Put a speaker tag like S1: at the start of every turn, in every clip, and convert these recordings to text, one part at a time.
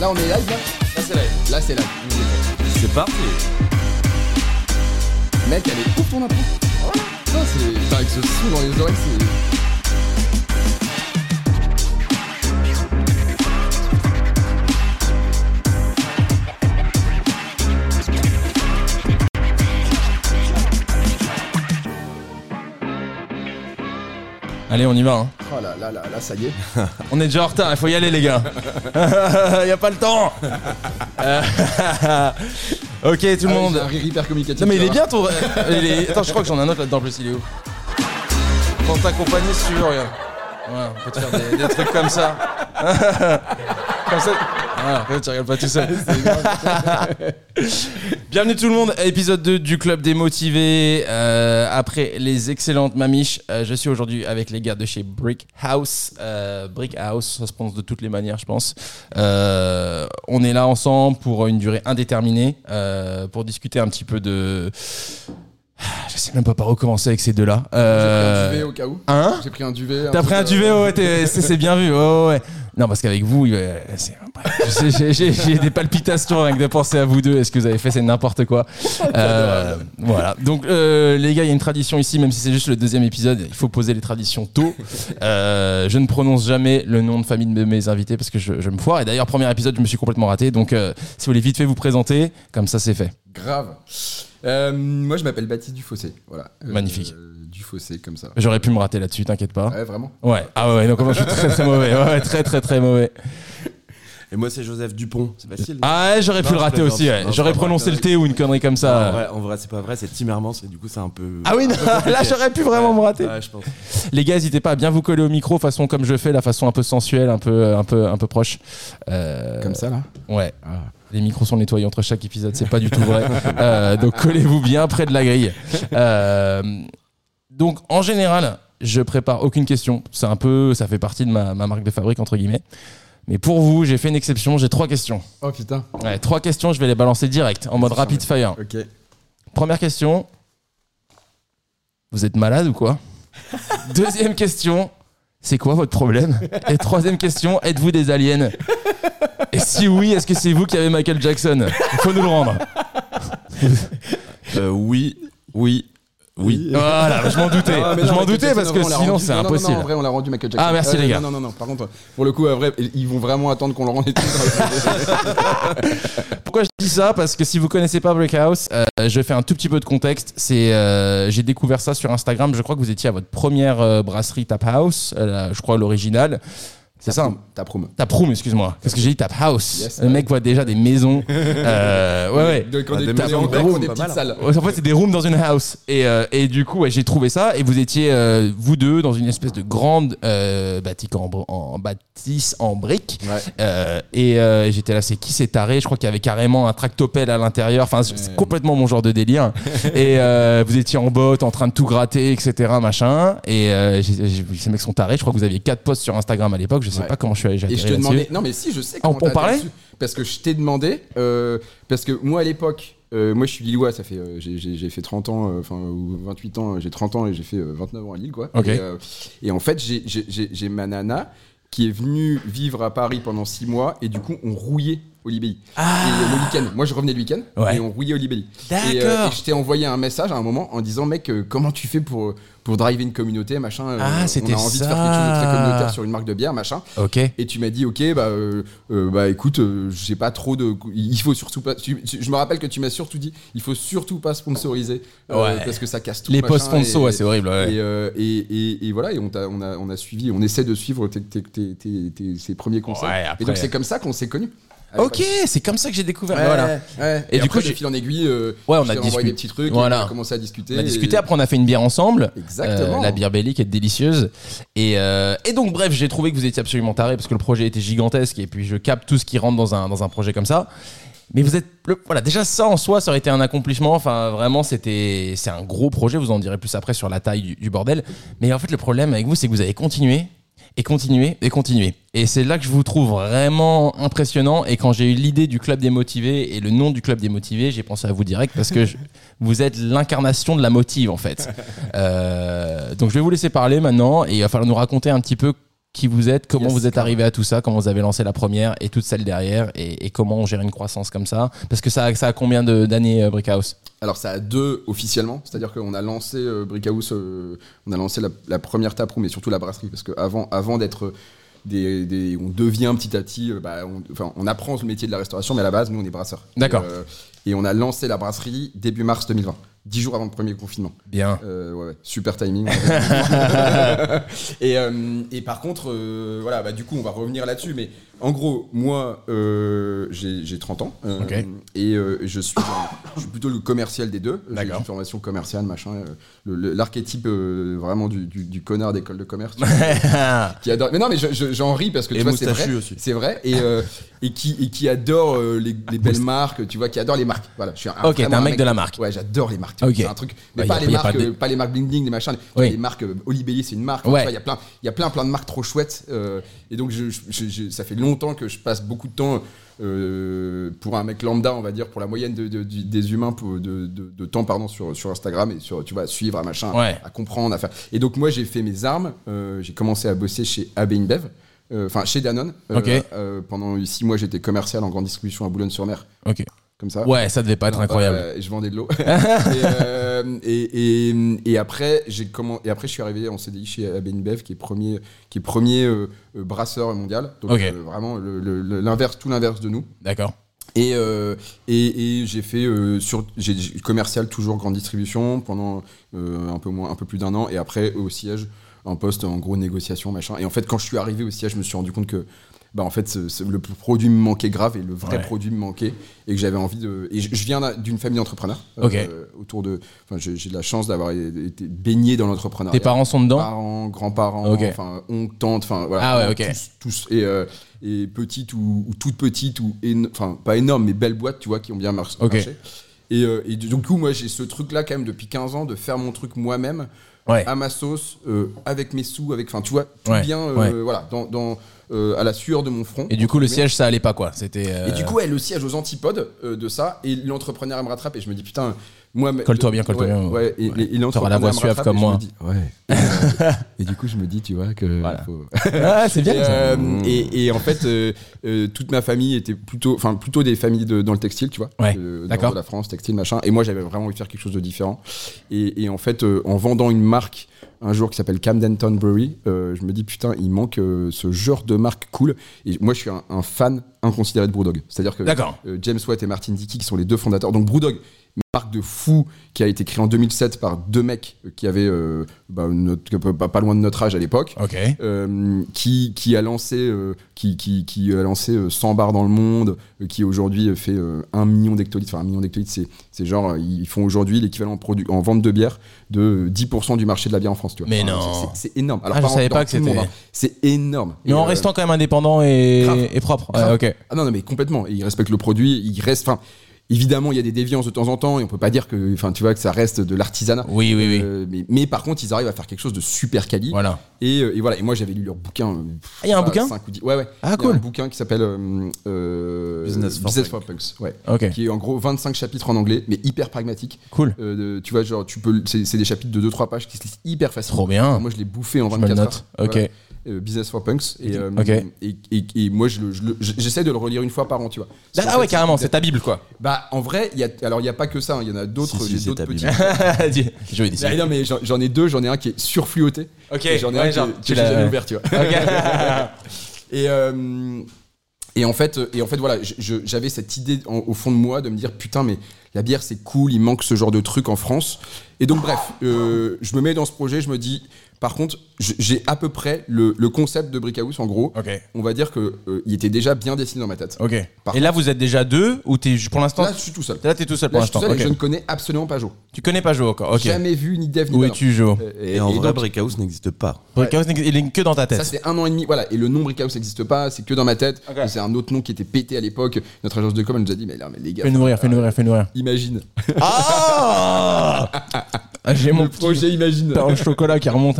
S1: Là, on est live, là
S2: Ça c'est live.
S1: Là, c'est live.
S3: C'est parti.
S1: Mec, elle est ouf ton impro. Putain, c'est. Putain, avec ce son dans les oreilles, c'est.
S3: Allez, on y va. hein.
S1: Oh là là là, là, ça y est.
S3: On est déjà en retard, il faut y aller les gars. Il n'y a pas le temps. Euh, ok, tout le
S1: Ah,
S3: monde.
S1: j'ai Un rire hyper communicatif.
S3: Non mais il
S1: ça
S3: est
S1: va.
S3: bien ton... euh, il est- Attends, je crois que j'en ai un autre là-dedans en plus, il est où Pour t'accompagner si tu veux, regarde. Voilà, on peut te faire des, des trucs comme ça. comme ça... Voilà, comme ça, Ah, tu regardes pas tout seul. Bienvenue tout le monde, épisode 2 du Club des Motivés. Euh, après les excellentes mamiches, euh, je suis aujourd'hui avec les gars de chez Brick House. Euh, Brick House, ça se prononce de toutes les manières, je pense. Euh, on est là ensemble pour une durée indéterminée, euh, pour discuter un petit peu de... Ah, Je sais même pas par où commencer avec ces deux-là.
S1: J'ai pris un
S3: Euh,
S1: duvet au cas où.
S3: Hein
S1: J'ai pris un duvet.
S3: T'as
S1: truc,
S3: pris un
S1: euh,
S3: duvet, ouais, t'es- c'est c'est bien vu, ouais, ouais, ouais. Non, parce qu'avec vous, euh, c'est- bref, je sais, j'ai- j'ai j'ai des palpitations rien que de penser à vous deux. Est-ce que vous avez fait, c'est n'importe quoi. Euh, voilà. Donc, euh, les gars, il y a une tradition ici, même si c'est juste le deuxième épisode, il faut poser les traditions tôt. Euh, je ne prononce jamais le nom de famille de mes invités parce que je, je me foire. Et d'ailleurs, premier épisode, je me suis complètement raté. Donc, euh, si vous voulez vite fait vous présenter, comme ça, c'est fait.
S1: Grave. Euh, moi, je m'appelle Baptiste Dufossé. Voilà. Euh,
S3: Magnifique.
S1: euh, Dufossé, comme ça.
S3: J'aurais pu me rater là-dessus, t'inquiète pas.
S1: Ouais, vraiment.
S3: Ouais. Ah ouais, donc, moi, je suis très très mauvais. Ouais, ouais, très très très mauvais.
S2: Et moi c'est Joseph Dupont, c'est facile.
S3: Ah ouais, j'aurais pu
S2: Non,
S3: le
S2: je
S3: rater
S2: plaisante.
S3: aussi, ouais.
S2: Non, je
S3: j'aurais
S2: plaisante.
S3: prononcé le T ou une connerie comme
S2: En
S3: ça.
S2: vrai, en vrai, c'est pas vrai, c'est Timmermans et du coup c'est un peu.
S3: Euh. Ah oui, non, là j'aurais pu vraiment me rater.
S2: Ouais, je pense.
S3: Les gars, n'hésitez pas à bien vous coller au micro, façon comme je fais, la façon un peu sensuelle, un peu, un peu, un peu proche. Euh,
S1: Comme ça, là.
S3: Ouais.
S1: Ah.
S3: Les micros sont nettoyés entre chaque épisode, c'est pas du tout vrai. Euh, donc collez-vous bien près de la grille. Euh, donc en général, je prépare aucune question. C'est un peu, ça fait partie de ma, ma marque de fabrique entre guillemets. Mais pour vous, j'ai fait une exception. J'ai trois questions.
S1: Oh putain.
S3: Ouais, trois questions. Je vais les balancer direct en mode rapid fire.
S1: Ok.
S3: Première question. Vous êtes malade ou quoi Deuxième question. C'est quoi votre problème Et troisième question. Êtes-vous des aliens Et si oui, est-ce que c'est vous qui avez Michael Jackson Faut nous le rendre.
S2: Euh, oui, oui, oui.
S3: Voilà, je m'en doutais.
S1: Ah, mais
S3: je
S1: non,
S3: m'en
S1: Michael Jackson,
S3: doutais parce
S1: en
S3: que
S1: vrai, on l'a
S3: sinon
S1: rendu-
S3: c'est
S1: non, non, non,
S3: impossible.
S1: en vrai, on l'a rendu Michael Jackson. Euh,
S3: Ah, merci, les gars.
S1: Non, non, non, par contre, pour le coup, à vrai, ils vont vraiment attendre qu'on leur rende les trucs.
S3: Pourquoi je dis ça Parce que si vous connaissez pas Breakhouse, euh, je fais un tout petit peu de contexte. C'est, euh, j'ai découvert ça sur Instagram. Je crois que vous étiez à votre première euh, brasserie Tap House, euh, la- je crois l'original. C'est ça. hein
S1: Ta promo.
S3: Tap room, excuse-moi. Parce que j'ai dit tap house.
S1: Yes,
S3: le
S1: ouais.
S3: mec voit déjà des maisons. Euh, ouais, ouais.
S1: Donc, on
S2: Ah,
S1: est on
S2: des
S1: est hein.
S2: maisons
S1: en
S2: de
S1: gros
S2: Jackson,
S1: des
S2: pas
S1: petites
S2: mal.
S1: salles.
S3: En fait, c'est des rooms dans une house. Et, euh, et du coup, ouais, j'ai trouvé ça. Et vous étiez, euh, vous deux, dans une espèce de grande euh, bâtique en, br- en bâtisse en briques.
S1: Ouais.
S3: Euh, et euh, j'étais là, c'est qui ces tarés Je crois qu'il y avait carrément un tractopelle à l'intérieur. Enfin, c'est c'est complètement mon genre de délire. et euh, vous étiez en botte, en train de tout gratter, etc. Machin. Et euh, j'ai- j'ai vu que ces mecs sont tarés. Je crois que vous aviez quatre posts sur Instagram à l'époque. Je sais
S1: Ouais.
S3: pas comment je suis allé. j'ai
S1: Et je te
S3: atterri là-dessus.
S1: demandais. Non, mais si, je sais.
S3: Ah, on-
S1: comment
S3: on
S1: t'as
S3: parlait
S1: atterri dessus. Parce que je t'ai demandé. euh, parce que moi, à l'époque, euh, moi, je suis lillois. Ça fait, euh, j'ai- j'ai j'ai fait 30 ans, euh, enfin, ou 28 ans. euh, J'ai 30 ans et j'ai fait euh, 29 ans à Lille, quoi.
S3: Ok.
S1: Et, euh, et en fait, j'ai- j'ai j'ai- j'ai ma nana qui est venue vivre à Paris pendant 6 mois. Et du coup, on rouillait au Libéi.
S3: Ah,
S1: Et le week-end. Moi, je revenais le week-end.
S3: Ouais.
S1: Et on rouillait au Libéi.
S3: D'accord.
S1: Et, euh, et je t'ai envoyé un message à un moment en disant, mec, euh, comment tu fais pour pour driver une communauté, machin. euh,
S3: Ah, c'était
S1: On a envie de
S3: ça.
S1: faire quelque chose de très communautaire sur une marque de bière, machin.
S3: Ok.
S1: Et tu m'as dit, ok, bah, euh, euh, bah écoute, euh, j'ai pas trop de. Il faut surtout pas. tu- tu- je me rappelle que tu m'as surtout dit, il faut surtout pas sponsoriser. euh,
S3: Ouais.
S1: Parce que ça casse tout.
S3: Les
S1: machin,
S3: posts
S1: et-
S3: sponsors, ouais, c'est horrible. ouais.
S1: Et, euh, et, et- et voilà, et on, t'a- on, a, on a suivi, on essaie de suivre tes, tes, tes- tes- tes- ces premiers conseils.
S3: Ouais, après-
S1: Et donc c'est comme ça qu'on s'est connus. À
S3: Ok,
S1: l'époque.
S3: c'est comme ça que j'ai découvert.
S1: Ouais,
S3: voilà.
S1: ouais. Et, du coup, de
S3: j'ai-
S1: fil en aiguille, euh,
S3: Ouais, on
S1: je
S3: a
S1: t'ai renvoyé
S3: discuté.
S1: des petits trucs, et
S3: Voilà.
S1: on a commencé à discuter.
S3: On a
S1: et-
S3: discuté, après on a fait une bière ensemble.
S1: Exactement.
S3: Euh, la bière bellique est délicieuse. Et, euh, et donc, bref, j'ai trouvé que vous étiez absolument taré parce que le projet était gigantesque et puis je capte tout ce qui rentre dans un, dans un projet comme ça. Mais vous êtes. le- voilà, déjà ça en soi, ça aurait été un accomplissement. Enfin, vraiment, c'était. C'est un gros projet, vous en direz plus après sur la taille du, du bordel. Mais en fait, le problème avec vous, c'est que vous avez continué et continué et continué. Et c'est là que je vous trouve vraiment impressionnant. Et quand j'ai eu l'idée du Club des Motivés et le nom du Club des Motivés, j'ai pensé à vous direct parce que je- vous êtes l'incarnation de la motive en fait. Euh, donc je vais vous laisser parler maintenant et il va falloir nous raconter un petit peu qui vous êtes, comment
S2: Yes,
S3: vous êtes
S2: clairement.
S3: arrivé à tout ça, comment vous avez lancé la première et toutes celles derrière, et, et comment on gère une croissance comme ça. Parce que ça, ça a combien de- d'années euh, Brickhouse
S1: Alors ça a deux officiellement, c'est-à-dire qu'on a lancé euh, Brickhouse, euh, on a lancé la, la première taproom mais surtout la brasserie, parce qu'avant avant, avant d'être des, des- on devient petit à petit, euh, bah, on, enfin, on apprend le métier de la restauration, mais à la base nous on est brasseurs.
S3: D'accord.
S1: Et, euh, et on a lancé la brasserie début mars 2020, dix jours avant le premier confinement.
S3: Bien.
S1: Euh, ouais, ouais, super timing. et, euh, et par contre, euh, voilà, bah, du coup, on va revenir là-dessus. Mais en gros, moi, euh, j'ai j'ai 30 ans. euh,
S3: Ok.
S1: Et euh, je, suis, euh, je suis plutôt le commercial des deux. J'ai
S3: D'accord.
S1: une formation commerciale, machin. euh, le- le- L'archétype euh, vraiment du, du- du connard d'école de commerce. tu vois, qui adore. Mais non, mais je- je- j'en ris parce que
S2: Et
S1: tu vois, c'est
S2: moustachu
S1: vrai.
S2: aussi.
S1: C'est vrai. Et, euh, et, qui, et qui adore euh, les, les belles marques, tu vois, qui adore les marques. Voilà, je suis un,
S3: Ok, t'es
S1: vraiment
S3: un mec de la marque.
S1: Ouais, j'adore les marques.
S3: Ok.
S1: C'est un truc. Mais
S3: Bah, y
S1: pas,
S3: a-
S1: les
S3: y a pas
S1: marques,
S3: de-
S1: euh, pas les marques bling bling, les machins.
S3: Oui.
S1: Les marques euh, Olibelli, c'est une marque.
S3: Ouais.
S1: Tu vois, Il y a plein, il y a plein, plein de marques trop chouettes. euh, et donc, je, je- je- je- ça fait longtemps que je passe beaucoup de temps euh, pour un mec lambda, on va dire, pour la moyenne de- de- du- des humains, pour- de, de- de temps pardon sur, sur Instagram et sur, tu vois, à suivre, à machin,
S3: Ouais.
S1: à comprendre, à faire. Et donc, moi, j'ai fait mes armes. euh, j'ai commencé à bosser chez AB InBev. euh, Enfin, chez Danone. euh,
S3: Ok.
S1: euh, pendant six mois, j'étais commercial en grande distribution à Boulogne-sur-Mer,
S3: Ok.
S1: comme ça.
S3: Ouais, ça devait pas être
S1: Non,
S3: incroyable.
S1: euh, je vendais de l'eau. et, euh, et, et- et après, j'ai comment Et après, je suis arrivé en CDI chez Abenbev, qui est premier, qui est premier euh, euh, brasseur mondial. Donc
S3: Ok.
S1: euh, vraiment le- le- le- l'inverse, tout l'inverse de nous.
S3: D'accord.
S1: Et, euh, et, et j'ai fait euh, sur j'ai j'ai- commercial toujours grande distribution pendant euh, un peu moins un peu plus d'un an et après au siège un poste en gros négociation machin et en fait quand je suis arrivé au siège je me suis rendu compte que bah en fait ce- ce- le produit me manquait grave et le vrai
S3: Ouais.
S1: produit me manquait et que j'avais envie de et je, je viens d'un- d'une famille d'entrepreneurs euh,
S3: Ok.
S1: autour de enfin j'ai j'ai de la chance d'avoir été baigné dans l'entrepreneuriat
S3: Tes parents sont dedans
S1: parents, grands-parents,
S3: Ok.
S1: enfin oncles, tantes, enfin voilà.
S3: Ah ouais, ok.
S1: Tous, tous- et, euh, et petites ou, ou toutes petites ou éno- enfin pas énormes mais belles boîtes, tu vois, qui ont bien mar- marché.
S3: Ok.
S1: Et, euh, et du coup, moi, j'ai ce truc-là quand même depuis 15 ans de faire mon truc moi-même
S3: Ouais.
S1: à ma sauce, euh, avec mes sous, avec, enfin, tu vois, tout
S3: Ouais,
S1: bien, euh,
S3: ouais.
S1: voilà, dans, dans, euh, à la sueur de mon front.
S3: Et du coup, le
S1: entre guillemets.
S3: siège, ça allait pas quoi. C'était. euh,
S1: Et du coup, elle, le siège aux antipodes euh, de ça, et l'entrepreneur elle me rattrape, et je me dis, putain, moi. mais- euh,
S3: Colle-toi bien, colle-toi
S1: ouais,
S3: bien.
S1: Ouais, et,
S3: Ouais.
S1: et- et l'entrepreneur
S3: T'auras la voix
S1: me
S3: suave
S1: rattrape,
S3: comme
S1: et je
S3: moi.
S1: me dis, ouais. et du coup, je me dis, tu vois, que.
S3: Voilà.
S1: faut-
S3: Ah, c'est bien.
S1: et,
S3: ça.
S1: euh, et- et en fait, euh, euh, toute ma famille était plutôt, enfin plutôt des familles de- dans le textile, tu vois,
S3: Ouais,
S1: euh, nord
S3: d'accord.
S1: de la France, textile, machin. Et moi, j'avais vraiment envie de faire quelque chose de différent. Et, et en fait, euh, en vendant une marque un jour qui s'appelle Camden Town Brewery, euh, je me dis putain, il manque euh, ce genre de marque cool. Et moi, je suis un, un fan inconsidéré de Brewdog. C'est-à-dire que
S3: D'accord.
S1: euh, James Watt et Martin Dickey, qui sont les deux fondateurs. Donc Brewdog, une marque de fou qui a été créée en 2007 par deux mecs euh, qui avaient euh, bah, notre- pas- pas loin de notre âge à l'époque
S3: Ok.
S1: euh, qui, qui a lancé, euh, qui, qui, qui a lancé euh, 100 bars dans le monde, euh, qui aujourd'hui euh, fait euh, 1 million d'hectolitres. Enfin, 1 million d'hectolitres, c'est, c'est genre, euh, ils font aujourd'hui l'équivalent en, produ- en vente de bière de euh, 10% du marché de la bière en France. Tu vois.
S3: Mais
S1: Enfin,
S3: non.
S1: C'est, c'est énorme.
S3: Ah, je
S1: en-
S3: savais
S1: dans
S3: pas que
S1: tout le monde,
S3: c'était-
S1: hein. C'est énorme.
S3: Mais
S1: Et,
S3: en
S1: euh,
S3: restant quand même indépendant et,
S1: grave.
S3: et propre. Ouais,
S1: Grave.
S3: ok.
S1: ah non, non, mais complètement. Ils respectent le produit, ils restent. Enfin, évidemment, il y a des déviances de temps en temps, et on peut pas dire que, enfin, tu vois, que ça reste de l'artisanat.
S3: Oui, oui, oui.
S1: Euh, mais, mais par contre, ils arrivent à faire quelque chose de super quali.
S3: Voilà.
S1: Et, euh, et voilà. Et moi, j'avais lu leur bouquin. euh,
S3: Ah, il y a un
S1: pas,
S3: bouquin
S1: cinq ou dix- Ouais, ouais.
S3: Ah,
S1: Il y a
S3: cool.
S1: un bouquin qui s'appelle euh, euh,
S2: Business for
S1: for Punks. Ouais.
S3: Ok.
S1: Qui est en gros 25 chapitres en anglais, mais hyper pragmatique.
S3: Cool.
S1: Euh, de- tu vois, genre, tu peux, c'est c'est des chapitres de 2-3 pages qui se lisent hyper facile.
S3: Trop bien.
S1: Moi, je l'ai bouffé en
S3: Ah. Je me
S1: 24
S3: le note.
S1: heures.
S3: Ok.
S1: Voilà. Euh, Business for Punks. Et, euh,
S3: Ok.
S1: et, et- et moi, je le- je le- j'essaie de le relire une fois par an, tu vois.
S3: Ah,
S1: Parce qu'en
S3: ouais,
S1: fait,
S3: carrément, c'est ta Bible quoi.
S1: Bah, en vrai, il y a, alors il n'y a pas que ça, hein, il y en a d'autres.
S2: Si, si,
S1: j'ai
S2: c'est
S1: d'autres
S2: ta
S1: petits-
S2: Bible.
S3: Dis- Je vais
S1: Ah,
S3: décider.
S1: non, mais j'en- j'en ai deux, j'en ai un qui est surfluoté.
S3: Ok.
S1: Et j'en ai
S3: ouais,
S1: un
S3: genre,
S1: que, que j'ai
S3: tu l'as-
S1: jamais
S2: Bah.
S1: ouvert, tu vois.
S3: Ok.
S1: Et, euh, et, en fait, euh, et en fait, voilà, je- je- j'avais cette idée en- au fond de moi de me dire putain, mais la bière c'est cool, il manque ce genre de truc en France. Et donc, bref, euh, je me mets dans ce projet, je me dis, par contre, j- j'ai à peu près le, le concept de Brickhouse en gros.
S3: Ok.
S1: On va dire que euh, il était déjà bien dessiné dans ma tête.
S3: Ok.
S1: Par
S3: Et là, vous êtes déjà deux ou t'es pour l'instant
S1: Là, je suis tout seul.
S3: Là, t'es tout seul pour
S1: Là, je suis
S3: l'instant.
S1: tout seul et
S3: ok.
S1: je ne connais absolument pas Jo.
S3: Tu connais pas Jo encore. Ok.
S1: Jamais vu ni Dev ni
S3: Où
S1: Balan.
S3: es-tu Jo
S1: Euh,
S2: Et, en
S1: et
S2: vrai,
S1: donc,
S2: Breakhouse n'existe pas.
S3: Brickhouse, il est que dans ta
S1: Ça,
S3: tête.
S1: c'est un an et demi. Voilà. Et le nom Brickhouse n'existe pas. C'est que dans ma tête.
S3: Ok.
S1: Et C'est un autre nom qui était pété à l'époque. Notre agence de com, elle nous a dit, mais, là, mais les gars,
S3: Fais nourrir, fais nourrir, fais nourrir.
S1: imagine.
S3: Ah Ah, J'ai mon
S1: Le projet imagine.
S3: pain au chocolat qui remonte.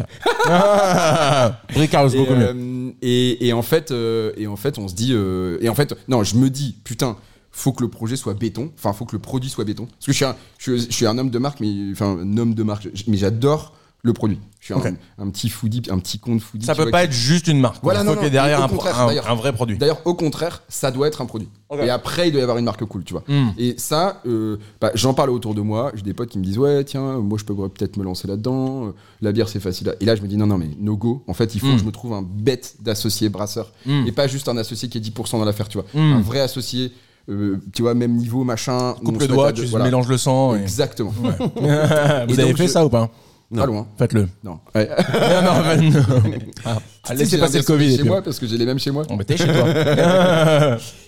S3: Ah Brickhouse,
S1: Et,
S3: beaucoup mieux.
S1: euh, et, et en fait, euh, et en fait, on se dit, euh, et en fait, non, je me dis, putain, faut que le projet soit béton. Enfin, faut que le produit soit béton. Parce que je suis un, je, suis- je suis un homme de marque, mais enfin, un homme de marque. je- mais j'adore le produit. Je suis un-
S4: Ok.
S1: un, petit foodie, un petit con de foodie.
S3: Ça
S1: tu
S3: peut
S1: vois,
S3: pas
S1: qui-
S3: être juste une marque.
S1: Voilà,
S3: il
S1: non,
S3: faut
S1: non,
S3: qu'il y ait derrière
S1: au
S3: un,
S1: contraire,
S3: un-
S1: d'ailleurs.
S3: un vrai produit.
S1: D'ailleurs, au contraire, ça doit être un produit.
S3: Ok.
S1: Et après, il doit y avoir une marque cool, tu vois.
S3: Hmm.
S1: Et ça, euh, bah, j'en parle autour de moi. J'ai des potes qui me disent Ouais, tiens, moi, je peux peut-être me lancer là-dedans. Euh, La bière, c'est facile. à- Et là, je me dis Non, non, mais no go. En fait, il faut
S3: Mm.
S1: que je me trouve un bête d'associé brasseur.
S3: Mm.
S1: Et pas juste un associé qui est 10% dans l'affaire, tu vois.
S3: Mm.
S1: Un vrai associé, euh, tu vois, même niveau, machin. où on
S3: Coupe
S1: se
S3: le
S1: met à
S3: doigt,
S1: deux-
S3: tu
S1: voilà.
S3: mélanges le sang. et-
S1: Exactement.
S3: Vous avez
S1: donc,
S3: fait
S1: je-
S3: ça ou pas
S1: Pas loin.
S3: Faites-le.
S1: Non. Ouais.
S3: non, non, bah, non. Ah,
S1: Tu sais,
S3: laissez
S1: j'ai
S3: passer
S1: un
S3: le Covid. et
S1: hein, chez
S3: puis-
S1: moi parce que j'ai les mêmes chez moi.
S3: On mettait chez toi.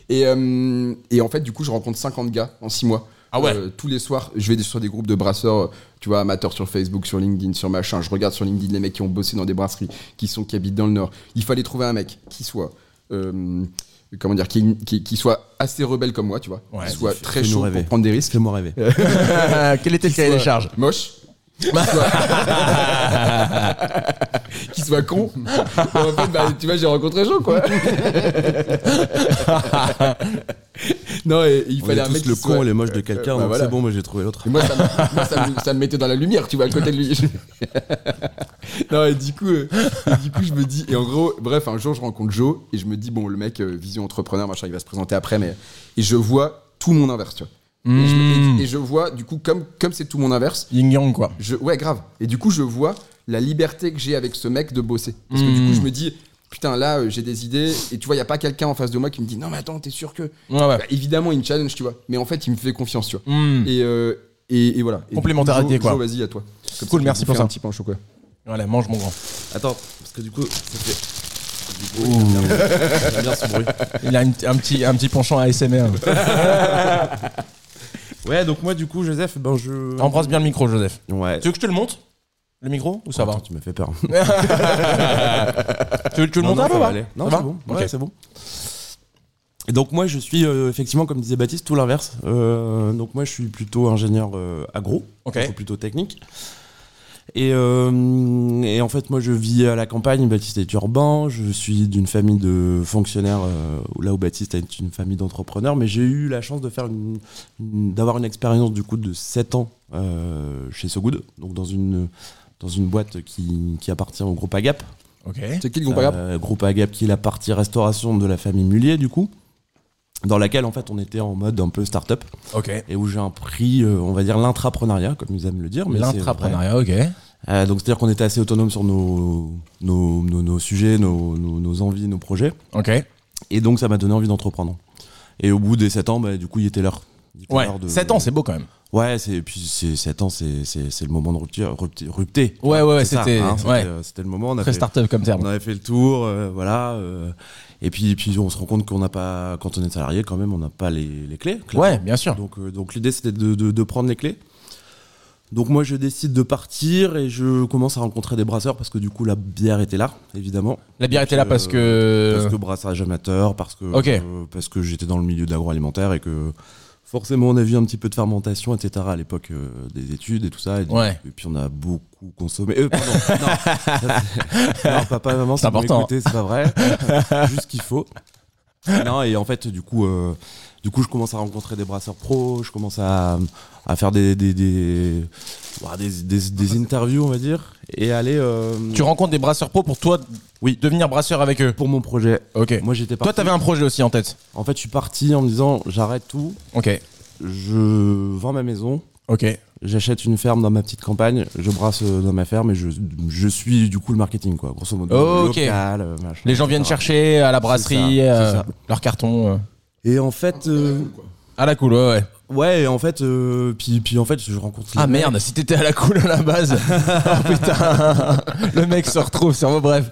S1: Et, euh, et en fait, du coup, je rencontre 50 gars en 6 mois.
S3: Ah ouais.
S1: Euh, tous les soirs, je vais sur des groupes de brasseurs, euh, tu vois, amateurs sur Facebook, sur LinkedIn, sur machin. Je regarde sur LinkedIn les mecs qui ont bossé dans des brasseries, qui sont qui habitent dans le Nord. Il fallait trouver un mec qui soit, euh, comment dire, qui, qui- qui soit assez rebelle comme moi, tu vois,
S3: Ouais,
S1: qui soit
S2: fais-
S1: très
S2: fais-nous
S1: chaud
S2: rêver.
S1: pour prendre des risques,
S2: Fais-moi rêver.
S3: Quel était le cahier des charges
S1: moche. Qui soit- qui soit con. Et en fait, bah, tu vois, j'ai rencontré Jean, quoi. non, et, et il
S2: On
S1: fallait
S2: est
S1: un mec
S2: tous le
S1: qui soit-
S2: con et le moche de quelqu'un.
S1: bah
S2: donc
S1: voilà.
S2: C'est bon, mais j'ai trouvé l'autre.
S1: Et moi, ça me, moi, ça, me, ça me mettait dans la lumière, tu vois, à côté de lui. non, et du coup, euh, et du coup, je me dis, et en gros, bref, un jour, je rencontre Joe et je me dis, bon, le mec, euh, vision entrepreneur, machin, il va se présenter après, mais. Et je vois tout mon inverse, tu vois. Et, je, me-
S2: Hmm.
S1: et- et je vois, du coup, comme comme c'est tout mon inverse,
S3: Yin Yang, quoi.
S1: je, ouais, grave. Et du coup, je vois la liberté que j'ai avec ce mec de bosser. Parce que du
S3: Hmm.
S1: coup, je me dis, putain, là, euh, j'ai des idées. Et tu vois, il n'y a pas quelqu'un en face de moi qui me dit, non, mais attends, t'es sûr que.
S3: Ouais, ouais.
S1: Bah, évidemment, il me challenge, tu vois. Mais en fait, il me fait confiance, tu vois.
S3: Mm.
S1: Et, euh, et, et voilà. Et
S3: Complémentarité,
S1: du coup, Jo-
S3: quoi.
S1: Jo, vas-y, à toi. Comme
S3: Cool,
S1: je
S3: merci
S1: vous
S3: pour
S1: fais
S3: ça.
S1: Un petit pain au chocolat.
S3: Voilà, mange mon grand.
S2: Attends, parce que du coup, ça fait.
S3: J'aime bien ce bruit. Il a une- un, petit, un petit penchant à ASMR.
S2: Ouais, donc moi, du coup, Joseph, ben je.
S3: Embrasse bien le micro, Joseph.
S2: Ouais.
S3: Tu veux que je te le monte Le micro Ou ça
S2: Attends, tu me fais peur.
S3: va Tu veux que je te le
S2: Non,
S3: monte
S2: non,
S3: un
S2: ça
S3: peu
S2: va
S3: va
S2: aller. Non,
S3: bah. Ça va
S2: c'est bon.
S3: Ok.
S2: Ouais, c'est bon. Et donc moi, je suis euh, effectivement, comme disait Baptiste, tout l'inverse. Euh, donc moi, je suis plutôt ingénieur euh, agro,
S3: Ok.
S2: donc plutôt technique. Et, euh, et en fait, moi, je vis à la campagne. Baptiste est urbain. Je suis d'une famille de fonctionnaires, euh, là où Baptiste est une famille d'entrepreneurs. Mais j'ai eu la chance de faire une, une- d'avoir une expérience du coup de 7 ans euh, chez Sogood, donc dans une dans une boîte qui, qui appartient au groupe Agap,
S3: Ok.
S1: C'est qui le compagnon
S2: euh, groupe Agap qui est la partie restauration de la famille Mullier du coup dans laquelle en fait on était en mode un peu start-up
S3: Ok.
S2: et où j'ai appris euh, on va dire l'intrapreneuriat comme ils aiment le dire mais c'est vrai.
S3: L'intrapreneuriat, ok.
S2: Euh, donc c'est-à-dire qu'on était assez autonome sur nos, nos, nos- nos sujets nos, nos- nos envies nos projets
S3: Ok.
S2: et donc ça m'a donné envie d'entreprendre et au bout des 7 ans bah, du coup il était l'heure Il était
S3: Ouais.
S2: l'heure de-
S3: 7 ans, c'est beau quand même.
S2: ouais c'est et puis c'est 7 ans c'est c'est- c'est le moment de rupture rupté, rupté.
S3: Ouais, ouais, ouais,
S2: C'est ça,
S3: c'était.
S2: hein,
S3: ouais.
S2: euh, c'était le moment on a
S3: Très
S2: fait-
S3: start-up comme
S2: on
S3: terme.
S2: avait fait le tour, euh, voilà. euh, et puis, et puis on se rend compte qu'on n'a pas, quand on est salarié, quand même, on n'a pas les, les clés. clairement.
S3: Ouais, bien sûr.
S2: Donc, euh, donc l'idée c'était de, de- de prendre les clés. Donc moi je décide de partir et je commence à rencontrer des brasseurs parce que du coup la bière était là, évidemment.
S3: La bière était là parce
S2: euh, Parce
S3: que.
S2: que brassage amateur, parce que,
S3: Euh, Ok.
S2: euh, parce que j'étais dans le milieu de l'agroalimentaire et que forcément on a vu un petit peu de fermentation, etc. à l'époque euh, des études et tout ça. Et, du-
S3: Ouais.
S2: et puis on a beaucoup consommé. Euh, pardon, non, ça, c'est- non, papa et maman,
S3: C'est
S2: c'est
S3: important.
S2: important. C'est pas vrai. Juste ce qu'il faut. Non, et en fait, du coup, euh, du coup, je commence à rencontrer des brasseurs pros, je commence à, à faire des, des, des, ouah, des, des- des interviews, on va dire, et aller euh,
S3: Tu rencontres des brasseurs pro pour toi
S2: Oui.
S3: devenir brasseur avec eux.
S2: pour mon projet.
S3: Ok.
S2: Moi, j'étais
S3: Toi,
S2: parti.
S3: t'avais un projet aussi en tête.
S2: En fait, je suis parti en me disant j'arrête tout,
S3: Ok.
S2: je vends ma maison,
S3: Ok.
S2: j'achète une ferme dans ma petite campagne, je brasse euh, dans ma ferme et je, je suis du coup le marketing, quoi, grosso modo.
S3: Oh, ok.
S2: Local, euh, machin,
S3: Les gens viennent
S2: etc.
S3: chercher à la brasserie
S2: ça, c'est
S3: euh,
S2: ça.
S3: leur carton. euh.
S2: Et en fait, euh,
S3: À la Ah, cool, ouais, ouais.
S2: ouais, et en fait, euh, puis, puis en fait, je rencontre. les
S3: Ah merde, si t'étais à la cool à la base. oh putain. Le mec se retrouve sur vos bref.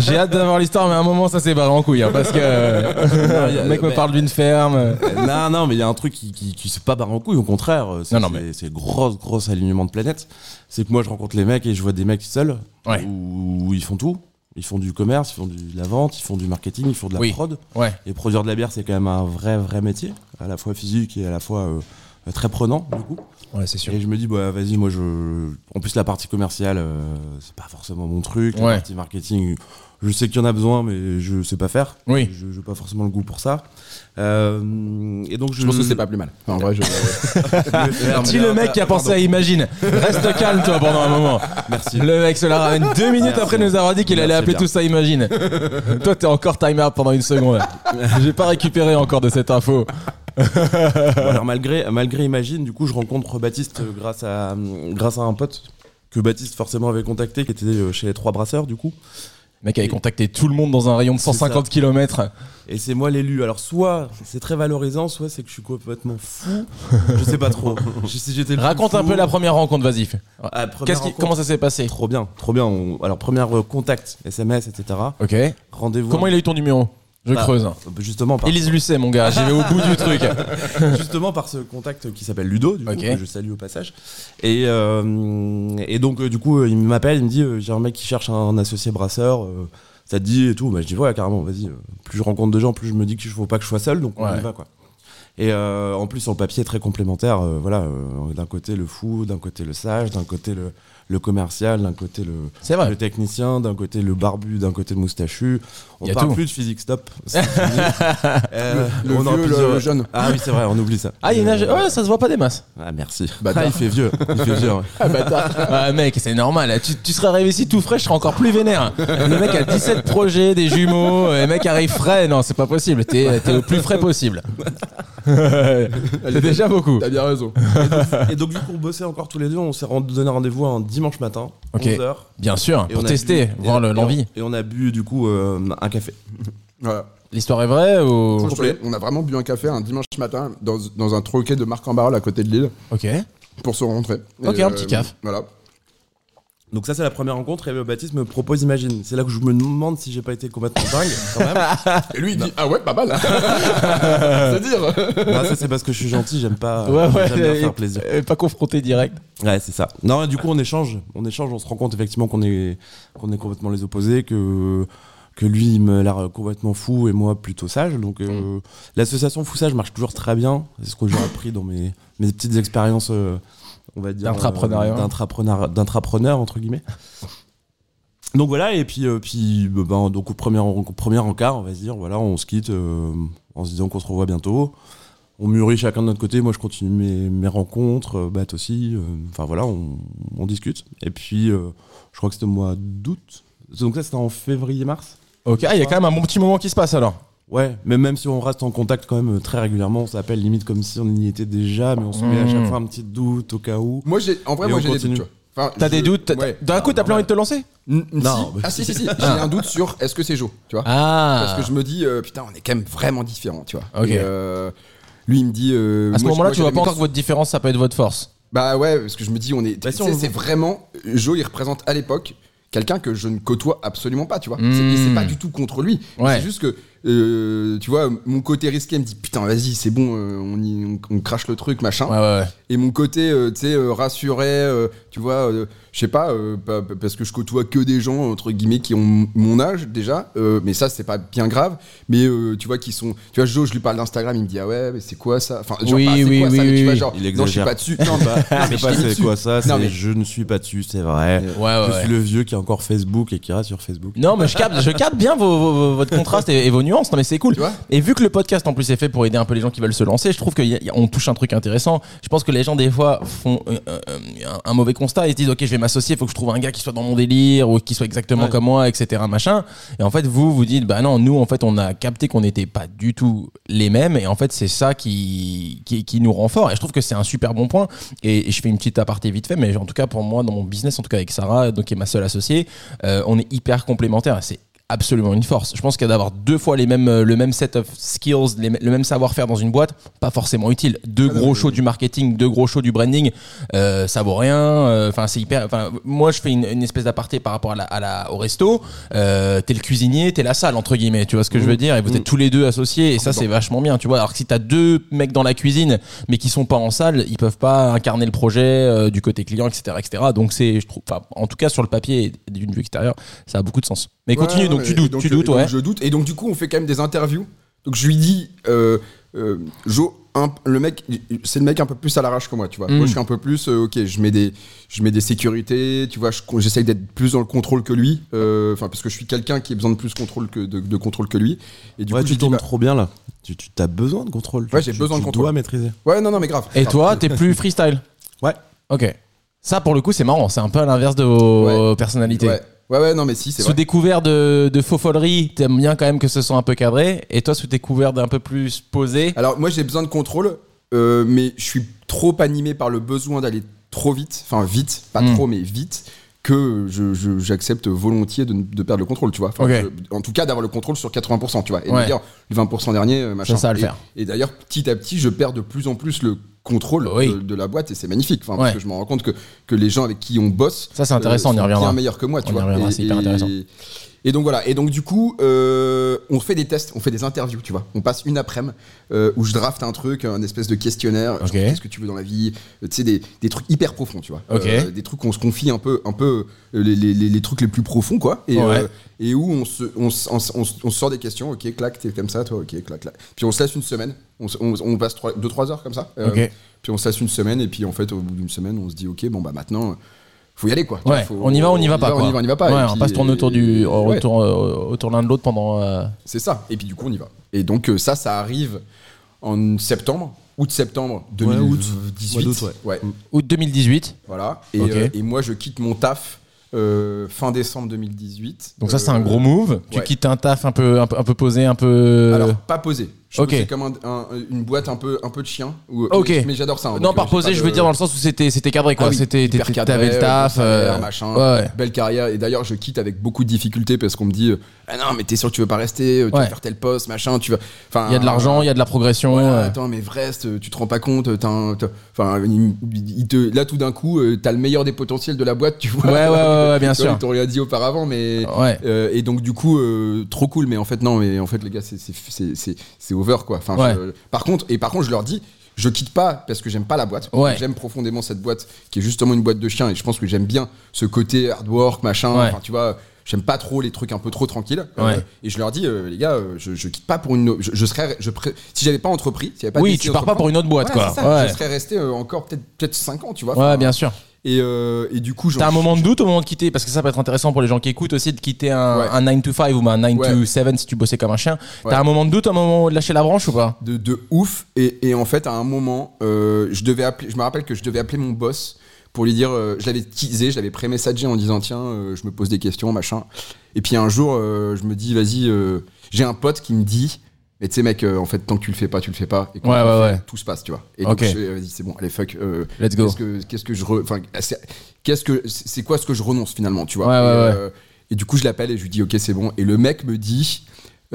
S3: J'ai hâte d'avoir l'histoire, mais à un moment ça s'est barré en couille. hein, parce que euh, le mec me parle d'une ferme.
S2: non, non, mais il y a un truc qui, qui, qui se pas barre en couille, au contraire. euh, C'est
S3: Non, non,
S2: c'est- c'est grosse, grosse alignement de planète. C'est que moi, je rencontre les mecs et je vois des mecs seuls
S3: Ouais.
S2: où, où ils font tout. Ils font du commerce, ils font du- de la vente, ils font du marketing, ils font de la
S3: Oui.
S2: prod.
S3: Ouais.
S2: Et produire de la bière, c'est quand même un vrai, vrai métier, à la fois physique et à la fois euh, très prenant, du coup.
S3: Ouais, c'est sûr.
S2: Et je me dis, bah vas-y, moi je. En plus, la partie commerciale, euh, c'est pas forcément mon truc. La
S3: Ouais.
S2: partie marketing, Je sais qu'il y en a besoin, mais je sais pas faire.
S3: Oui.
S2: Je n'ai pas forcément le goût pour ça. Euh, et donc, je,
S3: Hmm.
S1: Je pense que c'est pas plus mal. Enfin, en vrai, je-
S3: Dis le mec qui a pensé à Imagine. Reste calme, toi, pendant un moment.
S2: Merci.
S3: Le mec se la ramène deux minutes
S2: Merci.
S3: après nous avoir dit qu'il
S2: Merci
S3: allait appeler
S2: bien.
S3: tout ça Imagine. toi, t'es encore time out pendant une seconde. J'ai pas récupéré encore de cette info.
S2: Bon, alors malgré, malgré Imagine, du coup, je rencontre Baptiste euh, grâce à, hum, grâce à un pote que Baptiste forcément avait contacté, qui était euh, chez les Trois Brasseurs, du coup.
S3: Le mec avait contacté tout le monde dans un rayon de
S2: C'est ça.
S3: 150 km.
S2: Et c'est moi l'élu. Alors soit c'est très valorisant, soit c'est que je suis complètement fou. Je sais pas trop. Je- si j'étais le plus
S3: Raconte un
S2: fou-
S3: peu la première rencontre, vas-y.
S2: Ah, première
S3: Qu'est-ce qui-
S2: rencontre.
S3: Comment ça s'est passé
S2: Trop bien, trop bien. On- Alors première euh, contact, SMS, etc.
S3: Ok.
S2: Rendez-vous.
S3: Comment il a eu ton numéro Je
S2: Bah,
S3: creuse.
S2: Justement par,
S3: Élise Lucet, mon gars, j'y vais au bout du truc.
S2: justement par ce contact qui s'appelle Ludo, du coup,
S3: Ok.
S2: que je salue au passage. Et, euh, et donc, euh, du coup, euh, il m'appelle, il me dit euh, J'ai un mec qui cherche un associé brasseur, euh, ça te dit et tout. Bah, je dis Ouais, carrément, vas-y. euh, Plus je rencontre de gens, plus je me dis qu'il ne faut pas que je sois seul, donc on
S3: Ouais.
S2: y va, quoi. Et euh, en plus, sur le papier, très complémentaire. euh, voilà, euh, d'un côté le fou, d'un côté le sage, d'un côté le, le commercial, d'un côté le,
S3: C'est vrai.
S2: le technicien, d'un côté le barbu, d'un côté le moustachu.
S3: Y
S2: On
S3: a
S2: parle
S3: tout.
S2: plus de physique, stop. C'est fini. Euh,
S1: Le
S2: on aurait
S1: vieux,
S2: pu
S1: le
S2: dire-
S1: jeune.
S2: Ah oui, c'est vrai, on oublie ça.
S3: Ah, il y a une âge-
S2: Euh,
S3: Ouais, Bah, ça se voit pas des masses.
S2: Ah merci.
S1: Bâtard.
S2: Ah, il fait vieux. Il fait vieux. ouais.
S3: Ah, mec, c'est normal. Tu, tu serais arrivé ici tout frais, je serais encore plus vénère. Le mec a 17 projets, des jumeaux. euh, Le mec arrive frais. Non, c'est pas possible. T'es t'es au plus frais possible. c'est déjà beaucoup.
S1: T'as bien raison.
S2: Et donc du coup, on bossait encore tous les deux. On s'est rendu- donné rendez-vous un dimanche matin,
S3: Ok.
S2: 11h.
S3: Bien sûr,
S2: Et
S3: pour
S2: on a
S3: tester,
S2: bu-
S3: voir
S2: et-
S3: le-
S2: et on-
S3: l'envie.
S2: Et on a bu du coup euh, un café.
S1: Voilà.
S3: L'histoire est vraie ou.
S1: Franchement, je te l'ai- On a vraiment bu un café un dimanche matin dans, dans un troquet de Marc-en-Barœul à côté de Lille
S3: Ok.
S1: pour se rencontrer. Et, euh,
S3: Ok, un petit caf.
S1: Voilà.
S2: Donc ça c'est la première rencontre et euh, Baptiste me propose Imagine. C'est là que je me demande si j'ai pas été complètement dingue quand même.
S1: Et lui, il dit Ah ouais, pas mal. hein. C'est dire.
S2: Non, Bah, ça c'est parce que je suis gentil, j'aime pas
S3: Ouais, ouais,
S2: j'aime bien
S3: et-
S2: faire plaisir.
S3: et pas confronté direct.
S2: Ouais, c'est ça. Non, du coup, on échange, on échange, on se rend compte effectivement qu'on est, qu'on est complètement les opposés, que, que lui, il me l'air complètement fou et moi plutôt sage. Donc, euh, l'association fou-sage marche toujours très bien. C'est ce que j'ai appris dans mes, mes petites expériences, euh, on va dire,
S3: D'intrapreneuriat.
S2: euh, d'intrapreneur- d'intrapreneur, entre guillemets. Donc voilà, et puis, euh, puis euh, ben, donc, au premier, en- premier encart, on va se dire, voilà, on se quitte euh, en se disant qu'on se revoit bientôt. On mûrit chacun de notre côté, moi je continue mes, mes rencontres, euh, Bat aussi, euh, enfin voilà, on, on discute. Et puis, euh, je crois que c'était au mois d'août, donc ça c'était en février-mars.
S3: Ok, ah, il y a quand même un bon petit moment qui se passe alors.
S2: Ouais, mais même si on reste en contact quand même euh, très régulièrement, on s'appelle limite comme si on y était déjà, mais on se met à
S3: Mmh.
S1: Hmm.
S2: chaque fois un petit doute au cas où.
S1: Moi, j'ai, en vrai,
S2: Et
S1: moi,
S2: on
S1: j'ai des doutes.
S2: continue.
S1: tu vois. Enfin,
S3: T'as
S1: je-
S3: des doutes t'as-
S1: ouais.
S3: D'un coup, t'as plus envie de te lancer
S2: Non,
S1: Non.
S2: bah-
S1: Ah si, si, si. J'ai un doute sur est-ce que c'est Joe, tu vois.
S3: Ah
S1: Parce que je me dis, euh, putain, on est quand même vraiment différents, tu vois.
S3: Ok.
S1: Et, euh, lui, il me dit. euh,
S3: Ah. À ce
S1: moi,
S3: moment-là,
S1: moi,
S3: tu vois
S1: j'avais mes-
S3: pas encore que votre différence, ça peut être votre force.
S1: Bah ouais, parce que je me dis, on est.
S2: Bah si,
S1: tu
S2: on
S1: sais,
S2: le
S1: c'est
S2: voit.
S1: vraiment. Joe, il représente à l'époque quelqu'un que je ne côtoie absolument pas, tu vois.
S3: Mmh.
S1: C'est- Et c'est pas du tout contre lui.
S3: Ouais.
S1: C'est juste que, euh, tu vois, mon côté risqué me dit, putain, vas-y, c'est bon, euh, on, y- on- on crache le truc, machin.
S3: Ouais, ouais, ouais.
S1: Et mon côté, euh, tu sais, euh, rassuré, euh, tu vois, euh, je sais pas, euh, pa- pa- parce que je côtoie que des gens, entre guillemets, qui ont mon âge déjà, euh, mais ça, c'est pas bien grave, mais euh, tu vois, qui sont. Tu vois, Joe, je lui parle d'Instagram, il me dit, ah ouais, mais c'est quoi ça Enfin, genre,
S3: Oui,
S1: pas, c'est
S3: oui,
S1: quoi
S3: oui,
S1: ça, mais
S3: oui,
S1: tu vois,
S3: oui.
S1: genre,
S2: Il
S1: non, je suis
S2: exagère.
S1: pas dessus. Non, bah,
S2: Ah,
S1: mais
S2: c'est pas
S1: je suis
S2: c'est
S1: dessus.
S2: quoi ça,
S1: Non,
S2: c'est
S1: mais-
S2: je ne suis pas dessus, c'est vrai.
S3: Ouais, ouais,
S2: je
S3: ouais.
S2: suis le vieux qui a encore Facebook et qui reste sur Facebook.
S3: Non, mais je capte, je capte bien vos, vos- vos- votre contraste et, et vos nuances. Non, mais c'est cool.
S1: Tu vois
S3: et vu que le podcast en plus est fait pour aider un peu les gens qui veulent se lancer, je trouve qu'on touche un truc intéressant. Je pense que les gens des fois font euh, euh, un, un mauvais constat et se disent ok, je vais m'associer, il faut que je trouve un gars qui soit dans mon délire ou qui soit exactement
S2: Ouais.
S3: comme moi, etc. Machin. Et en fait, vous vous dites bah non, nous en fait on a capté qu'on n'était pas du tout les mêmes et en fait c'est ça qui, qui qui nous rend fort. Et je trouve que c'est un super bon point. Et, et je fais une petite aparté vite fait, mais en tout cas pour moi dans mon business, en tout cas avec Sarah, donc qui est ma seule associée, euh, on est hyper complémentaires. et C'est absolument une force. Je pense qu'à d'avoir deux fois les mêmes, euh, le même set of skills, les m- le même savoir-faire dans une boîte, pas forcément utile. Deux gros shows du marketing, deux gros shows du branding, euh, ça vaut rien. euh, Enfin, c'est hyper. Enfin, moi, je fais une, une espèce d'aparté par rapport à la, à la- au resto. Euh, t'es le cuisinier, t'es la salle entre guillemets. Tu vois ce que je
S1: Mm.
S3: veux dire Et vous êtes tous les deux associés, et ça, c'est vachement bien. Tu vois. Alors que si t'as deux mecs dans la cuisine, mais qui sont pas en salle, ils peuvent pas incarner le projet euh, du côté client, etc., etc. Donc c'est, je trouve, enfin, en tout cas sur le papier et d'une vue extérieure, ça a beaucoup de sens. Mais
S1: Ouais,
S3: continue.
S1: ouais,
S3: donc
S1: ouais,
S3: tu
S1: et
S3: doutes,
S1: donc,
S3: tu
S1: euh, et
S3: doutes,
S1: donc
S3: ouais.
S1: Je doute. Et donc, du coup, on fait quand même des interviews. Donc, je lui dis, euh, euh, Jo, un- le mec, c'est le mec un peu plus à l'arrache que moi, tu vois.
S3: Mm.
S1: Moi, je suis un peu plus, euh, ok, je mets des, je mets des sécurités, tu vois, je- j'essaye d'être plus dans le contrôle que lui, euh, enfin parce que je suis quelqu'un qui a besoin de plus contrôle que de, de contrôle que lui. Et du
S2: ouais,
S1: coup, je
S2: tu
S1: dis,
S2: tournes
S1: bah,
S2: trop bien là. Tu, tu as besoin de contrôle.
S1: Ouais,
S2: Tu-
S1: j'ai
S2: tu-
S1: besoin de
S2: Tu
S1: contrôle.
S2: dois maîtriser.
S1: bah, ouais, non, non, mais grave.
S3: Et
S1: Grave.
S3: toi, t'es plus freestyle
S2: Ouais.
S3: Ok. Ça, pour le coup, c'est marrant. C'est un peu à l'inverse de vos personnalités.
S1: Ouais. ouais, ouais, non, mais si, c'est
S3: Sous
S1: vrai.
S3: découvert de, de faux foleries, t'aimes bien quand même que ce soit un peu cadré. Et toi, sous découvert d'un peu plus posé,
S1: Alors moi j'ai besoin de contrôle, euh, mais je suis trop animé par le besoin d'aller trop vite, enfin vite, pas
S3: Mm.
S1: trop mais vite, que je- je- j'accepte volontiers de, de perdre le contrôle, tu vois. Enfin,
S3: Ok.
S1: je- en tout cas d'avoir le contrôle sur 80%, tu vois. Et de
S3: Ouais.
S1: dire le 20% dernier, euh, machin.
S3: Ça, ça va le
S1: Et-
S3: faire.
S1: Et, d'ailleurs petit à petit je perds de plus en plus le contrôle
S3: Oui.
S1: de, de la boîte et c'est magnifique, Enfin,
S3: Ouais.
S1: parce que je me rends compte que, que les gens avec qui on bosse
S3: ça c'est
S1: euh,
S3: intéressant, on y
S1: sont
S3: reviendra.
S1: Bien meilleur que moi, tu
S3: On y
S1: vois.
S3: reviendra,
S1: Et-
S3: c'est hyper
S1: et-
S3: intéressant.
S1: Et donc voilà. Et donc du coup, euh, on fait des tests, on fait des interviews, tu vois. On passe une après-midi euh, où je drafte un truc, un espèce de questionnaire.
S3: Ok.
S1: Qu'est-ce que tu veux dans la vie Euh, Tu sais des, des trucs hyper profonds, tu vois. Euh,
S3: Ok.
S1: des trucs qu'on se confie un peu, un peu euh, les, les- les- les trucs les plus profonds, quoi. Et, euh,
S3: Ouais.
S1: et où on se, on, se- on se- on se- on se sort des questions. Ok, clac, t'es comme ça, toi. Ok, clac, clac. Puis on se laisse une semaine. On, se- on- on passe 2-3 heures comme ça. Euh,
S3: Ok.
S1: Puis on se laisse une semaine. Et puis en fait, au bout d'une semaine, on se dit, ok, bon bah maintenant. euh, faut y aller quoi. Tu
S3: Ouais,
S1: vois, faut-
S3: on y va, on y va
S1: On
S3: pas. quoi.
S1: y va, on y va pas.
S3: Ouais,
S1: Et
S3: on
S1: puis-
S3: passe tourner autour du,
S1: Ouais,
S3: autour, euh, autour l'un de l'autre pendant. euh,
S1: c'est ça. Et puis du coup, on y va. Et donc euh, ça, ça arrive en septembre, août-septembre
S2: Ouais, août.
S1: 2018.
S2: Mois d'août, ouais.
S3: août 2018.
S1: voilà. Et,
S3: Ok.
S1: euh, et moi, je quitte mon taf euh, fin décembre 2018.
S3: Donc ça, c'est un
S1: Euh,
S3: gros move. Tu
S1: ouais.
S3: quittes un taf un peu, un peu, un peu posé, un peu.
S1: Alors pas posé. Je
S3: ok.
S1: C'est comme un- un- une boîte un peu un peu de chien. Ou,
S3: Ok.
S1: Mais, mais j'adore ça. hein.
S3: non,
S1: Donc,
S3: par
S1: euh, j'ai
S3: posé,
S1: pas
S3: je
S1: de-
S3: veux dire dans le sens où c'était, c'était cadré quoi.
S1: Ah oui,
S3: c'était,
S1: hyper
S3: t'étais-
S1: cadré,
S3: t'avais le
S1: bon
S3: taf.
S1: salaire,
S3: euh,
S1: machin.
S3: ouais, ouais.
S1: Belle carrière. Et d'ailleurs, je quitte avec beaucoup de difficultés parce qu'on me dit euh, ah non, mais t'es sûr que tu veux pas rester, euh, tu
S3: Ouais.
S1: vas faire tel poste, machin, tu vas. Enfin,
S3: Il y a de l'argent, il y a de la progression.
S1: Ouais,
S3: euh.
S1: Attends, mais Vrest, tu te rends pas compte. euh, t'as un- t'as- Enfin, il- il te- là, tout d'un coup, euh, t'as le meilleur des potentiels de la boîte, tu vois.
S3: Ouais, ouais, ouais, ouais, ouais, bien
S1: Tu vois,
S3: sûr.
S1: ils t'ont rien dit auparavant, mais.
S3: Ouais.
S1: euh, et donc, du coup, euh, trop cool. Mais en fait, non, mais en fait, les gars, c'est- c'est- c'est c'est- c'est over, quoi. Enfin,
S3: Ouais.
S1: je- par contre, et par contre, je leur dis. Je quitte pas parce que j'aime pas la boîte.
S3: Ouais.
S1: J'aime profondément cette boîte qui est justement une boîte de chiens et je pense que j'aime bien ce côté hard work, machin.
S3: Ouais.
S1: Enfin, tu vois, j'aime pas trop les trucs un peu trop tranquilles.
S3: Ouais.
S1: et je leur dis, euh, les gars, euh, je, je quitte pas pour une. Je, je serais. Je pré- Si j'avais pas entrepris, si j'avais pas
S3: Oui,
S1: décidé
S3: tu pars pas
S1: d'entreprendre,
S3: pour une autre boîte
S1: voilà,
S3: quoi.
S1: c'est ça,
S3: Ouais.
S1: Je serais resté euh, encore peut-être peut-être 5 ans, tu vois.
S3: Ouais,
S1: Enfin,
S3: bien sûr.
S1: Et, euh, et du coup, j'en-
S3: T'as un moment de doute au moment de quitter, parce que ça peut être intéressant pour les gens qui écoutent aussi de quitter un,
S1: Ouais.
S3: un 9 to 5 ou un 9 to
S1: Ouais.
S3: 7 si tu bossais comme un chien.
S1: Ouais.
S3: T'as un moment de doute, un moment de lâcher la branche ou pas
S1: de, de ouf. Et, et en fait, à un moment, euh, je devais appeler. Je me rappelle que je devais appeler mon boss pour lui dire. euh, je l'avais teasé, je l'avais pré-messagé en disant tiens, euh, je me pose des questions, machin. Et puis un jour, euh, je me dis vas-y. euh, J'ai un pote qui me dit. Mais tu sais, mec, euh, en fait, tant que tu le fais pas, tu le fais pas. Et quand
S3: Ouais,
S1: tu le
S3: ouais,
S1: fais,
S3: ouais.
S1: tout se passe, tu vois. Et
S3: Ok.
S1: donc, je fais, vas-y, c'est bon, allez, fuck. euh,
S3: Let's go.
S1: Qu'est-ce que, qu'est-ce que je. re- Enfin, c'est- qu'est-ce que. C'est quoi ce que je renonce finalement, tu vois
S3: Ouais,
S1: et,
S3: ouais, ouais.
S1: euh, et du coup, je l'appelle et je lui dis, ok, c'est bon. Et le mec me dit,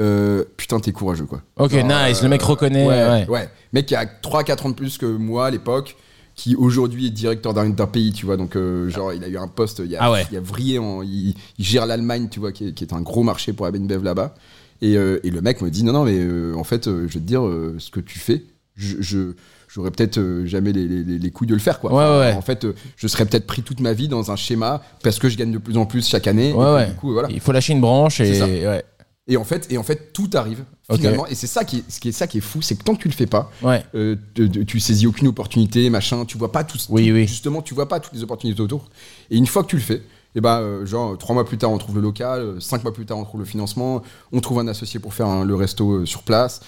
S1: euh, putain, t'es courageux, quoi.
S3: Ok, nice,
S1: euh,
S3: le mec reconnaît, ouais.
S1: Mec qui a 3-4 ans de plus que moi à l'époque, qui aujourd'hui est directeur d'un d'un pays, tu vois. Donc, euh, genre, il a eu un poste, il y a,
S3: Ah ouais.
S1: il y a vrillé, en- il, il gère l'Allemagne, tu vois, qui est, qui est un gros marché pour la Bev là-bas. Et, euh, et le mec me dit, non, non, mais euh, en fait, euh, je vais te dire, euh, ce que tu fais, je. je- J'aurais peut-être euh, jamais les, les- les- les couilles de le faire, quoi.
S3: Ouais, ouais, ouais.
S1: En fait, euh, je serais peut-être pris toute ma vie dans un schéma parce que je gagne de plus en plus chaque année.
S3: Ouais,
S1: Et
S3: ouais.
S1: Du coup, voilà.
S3: Il faut lâcher une branche
S1: C'est ça.
S3: et. Ouais.
S1: Et en fait, et en fait, tout arrive
S3: Ok.
S1: finalement. Et c'est ça qui, est, ce qui est ça qui est fou, c'est que tant que tu le fais pas,
S3: ouais.
S1: euh, te- te- tu saisis aucune opportunité, machin. Tu vois pas tout.
S3: Oui,
S1: tout-
S3: oui.
S1: Justement, tu vois pas toutes les opportunités autour. Et une fois que tu le fais, et ben, euh, genre trois mois plus tard, on trouve le local. euh, Cinq mois plus tard, on trouve le financement. On trouve un associé pour faire un- le resto euh, sur place.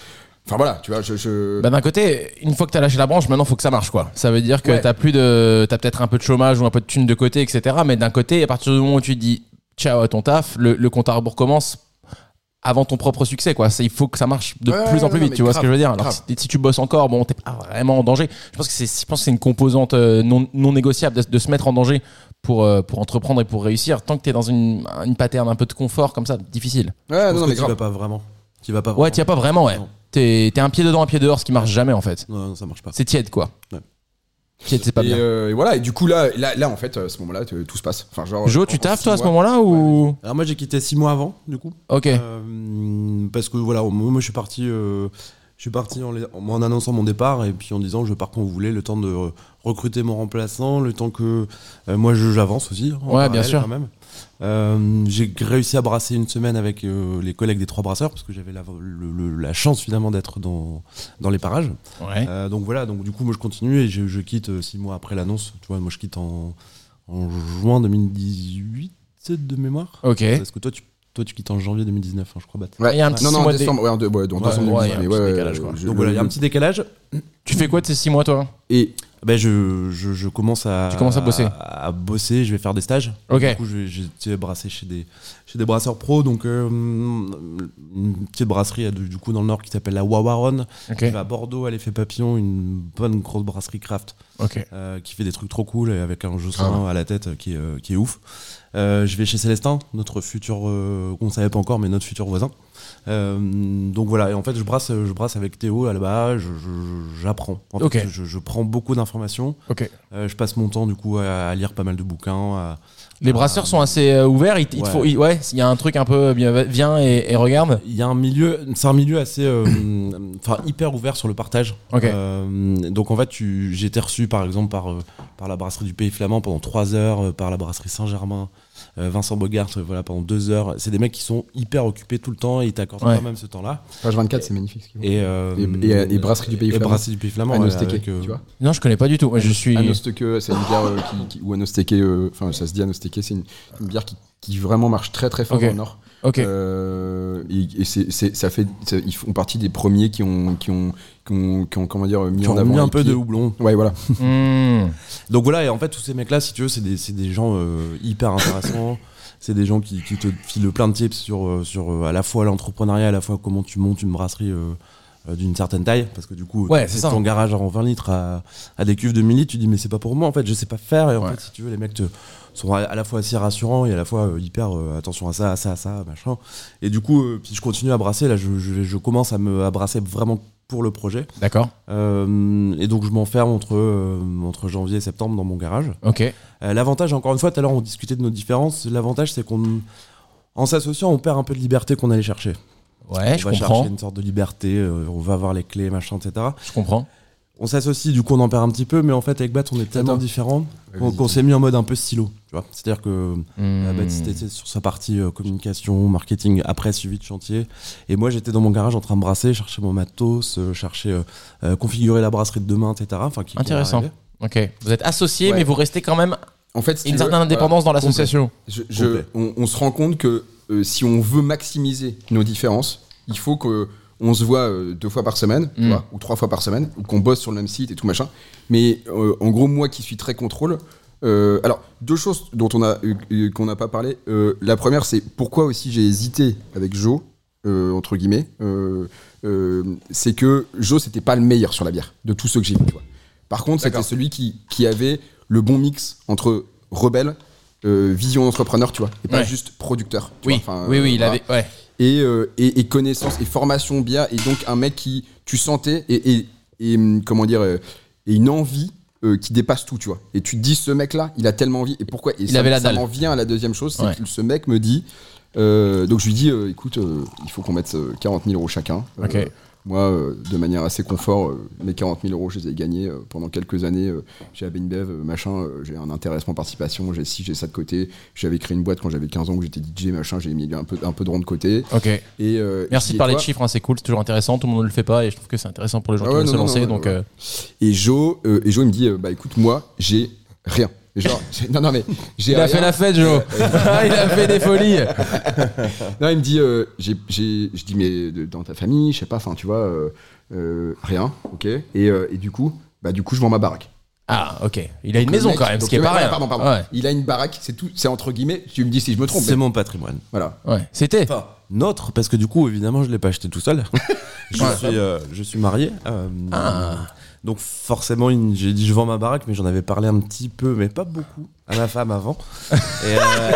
S1: Enfin voilà, tu vois, je. je-
S3: Bah, d'un côté, une fois que t'as lâché la branche, maintenant faut que ça marche quoi. Ça veut dire que
S1: Ouais.
S3: t'as plus de. T'as peut-être un peu de chômage ou un peu de thunes de côté, etc. Mais d'un côté, à partir du moment où tu dis ciao à ton taf, le, le compte à rebours commence avant ton propre succès quoi. C'est- Il faut que ça marche de
S1: Ouais,
S3: plus en
S1: non,
S3: plus
S1: non,
S3: vite,
S1: mais
S3: tu vois
S1: grave,
S3: ce que je veux dire. Alors
S1: grave.
S3: si, si tu bosses encore, bon, t'es pas vraiment en danger. Je pense que c'est, je pense que c'est une composante euh, non, non négociable de, de se mettre en danger pour, euh, pour entreprendre et pour réussir. Tant que t'es dans une, une pattern un peu de confort comme ça, difficile.
S1: ouais,
S2: Parce
S1: Ah, non, non,
S2: que
S1: mais
S2: tu vas
S1: grave.
S2: pas vraiment. Tu vas pas vraiment.
S3: Ouais, t'y as pas vraiment, ouais.
S2: Non.
S3: T'es t'es un pied dedans, un pied dehors, ce qui marche jamais en fait.
S2: Non, non, ça marche pas.
S3: C'est tiède, quoi.
S2: Ouais.
S3: Tiède, c'est pas
S1: et,
S3: bien.
S1: euh, et voilà. Et du coup là, là, là, en fait, à ce moment-là, tu- tout se passe. Enfin genre.
S3: Jo,
S1: en-
S3: tu
S1: en
S3: taffes,
S1: six
S3: toi, à ce
S1: mois-
S3: moment-là ou...
S2: Alors moi j'ai quitté six mois avant, du coup.
S3: Ok.
S2: Euh, parce que voilà, moi, moi, je suis parti, euh, je suis parti en, les- en annonçant mon départ et puis en disant je pars quand vous voulez, le temps de euh, recruter mon remplaçant, le temps que euh, moi je- j'avance aussi. en
S3: Ouais, bien
S2: parallèle,
S3: sûr.
S2: Quand même. Euh, j'ai réussi à brasser une semaine avec euh, les collègues des Trois Brasseurs parce que j'avais la, le- le- la chance finalement d'être dans, dans les parages.
S3: Ouais.
S2: Euh, donc voilà, donc du coup, moi je continue et je, je quitte euh, six mois après l'annonce. Tu vois, moi je quitte en, en juin 2018 de mémoire.
S3: Ok.
S2: Parce que toi tu, toi, tu quittes en janvier 2019, hein, je crois, Bat.
S1: Ouais.
S3: Il y a un petit
S1: non,
S3: six
S1: non, en
S3: mois de-
S1: décembre, ouais, en, deux- ouais, en
S2: Ouais,
S1: décembre
S3: ouais,
S1: 2019,
S3: il y a un
S1: mais
S3: petit décalage,
S1: ouais,
S3: quoi.
S1: je-
S2: Donc voilà, il y a un
S1: le-
S2: petit décalage.
S3: Tu fais quoi de ces 6 mois, toi
S1: Et
S2: Ben je, je, je commence à.
S3: Tu commences à bosser. Eh.
S2: À, à bosser, je vais faire des stages.
S3: Ok.
S2: Du coup, je vais- j'ai été brassé chez des, chez des brasseurs pros. Donc, euh, une petite brasserie euh, du, du coup dans le Nord qui s'appelle la Wawaron.
S3: Ok.
S2: Je vais à Bordeaux, à l'effet papillon, une bonne grosse brasserie craft
S3: Ok.
S2: euh, qui fait des trucs trop cool et avec un Josselin à la tête euh, qui est, euh, qui est ouf. Euh, je vais chez Célestin, notre futur, euh, qu'on savait pas encore, mais notre futur voisin. Euh, donc voilà, et en fait, je brasse, je brasse avec Théo là-bas, je- je- je- j'apprends. En fait,
S3: Ok.
S2: je, je prends beaucoup d'informations.
S3: Ok.
S2: Euh, je passe mon temps du coup à, à lire pas mal de bouquins.
S1: Ah.
S2: à-
S3: Les brasseurs sont assez euh, ouverts. Il,
S2: Ouais.
S3: faut, ouais, il y a un truc un peu. bien- Viens et, et regarde.
S2: Il y a un milieu, c'est un milieu assez, euh, enfin hyper ouvert sur le partage.
S3: Ok.
S2: Euh, donc en fait, tu- j'ai été reçu par exemple par euh, par la brasserie du Pays Flamand pendant trois heures, euh, par la brasserie Saint-Germain, euh, Vincent Bogart, euh, voilà pendant deux heures. C'est des mecs qui sont hyper occupés tout le temps et ils t'accordent
S3: Ouais.
S2: quand même ce temps-là.
S1: page 24, c'est magnifique. ce qu'ils font.
S2: Et, euh,
S1: Et- et- et brasserie du Pays
S2: et
S1: Flamand.
S2: brasserie du Pays Flamand,
S1: Anno
S2: ouais,
S1: Steke,
S2: avec, euh,
S1: tu vois.
S3: Non, je connais pas du tout. Moi, je suis.
S1: Anno Steke, c'est une bière euh, qui, qui- ou Anno Steke, euh, enfin ça se dit Anno Steke, c'est une, une bière qui, qui vraiment marche très très fort
S3: Ok.
S1: dans le Nord.
S3: Ok.
S1: Euh, et et c'est- c'est- ça fait, ça- ils font partie des premiers qui ont, qui ont, qui ont, qui ont, comment dire, mis
S2: qui
S1: en
S2: ont
S1: avant
S2: mis un
S1: les
S2: peu
S1: pieds.
S2: de houblon.
S1: Ouais, voilà.
S3: Hmm.
S2: Donc voilà, et en fait, tous ces mecs-là, si tu veux, c'est des, c'est des gens euh, hyper intéressants. C'est des gens qui, qui te filent plein de tips sur, euh, sur euh, à la fois l'entrepreneuriat, à la fois comment tu montes une brasserie euh, euh, d'une certaine taille. Parce que du coup,
S3: Ouais,
S2: tu
S3: c'est
S2: fais
S3: ça.
S2: ton garage en 20 litres à, à des cuves de 1000 litres, tu dis, mais c'est pas pour moi, en fait, je sais pas faire. Et en
S3: Ouais.
S2: fait, si tu veux, les mecs te- sont à, à la fois assez rassurants et à la fois euh, hyper euh, attention à ça, à ça, à ça, machin. Et du coup, euh, puis je continue à brasser. Là, je, je, je commence à me à brasser vraiment pour le projet.
S3: D'accord.
S2: Euh, et donc je m'enferme entre, euh, entre janvier et septembre dans mon garage.
S3: Ok.
S2: Euh, L'avantage, encore une fois, tout à l'heure on discutait de nos différences. L'avantage, c'est qu'on, en s'associant, on perd un peu de liberté qu'on allait chercher.
S3: Ouais,
S2: on
S3: je
S2: va
S3: comprends.
S2: chercher une sorte de liberté, euh, on va avoir les clés, machin, etc.
S3: Je comprends.
S2: On s'associe, du coup on en perd un petit peu, mais en fait avec Bat, on est tellement
S1: Attends.
S2: différents qu'on
S1: Vas-y.
S2: qu'on s'est mis en mode un peu stylo. Tu vois C'est-à-dire que
S3: Hmm.
S2: euh, Baptiste était sur sa partie euh, communication, marketing, après suivi de chantier. Et moi, j'étais dans mon garage en train de brasser, chercher mon matos, euh, chercher, euh, euh, configurer la brasserie de demain, etc. Enfin, qui- qui va
S3: Intéressant.
S2: arriver.
S3: Ok. Vous êtes associés,
S1: Ouais.
S3: mais vous restez quand même
S1: En fait, si
S3: une
S1: tu
S3: certaine
S1: veux,
S3: indépendance dans l'association.
S1: Je- je-
S2: Complet.
S1: on, on se rend compte que euh, si on veut maximiser nos différences, il faut que on se voit euh, deux fois par semaine, tu
S3: Mm.
S1: vois, ou trois fois par semaine, ou qu'on bosse sur le même site et tout machin. Mais euh, en gros, moi qui suis très contrôle, euh, alors deux choses dont on a euh, euh, qu'on n'a pas parlé. Euh, la première, c'est pourquoi aussi j'ai hésité avec Joe euh, entre guillemets. euh, euh, c'est que Joe c'était pas le meilleur sur la bière de tous ceux que j'ai vu. tu vois. Par contre, c'était
S3: D'accord.
S1: celui qui, qui avait le bon mix entre rebelle, euh, vision entrepreneur, tu vois, et pas
S3: Ouais.
S1: juste producteur. tu
S3: Oui.
S1: vois, enfin,
S3: oui, oui, il
S1: voilà.
S3: avait.
S2: bah.
S3: Ouais.
S1: Et, euh, et, et connaissance et formation bien, et donc un mec qui, tu sentais, et, et, et, hum, comment dire, euh, et une envie. euh, qui dépasse tout, tu vois. Et tu te dis, ce mec-là, il a tellement envie. Et pourquoi et
S3: Il
S1: ça,
S3: avait la
S1: ça
S3: dalle.
S1: m'en vient à la deuxième chose, c'est
S3: Ouais.
S1: que ce mec me dit. euh, donc je lui dis, euh, écoute, euh, il faut qu'on mette euh, 40 000 euros chacun. Euh,
S3: Ok.
S1: moi, euh, de manière assez confort, euh, mes 40 000 euros, je les ai gagnés euh, pendant quelques années. euh, j'ai à Benbev, euh, machin, euh, j'ai un intéressement participation, j'ai ci, j'ai ça de côté. J'avais créé une boîte quand j'avais 15 ans, que j'étais DJ, machin, j'ai mis un peu, un peu de rond de côté.
S3: Ok.
S1: Et, euh,
S3: Merci
S1: et
S3: de parler
S1: toi-
S3: de chiffres, hein, c'est cool, c'est toujours intéressant. Tout le monde ne le fait pas et je trouve que c'est intéressant pour les gens
S1: Ah
S3: qui
S1: ouais,
S3: veulent se
S1: non, non,
S3: lancer.
S1: non,
S3: donc,
S1: ouais.
S3: euh,
S1: Et Joe, euh, et Joe, il me dit, euh, bah écoute, moi, j'ai rien. Et genre, j'ai- non, non, mais j'ai
S3: il a
S1: rien.
S3: fait la fête, Joe. il a fait des folies.
S1: Non, il me dit, euh, j'ai, j'ai- je dis, mais de- dans ta famille, je sais pas, enfin, tu vois, euh, euh, rien, ok. Et, euh, et du coup, bah du coup, je vends ma baraque.
S3: Ah, ok. Il a une
S1: Donc,
S3: maison
S1: le mec-
S3: quand même, ce
S1: donc,
S3: qui est
S1: le mec-
S3: pas rien.
S1: Pardon, pardon.
S3: Ouais.
S1: Il a une baraque, c'est tout, c'est entre guillemets. Tu me dis si je me trompe.
S2: C'est
S1: mais-
S2: mon patrimoine.
S1: Voilà.
S3: Ouais. C'était.
S2: Notre, parce que du coup, évidemment, je l'ai pas acheté tout seul. je, suis, euh, je suis marié. euh,
S3: Ah.
S2: Donc forcément, il- j'ai dit je vends ma baraque, mais j'en avais parlé un petit peu, mais pas beaucoup, à ma femme avant. Et, euh,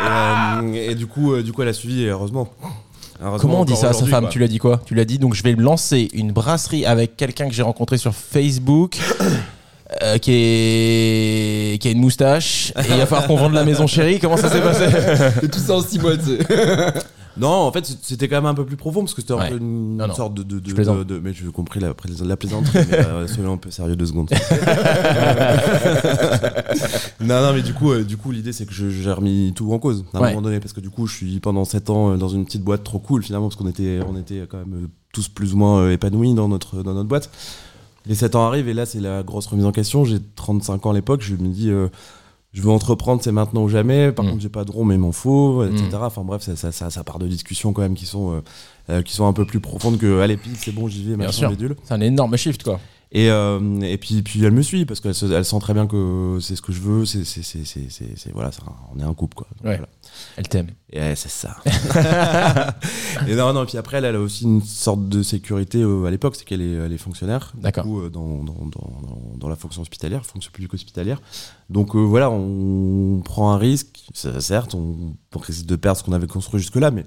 S2: et, euh, et du coup, euh, du coup, elle a suivi. Et heureusement. Heureusement,
S3: Comment on dit
S2: encore
S3: ça à sa
S2: aujourd'hui,
S3: femme
S2: quoi.
S3: Tu lui as dit quoi Tu lui as dit donc je vais lancer une brasserie avec quelqu'un que j'ai rencontré sur Facebook. euh, qui, est... qui a une moustache et il va falloir qu'on vende la maison chérie comment ça s'est passé
S1: Et tout ça en six mois. tu sais.
S2: Non, en fait, c- c'était quand même un peu plus profond parce que c'était un
S3: Ouais.
S2: peu une
S3: Non, non.
S2: sorte de. de, de-
S3: Je plaisante.
S2: de- de- mais j'ai compris la, pré- la plaisanterie. mais, euh, soyons un peu sérieux deux secondes. non, non, mais du coup, euh, du coup l'idée, c'est que je- j'ai remis tout en cause à un
S3: Ouais.
S2: moment donné parce que du coup, je suis pendant 7 ans euh, dans une petite boîte trop cool finalement parce qu'on était, on était quand même euh, tous plus ou moins euh, épanouis dans notre, dans notre boîte. Les 7 ans arrivent et là, c'est la grosse remise en question. J'ai 35 ans à l'époque, je me dis. euh, je veux entreprendre, c'est maintenant ou jamais. Par
S3: Mm.
S2: contre, j'ai pas de rond, mais il m'en faut, etc.
S3: Mm.
S2: Enfin bref, ça, ça, ça, ça part de discussions quand même qui sont, euh, euh, qui sont un peu plus profondes que allez, pile, c'est bon, j'y vais,
S3: sûr.
S2: machin, bidule.
S3: C'est un énorme shift, quoi.
S2: Et, euh, et puis, puis elle me suit parce qu'elle se- elle sent très bien que c'est ce que je veux, c'est, c'est, c'est, c'est, c'est- c'est- voilà, c'est un- on est un couple quoi. Donc,
S3: Ouais.
S2: voilà.
S3: Elle t'aime.
S2: Et ouais, c'est ça. et non, non, puis après, elle, elle a aussi une sorte de sécurité euh, à l'époque, c'est qu'elle est, elle est fonctionnaire. Du
S3: D'accord.
S2: coup, euh, dans, dans, dans, dans- dans la fonction hospitalière, fonction publique hospitalière. Donc euh, voilà, on prend un risque, c'est- certes, on, on risque de perdre ce qu'on avait construit jusque-là, mais.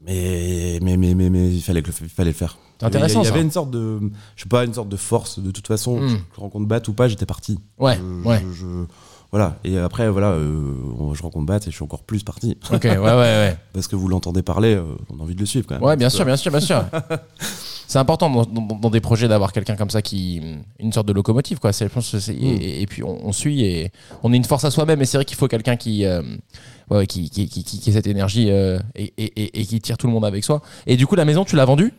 S2: Mais, mais, mais, mais, mais il fallait, que le- il fallait le faire.
S3: C'est intéressant,
S2: Il y
S3: ça.
S2: avait une sorte de. Je sais pas, une sorte de force, de toute façon,
S3: Mm.
S2: que je rencontre Bat ou pas, j'étais parti.
S3: Ouais,
S2: Je-
S3: ouais.
S2: je- je- voilà. Et après, voilà, euh, on- je rencontre Bat et je suis encore plus parti.
S3: Ok, ouais, ouais, ouais.
S2: Parce que vous l'entendez parler, euh, on a envie de le suivre quand même.
S3: Ouais, bien
S2: Parce
S3: sûr,
S2: que-
S3: bien sûr, bien sûr. C'est important dans, dans- dans des projets d'avoir quelqu'un comme ça qui. une sorte de locomotive, quoi. C'est- je pense que c'est-
S2: Mm.
S3: et, et puis on, on suit et on est une force à soi-même. Et c'est vrai qu'il faut quelqu'un qui, euh, ouais, qui, qui, qui, qui- qui ait cette énergie euh, et, et- et- et qui tire tout le monde avec soi. Et du coup, la maison, tu l'as vendue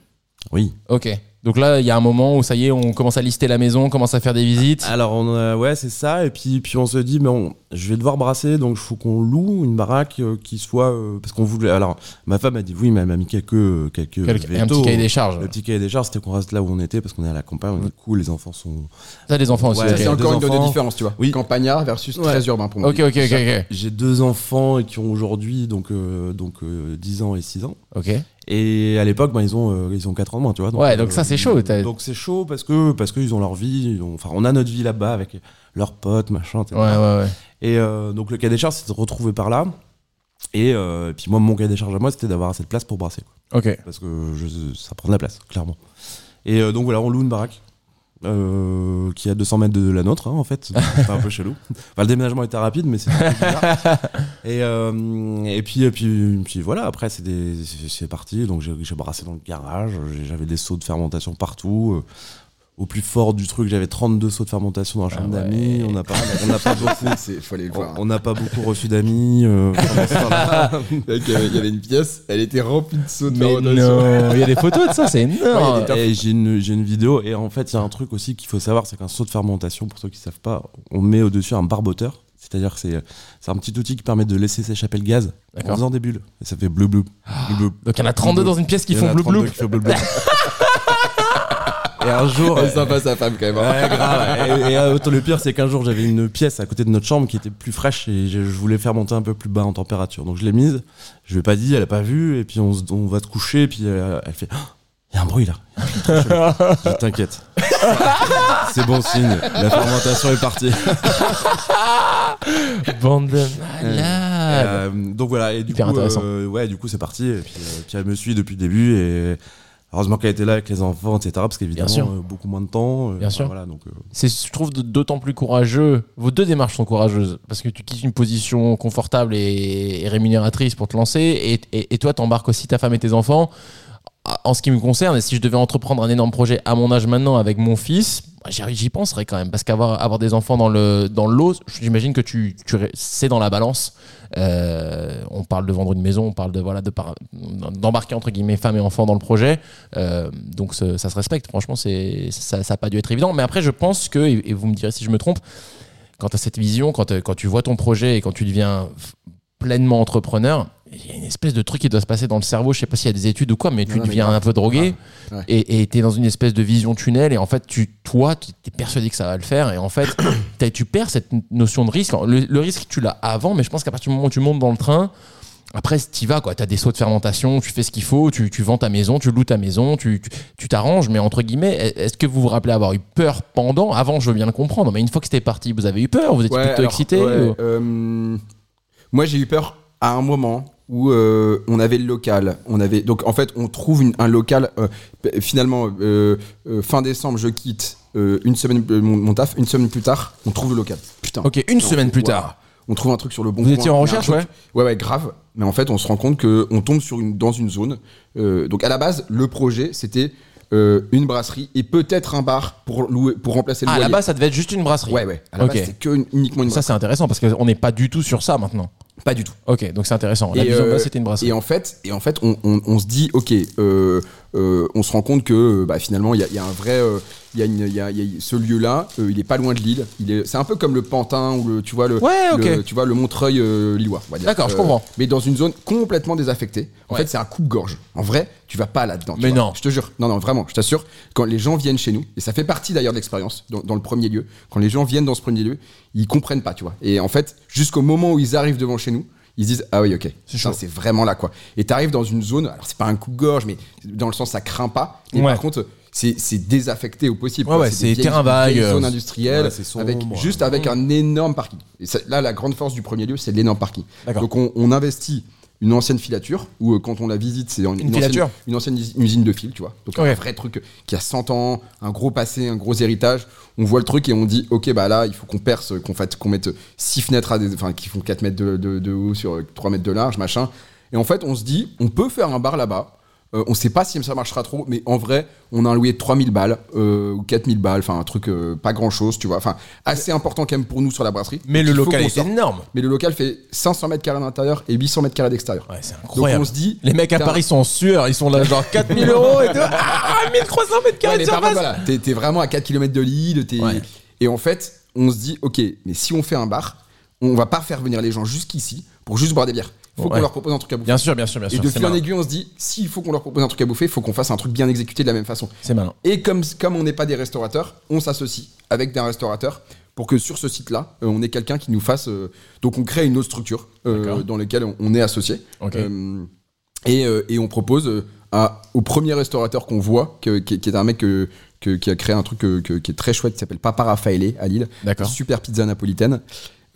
S2: Oui.
S3: Ok. Donc là, il y a un moment où ça y est, on commence à lister la maison, on commence à faire des visites.
S2: Alors, on, euh, ouais, c'est ça. Et puis, puis on se dit, mais on- je vais devoir brasser, donc il faut qu'on loue une baraque euh, qui soit. euh, parce qu'on voulait. Alors, ma femme a dit oui, mais elle m'a mis quelques. quelques
S3: Quel- un
S2: veto.
S3: petit cahier des charges. Mm.
S2: Le petit cahier des charges, c'était qu'on reste là où on était parce qu'on est à la campagne. Du coup, les enfants sont.
S3: Ça, les enfants aussi.
S2: Ouais,
S1: Ça,
S3: ok.
S1: c'est
S2: deux
S1: encore une dose de
S2: enfants.
S1: différence, tu vois.
S2: Oui.
S1: Campagnard versus très urbain pour moi.
S3: ok, ok, ok,
S2: J'ai deux enfants qui ont aujourd'hui donc, euh, donc euh, 10 ans et 6 ans.
S3: ok. Ok.
S2: Et à l'époque, ben, ils ont euh, ils ont 4 ans de moins, tu vois. euh,
S3: Ouais, donc ça, c'est chaud, t'as-
S2: Donc c'est chaud parce que parce qu'ils ont leur vie. ils ont- Enfin, on a notre vie là-bas avec leurs potes, machin. etc.
S3: Ouais, ouais, ouais.
S2: Et euh, donc le cas des charges, c'est de se retrouver par là. Et euh, puis moi, mon cas des charges à moi, c'était d'avoir assez de place pour brasser, quoi.
S3: Ok.
S2: parce que je- ça prend de la place, clairement. Et euh, donc voilà, on loue une baraque. euh, qui est à 200 mètres de la nôtre hein, en fait Donc, c'était un peu chelou enfin le déménagement était rapide mais c'est et, euh, et puis et puis, puis voilà après c'est des- c'est c'est parti donc j'ai j'ai brassé dans le garage j'ai- j'avais des seaux de fermentation partout euh, au plus fort du truc j'avais 32 seaux de fermentation dans la chambre
S3: ouais.
S2: d'amis on n'a pas on n'a pas beaucoup
S1: Il faut aller le
S2: on-
S1: voir.
S2: On n'a pas beaucoup reçu d'amis. euh, pendant ce temps-là.
S1: Il y avait- euh, il y avait une pièce, elle était remplie de sauts de
S3: Mais
S1: fermentation.
S3: non, il y a des photos de ça, c'est énorme.
S2: Euh, Et j'ai une, j'ai une vidéo. Et en fait, il y a un truc aussi qu'il faut savoir c'est qu'un seau de fermentation, pour ceux qui ne savent pas, on met au-dessus un barboteur. C'est-à-dire que c'est, c'est un petit outil qui permet de laisser s'échapper le gaz
S3: D'accord.
S2: en faisant des bulles. Et ça fait bleu bleu.
S3: Donc il y en a 32 dans une pièce qui font bleu bleu.
S2: Et un jour.
S1: Elle est Oh, sympa sa femme quand même. hein.
S2: Ouais, grave. Et, et, euh, autant le pire, c'est qu'un jour, j'avais une pièce à côté de notre chambre qui était plus fraîche et je, je voulais faire monter un peu plus bas en température. Donc je l'ai mise. Je lui ai pas dit, elle a pas vu. Et puis on, se- on va se coucher. Et puis euh, elle fait, il y a un bruit là. Il y a un bruit très chelou. Je dis, T'inquiète. C'est bon signe. La fermentation est partie.
S3: Bande de malades.
S2: Euh, donc voilà. Et du coup,
S3: Ah, Hyper intéressant.
S2: euh, ouais, du coup, c'est parti. Et puis, euh, puis elle me suit depuis le début et. Heureusement qu'elle était là avec les enfants, etc. Parce qu'évidemment,
S3: sûr.
S2: euh, beaucoup moins de temps. euh,
S3: Bien sûr.
S2: Voilà, donc, euh,
S3: C'est, je trouve, d- d'autant plus courageux. Vos deux démarches sont courageuses parce que tu quittes une position confortable et, et rémunératrice pour te lancer, et, et, et toi, t'embarques aussi ta femme et tes enfants. Ah, En ce qui me concerne, et si je devais entreprendre un énorme projet à mon âge maintenant avec mon fils, bah, j'y j'y penserais quand même parce qu'avoir avoir des enfants dans le dans l'eau, j'imagine que tu, tu ré- c'est dans la balance. Euh, on parle de vendre une maison, on parle de voilà de par- d'embarquer entre guillemets femmes et enfants dans le projet. Euh, donc ce- ça se respecte. Franchement, c'est ça n'a pas dû être évident. Mais après, je pense que et et vous me direz si je me trompe. Quand tu as cette vision, quand, euh, quand tu vois ton projet et quand tu deviens f- pleinement entrepreneur, il y a une espèce de truc qui doit se passer dans le cerveau. Je sais pas s'il y a des études ou quoi, mais tu
S1: Non, mais
S3: deviens un peu drogué
S1: Ah, ouais.
S3: et tu es dans une espèce de vision tunnel. Et en fait, tu, toi, tu es persuadé que ça va le faire. Et en fait, t'as- tu perds cette notion de risque. Le, le risque, tu l'as avant, mais je pense qu'à partir du moment où tu montes dans le train, après, tu vas, quoi. Tu as des sauts de fermentation, tu fais ce qu'il faut, tu, tu vends ta maison, tu loues ta maison, tu tu- tu t'arranges. mais entre guillemets, est- est-ce que vous vous rappelez avoir eu peur pendant Avant, je veux bien le comprendre, mais une fois que c'était parti, vous avez eu peur Vous étiez
S1: Ouais,
S3: plutôt
S1: alors,
S3: excité
S1: ouais,
S3: ou-
S1: euh, Moi, j'ai eu peur à un moment où euh, on avait le local. On avait donc en fait, on trouve une- un local. euh, p- finalement, euh, euh, fin décembre, je quitte. euh, une semaine euh, mon, mon taf. Une semaine plus tard, on trouve le local. Putain.
S3: Ok, une semaine plus tard.
S1: on trouve un truc sur le bon
S3: Vous
S1: coin,
S3: étiez
S1: il
S3: en
S1: y a un
S3: recherche,
S1: truc-
S3: ouais
S1: Ouais, ouais, grave. Mais en fait, on se rend compte qu'on tombe sur une, dans une zone. Euh, donc, à la base, le projet, c'était euh, une brasserie et peut-être un bar pour, louer, pour remplacer le
S3: Ah,
S1: loyer.
S3: là-bas, ça devait être juste une brasserie.
S1: Ouais, ouais. À la
S3: Ok.
S1: base, c'était que une- uniquement une
S3: Ça,
S1: brasserie.
S3: c'est intéressant parce qu'on n'est pas du tout sur ça maintenant.
S1: Pas du tout.
S3: Ok, donc c'est intéressant. La
S1: Et,
S3: vision de
S1: euh,
S3: base, c'était une brasserie.
S1: Et en fait, et en fait on, on- on se dit, ok, euh, euh, on se rend compte que euh, bah, finalement, il y a, il y a un vrai. euh, il y a une- il y a- il y a- ce lieu-là, euh, il est pas loin de Lille. Il est, c'est un peu comme le Pantin ou le, tu vois, euh, le,
S3: Ouais, ok.
S1: le- tu vois, le Montreuil euh, lillois. on va dire.
S3: D'accord, je comprends.
S1: Mais dans une zone complètement désaffectée. En
S3: Ouais.
S1: fait, c'est un coupe-gorge. En vrai, tu vas pas là-dedans. tu
S3: Mais
S1: vois.
S3: non.
S1: Je te jure. Non, non, vraiment, je t'assure. Quand les gens viennent chez nous, et ça fait partie d'ailleurs de l'expérience, dans, dans le premier lieu, quand les gens viennent dans ce premier lieu, ils comprennent pas, tu vois. Et en fait, jusqu'au moment où ils arrivent devant chez nous, ils se disent ah oui ok
S3: C'est
S1: Ça,
S3: chaud.
S1: c'est vraiment là quoi et t'arrives dans une zone alors c'est pas un coup de gorge mais dans le sens ça craint pas et
S3: Ouais.
S1: par contre c'est c'est désaffecté au possible
S3: Ouais,
S1: quoi.
S3: ouais,
S1: des
S3: c'est
S1: vieilles-
S3: terrain vague,
S1: vieilles zones
S3: euh,
S1: industrielles
S2: ouais, c'est sombre,
S1: avec
S2: ouais.
S1: juste avec
S3: Mm.
S1: un énorme parking et ça- là la grande force du premier lieu c'est l'énorme parking
S3: D'accord.
S1: donc on, on investit une ancienne filature où euh, quand on la visite c'est en- une,
S3: filature
S1: ancienne, une ancienne usi- usine de fil tu vois donc
S3: Ouais.
S1: un vrai truc qui a 100 ans un gros passé un gros héritage on voit le truc et on dit ok bah là il faut qu'on perce qu'on fasse- qu'on mette six fenêtres à des, enfin qui font 4 mètres de, de- de haut sur euh, 3 mètres de large machin et en fait on se dit on peut faire un bar là-bas Euh, on sait pas si ça marchera trop mais en vrai on a un loyer de 3000 balles euh, ou 4000 balles enfin un truc euh, pas grand chose tu vois enfin assez important quand même pour nous sur la brasserie
S3: Mais le
S1: Il faut
S3: local
S1: qu'on
S3: est
S1: sorte.
S3: énorme.
S1: Mais le local fait 500 mètres carrés à l'intérieur et 800 mètres carrés à l'extérieur.
S3: Ouais, c'est
S1: Donc
S3: incroyable.
S1: on se dit.
S3: Les mecs à
S1: putain,
S3: Paris sont en sueur, ils sont là genre 4000 euros et tout. Ah, 1300 mètres
S1: ouais,
S3: carrés
S1: mais
S3: de
S1: par contre,
S3: surface.
S1: voilà, t'es t'es vraiment à 4 km de l'île. t'es-
S3: Ouais.
S1: Et en fait, on se dit, ok, mais si on fait un bar, on va pas faire venir les gens jusqu'ici pour juste boire des bières. Faut
S3: Ouais.
S1: qu'on leur propose un truc à bouffer.
S3: Bien sûr, bien sûr, bien
S1: Et
S3: sûr.
S1: de
S3: c'est
S1: fil en
S3: malin.
S1: aiguille, on se dit, s'il faut qu'on leur propose un truc à bouffer, faut qu'on fasse un truc bien exécuté de la même façon.
S3: C'est malin.
S1: Et comme, comme on n'est pas des restaurateurs, on s'associe avec des restaurateurs pour que sur ce site-là, euh, on ait quelqu'un qui nous fasse. euh, donc on crée une autre structure euh,
S3: D'accord.
S1: dans laquelle on, on est associé.
S3: Ok.
S1: Euh, et, euh, et on propose euh, à- au premier restaurateur qu'on voit, que- qui, qui est un mec que- que- qui a créé un truc euh, que- que- qui est très chouette, qui s'appelle Papa Raffaele à Lille.
S3: D'accord.
S1: Super pizza napolitaine.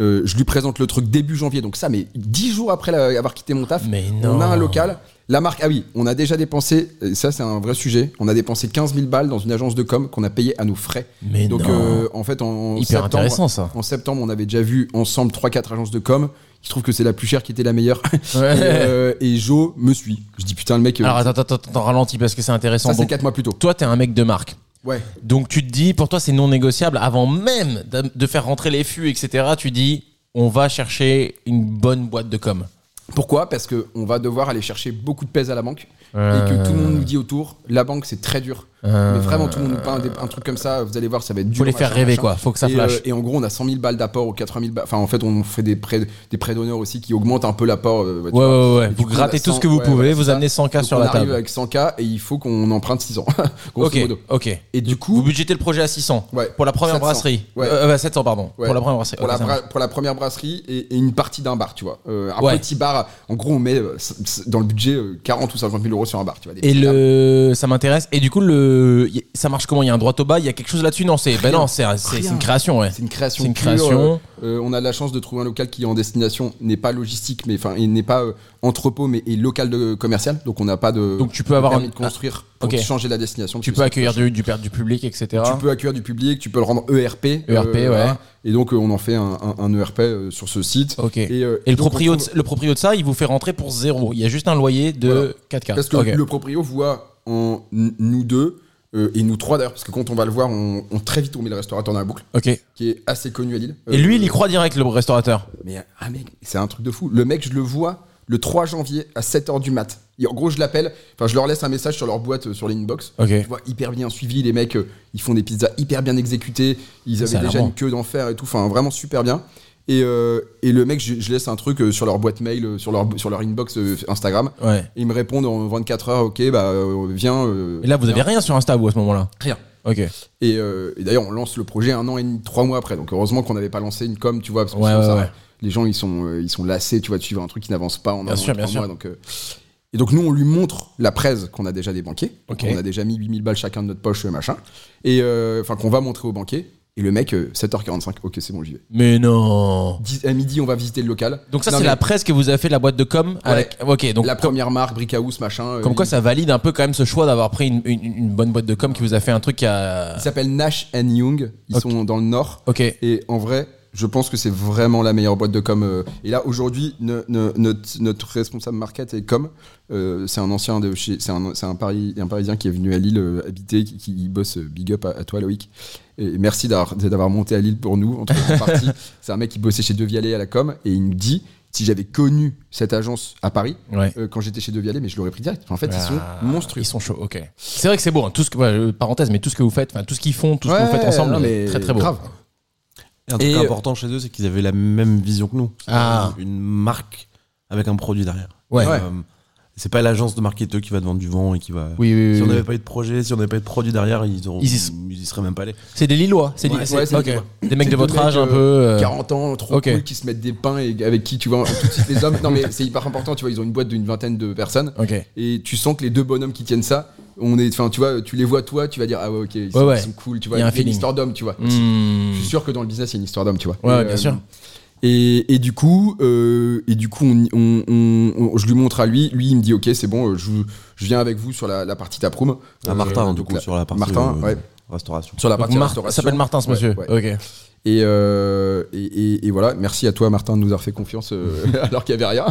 S1: Euh, je lui présente le truc début janvier, donc ça, mais dix jours après la- avoir quitté mon taf,
S3: Mais non.
S1: on a un local. La marque, ah oui, on a déjà dépensé, et ça c'est un vrai sujet, on a dépensé 15 000 balles dans une agence de com qu'on a payé à nos frais.
S3: Mais
S1: Donc
S3: non.
S1: euh, en fait, en
S3: Hyper
S1: septembre,
S3: intéressant, ça.
S1: en septembre, on avait déjà vu ensemble 3-4 agences de com. Je trouve que c'est la plus chère qui était la meilleure. et, euh, et Joe me suit. Je dis putain, le mec, euh,
S3: Alors attends, attends, attends, ralentis parce que c'est intéressant.
S1: ça c'est
S3: Donc,
S1: 4 mois plus tôt.
S3: toi, t'es un mec de marque.
S1: Ouais.
S3: Donc tu te dis, pour toi, c'est non négociable. Avant même de de faire rentrer les fûts, etc., tu dis, on va chercher une bonne boîte de com.
S1: Pourquoi Parce qu'on va devoir aller chercher beaucoup de pèse à la banque
S3: Euh.
S1: et que tout le monde nous dit autour, la banque c'est très dur.
S3: Euh.
S1: Mais vraiment, tout le monde nous peint des- un truc comme ça, vous allez voir, ça va être dur.
S3: Faut les faire
S1: machin,
S3: rêver,
S1: machin.
S3: quoi. Faut que ça
S1: et,
S3: flash.
S1: euh, et en gros, on a 100 000 balles d'apport ou 80 000 balles. Enfin, en fait, on fait des prêts, des prêts d'honneur aussi qui augmentent un peu l'apport. euh, bah, tu
S3: Ouais,
S1: vois.
S3: ouais, ouais.
S1: Et
S3: Vous
S1: du coup,
S3: grattez
S1: on a
S3: tout ce
S1: 100,
S3: que vous
S1: ouais,
S3: pouvez,
S1: voilà,
S3: vous
S1: c'est
S3: amenez 100K
S1: Donc,
S3: sur
S1: on
S3: la
S1: arrive
S3: table.
S1: avec 100K et il faut qu'on emprunte 600. grosso
S3: Ok,
S1: modo.
S3: ok.
S1: Et du
S3: Vous
S1: coup,
S3: budgétez le projet à 600
S1: Ouais.
S3: pour la première
S1: 700.
S3: brasserie.
S1: Ouais.
S3: Euh, euh, 700, pardon.
S1: Ouais.
S3: Pour la première brasserie.
S1: pour,
S3: Ok,
S1: la
S3: ça marche.
S1: bra- pour la première brasserie et, et une partie d'un bar, tu vois. Euh, un
S3: Ouais.
S1: petit bar, en gros, on met euh, c- c- dans le budget euh, 40 ou 50 000 euros sur un bar, tu vois. des
S3: Et
S1: petits tables.
S3: le, ça m'intéresse. Et du coup, le, y- ça marche comment Il y a un droit au bas Il y a quelque chose là-dessus Non, c'est, ben non, c'est, un- c'est,
S1: Rien.
S3: c'est une création, ouais.
S1: C'est une création.
S3: C'est une
S1: pure,
S3: création.
S1: euh, euh, on a de la chance de trouver un local qui en destination n'est pas logistique, mais enfin, il n'est pas euh, entrepôt, mais est local de commercial. Donc on n'a pas de.
S3: Donc tu peux avoir
S1: euh, permis
S3: un-
S1: de construire pour
S3: Ah, ok.
S1: changer la destination.
S3: Tu
S1: parce
S3: peux
S1: que
S3: accueillir du, du, per- du public, etc.
S1: Tu peux accueillir du public, tu peux le rendre E ERP. ERP,
S3: E ouais.
S1: Et donc euh, on en fait un, un- un ERP euh, sur ce site.
S3: Ok. Et,
S1: euh,
S3: le,
S1: donc, on
S3: proprio de,
S1: trouve-
S3: le proprio de ça, il vous fait rentrer pour zéro. Il y a juste un loyer de 4K.
S1: Parce que
S3: Ok.
S1: le proprio voit en n- nous deux euh, et nous trois d'ailleurs, parce que quand on va le voir, on, on très vite on met le restaurateur dans la boucle,
S3: Ok.
S1: qui est assez connu à Lille.
S3: Et lui, il
S1: Euh,
S3: y croit direct, le restaurateur.
S1: Mais ah mec, c'est un truc de fou. Le mec, je le vois le 3 janvier à 7h du mat. Et en gros, je l'appelle, enfin je leur laisse un message sur leur boîte euh, sur l'inbox.
S3: Ok.
S1: Je vois hyper bien suivi, les mecs, euh, ils font des pizzas hyper bien exécutées, ils
S3: C'est
S1: avaient déjà
S3: alarmant.
S1: une queue d'enfer et tout, enfin vraiment super bien. Et, euh, et le mec, je, je laisse un truc euh, sur leur boîte mail, euh, sur leur, sur leur inbox euh, Instagram.
S3: Ouais.
S1: Et ils me répondent en 24 heures, ok, bah euh, viens. euh,
S3: Et là, vous avez rien sur Insta, vous, à ce moment-là
S1: Rien.
S3: Ok.
S1: et, euh, et d'ailleurs, on lance le projet un an et demi, trois mois après. Donc heureusement qu'on n'avait pas lancé une com, tu vois, parce que
S3: Ouais,
S1: sinon,
S3: ouais,
S1: ça-
S3: ouais.
S1: les gens ils sont euh, ils sont lassés, tu vois, de suivre un truc qui n'avance pas en un
S3: Bien
S1: an et
S3: sûr, bien
S1: trois
S3: sûr.
S1: mois, donc, euh, et donc nous on lui montre la presse qu'on a déjà des banquiers,
S3: Ok.
S1: on a déjà mis 8000 balles chacun de notre poche euh, machin, et euh, enfin qu'on va montrer aux banquiers. Et le mec, euh, 7h45, ok c'est bon j'y vais.
S3: Mais non.
S1: Dix- à midi on va visiter le local.
S3: Donc ça,
S1: Non,
S3: c'est
S1: mais
S3: la presse que vous avez fait de la boîte de com. avec- Ok. Donc
S1: la première marque, Brick House machin. euh,
S3: Comme quoi,
S1: il-
S3: ça valide un peu quand même ce choix d'avoir pris une, une- une bonne boîte de com qui vous a fait un truc qui a.
S1: Il s'appelle Nash and Young, ils
S3: Ok.
S1: sont dans le nord.
S3: Ok.
S1: Et en vrai, Je pense que c'est vraiment la meilleure boîte de com. euh. Et là, aujourd'hui, ne- ne- notre, notre responsable market et com, euh, c'est un ancien de chez, c'est un, c'est un, Pari- un Parisien qui est venu à Lille euh, habiter, qui, qui bosse euh, big up à, à toi, Loïc. Et merci d'avoir d'avoir monté à Lille pour nous, en tout cas, en partie. C'est un mec qui bossait chez Devialet à la com et il nous dit si j'avais connu cette agence à Paris
S3: Ouais.
S1: euh, quand j'étais chez Devialet, mais je l'aurais pris direct. Enfin, en fait, ils
S3: Ah,
S1: sont monstrueux.
S3: Ils sont chauds, ok. C'est vrai que c'est beau, hein, tout ce que, ouais, euh, parenthèse, mais tout ce que vous faites, enfin, tout ce qu'ils font, tout ce que vous
S1: Ouais,
S3: faites ensemble,
S1: non, mais
S3: très très beau.
S1: grave.
S2: Et un truc
S1: Et-
S2: important chez eux, c'est qu'ils avaient la même vision que nous.
S3: euh, Ah.
S2: Une marque avec un produit derrière.
S3: Ouais.
S1: Ouais.
S2: Euh, c'est pas l'agence de marketeur qui va te vendre du vent et qui va.
S3: Oui, oui, oui,
S2: Si on
S3: oui.
S2: n'avait pas eu de projet, si on n'avait pas eu de produit derrière, ils, auront-
S3: Ils y sont-
S2: ils y seraient même pas allés.
S3: C'est des Lillois, c'est des-
S1: Ouais,
S3: c'est-
S1: ouais, c'est
S3: ok.
S1: des Lillois.
S3: des mecs
S1: C'est
S3: de votre
S1: deux mecs,
S3: âge un
S1: euh,
S3: peu. euh,
S1: 40 ans, trop
S3: ok.
S1: cool, qui se mettent des pains et avec qui tu vois tout de suite les hommes. Non, mais c'est hyper important. Tu vois, ils ont une boîte d'une vingtaine de personnes
S3: Ok.
S1: et tu sens que les deux bonhommes qui tiennent ça, on est, enfin, tu vois, tu les vois toi, tu vas dire ah ouais, ok, ils, sont,
S3: Ouais, ouais.
S1: ils sont cool, tu vois,
S3: Il y a un
S1: il y a une
S3: feeling.
S1: histoire d'homme, tu vois.
S3: Hmm.
S1: Je suis sûr que dans le business, il y a une histoire d'homme, tu vois.
S3: Ouais,
S1: Et,
S3: ouais, bien
S1: euh,
S3: sûr.
S1: Et, et du coup, euh, et du coup, on- on- on- on- je lui montre à lui. Lui, il me dit ok, c'est bon, euh, je, vous- je viens avec vous sur la, la partie taproom.
S2: À
S1: Euh,
S2: Martin, du
S1: donc
S2: coup,
S1: la-
S2: sur la partie
S1: Martin,
S2: euh,
S1: ouais.
S2: restauration.
S1: sur la
S3: Donc
S1: partie
S3: Mar-
S1: restauration.
S3: s'appelle Martin, ce
S1: Ouais,
S3: monsieur.
S1: ouais.
S3: Ok.
S1: Et, euh, et, et- et voilà, merci à toi Martin de nous avoir fait confiance euh, alors qu'il n'y avait rien.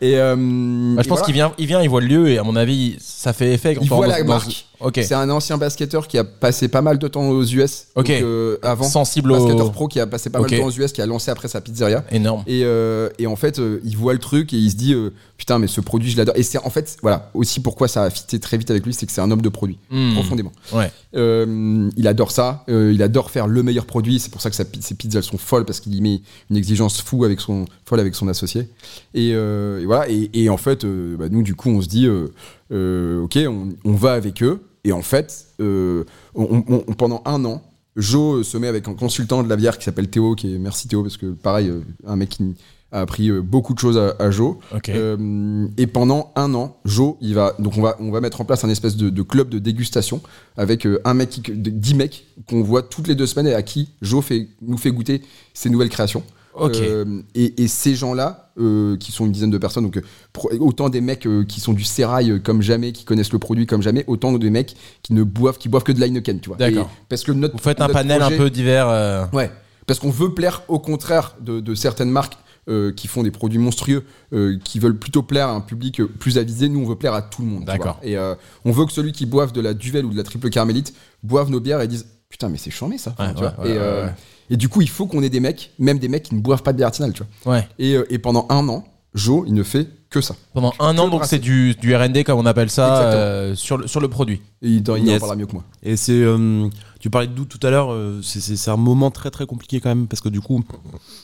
S1: et, euh,
S3: Bah,
S1: et
S3: je pense
S1: voilà.
S3: qu'il vient, il vient, il voit le lieu et à mon avis, ça fait effet. quand
S1: Il
S3: on
S1: voit
S3: rentre
S1: la
S3: dans-
S1: marque.
S3: Ok.
S1: C'est un ancien basketteur qui a passé pas mal de temps aux US.
S3: Ok.
S1: donc, euh, avant.
S3: Sensible
S1: Basketteur
S3: au.
S1: pro qui a passé pas
S3: Ok.
S1: mal de temps aux US, qui a lancé après sa pizzeria.
S3: Énorme.
S1: Et, euh, et en fait, euh, il voit le truc et il se dit euh, putain, mais ce produit, je l'adore. Et c'est en fait, voilà, aussi pourquoi ça a fité très vite avec lui, c'est que c'est un homme de produit,
S3: Hmm.
S1: profondément.
S3: Ouais.
S1: Euh, il adore ça, euh, il adore faire le meilleur produit. C'est pour ça que sa pi- ses pizzas elles sont folles parce qu'il y met une exigence fou avec son folle avec son associé. Et, euh, et voilà. Et, et en fait, euh, bah, nous du coup, on se dit, euh, euh, ok, on, on va avec eux. Et en fait, euh, on- on- on- pendant un an, Joe euh, se met avec un consultant de la bière qui s'appelle Théo, qui est merci Théo parce que pareil, euh, un mec qui a appris euh, beaucoup de choses à, à Joe.
S3: Ok.
S1: Euh, et pendant un an, Joe, il va donc on va on va mettre en place un espèce de, de club de dégustation avec euh, un mec, qui- de- dix mecs qu'on voit toutes les deux semaines et à qui Joe fait, nous fait goûter ses nouvelles créations.
S3: Ok.
S1: Euh, et, et ces gens-là, euh, qui sont une dizaine de personnes, donc euh, pro- autant des mecs euh, qui sont du sérail euh, comme jamais, qui connaissent le produit comme jamais, autant des mecs qui ne boivent, qui boivent que de l'Heineken, tu vois.
S3: D'accord.
S1: Et- Parce que notre
S3: Vous faites un
S1: notre
S3: panel
S1: projet-
S3: un peu divers. euh,
S1: Ouais, parce qu'on veut plaire au contraire de, de certaines marques euh, qui font des produits monstrueux, euh, qui veulent plutôt plaire à un public euh, plus avisé. Nous, on veut plaire à tout le monde. tu
S3: D'accord.
S1: vois. Et euh, on veut que celui qui boive de la Duvel ou de la Triple Carmélite boive nos bières et dise putain mais c'est charmé ça.
S3: Ouais,
S1: Tu vois.
S3: ouais, ouais,
S1: et, euh,
S3: ouais, ouais.
S1: et du coup, il faut qu'on ait des mecs, même des mecs qui ne boivent pas de bière artisanale, tu vois.
S3: Ouais.
S1: Et, euh, et pendant un an, Joe, il ne fait que ça.
S3: Pendant un an, donc
S1: brasser.
S3: c'est du, du R&D comme on appelle ça
S1: Exactement.
S3: euh, sur le, sur le produit.
S1: Et il, il en
S2: Yes.
S1: parlera mieux que moi.
S2: Et c'est. euh, tu parlais de doute tout à l'heure, euh, c'est- c'est c'est un moment très très compliqué quand même, parce que du coup,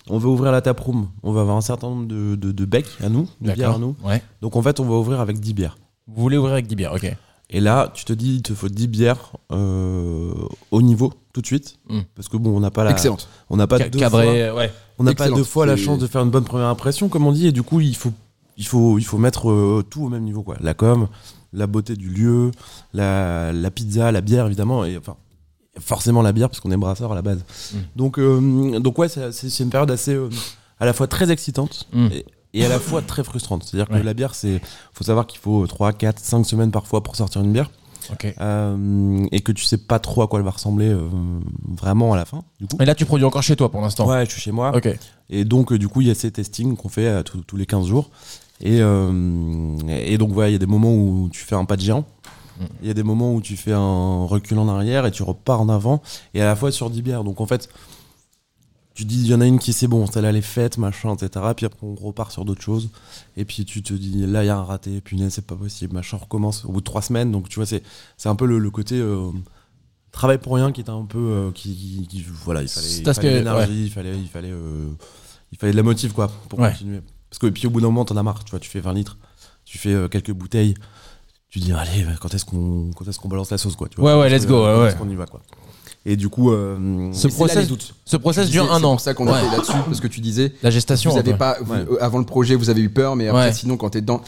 S2: on va ouvrir la taproom, on va avoir un certain nombre de, de, de becs à nous, de bières à nous.
S3: Ouais.
S2: Donc en fait, on va ouvrir avec 10 bières.
S3: Vous voulez ouvrir avec 10 bières, ok.
S2: Et là, tu te dis, il te faut 10 bières euh, au niveau, tout de suite,
S3: Mm.
S2: parce que bon, on n'a pas la.
S1: Excellente.
S2: On n'a pas
S3: Ca-
S2: deux fois-
S3: Cadré, ouais.
S2: on n'a pas
S1: Excellente.
S2: deux fois la
S1: C'est-
S2: chance de faire une bonne première impression, comme on dit, et du coup, il faut, il faut, il faut mettre euh, tout au même niveau, quoi. La com, la beauté du lieu, la, la pizza, la bière, évidemment, et enfin, forcément la bière, parce qu'on est brasseur à la base.
S3: Mm.
S2: Donc, euh, donc ouais, ça- c'est c'est une période assez, euh, à la fois très excitante
S3: Mm.
S2: et, et à la fois très frustrante. C'est-à-dire
S3: Ouais.
S2: que la bière, c'est, faut savoir qu'il faut 3, 4, 5 semaines parfois pour sortir une bière,
S3: Ok.
S2: euh, et que tu sais pas trop à quoi elle va ressembler euh, vraiment à la fin, du coup.
S3: Et là, tu produis encore chez toi pour l'instant.
S2: Ouais, je suis chez moi.
S3: Ok.
S2: Et donc, euh, du coup, il y a ces testings qu'on fait euh, tous- tous les 15 jours. Et, euh, et donc, voilà, il y a des moments où tu fais un pas de géant.
S3: Mm.
S2: Il y a des moments où tu fais un recul en arrière et tu repars en avant. Et à la fois sur 10 bières. Donc, en fait, tu te dis, il y en a une qui c'est bon, celle-là, elle est faite, machin, etc. Puis après, on repart sur d'autres choses. Et puis, tu te dis, là, il y a un raté, punaise, c'est pas possible, machin, on recommence au bout de 3 semaines. Donc, tu vois, c'est c'est un peu le, le côté. euh, Travail pour rien qui était un peu. euh, qui, qui- qui- voilà, il fallait,
S3: C'est
S2: il
S3: parce
S2: fallait
S3: que-
S2: de l'énergie, il fallait, il fallait euh, il fallait de la motive quoi pour
S3: Ouais.
S2: continuer parce que puis au bout d'un moment t'en as marre tu vois tu fais 20 litres tu fais euh, quelques bouteilles tu dis allez bah, quand est-ce qu'on quand est-ce qu'on balance la sauce quoi tu vois
S3: Ouais, ouais,
S2: Quand est-ce
S3: let's
S2: que-
S3: go, ouais,
S2: quand
S3: ouais.
S2: est-ce qu'on y va quoi et du coup euh,
S3: Ce
S1: Et c'est là
S3: process,
S1: les doutes.
S3: ce process
S1: Tu
S3: dure
S1: disais-
S3: un
S1: C'est
S3: an.
S1: pour ça qu'on
S3: Ouais.
S1: était là-dessus, parce que tu disais
S3: La gestation.
S1: vous avez
S3: un peu.
S1: pas vous-
S2: Ouais.
S1: euh, avant le projet vous avez eu peur mais après
S3: Ouais.
S1: sinon quand t'es dedans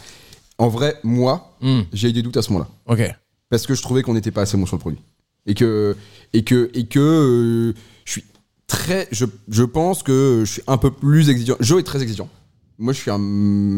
S1: en vrai moi
S3: Hmm,
S1: j'ai eu des doutes à ce moment-là
S3: Ok.
S1: parce que je trouvais qu'on n'était pas assez bon sur le produit et que et que et que euh, je suis très je, je pense que je suis un peu plus exigeant Joe est très exigeant moi
S3: Hmm.
S1: je suis un,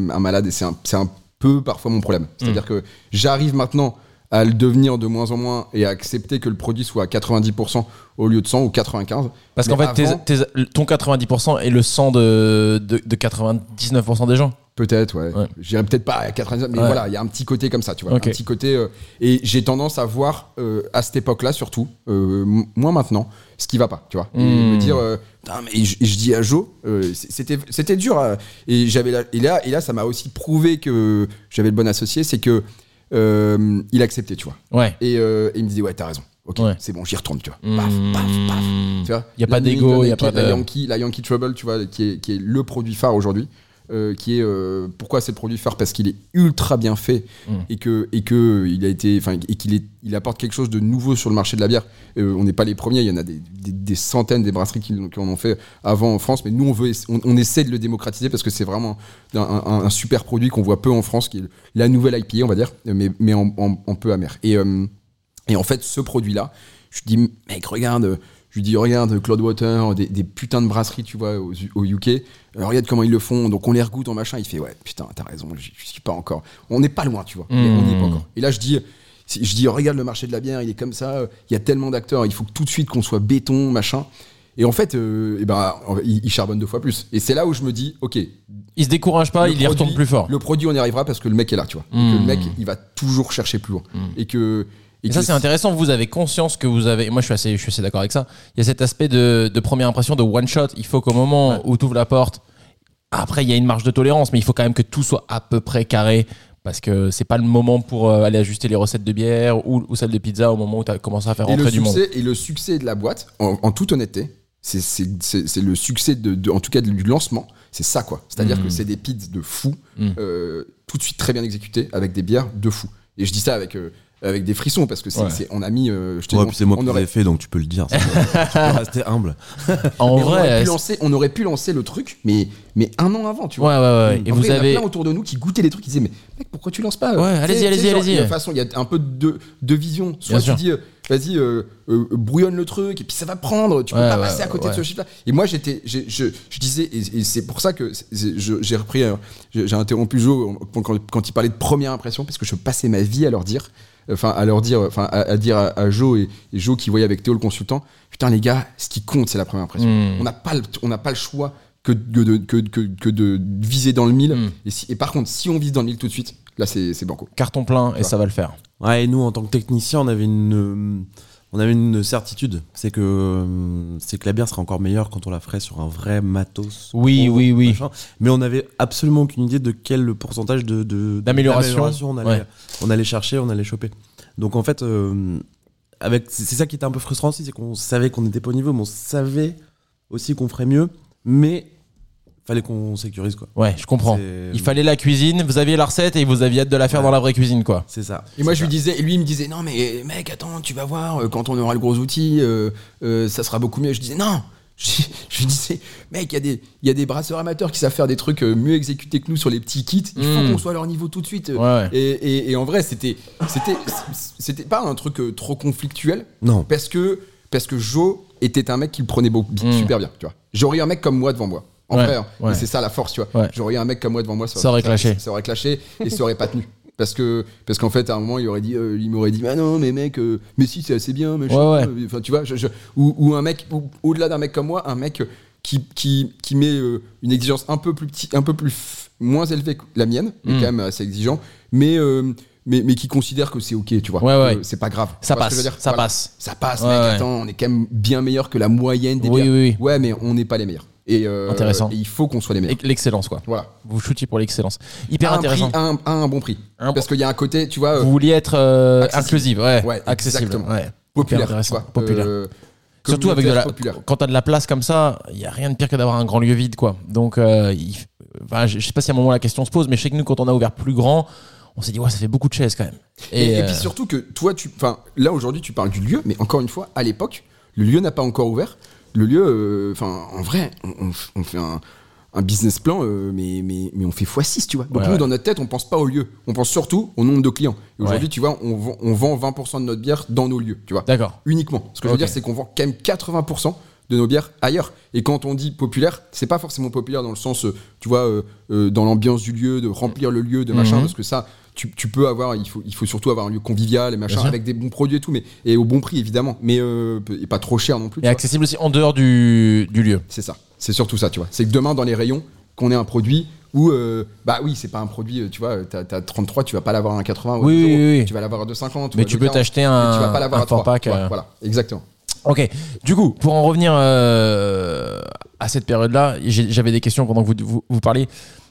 S1: un malade et c'est un, c'est un peu parfois mon problème c'est à dire que j'arrive maintenant à le devenir de moins en moins et à accepter que le produit soit à 90% au lieu de 100 ou 95.
S3: Parce qu'en
S1: Mais
S3: fait, tes-
S1: avant-
S3: tes- ton 90% est le sang de, de, de 99% des gens.
S1: Peut-être, ouais.
S3: Ouais.
S1: J'irais peut-être pas à 90, mais
S3: Ouais.
S1: voilà, il y a un petit côté comme ça, tu vois.
S3: Ok.
S1: Un petit côté. euh, et j'ai tendance à voir, euh, à cette époque-là surtout, euh, m- moins maintenant, ce qui va pas, tu vois. Et
S3: Hmm.
S1: me dire, euh, Putain, mais je, je dis à Joe, euh, c- c'était c'était dur. euh, et, j'avais la- et, là, et là, ça m'a aussi prouvé que j'avais le bon associé, c'est que euh, il acceptait, tu vois.
S3: Ouais.
S1: Et, euh, et il me disait, ouais, t'as raison. Ok,
S3: Ouais. Hmm.
S1: c'est bon, j'y retourne, tu vois. Paf, paf, paf.
S3: Mmh.
S1: Tu vois,
S3: Y a
S1: la
S3: pas
S1: New
S3: d'ego,
S1: England
S3: y a
S1: qui est
S3: pas
S1: la
S3: de-
S1: Yankee, la Yankee Trouble, tu vois, qui est, qui est le produit phare aujourd'hui. euh, qui est euh, pourquoi c'est le produit phare parce qu'il est ultra bien fait
S3: Mm.
S1: et que et que il a été enfin et qu'il est il apporte quelque chose de nouveau sur le marché de la bière Euh, on n'est pas les premiers il y en a des, des- des centaines des brasseries qui, l'ont- qui en ont fait avant en France mais nous on veut ess- on, on essaie de le démocratiser parce que c'est vraiment un, un- un super produit qu'on voit peu en France qui est la nouvelle IPA on va dire mais mais en, en- en peu amer et euh, et en fait, ce produit-là, je lui dis, mec, regarde, je lui dis, regarde, Cloudwater, des, des putains de brasseries, tu vois, au, au UK, euh, regarde comment ils le font, donc on les regoute en machin. Il fait, ouais, putain, t'as raison, je suis pas encore. On n'est pas loin, tu vois, mais on n'y est
S3: Mmh.
S1: pas encore. Et là, je dis, si- je dis, regarde le marché de la bière, il est comme ça, euh, il y a tellement d'acteurs, il faut que tout de suite qu'on soit béton, machin. Et en fait, euh, eh ben, il, il charbonne deux fois plus. Et c'est là où je me dis, ok,
S3: Il se décourage pas,
S1: le
S3: Ah, il y retourne
S1: produit-
S3: plus fort.
S1: Le produit, on y arrivera parce que le mec est là, tu vois. Et
S3: Mmh.
S1: que le mec, il va toujours chercher plus loin. Et que.
S3: Hmm. Et, ça,
S1: que
S3: c'est intéressant. Vous avez conscience que vous avez. Moi, je suis assez, je suis assez d'accord avec ça. Il y a cet aspect de, de première impression, de one shot. Il faut qu'au moment où tu ouvres la porte, après, il y a une marge de tolérance, mais il faut quand même que tout soit à peu près carré. Parce que c'est pas le moment pour euh, aller ajuster les recettes de bière ou, ou celles de pizza au moment où tu as commencé à faire
S1: et le
S3: rentrer du monde.
S1: succès, Et le succès de la boîte, en, en toute honnêteté, c'est- c'est c'est- c'est le succès, de, de- en tout cas de- du lancement, c'est ça quoi. C'est-à-dire
S3: Mhm.
S1: que c'est des pizzas de fou,
S3: Mhm.
S1: euh, tout de suite très bien exécutées, avec des bières de fou. Et je dis ça avec, euh, avec des frissons, parce que c'est
S3: Ouais.
S1: c'est- on a mis... euh, je te
S2: Ouais,
S1: dis,
S2: puis c'est moi
S1: on
S2: qui
S1: aurait-
S2: l'ai fait, donc tu peux le dire. ça. tu peux rester humble.
S3: En
S1: mais on aurait
S3: vrai,
S1: pu
S3: c'est-
S1: lancer- on aurait pu lancer le truc, mais, mais un an avant, tu vois.
S3: ouais, ouais, ouais.
S1: En
S3: Et
S1: vrai,
S3: vous
S1: Mmh. il y en
S3: avez.
S1: a plein autour de nous qui goûtaient les trucs, qui disaient mais mec pourquoi tu lances pas euh,
S3: Ouais,
S1: Tu sais-
S3: allez-y,
S1: tu sais,
S3: allez-y,
S1: genre,
S3: allez-y.
S1: De toute façon il y a un peu de, de vision. Soit
S3: Bien sûr.
S1: tu dis euh, vas-y euh, euh, brouillonne le truc et puis ça va prendre. Tu peux
S3: Ouais,
S1: pas
S3: ouais,
S1: passer à côté
S3: ouais.
S1: de ce chiffre là. Et moi j'étais j'ai- je, je disais et, et c'est pour ça que c'est- c'est- je- j'ai repris euh, j'ai j'ai interrompu Joe euh, quand, quand- quand il parlait de première impression parce que je passais ma vie à leur dire enfin à leur dire enfin à, à dire à, à Joe et, et Joe qui voyait avec Théo le consultant putain les gars ce qui compte c'est la première impression.
S3: Hmm.
S1: On n'a pas, le- on n'a pas le choix que de, que, que- que- que de viser dans le mille.
S3: Mm.
S1: Et, si- et par contre, si on vise dans le mille tout de suite, là, c'est c'est banco.
S3: Carton plein et ça va le faire.
S2: Ouais, et nous, en tant que technicien, on avait une, euh, on avait une certitude. C'est que, euh, c'est que la bière serait encore meilleure quand on la ferait sur un vrai matos.
S3: Oui,
S2: Bon,
S3: oui, oui.
S2: machin. Mais on n'avait absolument aucune idée de quel pourcentage de, de-
S3: D'amélioration.
S2: d'amélioration on, allait,
S3: Ouais.
S2: on allait chercher, on allait choper. Donc en fait, euh, avec, c'est c'est ça qui était un peu frustrant aussi, c'est qu'on savait qu'on n'était pas au niveau, mais on savait aussi qu'on ferait mieux, mais fallait qu'on sécurise quoi.
S3: Ouais, je comprends.
S2: C'est-
S3: Il fallait la cuisine, vous aviez la recette et vous aviez hâte de la faire
S2: Ouais.
S3: dans la vraie cuisine, quoi.
S2: C'est ça.
S1: Et moi, je lui disais, et lui, il me disait, non, mais mec, attends, tu vas voir, euh, quand on aura le gros outil, euh, euh, ça sera beaucoup mieux. Je disais, non! Je, je lui disais, mec, il y, a des- il y a des brasseurs amateurs qui savent faire des trucs euh, mieux exécutés que nous sur les petits kits. Il faut
S3: Mm.
S1: qu'on soit à leur niveau tout de suite.
S3: Ouais, ouais.
S1: Et, et- et en vrai, c'était c'était- c'était pas un truc euh, trop conflictuel.
S2: Non.
S1: parce que parce que Joe était un mec qui le prenait beaucoup,
S3: Mm.
S1: super bien, tu vois. J'aurais eu un mec comme moi devant moi. En
S3: Ouais,
S1: vrai, hein.
S3: ouais.
S1: Et c'est ça la force, tu vois.
S3: Ouais.
S1: J'aurais eu un mec comme moi devant moi, ça,
S3: Ça aurait clashé.
S1: Ça aurait clashé et ça aurait pas tenu. Parce que parce qu'en fait à un moment il aurait dit euh, il m'aurait dit bah non mais mec euh, mais si c'est assez bien mais je-
S3: Ouais, ouais.
S1: euh, enfin tu vois je- je- ou, ou un mec ou- au-delà d'un mec comme moi un mec euh, qui qui, qui met euh, une exigence un peu plus petite un peu plus f- moins élevée que la mienne mais
S3: Mm.
S1: quand même assez exigeant mais euh, mais, mais qui considère que c'est ok tu vois
S3: Ouais, ouais.
S1: que c'est pas grave
S3: Ça
S1: Tu vois ce que je
S3: passe,
S1: veux dire
S3: ça
S1: Voilà.
S3: passe.
S1: Ça passe,
S3: Ouais,
S1: mec.
S3: ouais.
S1: Attends, on est quand même bien meilleur que la moyenne des
S3: Oui,
S1: bières.
S3: oui, oui.
S1: Ouais, mais on n'est pas les meilleurs. Et euh,
S3: Intéressant.
S1: et il faut qu'on soit les
S3: Et
S1: meilleurs.
S3: L'excellence, quoi.
S1: Voilà.
S3: Vous shootiez pour l'excellence. Hyper
S1: À un, prix,
S3: intéressant.
S1: à un, à un bon prix.
S3: Un
S1: Parce qu'il y a un côté, tu vois, euh,
S3: Vous vouliez être euh,
S1: Accessible.
S3: inclusive, ouais.
S1: Ouais,
S3: accessible.
S1: exactement.
S3: ouais.
S1: populaire.
S3: Hyper intéressant.
S1: quoi.
S3: Populaire.
S1: Euh,
S3: Surtout avec de
S1: communautaire,
S3: la.
S1: populaire.
S3: Quand t'as de la place comme ça, il y a rien de pire que d'avoir un grand lieu vide, quoi. Donc, euh, il- enfin, je je sais pas si à un moment la question se pose, mais je sais que nous, quand on a ouvert plus grand, on s'est dit, ouais, ça fait beaucoup de chaises quand même.
S1: Et, et
S3: euh,
S1: puis surtout que toi, tu, enfin, là aujourd'hui, tu parles du lieu, mais encore une fois, à l'époque, le lieu n'a pas encore ouvert. Le lieu, euh, enfin, en vrai, on, on f- on fait un, un business plan, euh, mais, mais, mais on fait x6, tu vois. Donc
S3: Ouais,
S1: nous,
S3: ouais.
S1: dans notre tête, on pense pas au lieu, on pense surtout au nombre de clients. Et aujourd'hui,
S3: Ouais.
S1: tu vois, on, vend- on vend 20% de notre bière dans nos lieux, tu vois.
S3: D'accord.
S1: uniquement. Ce que je veux
S3: Ok.
S1: dire, c'est qu'on vend quand même 80% de nos bières ailleurs. Et quand on dit populaire, c'est pas forcément populaire dans le sens, euh, tu vois, euh, euh, dans l'ambiance du lieu, de remplir le lieu, de machin,
S3: Mhm.
S1: parce que ça, tu, tu peux avoir, il faut, il faut surtout avoir un lieu convivial et machin,
S3: sûr.
S1: avec des bons produits et tout, mais et au bon prix évidemment, mais euh, et pas trop cher non plus. tu
S3: Et
S1: vois.
S3: accessible aussi en dehors du, du lieu.
S1: C'est ça. C'est surtout ça, tu vois. C'est que demain, dans les rayons, qu'on ait un produit où, euh, bah oui, c'est pas un produit, euh, tu vois, t'as t'as 33, tu vas pas l'avoir à 1,80 ou à 2
S3: Oui,
S1: euros.
S3: oui, oui.
S1: Tu vas l'avoir à 2,50. ou
S3: Mais
S1: à
S3: tu peux
S1: 2,40,
S3: t'acheter
S1: mais
S3: un,
S1: Tu vas pas
S3: un
S1: l'avoir à 3.
S3: four pack.
S1: Voilà,
S3: euh.
S1: voilà, exactement.
S3: Ok. Du coup, pour en revenir euh, à cette période-là, j'ai- j'avais des questions pendant que vous, vous, vous parliez.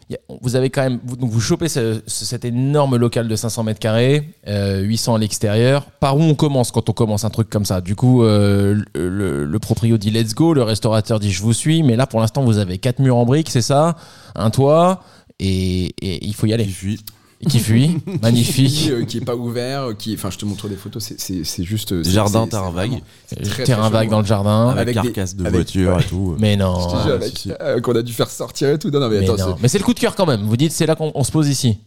S3: Il y a- Vous avez quand même, vous, donc vous chopez ce- ce- cet énorme local de 500 mètres carrés, euh, 800 à l'extérieur. Par où on commence quand on commence un truc comme ça Du coup, euh, le, le- le proprio dit let's go, le restaurateur dit je vous suis, mais là pour l'instant vous avez quatre murs en briques, c'est ça, un toit et, et il faut y aller.
S2: Qui fuit.
S3: Et Qui fuit, magnifique.
S1: Qui, euh, qui est pas ouvert, euh, qui, enfin, je te montre des photos, c'est- c'est c'est juste. euh, c'est-
S2: Jardin,
S1: c'est-
S2: terrain
S1: c'est
S2: vague.
S1: vraiment- c'est très,
S3: Terrain
S1: très
S3: vague
S1: joli.
S3: dans le jardin.
S1: Avec
S2: Avec,
S1: des-
S2: carcasse de
S1: avec-
S2: voiture et tout.
S3: Mais non.
S1: Je te jure,
S2: Ah,
S1: avec-
S2: si, si.
S1: euh, qu'on a dû faire sortir et tout. Non, non, mais,
S3: Mais
S1: attends,
S3: non.
S1: c'est
S3: Mais c'est le coup de cœur quand même. Vous dites, c'est là qu'on on se pose ici.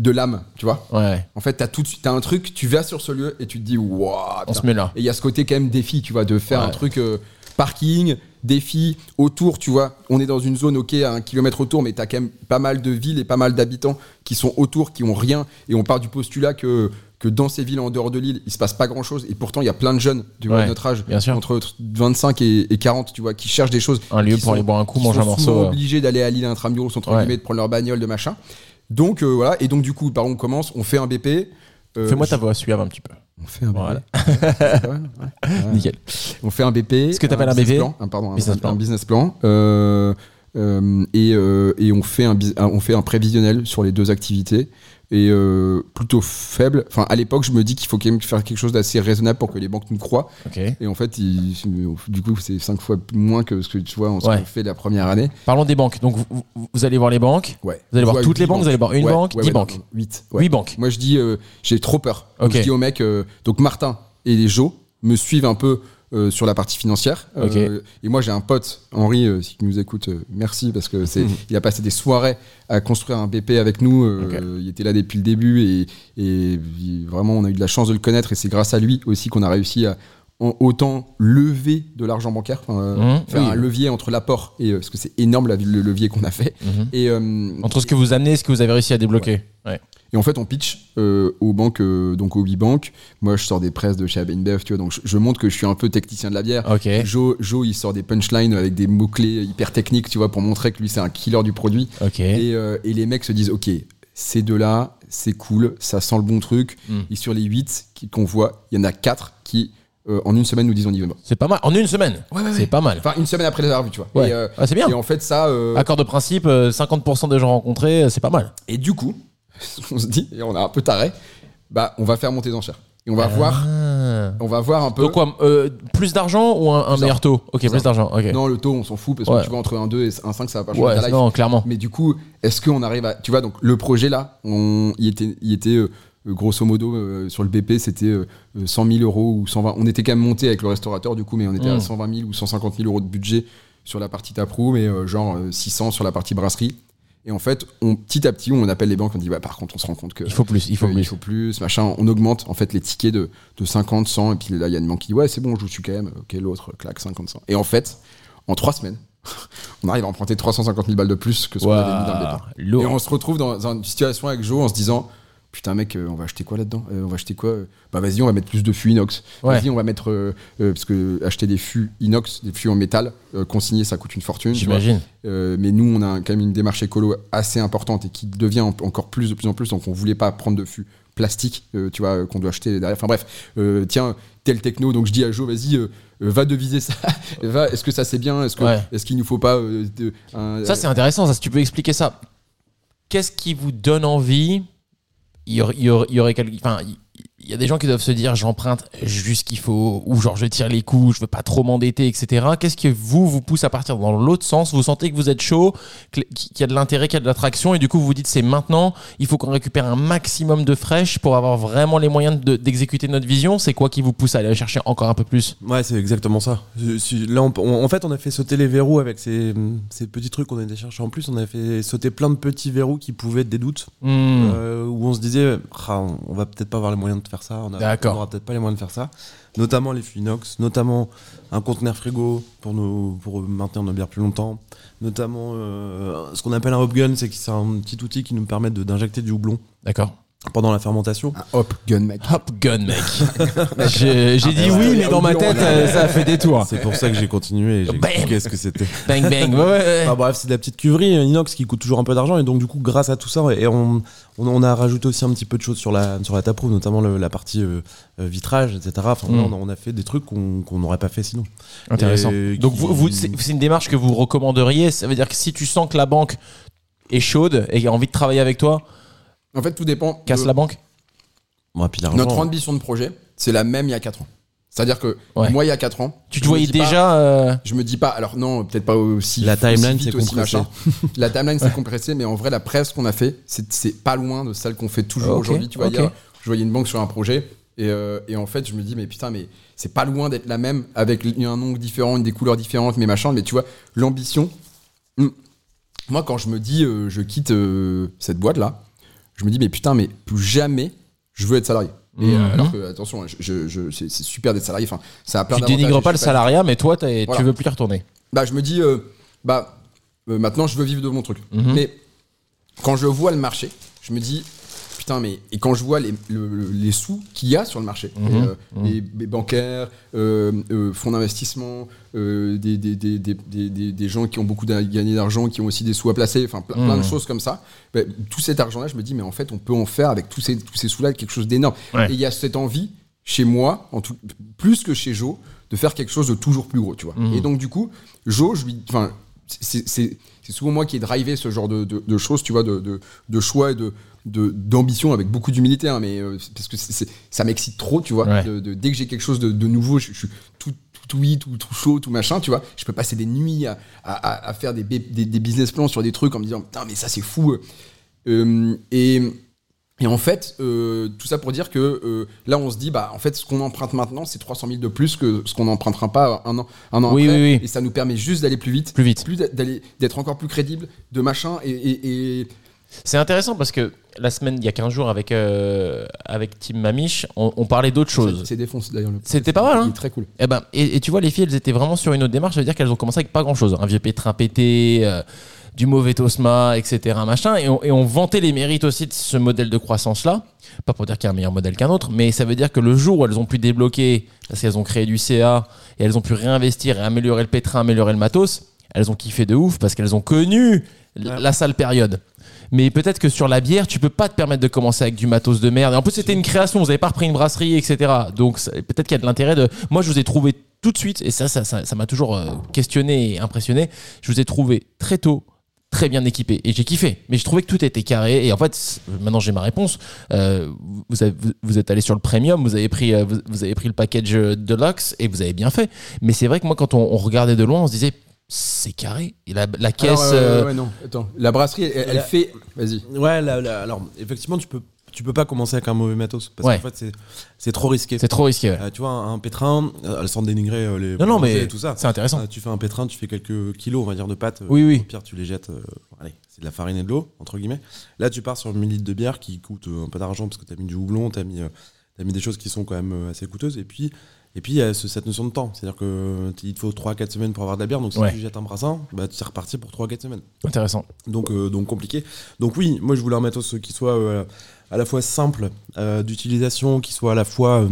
S1: de l'âme, tu vois.
S3: Ouais.
S1: En fait, t'as tout de suite, t'as un truc, tu vas sur ce lieu et tu te dis, waouh,
S3: On se met là.
S1: Et il y a ce côté quand même défi, tu vois, de faire
S3: Ouais.
S1: un truc euh, parking, défi, autour, tu vois. On est dans une zone, ok, à un kilomètre autour, mais t'as quand même pas mal de villes et pas mal d'habitants qui sont autour, qui ont rien. Et on part du postulat que, que dans ces villes en dehors de l'île, il se passe pas grand chose. Et pourtant, il y a plein de jeunes, tu vois,
S3: Ouais,
S1: de notre âge,
S3: bien sûr.
S1: entre 25 et, et 40, tu vois, qui cherchent des choses.
S3: Un lieu
S1: qui
S3: pour
S1: sont-
S3: aller boire un coup,
S1: qui
S3: manger
S1: sont
S3: un morceau.
S1: souvent
S3: euh.
S1: obligés d'aller à Lille à intramuros, entre
S3: Ouais.
S1: guillemets, de prendre leur bagnole, de machin. Donc euh, voilà, et donc du coup, par on commence, on fait un BP. euh,
S3: Fais-moi ta voix suave un petit peu.
S1: On fait un BP.
S3: Voilà.
S1: C'est pas mal, ouais. Ouais.
S3: Nickel.
S1: On fait un BP.
S3: Ce que t'appelles un
S1: business
S3: BP?
S1: plan, un, pardon, un-
S3: Business
S1: un,
S3: plan.
S1: business plan. Euh, euh, et, euh, et on fait un, bis- un- on fait un prévisionnel sur les deux activités et euh, plutôt faible. Enfin, à l'époque, je me dis qu'il faut quand même faire quelque chose d'assez raisonnable pour que les banques nous croient.
S3: Ok.
S1: Et en fait, ils- du coup, c'est cinq fois moins que ce que tu vois, on
S3: Ouais.
S1: fait la première année.
S3: Parlons des banques. Donc, vous, vous- vous allez voir les banques.
S1: Ouais.
S3: Vous allez voir
S1: Je vois
S3: toutes les
S1: huit
S3: banques, vous allez voir une
S1: Ouais,
S3: banque,
S1: ouais,
S3: dix
S1: ouais, non,
S3: banques.
S1: non, Huit.
S3: Oui
S1: ouais.
S3: banques.
S1: Moi, je dis, euh, j'ai trop peur. Donc,
S3: Ok.
S1: Je dis aux mecs, euh, donc Martin et les Joe me suivent un peu euh, sur la partie financière. Euh, et moi, j'ai un pote, Henri, euh, si tu nous écoutes, euh, merci, parce que c'est, il a passé des soirées à construire un BP avec nous. euh,
S3: Ok.
S1: Il était là depuis le début et, et il- vraiment, on a eu de la chance de le connaître. Et c'est grâce à lui aussi qu'on a réussi à en- autant lever de l'argent bancaire, enfin, euh,
S3: Mhm.
S1: faire
S3: Oui.
S1: un levier entre l'apport et euh, parce que c'est énorme la- le levier qu'on a fait.
S3: Mhm.
S1: Et, euh,
S3: Entre ce que vous amenez et ce que vous avez réussi à débloquer. Ouais.
S1: et en fait, on pitch euh, aux banques, euh, donc aux banques Moi, je sors des presses de chez ABNBF, E tu vois, donc je, je montre que je suis un peu technicien de la bière.
S3: Ok.
S1: Joe, Joe, il sort des punchlines avec des mots-clés hyper techniques, tu vois, pour montrer que lui, c'est un killer du produit.
S3: Ok.
S1: Et, euh, et les mecs se disent, OK, ces deux-là, c'est cool, ça sent le bon truc.
S3: Mm.
S1: Et sur les 8 qu'on voit, il y en a 4 qui, euh, en une semaine, nous disent, on y va.
S3: C'est pas mal. En une semaine.
S1: ouais,
S3: C'est
S1: ouais.
S3: pas mal.
S1: Enfin, une semaine après les avoir vus, tu vois.
S3: Ouais.
S1: Et, euh,
S3: Ah, c'est bien.
S1: et en fait, ça. euh,
S3: Accord de principe, euh, 50% des gens rencontrés, euh, c'est pas mal.
S1: Et du coup, on se dit, et on a un peu taré, bah, on va faire monter les enchères. Et on va voir.
S3: Ah.
S1: On va voir un peu.
S3: Donc quoi euh, Plus d'argent ou un, un
S1: Plus
S3: meilleur taux Ok, plus
S1: Plus
S3: d'argent. Ok.
S1: Non, le taux, on s'en fout parce
S3: Ouais.
S1: que tu vois, entre un 2 et un 5, ça va pas changer ta
S3: ouais,
S1: life.
S3: non, clairement.
S1: Mais du coup, est-ce qu'on arrive à. Tu vois, donc le projet là, on y était, il était euh, grosso modo euh, sur le BP, c'était euh, 100 000 euros ou 120. On était quand même monté avec le restaurateur du coup, mais on était
S3: Mm.
S1: à 120 000 ou 150 000 euros de budget sur la partie taproom et euh, genre euh, 600 sur la partie brasserie. Et en fait, on, petit à petit, on appelle les banques, on dit bah par contre, on se rend compte que
S3: Il faut plus. Il faut
S1: euh,
S3: plus.
S1: il faut plus, machin. On augmente en fait les tickets de, de 50, 100, et puis là il y a une banque qui dit ouais c'est bon, je vous suis quand même, ok l'autre claque 50, 100. Et en fait, en trois semaines, on arrive à emprunter 350 000 balles de plus que ce qu'on
S3: Ouah,
S1: avait mis dans le départ.
S3: lourd.
S1: Et on se retrouve dans une situation avec Joe en se disant putain mec, euh, on va acheter quoi là-dedans Euh, On va acheter quoi euh Bah vas-y, on va mettre plus de fûts inox.
S3: Ouais.
S1: Vas-y, on va mettre euh, euh, parce que acheter des fûts inox, des fûts en métal euh, consignés, ça coûte une fortune. tu vois.
S3: J'imagine.
S1: Euh, mais nous, on a quand même une démarche écolo assez importante et qui devient en- encore plus de plus en plus. Donc, on voulait pas prendre de fût plastique, euh, tu vois, euh, qu'on doit acheter derrière. Enfin bref, euh, tiens, tel techno. Donc, je dis à Joe, vas-y, euh, euh, va deviser ça. va. Est-ce que ça c'est bien Est-ce que
S3: Ouais.
S1: est-ce qu'il nous faut pas euh, de- un-
S3: Ça, c'est intéressant. Ça, si tu peux expliquer ça. Qu'est-ce qui vous donne envie Il y aurait, il y aurait- il y aurait quel- enfin, il- il y a des gens qui doivent se dire j'emprunte juste ce qu'il faut, ou genre je tire les coups, je veux pas trop m'endetter, etc. Qu'est-ce que vous vous pousse à partir dans l'autre sens Vous sentez que vous êtes chaud, que- qu'il y a de l'intérêt, qu'il y a de l'attraction, et du coup vous vous dites c'est maintenant. Il faut qu'on récupère un maximum de fraîche pour avoir vraiment les moyens de- d'exécuter notre vision. C'est quoi qui vous pousse à aller chercher encore un peu plus
S2: Ouais, c'est exactement ça. Je suis- Là, on- on- en fait, on a fait sauter les verrous avec ces, ces petits trucs qu'on a été chercher en plus. On a fait sauter plein de petits verrous qui pouvaient être des doutes.
S3: Hmm.
S2: euh, où on se disait, Ah, on on va peut-être pas avoir les moyens de faire ça. On a- on
S3: D'accord.
S2: aura peut-être pas les moyens de faire ça. Notamment les fûts inox, notamment un conteneur frigo pour, nous, pour maintenir nos bières plus longtemps. Notamment euh, ce qu'on appelle un hop gun, c'est que c'est un petit outil qui nous permet de- d'injecter du houblon
S3: D'accord.
S2: pendant la fermentation.
S1: Un hop gun, mec.
S3: Hop gun, mec. J'ai j'ai dit oui, mais dans ma tête, euh, ça a fait des tours.
S2: C'est pour ça que j'ai continué et j'ai
S3: Bam
S2: expliqué ce que c'était.
S3: Bang bang. Ouais, ouais, ouais.
S2: Enfin, bref, c'est de la petite cuverie euh, inox qui coûte toujours un peu d'argent et donc du coup grâce à tout ça et on, on, on a rajouté aussi un petit peu de choses sur la sur la taproom, notamment le- la partie euh, euh, vitrage, etc. Enfin,
S3: Mm.
S2: on, a, on a fait des trucs qu'on qu'on n'aurait pas fait sinon.
S3: Intéressant.
S2: Et
S3: Donc
S2: qui-
S3: vous, vous- c'est c'est une démarche que vous recommanderiez. Ça veut dire que si tu sens que la banque est chaude et a envie de travailler avec toi,
S1: En fait, tout dépend. de-
S3: casse la banque.
S2: Bon, et puis l'argent,
S1: Notre ambition de projet, c'est la même il y a 4 ans. C'est-à-dire que
S3: Ouais.
S1: moi, il y a 4 ans.
S3: Tu
S1: je
S3: te
S1: me
S3: voyais
S1: dis pas-
S3: déjà. euh,
S1: Je me dis pas, alors non, peut-être pas aussi.
S2: La
S1: aussi
S2: timeline
S1: vite,
S2: s'est
S1: aussi
S2: compressée.
S1: machin. La timeline s'est compressée, mais en vrai, la presse qu'on a fait, c'est c'est pas loin de celle qu'on fait toujours
S3: Ok,
S1: aujourd'hui. Tu vois,
S3: ok.
S1: hier, je voyais une banque sur un projet. Et, euh, et en fait, je me dis, mais putain, mais c'est pas loin d'être la même, avec l- un ongle différent, une des couleurs différentes, mais machin. Mais tu vois, l'ambition. hmm. Moi, quand je me dis, euh, je quitte euh, cette boîte-là, je me dis, mais putain, mais plus jamais je veux être salarié. Et, euh,
S3: Mhm.
S1: alors que, attention, je, je- je- c'est c'est super d'être salarié. Enfin, ça a plein
S3: Tu
S1: d'avantages,
S3: dénigres
S1: je
S3: pas le
S1: sais
S3: salariat, mais toi, t'as-
S1: Voilà.
S3: tu veux plus y retourner.
S1: bah je me dis euh, bah euh, maintenant je veux vivre de mon truc
S3: Mhm.
S1: mais quand je vois le marché je me dis putain mais et quand je vois les, le- le- les sous qu'il y a sur le marché
S3: Mhm.
S1: euh,
S3: Mhm.
S1: les, les bancaires euh, euh, fonds d'investissement euh, des, des, des, des, des- des- des gens qui ont beaucoup d'a- gagné d'argent qui ont aussi des sous à placer enfin plein, plein de
S3: Mhm.
S1: choses comme ça Bah, tout cet argent là je me dis mais en fait on peut en faire avec tous ces, tous ces sous là quelque chose d'énorme
S3: Ouais.
S1: et il y a cette envie chez moi en tout, plus que chez Joe de faire quelque chose de toujours plus gros tu vois
S3: Mhm.
S1: et donc du coup Jo, je lui, enfin, c'est c'est- c'est souvent moi qui ai drivé ce genre de, de- de choses, tu vois, de, de, de choix et de de- d'ambition avec beaucoup d'humilité hein, mais euh, c'est- parce que c'est- c'est- ça m'excite trop tu vois
S3: Ouais.
S1: de- de- dès que j'ai quelque chose de, de nouveau je, je suis tout tout tout oui tout, tout chaud tout machin tu vois je peux passer des nuits à, à- à- à faire des, bé- des, des business plans sur des trucs en me disant putain mais ça c'est fou Euh, et et en fait, euh, tout ça pour dire que euh, là, on se dit, bah, en fait, ce qu'on emprunte maintenant, c'est 300 000 de plus que ce qu'on n'empruntera pas un an, un an
S3: Oui,
S1: après.
S3: oui, oui.
S1: Et ça nous permet juste d'aller plus vite,
S3: Plus vite.
S1: plus d'a- d'aller, d'être encore plus crédible, de machin. Et, et- et-
S3: C'est intéressant parce que la semaine, il y a 15 jours, avec, euh, avec Team Mamiche, on, on parlait d'autres
S1: c'est,
S3: choses.
S1: c'est défonce d'ailleurs. le-
S3: C'était pas mal,
S1: Il
S3: hein
S1: est très cool.
S3: Eh ben, et, et tu vois, les filles, elles étaient vraiment sur une autre démarche. Ça veut dire qu'elles ont commencé avec pas grand-chose. hein. Un vieux pétrin pété, euh, du mauvais tosma, etc. Machin. Et on, et on vantait les mérites aussi de ce modèle de croissance-là. Pas pour dire qu'il y a un meilleur modèle qu'un autre, mais ça veut dire que le jour où elles ont pu débloquer, parce qu'elles ont créé du CA, et elles ont pu réinvestir et améliorer le pétrin, améliorer le matos, elles ont kiffé de ouf parce qu'elles ont connu l- la sale période. Mais peut-être que sur la bière, tu peux pas te permettre de commencer avec du matos de merde. Et en plus, c'était une création, vous avez pas repris une brasserie, etc. Donc ça- peut-être qu'il y a de l'intérêt de. Moi, je vous ai trouvé tout de suite, et ça, ça, ça, ça m'a toujours euh, questionné et impressionné. Je vous ai trouvé très tôt, très bien équipé, et j'ai kiffé. Mais je trouvais que tout était carré. Et en fait, c'est- maintenant j'ai ma réponse. Euh, vous, avez- vous- vous êtes allé sur le premium, vous avez pris, euh, vous, vous avez pris le package euh, deluxe, et vous avez bien fait. Mais c'est vrai que moi, quand on, on regardait de loin, on se disait. C'est carré. Et la, la caisse.
S1: Alors, euh,
S3: euh,
S1: ouais, non, attends. La brasserie, elle, elle
S2: La-
S1: fait. Vas-y.
S2: euh, Ouais, là, là, alors effectivement, tu peux tu peux pas commencer avec un mauvais matos parce
S3: Ouais.
S2: qu'en fait c'est c'est trop risqué.
S3: C'est trop risqué. ouais.
S2: Euh, tu vois, un pétrin, euh, sans dénigrer euh, les
S3: Non, non,
S2: boulangers
S3: mais
S2: et tout ça.
S3: C'est intéressant.
S2: Euh, tu fais un pétrin, tu fais quelques kilos, on va dire, de pâtes. euh,
S3: Oui, oui.
S2: Au pire, tu les jettes. euh, allez, c'est de la farine et de l'eau, entre guillemets. Là, tu pars sur 1000 litres de bière qui coûte euh, un peu d'argent parce que tu as mis du houblon, tu as, as mis des choses qui sont quand même euh, assez coûteuses. Et puis, et puis il y a ce- cette notion de temps. C'est-à-dire qu'il te faut 3-4 semaines pour avoir de la bière. Donc, si
S3: Ouais.
S2: tu jettes un brassin, bah, tu es reparti pour 3-4 semaines.
S3: Intéressant.
S2: Donc, euh, donc compliqué. Donc oui, moi je voulais un matos qui soit euh, à la fois simple euh, d'utilisation, qui soit à la fois... euh,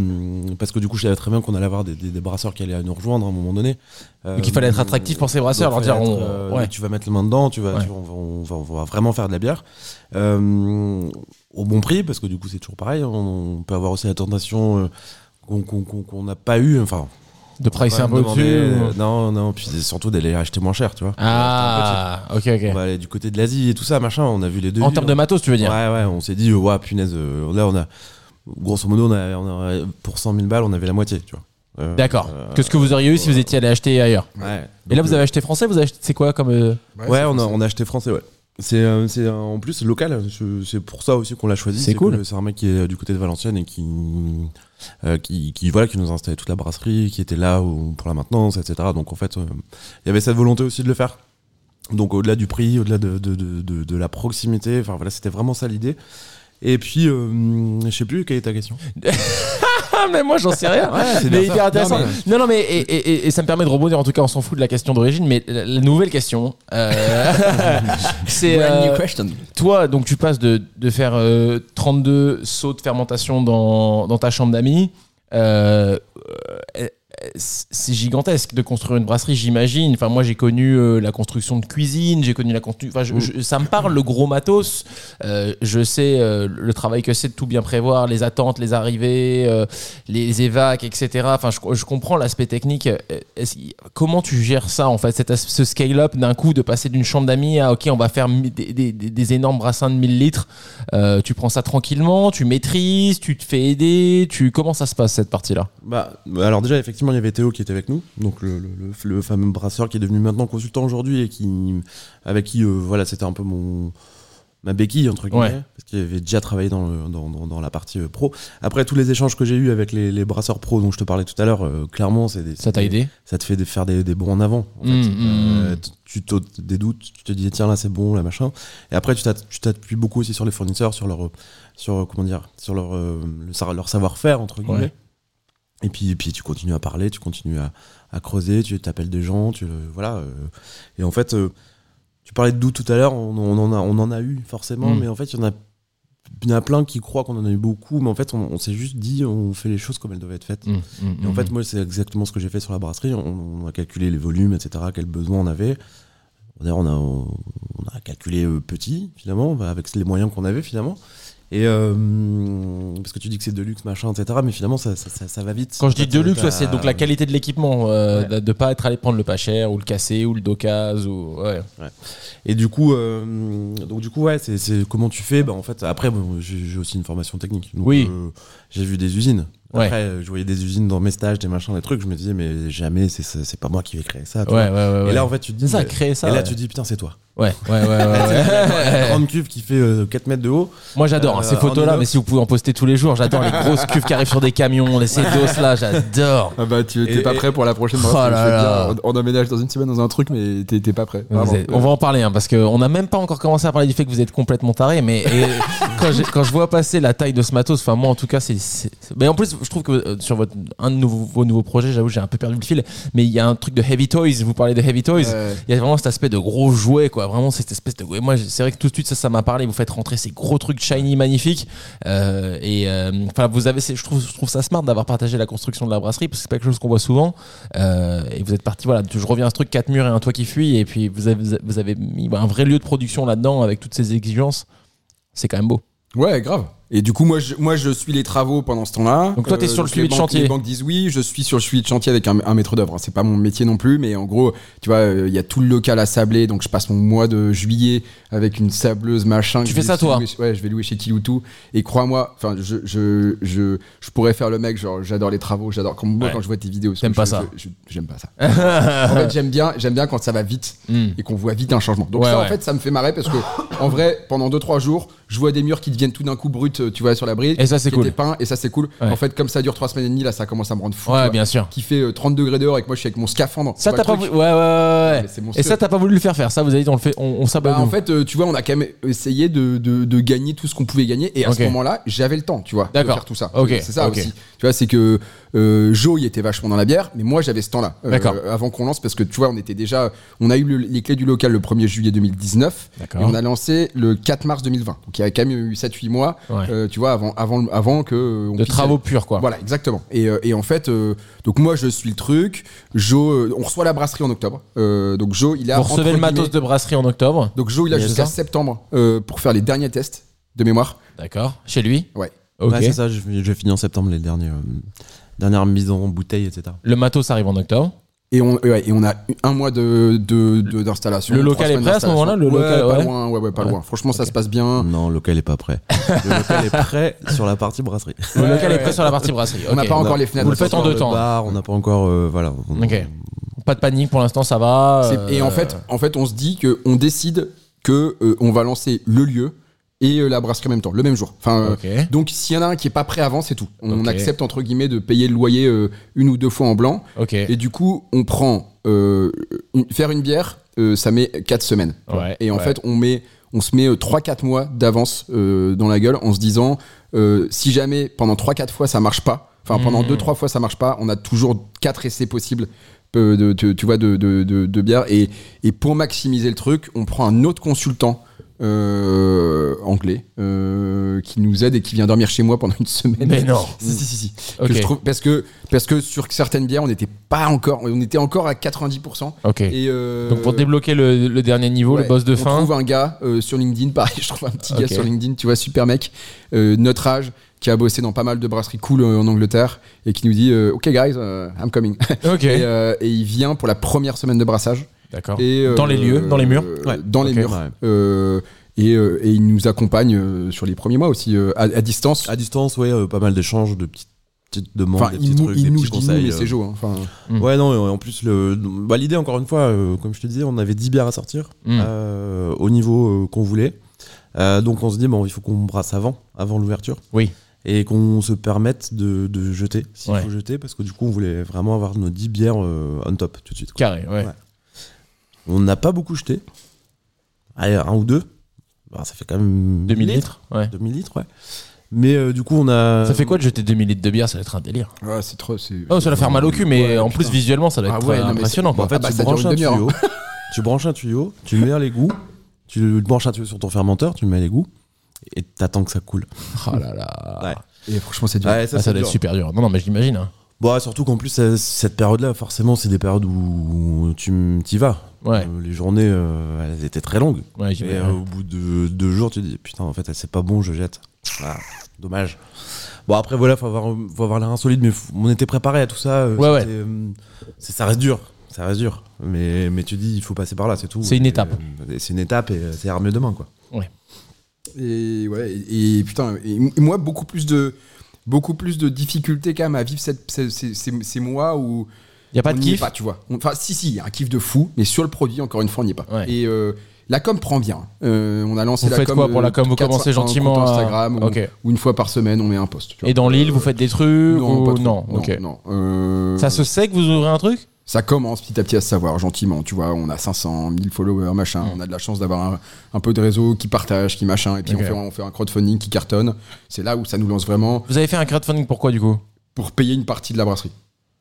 S2: parce que du coup je savais très bien qu'on allait avoir des, des- des brasseurs qui allaient nous rejoindre à un moment donné. Euh,
S3: Donc il fallait être attractif pour ces brasseurs, leur
S2: donc,
S3: Ah, dire
S2: fallait
S3: on.
S2: être, euh,
S3: ouais.
S2: Tu vas mettre les mains dedans, tu vas,
S3: Ouais.
S2: tu vas- on, va, on va- on va vraiment faire de la bière. Euh, au bon prix, parce que du coup c'est toujours pareil. hein. On, on peut avoir aussi la tentation... euh, qu'on qu'on- qu'on- qu'on n'a pas eu, enfin.
S3: De pricer
S2: pas
S3: Ah, un peu
S2: demander,
S3: au-dessus.
S2: euh,
S3: ou-
S2: Non, non, puis surtout d'aller acheter moins cher, tu vois.
S3: Ah, ok, ok.
S2: On va aller du côté de l'Asie et tout ça, machin. On a vu les deux.
S3: en termes de matos, tu veux dire
S2: Ouais, ouais, on s'est dit, ouais, punaise, euh, là, on a. Grosso modo, on a, on a- pour 100 000 balles, on avait la moitié, tu vois. Euh,
S3: D'accord.
S2: euh,
S3: que ce que vous auriez eu si vous étiez allé acheter ailleurs.
S2: Ouais.
S3: Et là,
S2: Donc,
S3: vous avez acheté français, vous avez acheté. C'est quoi comme. euh,
S2: euh, Ouais, on a, on a acheté français, ouais. C'est euh, c'est, euh, en plus local, je- c'est pour ça aussi qu'on l'a choisi.
S3: C'est
S2: que
S3: cool.
S2: C'est un mec qui est euh, du côté de Valenciennes et qui, euh, qui, qui, voilà, qui nous a installé toute la brasserie, qui était là au- pour la maintenance, etc. Donc en fait, euh, il y avait cette volonté aussi de le faire. Donc au-delà du prix, au-delà de, de, de, de- de la proximité, enfin voilà, c'était vraiment ça l'idée. Et puis, euh, je sais plus quelle est ta question.
S3: mais moi j'en sais rien.
S2: c'est bien
S3: mais
S2: ça.
S3: hyper intéressant. Non, non, mais et, et- et- et ça me permet de rebondir. En tout cas, on s'en fout de la question d'origine, mais la, la nouvelle question, euh, c'est euh,
S4: question.
S3: toi. Donc tu passes de, de faire euh, 32 sauts de fermentation dans, dans ta chambre d'amis. euh, euh, c'est gigantesque de construire une brasserie, j'imagine. Enfin, moi, j'ai connu euh, la construction de cuisine, j'ai connu la construction. Enfin, je- je- ça me parle le gros matos. Euh, je sais euh, le travail que c'est de tout bien prévoir, les attentes, les arrivées, euh, les évacs, etc. Enfin, je, je comprends l'aspect technique. Euh, est-ce- comment tu gères ça, en fait, cet as- ce scale-up d'un coup, de passer d'une chambre d'amis à OK, on va faire mi- des, des- des- des énormes brassins de 1000 litres. Euh, tu prends ça tranquillement, tu maîtrises, tu te fais aider. Tu... Comment ça se passe, cette partie-là
S2: Bah, bah, alors déjà, effectivement, il y avait Théo qui était avec nous, donc le, le- le- le fameux brasseur qui est devenu maintenant consultant aujourd'hui et qui, avec qui, euh, voilà, c'était un peu mon ma béquille entre guillemets,
S3: Ouais.
S2: parce qu'il avait déjà travaillé dans, le- dans, dans- dans la partie euh, pro. Après tous les échanges que j'ai eu avec les, les brasseurs pro dont je te parlais tout à l'heure, euh, clairement, c'est des-
S3: Ça t'a
S2: c'est-
S3: aidé
S2: ça te fait de faire des, des bons en avant. en fait.
S3: Mm, mm,
S2: Euh, t- tu t'ôtes des doutes, tu te dis tiens là c'est bon là machin. Et après tu t'att- tu t'appuies beaucoup aussi sur les fournisseurs, sur leur euh, sur euh, comment dire, sur leur euh, le sa- leur savoir-faire entre guillemets.
S3: Ouais.
S2: Et puis, et puis tu continues à parler, tu continues à, à creuser, tu t'appelles des gens, tu euh, voilà. euh. et en fait, euh, tu parlais de doutes tout à l'heure, on, on en a on en a eu forcément,
S3: Mm.
S2: mais en fait il y en a il y en a plein qui croient qu'on en a eu beaucoup, mais en fait on, on s'est juste dit on fait les choses comme elles doivent être faites.
S3: Mm, mm,
S2: Et en
S3: mm.
S2: fait, moi, c'est exactement ce que j'ai fait sur la brasserie. On, on a calculé les volumes, etc., quels besoins on avait. D'ailleurs, on a, on a calculé euh, petit, finalement, bah, avec les moyens qu'on avait, finalement. Et euh, parce que tu dis que c'est de luxe, machin, etc., mais finalement, ça, ça, ça- ça va vite.
S3: Quand je dis
S2: En fait,
S3: deluxe,
S2: t'as-
S3: ouais, c'est donc la qualité de l'équipement, euh, de- de pas être allé prendre le pas cher ou le casser ou le docase ou ouais.
S2: Et du coup, euh, donc du coup, ouais, c'est- c'est comment tu fais. Bah, en fait, après, bon, j'ai j'ai aussi une formation technique. Donc,
S3: Oui.
S2: euh, j'ai vu des usines.
S3: Ouais.
S2: Après, euh, je voyais des usines dans mes stages, des machins, des trucs. Je me disais, mais jamais, c'est- c'est c'est pas moi qui vais créer ça. tu vois.
S3: ouais, ouais, ouais,
S2: Et
S3: ouais.
S2: là, en fait, tu te dis,
S3: c'est ça,
S2: mais-
S3: créer ça.
S2: et là,
S3: ouais.
S2: tu te dis, putain, c'est toi.
S3: ouais, ouais, ouais, ouais, ouais.
S2: grande cuve qui fait euh, 4 mètres de haut.
S3: Moi, j'adore hein,
S2: Euh,
S3: ces
S2: en
S3: photos-là,
S2: inox.
S3: mais si vous pouvez en poster tous les jours, j'adore les grosses cuves qui arrivent sur des camions, les ces là, j'adore.
S1: Ah bah, tu t'es
S2: Et-
S1: pas
S2: et-
S1: prêt pour la prochaine
S3: Oh
S1: brasserie,
S3: là
S1: je sais
S3: là.
S1: bien. On, on emménage dans une semaine dans un truc, mais t'es t'es pas prêt.
S3: Vous
S1: vraiment.
S3: êtes- on va en parler hein, parce qu'on n'a même pas encore commencé à parler du fait que vous êtes complètement taré. Mais et quand, j'ai- quand je vois passer la taille de ce matos, enfin moi en tout cas, c'est. c'est- c'est- Mais en plus, je trouve que euh, sur votre un de nouveau- vos nouveaux projets, j'avoue, j'ai un peu perdu le fil. Mais il y a un truc de heavy toys. Vous parlez de heavy toys.
S1: Ouais.
S3: Il y a vraiment cet aspect de gros jouet, quoi. Vraiment, cette espèce de. et Moi, c'est vrai que tout de suite, ça, ça m'a parlé. Vous faites rentrer ces gros trucs shiny, magnifiques. Euh, et euh, enfin, vous avez. c'est- Je trouve, je trouve ça smart d'avoir partagé la construction de la brasserie parce que c'est pas quelque chose qu'on voit souvent. Euh, et vous êtes parti, voilà. Je reviens à ce truc quatre murs et un toit qui fuit. Et puis, vous avez, vous avez mis un vrai lieu de production là-dedans avec toutes ces exigences. C'est quand même beau.
S1: Ouais, grave. Et du coup, moi je, moi, je suis les travaux pendant ce temps-là. Euh,
S3: Donc toi, t'es sur
S1: donc
S3: le suivi
S1: les
S3: de
S1: banques-
S3: chantier.
S1: Les banques disent oui, je suis sur le suivi de chantier avec un, un maître d'œuvre. hein. C'est pas mon métier non plus, mais en gros, tu vois, euh, il y a tout le local à sabler. Donc je passe mon mois de juillet avec une sableuse machin.
S3: Tu
S1: que
S3: fais
S1: je
S3: ça,
S1: vais
S3: toi
S1: louer- Ouais, je vais louer chez Kiloutou. Et crois-moi, enfin, je, je, je, je pourrais faire le mec. Genre, j'adore les travaux. J'adore quand, moi,
S3: Ouais.
S1: quand je vois tes vidéos. parce
S3: T'aimes
S1: que
S3: pas
S1: je-
S3: ça
S1: je- J'aime pas ça. en fait, j'aime bien, j'aime bien quand ça va vite
S3: Hmm.
S1: et qu'on voit vite un changement. Donc
S3: Ouais,
S1: ça, en
S3: ouais.
S1: fait, ça me fait marrer parce que, en vrai, pendant 2-3 jours, je vois des murs qui deviennent tout d'un coup bruts, euh, tu vois, sur la bride.
S3: Et ça, c'est
S1: qui
S3: cool.
S1: étaient peints, et ça, c'est cool.
S3: Ouais.
S1: En fait, comme ça dure 3 semaines et demie, là, ça commence à me rendre fou. tu
S3: Ouais,
S1: vois.
S3: bien sûr.
S1: Qui fait euh, 30 degrés dehors et que moi, je suis avec mon scaphandre.
S3: Ça,
S1: Tu
S3: t'as
S1: vois
S3: pas
S1: le
S3: voulu.
S1: truc
S3: Ouais, ouais, ouais, ouais.
S1: Mais c'est monstrueux.
S3: Et ça, t'as pas voulu le faire faire. Ça, vous avez dit, on le fait, on, on s'abat
S1: Bah, en
S3: nous.
S1: fait, euh, tu vois, on a quand même essayé de, de- de gagner tout ce qu'on pouvait gagner. Et à
S3: Ok.
S1: ce moment-là, j'avais le temps, tu vois, de
S3: D'accord.
S1: faire tout ça.
S3: Ok.
S1: C'est ça
S3: Ok.
S1: aussi. Tu vois, c'est que euh, Joe, il était vachement dans la bière, mais moi, j'avais ce temps-là. euh,
S3: D'accord.
S1: avant qu'on lance, parce que tu vois, on était déjà. On a eu le- les clés du local le 1er juillet 2019.
S3: D'accord.
S1: Et on a lancé le 4 mars 2020. Donc il y a quand même eu 7-8 mois,
S3: Ouais.
S1: euh, tu vois, avant, avant, avant que. euh, on
S3: De
S1: puisse-
S3: travaux purs, quoi.
S1: Voilà, exactement. Et, euh, et en fait, euh, donc moi, je suis le truc. Joe, euh, on reçoit la brasserie en octobre. Euh, donc Joe, il a.
S3: Vous recevez le
S1: entre
S3: matos
S1: guillemets-
S3: de brasserie en octobre.
S1: donc Joe, il a
S3: Il y a
S1: jusqu'à
S3: ça
S1: septembre euh, pour faire les derniers tests de mémoire.
S3: D'accord. Chez lui.
S1: Ouais.
S3: Ok.
S2: Ouais, c'est ça, je, je finis en septembre les dernières, euh, dernières mises en bouteille, etc.
S3: le matos arrive en octobre.
S1: Et on, ouais, et on a eu un mois de de- de- d'installation.
S3: Le
S1: trois
S3: local est
S1: semaines
S3: prêt à ce
S1: d'installation.
S3: moment-là, le
S1: Ouais,
S3: local,
S1: pas
S3: ouais.
S1: loin. Ouais, ouais, pas
S3: Ouais.
S1: loin. Franchement, ça se passe bien.
S2: Non, le local est pas prêt. Le local est prêt sur la partie brasserie.
S3: Le
S1: Ouais,
S3: local est
S1: ouais.
S3: prêt sur la partie brasserie.
S1: On n'a
S3: Ok.
S1: pas
S2: On
S1: encore
S2: a-
S1: les
S2: on
S1: fenêtres.
S3: Vous le
S2: n'a
S3: faites
S2: pas
S3: en
S2: encore
S3: deux temps.
S2: bar, on n'a pas encore. euh, voilà. on-
S3: Ok. Pas de panique pour l'instant, ça va.
S1: C'est- Et
S3: euh,
S1: en fait, en fait, on se dit que on décide que euh, on va lancer le lieu et euh, la brasserie en même temps, le même jour. Enfin, euh,
S3: Ok.
S1: donc s'il y en a un qui est pas prêt avant, c'est tout. On
S3: Ok.
S1: accepte entre guillemets de payer le loyer euh, une ou deux fois en blanc.
S3: Ok.
S1: Et du coup, on prend euh, une- faire une bière, euh, ça met 4 semaines.
S3: Ouais,
S1: et en
S3: ouais.
S1: fait, on met on se met 3-4 euh, mois d'avance euh, dans la gueule en se disant euh, si jamais pendant 3-4 fois ça marche pas, Enfin, pendant
S3: Mmh.
S1: deux, trois fois, ça marche pas. On a toujours quatre essais possibles. euh, De, de- tu vois, de, de, de- de bière. Et, et pour maximiser le truc, on prend un autre consultant euh, anglais euh, qui nous aide et qui vient dormir chez moi pendant une semaine.
S3: Mais non.
S1: Si, si, si, si.
S3: Ok.
S1: Que je trouve- parce, que, parce que sur certaines bières, on n'était pas encore, on était encore à 90%.
S3: Ok.
S1: Et euh,
S3: Donc pour débloquer le, le dernier niveau, le
S1: ouais,
S3: boss de
S1: on
S3: fin.
S1: trouve un gars euh, sur LinkedIn, pareil, je trouve un petit
S3: Ok.
S1: gars sur LinkedIn, tu vois, super mec, euh, notre âge, qui a bossé dans pas mal de brasseries cool euh, en Angleterre et qui nous dit euh, Ok, guys, euh, I'm coming.
S3: Ok.
S1: et, euh, et il vient pour la première semaine de brassage.
S3: D'accord.
S1: Et, euh,
S3: Dans les lieux, dans les murs
S1: euh,
S2: Ouais.
S1: Dans les
S3: Ok,
S1: murs.
S2: ouais.
S1: Euh, et, euh, et il nous accompagne euh, sur les premiers mois aussi, euh, à, à
S3: Ah,
S1: distance.
S2: À distance, ouais, euh, pas mal d'échanges, de petites, petites demandes,
S1: Enfin,
S2: des petits
S1: il nous,
S2: trucs,
S1: il
S2: des
S1: nous,
S2: petits
S1: je dis nous,
S2: conseils.
S1: mais
S2: euh.
S1: c'est Joe. hein. Enfin,
S3: Mm.
S2: Ouais, non, et en plus, le, bah, l'idée, encore une fois, euh, comme je te disais, on avait 10 bières à sortir
S3: Mm.
S2: euh, au niveau euh, qu'on voulait. Euh, donc on se dit, bon, il faut qu'on brasse avant, avant l'ouverture.
S3: Oui.
S2: Et qu'on se permette de, de jeter, s'il
S3: Ouais.
S2: faut jeter, parce que du coup, on voulait vraiment avoir nos 10 bières euh, on top tout de suite. quoi.
S3: Carré, ouais.
S2: Ouais. On n'a pas beaucoup jeté. Allez, un ou deux. Bah, ça fait quand même.
S3: 2000 litres Ouais.
S2: 2000 litres, ouais. Mais euh, du coup, on a.
S3: Ça fait quoi de jeter 2000 litres de bière Ça va être un délire.
S1: ouais, c'est trop. c'est-
S3: Oh, ça va faire mal au cul, mais
S1: Euh, Ouais,
S3: en
S1: putain.
S3: plus, visuellement, ça va être
S1: Ah ouais,
S3: euh,
S1: non, mais
S3: impressionnant.
S1: c'est-
S3: Quoi.
S2: Bah, en fait,
S1: Ah bah,
S2: tu
S1: ça dure
S2: branches
S1: une
S2: un
S1: demi-heure,
S2: tuyau. tu branches un tuyau, tu mets à l'égout, tu branches un tuyau sur ton fermenteur, tu le mets à l'égout, et t'attends que ça coule.
S3: Oh là là.
S2: Ouais.
S1: Et franchement, c'est dur.
S2: Ouais,
S3: Ah, ça doit être super dur. Non, non, mais je l'imagine. hein.
S2: Bon, surtout qu'en plus, euh, cette période-là, forcément, c'est des périodes où tu t'y vas.
S3: Ouais.
S2: Euh, les journées, euh, elles étaient très longues.
S3: Ouais,
S2: Et
S3: j'imagine.
S2: euh, au bout de deux jours, tu te dis putain, en fait, c'est pas bon, je jette. Ah, dommage. Bon, après, voilà, faut avoir, faut avoir l'air insolite, mais faut- on était préparé à tout ça. euh,
S3: Ouais,
S2: c'était, euh, c'est- ça reste dur. Ça reste dur. Mais, mais tu dis, il faut passer par là, c'est tout.
S3: C'est une
S2: Et,
S3: étape.
S2: euh, et c'est une étape et euh, c'est armé demain, quoi.
S1: Et ouais, et, et putain, et m- moi beaucoup plus de beaucoup plus de difficultés quand même à vivre cette, ces, ces, ces- ces mois où
S3: Y a pas
S1: on
S3: de
S1: n'y est
S3: kiff
S1: pas, tu vois. On- Enfin, si, si, il y a un kiff de fou, mais sur le produit, encore une fois, on n'y est pas.
S3: Ouais.
S1: Et euh, la com prend bien. Euh, on a lancé
S3: Vous
S1: la
S3: faites
S1: com.
S3: quoi pour
S1: euh,
S3: la com Vous
S1: quatre
S3: commencez
S1: fois par
S3: gentiment
S1: un compte
S3: à-
S1: Instagram ou-
S3: Ok.
S1: ou une fois par semaine, on met un post. tu vois. euh,
S3: Et dans l'île, vous faites des trucs
S1: non,
S3: ou...
S1: pas trop.
S3: non,
S1: non,
S3: ok.
S1: non. Euh,
S3: Ça se sait que vous ouvrez un truc
S1: ça commence petit à petit à se savoir gentiment, tu vois, on a 500, 1000 followers, machin,
S3: Mm.
S1: on a de la chance d'avoir un, un peu de réseau qui partage, qui machin, et puis
S3: Ok.
S1: on, fait, on fait un crowdfunding qui cartonne, c'est là où ça nous lance vraiment
S3: Vous avez fait un crowdfunding pour quoi, du coup
S1: pour payer une partie de la brasserie.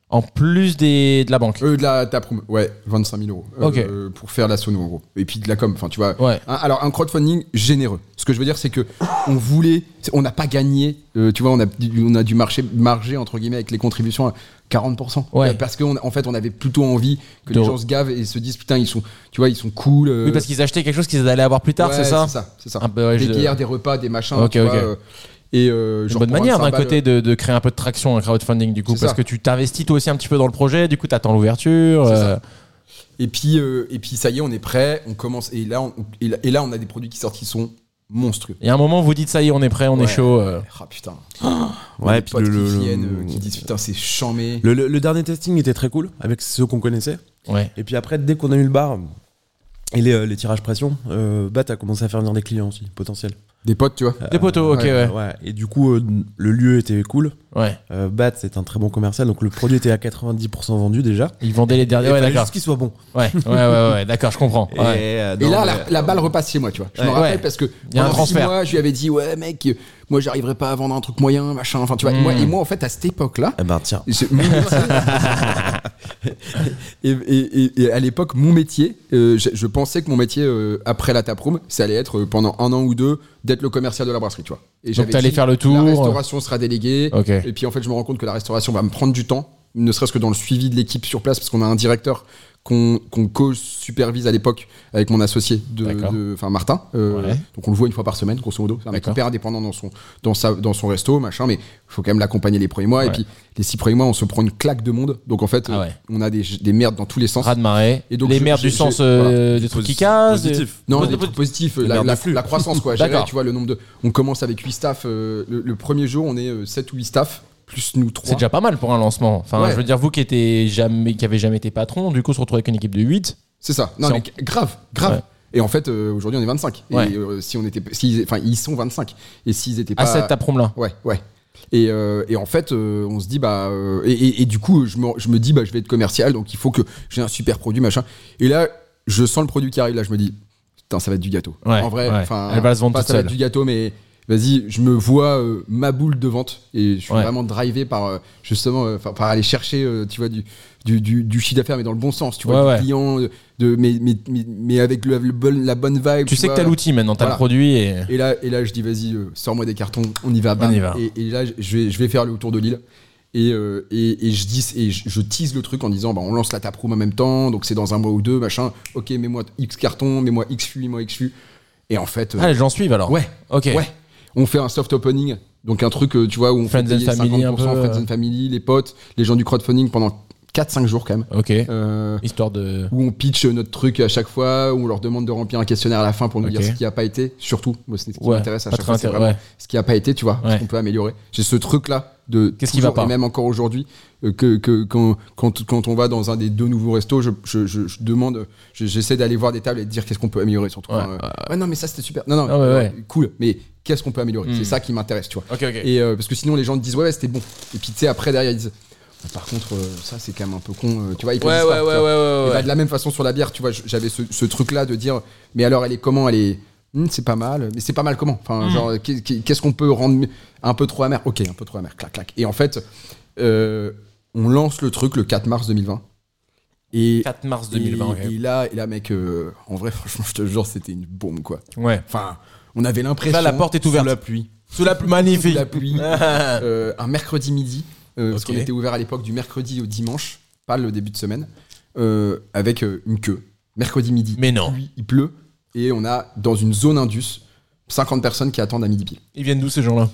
S3: En plus des... de la banque
S1: Euh, de la taproom, ouais, 25 000 euros, euh,
S3: Ok.
S1: pour faire la sono en gros, et puis de la com, enfin tu vois.
S3: Ouais.
S1: Un- alors un crowdfunding généreux, ce que je veux dire c'est que on voulait, c'est- on n'a pas gagné, euh, tu vois, on a, du- on a dû marcher, marger entre guillemets avec les contributions à 40%,
S3: Ouais.
S1: Euh, parce qu'en en fait on avait plutôt envie que
S3: De-
S1: les gens se gavent et se disent putain ils sont, tu vois, ils sont cool. euh,
S3: Oui, parce qu'ils achetaient quelque chose qu'ils allaient avoir plus tard,
S1: Ouais,
S3: c'est ça
S1: C'est ça, c'est ça.
S3: Un peu, ouais,
S1: des
S3: je-
S1: bières, des repas, des machins.
S3: Ok,
S1: tu vois,
S3: ok.
S1: euh, et euh,
S3: Une
S1: genre
S3: bonne
S1: pour
S3: manière
S1: 25
S3: d'un
S1: balles,
S3: côté de, de créer un peu de traction, un crowdfunding du coup,
S1: C'est
S3: parce
S1: ça.
S3: que tu t'investis toi aussi un petit peu dans le projet, du coup t'attends l'ouverture.
S1: C'est
S3: euh,
S1: Et puis, euh, et puis ça y est, on est prêt, on commence. Et là, on, et là, et là, on a des produits qui sortent qui sont monstrueux.
S3: Et à un moment vous dites ça y est, on est prêt, on est
S1: Ouais.
S3: chaud. euh.
S1: Ah putain.
S2: Ouais,
S1: Des
S2: puis
S1: potes
S2: le-
S1: qui
S2: le-
S1: viennent,
S2: le-
S1: euh, qui disent putain, c'est chamé.
S2: Le, le- le dernier testing était très cool avec ceux qu'on connaissait.
S3: Ouais.
S2: Et puis après, dès qu'on a eu le bar et les, euh, les tirages pression, euh, bah, t'as commencé à faire venir des clients aussi, potentiels.
S1: Des potes, tu vois.
S3: Des poteaux, ok, ouais.
S2: Euh, Et du coup, euh, le lieu était cool.
S3: Ouais.
S2: Euh, Bat, c'est un très bon commercial, donc le produit était à 90% vendu déjà.
S3: Ils vendaient les derniers.
S2: Il
S3: Ah, Ouais,
S2: fallait
S3: d'accord.
S2: juste qu'il soit bon. euh,
S3: Ouais, ouais, ouais, ouais, ouais, d'accord, je comprends. Ouais.
S1: Et là, la, la balle repasse chez moi, tu vois. Je me
S2: Ouais.
S1: rappelle
S3: Ouais.
S1: parce que
S3: Y a un
S1: pendant six
S3: transfert.
S1: mois, je lui avais dit, ouais, mec, euh, moi, j'arriverai pas à vendre un truc moyen, machin. Enfin, tu vois. Et moi-
S3: Mm.
S1: et moi, en fait, à cette époque-là,
S2: Eh ben tiens.
S1: Je- mon métier- et, et- et- et à l'époque, mon métier, euh, je, je pensais que mon métier euh, après la taproom, ça allait être euh, pendant un an ou deux d'être le commercial de la brasserie, tu vois. Et j'avais
S3: t'allais
S1: dit,
S3: faire le tour. euh.
S1: La restauration sera déléguée.
S3: Ok.
S1: Et puis en fait, je me rends compte que la restauration va me prendre du temps, ne serait-ce que dans le suivi de l'équipe sur place, parce qu'on a un directeur qu'on qu'on co-supervise à l'époque avec mon associé, de-
S3: D'accord.
S1: de- enfin Martin. Euh,
S3: Ouais.
S1: Donc on le voit une fois par semaine, grosso modo. C'est un mec
S3: D'accord.
S1: hyper indépendant dans son, dans, sa, dans son resto, machin, mais il faut quand même l'accompagner les premiers mois.
S3: Ouais.
S1: Et puis les six premiers mois, on se prend une claque de monde. Donc en fait,
S3: Ah
S1: euh,
S3: ouais.
S1: on a des, des merdes dans tous les sens.
S3: Ras de marée.
S1: Et donc,
S3: les
S1: je-
S3: merdes
S1: je-
S3: du
S1: je-
S3: sens
S1: voilà.
S3: euh, des trucs qui cassent. des-
S2: Positif.
S1: Non,
S3: Ouais,
S1: des
S3: des
S1: trucs positifs, euh,
S2: des
S1: la,
S2: merdes
S1: la-
S2: de flux.
S1: la croissance, quoi. gérer,
S3: D'accord.
S1: tu vois, le nombre de. On commence avec 8 staffs. euh, le, le premier jour, on est 7 ou 8 staffs, plus nous 3.
S3: C'est déjà pas mal pour un lancement. Enfin,
S1: Ouais.
S3: je veux dire, vous qui étiez jamais, qui avez jamais été patron, du coup, se retrouver avec une équipe de 8.
S1: C'est ça. Non,
S3: C'est
S1: mais grave, grave.
S3: Ouais.
S1: Et en fait, euh, aujourd'hui, on est 25.
S3: Ouais.
S1: Et euh, si on était. s'ils- Enfin, ils sont 25. Et s'ils étaient pas.
S3: À cette taproom là.
S1: Ouais, ouais. Et, euh, et en fait, euh, on se dit, bah. euh, et, et- et du coup, je me, je me dis, bah, je vais être commercial, donc il faut que j'ai un super produit, machin. Et là, je sens le produit qui arrive, là, je me dis, putain, ça va être du gâteau.
S3: Ouais,
S1: en vrai,
S3: ouais.
S1: enfin.
S3: Elle va se vendre
S1: pas
S3: toute
S1: ça va être
S3: seule.
S1: du gâteau, mais. vas-y, je me vois euh, ma boule de vente et je suis
S3: Ouais.
S1: vraiment drivé par euh, justement euh, par- par aller chercher, euh, tu vois, du, du, du, du chiffre d'affaires, mais dans le bon sens, tu vois,
S3: Ouais,
S1: du
S3: ouais.
S1: client, euh, de, mais, mais, mais, mais avec le, le bon- la bonne vibe.
S3: Tu sais que
S1: vois.
S3: t'as l'outil maintenant, t'as
S1: bah, Voilà. Euh,
S3: le produit et.
S1: Et là, et là, je dis, vas-y, euh, sors-moi des cartons, on y va. bam.
S3: y va.
S1: Et, et là, je vais, je vais faire le tour de l'île. Et, euh, et, et je dis, et je, je tease le truc en disant, bah, on lance la taproom en même temps, donc c'est dans un mois ou deux, machin. Ok, mets-moi X cartons, mets-moi X flux, mets-moi X flux. Et en fait, euh,
S3: Ah, les gens suivent alors
S1: ouais,
S3: Ok.
S1: ouais, on fait un soft opening, donc un truc, euh, tu vois, où on fait
S3: Friends and
S1: payer 50%
S3: family, un peu,
S1: Friends
S3: euh.
S1: and Family, les potes, les gens du crowdfunding pendant 4-5 jours quand même.
S3: Ok.
S1: Euh,
S3: Histoire de.
S1: où on pitch notre truc à chaque fois, où on leur demande de remplir un questionnaire à la fin pour nous
S3: Ok.
S1: dire ce qui n'a pas été, surtout. Moi, c'est ce qui
S3: Ouais,
S1: m'intéresse à
S3: pas
S1: chaque
S3: très
S1: fois, c'est
S3: intér-
S1: vraiment
S3: ouais.
S1: ce qui n'a pas été, tu vois, ce
S3: Ouais.
S1: qu'on peut améliorer. J'ai ce truc-là de
S3: Qu'est-ce qui va
S1: toujours,
S3: pas
S1: et même encore aujourd'hui, euh, que, que- quand, quand, quand on va dans un des deux nouveaux restos, je, je- je- je demande, je- j'essaie d'aller voir des tables et de dire qu'est-ce qu'on peut améliorer, surtout.
S3: Ouais,
S1: quand, euh, ouais, non, mais ça c'était super. Non, non,
S3: Ah ouais,
S1: euh,
S3: ouais.
S1: cool, mais qu'est-ce qu'on peut améliorer
S3: Hmm.
S1: C'est ça qui m'intéresse, tu vois.
S3: Ok, ok.
S1: Et euh, parce que sinon les gens te disent ouais, ouais, c'était bon. Et puis tu sais après derrière ils disent Bon, par contre euh, ça c'est quand même un peu con, euh, tu vois. Ils
S3: Ouais, ouais,
S1: précisent pas,
S3: ouais,
S1: tu vois.
S3: ouais, ouais,
S1: Et bah,
S3: ouais.
S1: de la même façon sur la bière, tu vois, j- j'avais ce, ce truc-là de dire, mais alors elle est comment Elle est, Hmm, c'est pas mal, mais c'est pas mal comment Enfin,
S3: Hmm.
S1: genre, qu'est- qu'est- qu'est-ce qu'on peut rendre mi- un peu trop amer Ok, un peu trop amer, clac, clac. Et en fait, euh, on lance le truc le 4 mars 2020. Et,
S3: 4 mars
S1: et-
S3: 2020. ok.
S1: et là, et là, mec, euh, en vrai, franchement, je te jure, c'était une bombe, quoi.
S3: Ouais.
S1: Enfin, on avait l'impression.
S3: Là, la porte est ouverte.
S2: Sous la pluie.
S3: Sous la pluie. Magnifique.
S1: Sous la pluie.
S3: Ah.
S1: euh, un mercredi midi, euh, parce
S3: Ok.
S1: qu'on était ouvert à l'époque du mercredi au dimanche, pas le début de semaine, euh, avec euh, une queue. Mercredi midi.
S3: Mais non.
S1: pluie, il pleut, et on a dans une zone indus 50 personnes qui attendent à midi pile.
S3: Ils viennent d'où ces gens-là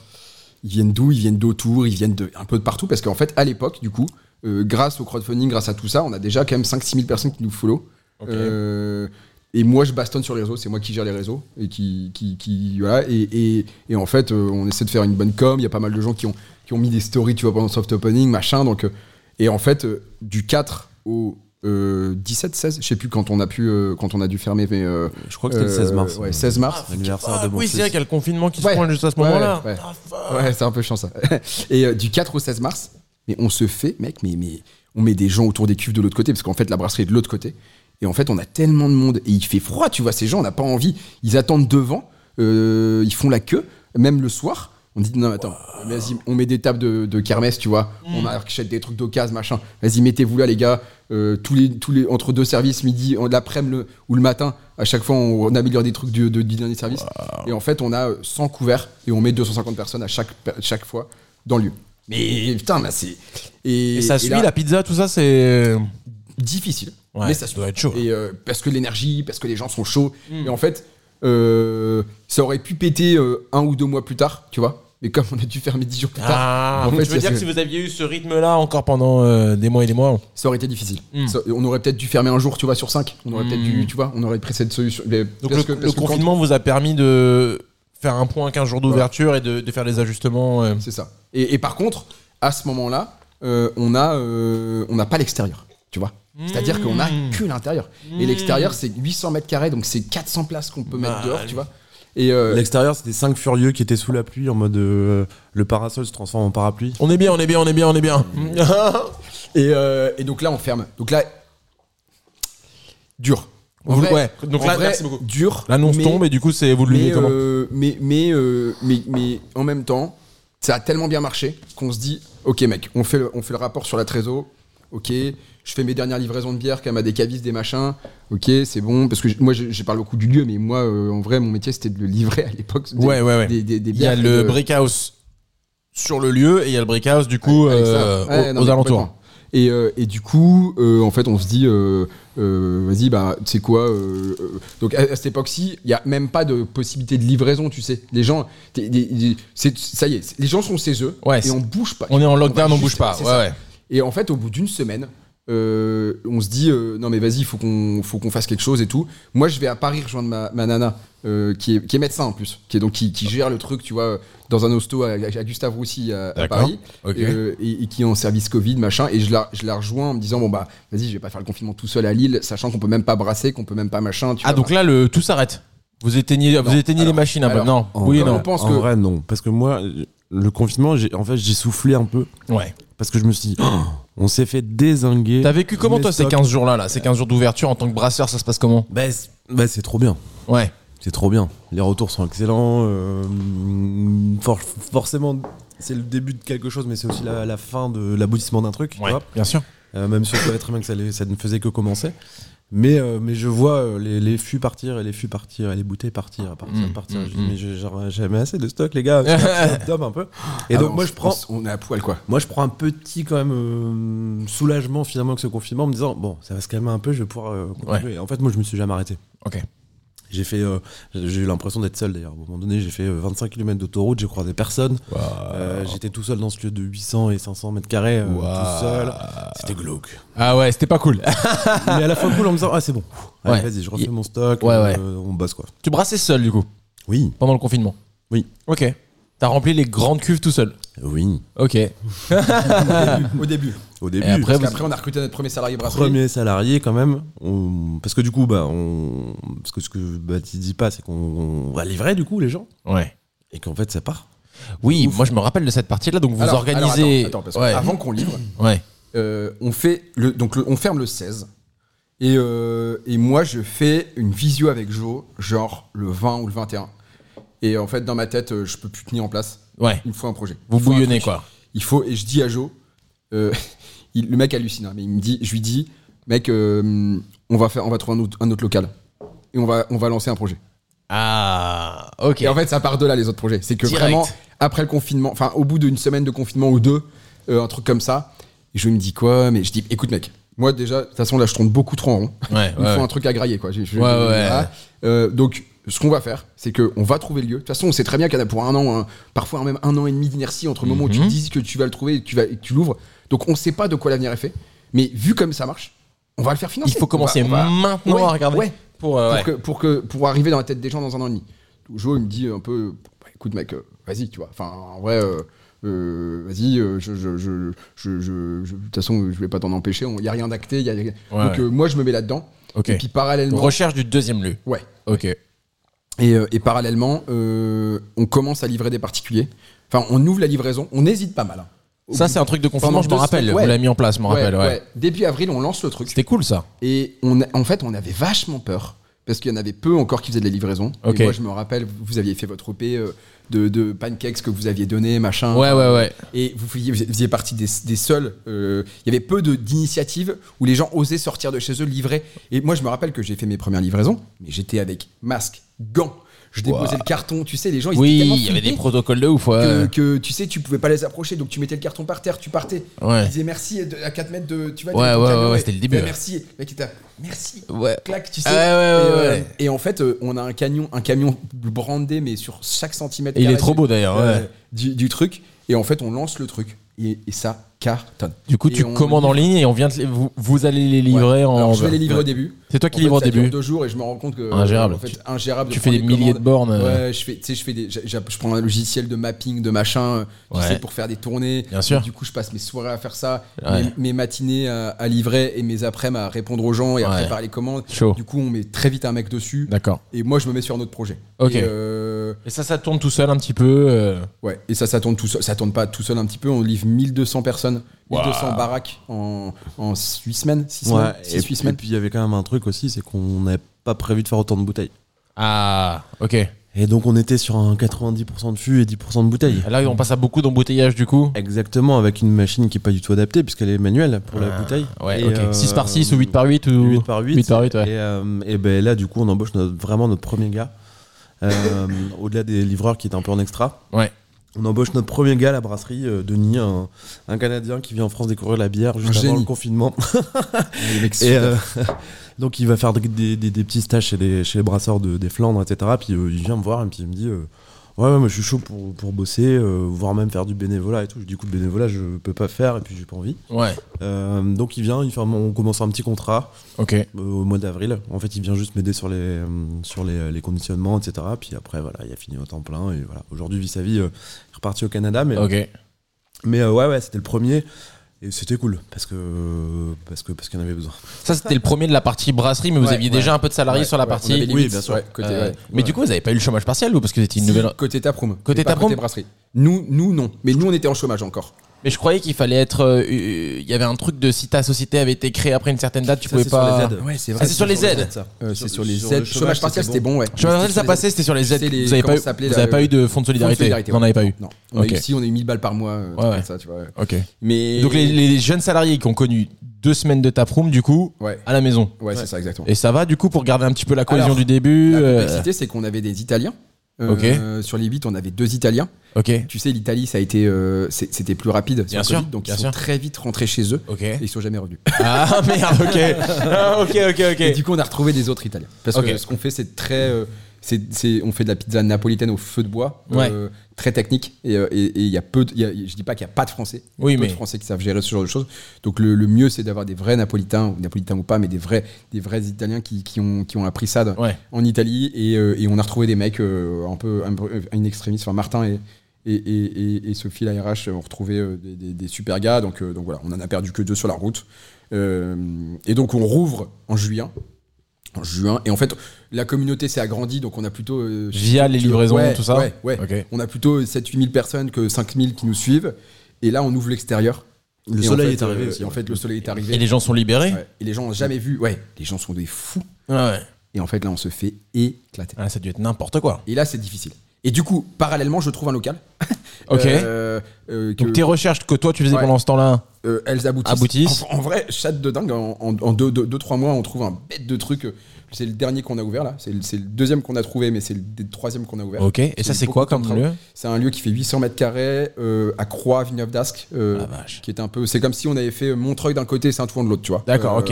S1: Ils viennent d'où Ils viennent d'autour, ils viennent de un peu de partout, parce qu'en fait, à l'époque, du coup, euh, grâce au crowdfunding, grâce à tout ça, on a déjà quand même 5-6 000 personnes qui nous follow. Euh, et moi, je bastonne sur les réseaux, c'est moi qui gère les réseaux. Et, qui, qui, qui- voilà, et, et- et en fait, euh, on essaie de faire une bonne com. Il y a pas mal de gens qui ont, qui ont mis des stories, tu vois, pendant le soft opening, machin. Donc, euh, et en fait, euh, du 4 au euh, 17, 16, je sais plus quand on a, pu, euh, quand on a dû fermer, mais. euh,
S2: Je crois que c'était le 16 mars.
S1: euh, ouais, 16 mars.
S2: L'anniversaire
S3: Ah,
S2: de mon
S3: oui, c'est
S2: fils.
S3: vrai qu'il y a le confinement qui
S1: Ouais.
S3: se prend juste à ce
S1: Ouais,
S3: moment-là.
S1: ouais.
S3: Ah, fuck.
S1: Ouais, c'est un peu chiant ça. Et euh, du 4 au 16 mars, mais on se fait, mec, mais, mais on met des gens autour des cuves de l'autre côté, parce qu'en fait la brasserie est de l'autre côté. Et en fait, on a tellement de monde. Et il fait froid, tu vois, ces gens, on n'a pas envie. Ils attendent devant, euh, ils font la queue, même le soir. On dit, non, attends, vas-y, on met des tables de, de kermesse, tu vois.
S3: Mm.
S1: On achète des trucs d'occasion, machin. Vas-y, mettez-vous là, les gars. Euh, tous les, tous les, entre deux services, midi, en- l'après-midi le- ou le matin, à chaque fois, on, on améliore des trucs du, de- du dernier service. Et en fait, on a euh, 100 couverts et on met 250 personnes à chaque, per- chaque fois dans le lieu. Mais putain, mais c'est.
S3: Et, ça suit
S1: là,
S3: la pizza, tout ça, c'est.
S1: Difficile.
S3: Ouais,
S1: mais ça suit.
S3: doit être chaud.
S1: Et euh, parce que l'énergie, parce que les gens sont chauds.
S3: Mm.
S1: Et en fait, euh, ça aurait pu péter euh, un ou deux mois plus tard, tu vois. Mais comme on a dû fermer 10 jours plus tard,
S3: Ah,
S1: En fait,
S3: je veux
S1: c'est-
S3: dire que si vous aviez eu ce rythme-là encore pendant euh, des mois et des mois.
S1: ça aurait été difficile.
S3: Mm.
S1: Ça- on aurait peut-être dû fermer un jour, tu vois, sur 5. On aurait
S3: Mm.
S1: peut-être dû, tu vois, on aurait pris cette solution. Mais
S3: Donc
S1: parce
S3: le,
S1: que-
S3: le
S1: parce que quand-
S3: confinement vous a permis de faire un point 15 jours d'ouverture et de, de faire les ajustements. euh.
S1: C'est ça. Et, et par contre, à ce moment-là, euh, on a, euh, on n'a pas l'extérieur, tu vois. C'est-à-dire qu'on a
S3: Mm.
S1: que l'intérieur. Et
S3: Mmh.
S1: l'extérieur, c'est 800 mètres carrés, donc c'est 400 places qu'on peut mettre
S3: Mal.
S1: dehors, tu vois. Et euh,
S2: L'extérieur, c'était cinq furieux qui étaient sous la pluie en mode euh, le parasol se transforme en parapluie.
S3: On est bien, on est bien, on est bien, on est bien.
S1: Et, euh, et donc là, on ferme. Donc là, dur. En
S3: Vous-
S1: vrai-
S3: ouais. Donc
S1: en
S3: là,
S1: vrai,
S3: merci beaucoup.
S1: Dur.
S3: L'annonce
S1: mais-
S3: tombe et du coup, c'est vous le
S1: Mais,
S3: vivez comment
S1: euh, mais, mais, euh, mais, mais en même temps, ça a tellement bien marché qu'on se dit Ok, mec, on fait, le, on fait le rapport sur la trésor. Ok, je fais mes dernières livraisons de bière quand même à des cavistes, des machins. Ok, c'est bon. Parce que j- moi, je, je parle beaucoup du lieu, mais moi, euh, en vrai, mon métier, c'était de le livrer à l'époque. des-
S3: Ouais, ouais, ouais.
S1: Des, des- des
S3: Il y a
S1: bières euh, et
S3: le
S1: de-
S3: brick house sur le lieu et il y a le brick house du coup
S1: avec ça.
S3: euh,
S1: Ouais,
S3: aux,
S1: non,
S3: aux
S1: mais
S3: alentours.
S1: complètement. Et, euh, et du coup, euh, en fait, on se dit, euh, euh, vas-y, bah, c'est quoi euh, euh, Donc à, à cette époque-ci, il n'y a même pas de possibilité de livraison, tu sais. Les gens, t'es- t'es- t'es- c'est- ça y est, c'est- les gens sont chez eux
S3: Ouais,
S1: et
S3: c'est-
S1: on bouge pas.
S3: On est en lockdown,
S1: va
S3: on bouge
S1: juste-
S3: pas.
S1: c'est
S3: Ouais,
S1: ça.
S3: ouais.
S1: Et en fait, au bout d'une semaine, euh, on se dit euh, non mais vas-y, il faut qu'on faut qu'on fasse quelque chose et tout. Moi, je vais à Paris rejoindre ma, ma nana euh, qui, est, qui est médecin en plus, qui est donc qui, qui gère le truc, tu vois, euh, dans un hosto à, à Gustave Roussy à, à
S3: D'accord.
S1: Paris,
S3: Ok.
S1: et, euh, et- et qui est en service Covid machin. Et je la je la rejoins en me disant bon bah vas-y, je vais pas faire le confinement tout seul à Lille, sachant qu'on peut même pas brasser, qu'on peut même pas machin. Tu
S3: Ah
S1: vois.
S3: donc là le tout s'arrête. Vous éteignez, vous éteignez les machines un peu.
S1: alors,
S3: Non.
S2: En
S3: Oui
S2: vrai,
S1: on
S3: non.
S1: pense
S2: en
S1: que-
S2: vrai, non. Parce que moi, euh, le confinement, j'ai- en fait, j'ai soufflé un peu.
S3: Ouais.
S2: Parce que je me suis dit, Oh, on s'est fait désinguer.
S3: T'as vécu comment
S2: Mes
S3: toi ces
S2: stocks.
S3: 15 jours là là, ces 15 jours d'ouverture en tant que brasseur, ça se passe comment
S2: Bah, c'est bah, c'est trop bien.
S3: Ouais.
S2: C'est trop bien. Les retours sont excellents. euh, for- forcément, c'est le début de quelque chose, mais c'est aussi la, la fin de l'aboutissement d'un truc. tu
S3: Ouais,
S2: vois.
S3: bien sûr.
S2: Euh, même si on savait très bien que ça, allait- ça ne faisait que commencer. Mais, euh, mais je vois euh, les, les fûts partir et les fûts partir et les bouteilles partir, partir,
S3: Mmh,
S2: partir.
S3: mmh,
S2: je dis,
S3: mmh.
S2: mais j'ai- j'aurais jamais assez de stock, les gars. C'est un peu. Et
S1: Ah
S2: donc,
S1: bah,
S2: moi,
S1: on-
S2: je prends,
S1: On est à poil, quoi.
S2: moi, je prends un petit quand même euh, soulagement finalement que ce confinement en me disant bon, ça va se calmer un peu, je vais pouvoir euh, continuer. En fait, moi, je me suis jamais arrêté.
S3: Ok.
S2: J'ai fait, euh, j'ai eu l'impression d'être seul d'ailleurs. À un moment donné, j'ai fait euh, 25 km d'autoroute, j'ai croisé personne. Euh, J'étais tout seul dans ce lieu de 800 et 500 mètres carrés, euh,
S3: Waouh.
S2: tout seul. C'était glauque.
S3: Ah ouais, c'était pas cool.
S2: Mais à la fois cool en me disant ah c'est bon, Allez,
S3: Ouais.
S2: vas-y, je refais mon stock,
S3: Ouais, ouais.
S2: euh, on bosse quoi.
S3: tu brassais seul, du coup,
S2: Oui,
S3: pendant le confinement
S2: Oui.
S3: Ok. T'as rempli les grandes cuves tout seul
S2: oui.
S3: Ok.
S1: Au début.
S2: Au début.
S3: Et après,
S1: Parce
S3: vous...
S1: qu'après, on a recruté notre premier salarié brasserie.
S2: premier salarié quand même on- parce que du coup bah on parce que ce que Baptiste dit pas c'est qu'on on va livrer du coup les gens
S3: Ouais.
S2: et qu'en fait ça part
S3: Oui, moi je me rappelle de cette partie-là, donc vous
S1: Alors-
S3: organisez.
S1: alors, attends, attends, parce que
S3: ouais.
S1: Avant qu'on livre,
S3: ouais.
S1: euh, on fait le, donc le- on ferme le 16. Et, euh, et moi, je fais une visio avec Joe, genre le 20 ou le 21. Et en fait, dans ma tête, euh, je peux plus tenir en place.
S3: Ouais.
S1: Il me faut un projet.
S3: Vous
S1: Il faut un
S3: bouillonnez,
S1: truc.
S3: quoi.
S1: Il faut, et je dis à Joe, euh, il- le mec hallucine, hein, mais il me dit, je lui dis, mec, euh, on, va faire, on va trouver un autre, un autre local. Et on va, on va lancer un projet.
S3: Ah, ok.
S1: Et en fait, ça part de là, les autres projets. C'est que
S3: Direct.
S1: vraiment, après le confinement, enfin, au bout d'une semaine de confinement ou deux, euh, un truc comme ça, je me dis quoi Mais je dis, écoute, mec, moi, déjà, de toute façon, là, je tourne beaucoup trop en rond.
S3: Ouais,
S1: Il me
S3: ouais.
S1: faut un truc à grailler, quoi. Je- je- je-
S3: Ouais, ouais.
S1: voilà. Euh, donc, ce qu'on va faire, c'est qu'on va trouver le lieu. De toute façon, on sait très bien qu'il y en a pour un an, un- parfois hein, même un an et demi d'inertie entre le moment où tu
S3: Mhm.
S1: te dis que tu vas le trouver et que tu, vas- et que tu l'ouvres. Donc, on ne sait pas de quoi l'avenir est fait. Mais vu comme ça marche, on va le faire financer.
S3: Il
S1: On
S3: faut
S1: va-
S3: commencer
S1: on va-
S3: maintenant
S1: Ouais,
S3: à regarder.
S1: ouais.
S3: Pour, euh,
S1: pour,
S3: ouais.
S1: que, pour, que, pour arriver dans la tête des gens dans un an et demi. Donc, Joe, il me dit un peu bah, écoute, mec, euh, vas-y, tu vois. Enfin, en vrai, euh, euh, vas-y, euh, je- je- je- je- je- je- de toute façon, je vais pas t'en empêcher. Il n'y a rien d'acté. y a- y a-
S3: Ouais.
S1: Donc, euh, moi, je me mets là-dedans.
S3: Ok.
S1: Et puis, parallèlement.
S3: Recherche du deuxième lieu.
S1: ouais.
S3: Ok.
S1: Et, euh, et parallèlement, euh, on commence à livrer des particuliers. Enfin, on ouvre la livraison. On hésite pas mal. hein. Au
S3: Ça,
S1: bout-
S3: c'est un truc de confinement,
S1: pendant
S3: je
S1: deux
S3: m'en rappelle.
S1: semaines,
S3: Vous
S1: ouais.
S3: l'avez mis en place, je m'en
S1: Ouais,
S3: rappelle. Ouais.
S1: ouais. Début avril, on lance le truc.
S3: C'était cool, ça.
S1: Et on a- en fait, on avait vachement peur. Parce qu'il y en avait peu encore qui faisaient de la livraison.
S3: Ok.
S1: Et moi, je me rappelle, vous aviez fait votre OP euh, de, de pancakes que vous aviez donné, machin.
S3: Ouais, ouais, ouais.
S1: Et vous faisiez, vous faisiez partie des, des seuls. euh, Il y avait peu de- d'initiatives où les gens osaient sortir de chez eux, livrer. Et moi, je me rappelle que j'ai fait mes premières livraisons, mais j'étais avec masque, gants. Je déposais le carton, tu sais, les gens, ils étaient
S3: Oui,
S1: tellement
S3: il y avait des
S1: flippés
S3: protocoles de ouf.
S1: que,
S3: Ouais.
S1: que, tu sais, tu pouvais pas les approcher, donc tu mettais le carton par terre, tu partais.
S3: Ouais.
S1: Ils disaient merci et de- à 4 mètres de. Tu vois,
S3: Ouais,
S1: t'avais ton
S3: ouais,
S1: camion
S3: ouais,
S1: et-
S3: c'était le début,
S1: t'as
S3: ouais.
S1: Merci. Le Mec, il t'a merci.
S3: Ouais.
S1: Clac, tu sais.
S3: Ouais, ouais, ouais,
S1: et, euh,
S3: ouais.
S1: et en fait, euh, on a un camion, un camion brandé, mais sur chaque centimètre.
S3: Et il est
S1: carré
S3: trop
S1: du-
S3: beau, d'ailleurs.
S1: euh,
S3: Ah ouais.
S1: du, du truc. Et en fait, on lance le truc. Et, et ça cartonne.
S3: Du coup,
S1: Et
S3: tu
S1: on
S3: commandes en
S1: livre.
S3: ligne et on vient te les- vous, vous allez les livrer
S1: Ouais.
S3: en.
S1: Alors, je vais les livrer au début.
S3: C'est toi
S1: En
S3: qui
S1: fait,
S3: livres au
S1: ça dure
S3: début.
S1: deux jours et je me rends compte que.
S3: Ingérable.
S1: En fait, ingérable. de
S3: Tu fais des
S1: prendre les
S3: milliers de
S1: commandes.
S3: bornes. euh,
S1: Ouais, je fais, tu sais, je fais des, je, je- je prends un logiciel de mapping, de machin, euh, tu
S3: Ouais.
S1: sais, pour faire des tournées.
S3: Bien sûr.
S1: Et du coup, je passe mes soirées à faire ça,
S3: Ouais.
S1: mes, mes matinées à, à livrer et mes après-midi à répondre aux gens et à
S3: Ouais.
S1: préparer les commandes.
S3: Chaud.
S1: Du coup, on met très vite un mec dessus.
S3: D'accord.
S1: Et moi, je me mets sur un autre projet.
S3: Ok.
S1: Et, euh,
S3: Et ça, ça tourne tout seul un petit peu. euh,
S1: ouais. Et ça, ça tourne tout seul. Ça tourne pas tout seul un petit peu. On livre 1200 personnes, 1200 baraques en, en 8 semaines, 6 semaines,
S2: Ouais,
S1: six,
S2: et,
S1: huit
S2: puis- et
S1: semaines.
S2: puis il y avait quand même un truc aussi c'est qu'on n'avait pas prévu de faire autant de bouteilles
S3: Ah, ok.
S2: et donc on était sur un 90% de fûts et 10% de bouteilles
S3: Là, on passe à beaucoup d'embouteillages du coup.
S2: exactement avec une machine qui est pas du tout adaptée puisqu'elle est manuelle pour la
S3: Ah,
S2: bouteille
S3: Ouais,
S2: Et,
S3: ok.
S2: euh,
S3: 6 par 6 ou 8 par 8 ou.
S2: 8 par 8,
S3: 8 par 8, ouais.
S2: et, euh, et ben là du coup on embauche notre- vraiment notre premier gars Euh, au-delà des livreurs qui étaient un peu en extra
S3: Ouais.
S2: On embauche notre premier gars à la brasserie, euh, Denis, un, un Canadien qui vient en France découvrir la bière juste
S1: Un
S2: avant
S1: génie.
S2: le confinement.
S1: Les mecs sont-
S2: Et, euh, donc il va faire des, des- des- des petits stages chez les, chez les brasseurs de- des Flandres, etc. Puis euh, il vient me voir et puis il me dit euh, Ouais, ouais, moi je suis chaud pour, pour bosser, euh, voire même faire du bénévolat et tout. Je dis Écoute, bénévolat, je peux pas faire et puis j'ai pas envie.
S3: Ouais,
S2: Euh, donc il vient, il fait un- on commence un petit contrat
S3: ok.
S2: euh, au mois d'avril. En fait, il vient juste m'aider sur, les, euh, sur les, les conditionnements, etc. Puis après, voilà, il a fini au temps plein et voilà. Aujourd'hui, vis à vie, il est reparti au Canada,
S1: Ah
S2: mais.
S3: Ok.
S2: Mais euh, ouais, ouais, c'était le premier. Et c'était cool parce que parce que parce qu'il y en avait besoin.
S3: Ça, c'était le premier de la partie brasserie, mais vous
S1: Ouais,
S3: aviez
S1: ouais.
S3: déjà un peu de salariés
S1: Ouais,
S3: sur la
S1: ouais,
S3: partie.
S1: on avait les
S2: Oui,
S1: limites,
S2: bien sûr.
S1: ouais, côté,
S3: Euh,
S1: ouais.
S3: Mais du coup, vous avez pas eu le chômage partiel, vous, parce que c'était une
S1: Si,
S3: nouvelle.
S1: Côté taproom.
S3: Côté
S1: mais pas
S3: taproom
S1: Côté brasserie. Nous, nous, non. Mais nous, on était en chômage encore.
S3: Mais je croyais qu'il fallait être. euh, euh, Il y avait un truc de si ta société avait été créée après une certaine date, tu
S4: Ça,
S3: pouvais
S4: c'est sur
S3: pas.
S4: les aides.
S1: Ouais, c'est
S3: Ah, c'est sur les aides.
S4: ça.
S1: Euh, c'est sur les
S4: sur
S1: aides.
S4: le
S1: chômage,
S4: chômage,
S1: partiel,
S4: c'était
S1: c'était bon, ouais.
S3: Je me rappelle, ça
S1: C'était
S3: passait, c'était sur les aides.
S1: C'est les-
S3: vous avez
S1: comment
S3: pas, eu,
S1: ça s'appelait,
S3: vous avez
S1: la-
S3: pas eu de fonds de solidarité.
S1: Solidarité,
S3: Vous n'en
S1: ouais.
S3: avez pas eu.
S1: Non, on a
S3: Ok.
S1: eu, si, on a eu 1000 balles par mois. euh,
S3: Ouais, ouais.
S1: comme ça, tu vois, ouais.
S3: Ok.
S1: Mais.
S3: Donc les, les jeunes salariés qui ont connu deux semaines de taproom, du coup,
S1: Ouais,
S3: à la maison.
S1: ouais, c'est ça, exactement.
S3: Et ça va, du coup, pour garder un petit peu la cohésion
S1: Alors,
S3: du début.
S1: La
S3: euh,
S1: complexité, c'est qu'on avait des Italiens. Euh, Sur les 8, on avait deux Italiens.
S3: Ok.
S1: Tu sais, l'Italie, ça a été, euh, c'est- c'était plus rapide. sur
S3: Bien
S1: le
S3: sûr,
S1: Covid, donc
S3: bien
S1: ils sont
S3: sûr.
S1: très vite rentrés chez eux.
S3: Ok.
S1: Et ils sont jamais revenus.
S3: Ah merde, ok. Ah, ok, ok, ok.
S1: Et du coup, on a retrouvé des autres Italiens. Parce
S3: Ok.
S1: que ce qu'on fait, c'est très. euh, c'est- c'est- on fait de la pizza napolitaine au feu de bois, euh,
S3: Ouais.
S1: très technique. Et euh, et- et il y a peu. de- il y a- je dis pas qu'il y a pas de Français. Il y a
S3: Oui,
S1: peu
S3: mais-
S1: de Français qui savent gérer ce genre de choses. Donc le, le mieux, c'est d'avoir des vrais Napolitains, ou Napolitains ou pas, mais des vrais, des vrais Italiens qui, qui ont, qui ont appris ça dans-
S3: Ouais.
S1: en Italie. Et, euh, et on a retrouvé des mecs euh, un peu un, peu- un extrémiste. Enfin, Martin et. Et, et- et- et Sophie, la RH, ont retrouvé euh, des, des- des super gars. Donc, euh, donc voilà, on en a perdu que deux sur la route. Euh, et donc on rouvre en juillet en juin. Et en fait, la communauté s'est agrandie, donc on a plutôt. euh,
S3: Via les
S1: tu-
S3: livraisons,
S1: ouais,
S3: tout ça
S1: Ouais, ouais.
S3: Ok.
S1: On a plutôt 7-8 000 personnes que 5 000 qui nous suivent. Et là, on ouvre l'extérieur.
S4: Le
S1: Et en
S4: soleil
S1: fait,
S4: est arrivé
S1: euh,
S4: aussi,
S1: Et en
S4: ouais.
S1: fait, le soleil est arrivé.
S3: Et les gens sont libérés
S1: Ouais. Et les gens n'ont jamais vu. Ouais, les gens sont des fous.
S3: Ah ouais.
S1: Et en fait, là, on se fait éclater.
S3: Ah, ça a dû être n'importe quoi.
S1: Et là, c'est difficile. Et du coup, parallèlement, je trouve un local.
S3: Ok.
S1: Euh, euh, que-
S3: Donc tes recherches que toi tu faisais
S1: Ouais.
S3: pendant ce temps-là.
S1: euh, elles aboutissent.
S3: Aboutissent.
S1: En, en vrai, chatte de dingue. En, en, en deux, deux, deux, trois mois, on trouve un bête de truc. C'est le dernier qu'on a ouvert là. C'est le, c'est le deuxième qu'on a trouvé, mais c'est le, dé- troisième qu'on a ouvert.
S3: Ok. Et ça c'est
S1: beaucoup
S3: quoi
S1: de
S3: comme
S1: travail.
S3: lieu
S1: C'est un lieu qui fait 800 mètres carrés euh, à Croix, Villeneuve d'Ascq, euh,
S3: Ah, vache.
S1: qui est un peu. C'est comme si on avait fait Montreuil d'un côté, Saint-Ouen de l'autre, tu vois.
S3: D'accord, ok.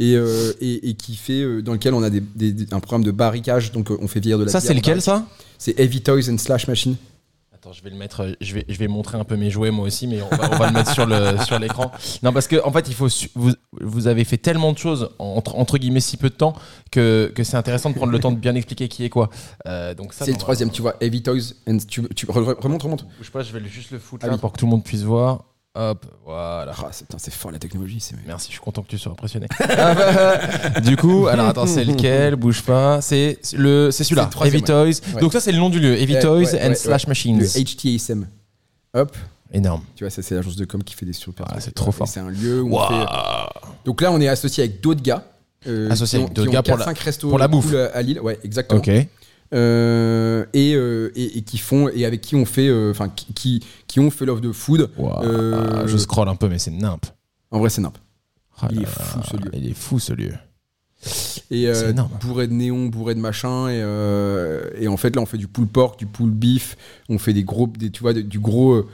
S1: Et, euh, et, et qui fait euh, dans lequel on a des, des- des- un programme de barricage. Donc euh, on fait vieillir de la.
S3: Ça
S1: bière,
S3: c'est lequel
S1: barricade.
S3: ça
S1: C'est Heavy Toys and Slash Machine.
S3: Attends, je vais le mettre. euh, Je vais, je vais montrer un peu mes jouets moi aussi, mais on va, on va le mettre sur le sur l'écran. Non, parce que en fait, il faut su- vous, vous avez fait tellement de choses entre, entre guillemets si peu de temps que, que c'est intéressant de prendre le temps de bien expliquer qui est quoi. Euh, donc ça.
S1: C'est le
S3: non,
S1: troisième, tu vois. Heavy Toys and. Tu, tu- re- remonte, remonte.
S3: Bouge pas, je vais le- juste le foutre
S1: Ah
S3: là
S1: oui.
S3: pour que tout le monde puisse voir. Hop, voilà.
S1: Ah, c'est putain, c'est fort la technologie. C'est
S3: Merci, je suis content que tu sois impressionné. du coup, alors attends, c'est lequel Bouge pas. C'est le, c'est
S1: C'est
S3: celui-là.
S1: le troisième,
S3: Heavy Toys.
S1: Ouais.
S3: Donc ça, c'est le nom du lieu. Heavy
S1: Ouais,
S3: Toys
S1: ouais,
S3: and
S1: ouais,
S3: Slash Machines.
S1: le HTSM. Hop.
S3: Énorme.
S1: Tu vois, ça, c'est l'agence de com qui fait des super.
S3: Ah,
S1: trucs.
S3: c'est trop
S1: Et
S3: fort.
S1: C'est un lieu où on fait.
S3: Waouh.
S1: Donc là, on est associé avec d'autres gars. euh,
S3: Associé
S1: qui
S3: avec
S1: ont-
S3: d'autres
S1: qui ont
S3: gars pour
S1: quatre,
S3: la-
S1: cinq restos
S3: pour la
S1: cool
S3: bouffe.
S1: à Lille. Ouais, exactement.
S3: Ok.
S1: Euh, et, euh, et, et qui font et avec qui on fait, euh, enfin qui, qui qui ont fait l'offre de food.
S3: Waouh.
S1: Euh,
S3: Je scroll un peu, mais c'est nimp.
S1: En vrai, c'est nimp.
S3: Ah
S1: Il
S3: là
S1: est fou,
S3: là,
S1: ce lieu.
S3: Il est fou ce lieu.
S1: Et
S3: C'est
S1: euh,
S3: énorme.
S1: bourré de néons, bourré de machin. Et, euh, et en fait, là, on fait du poule porc, du poule beef. On fait des gros, des, tu vois, des- du gros, euh,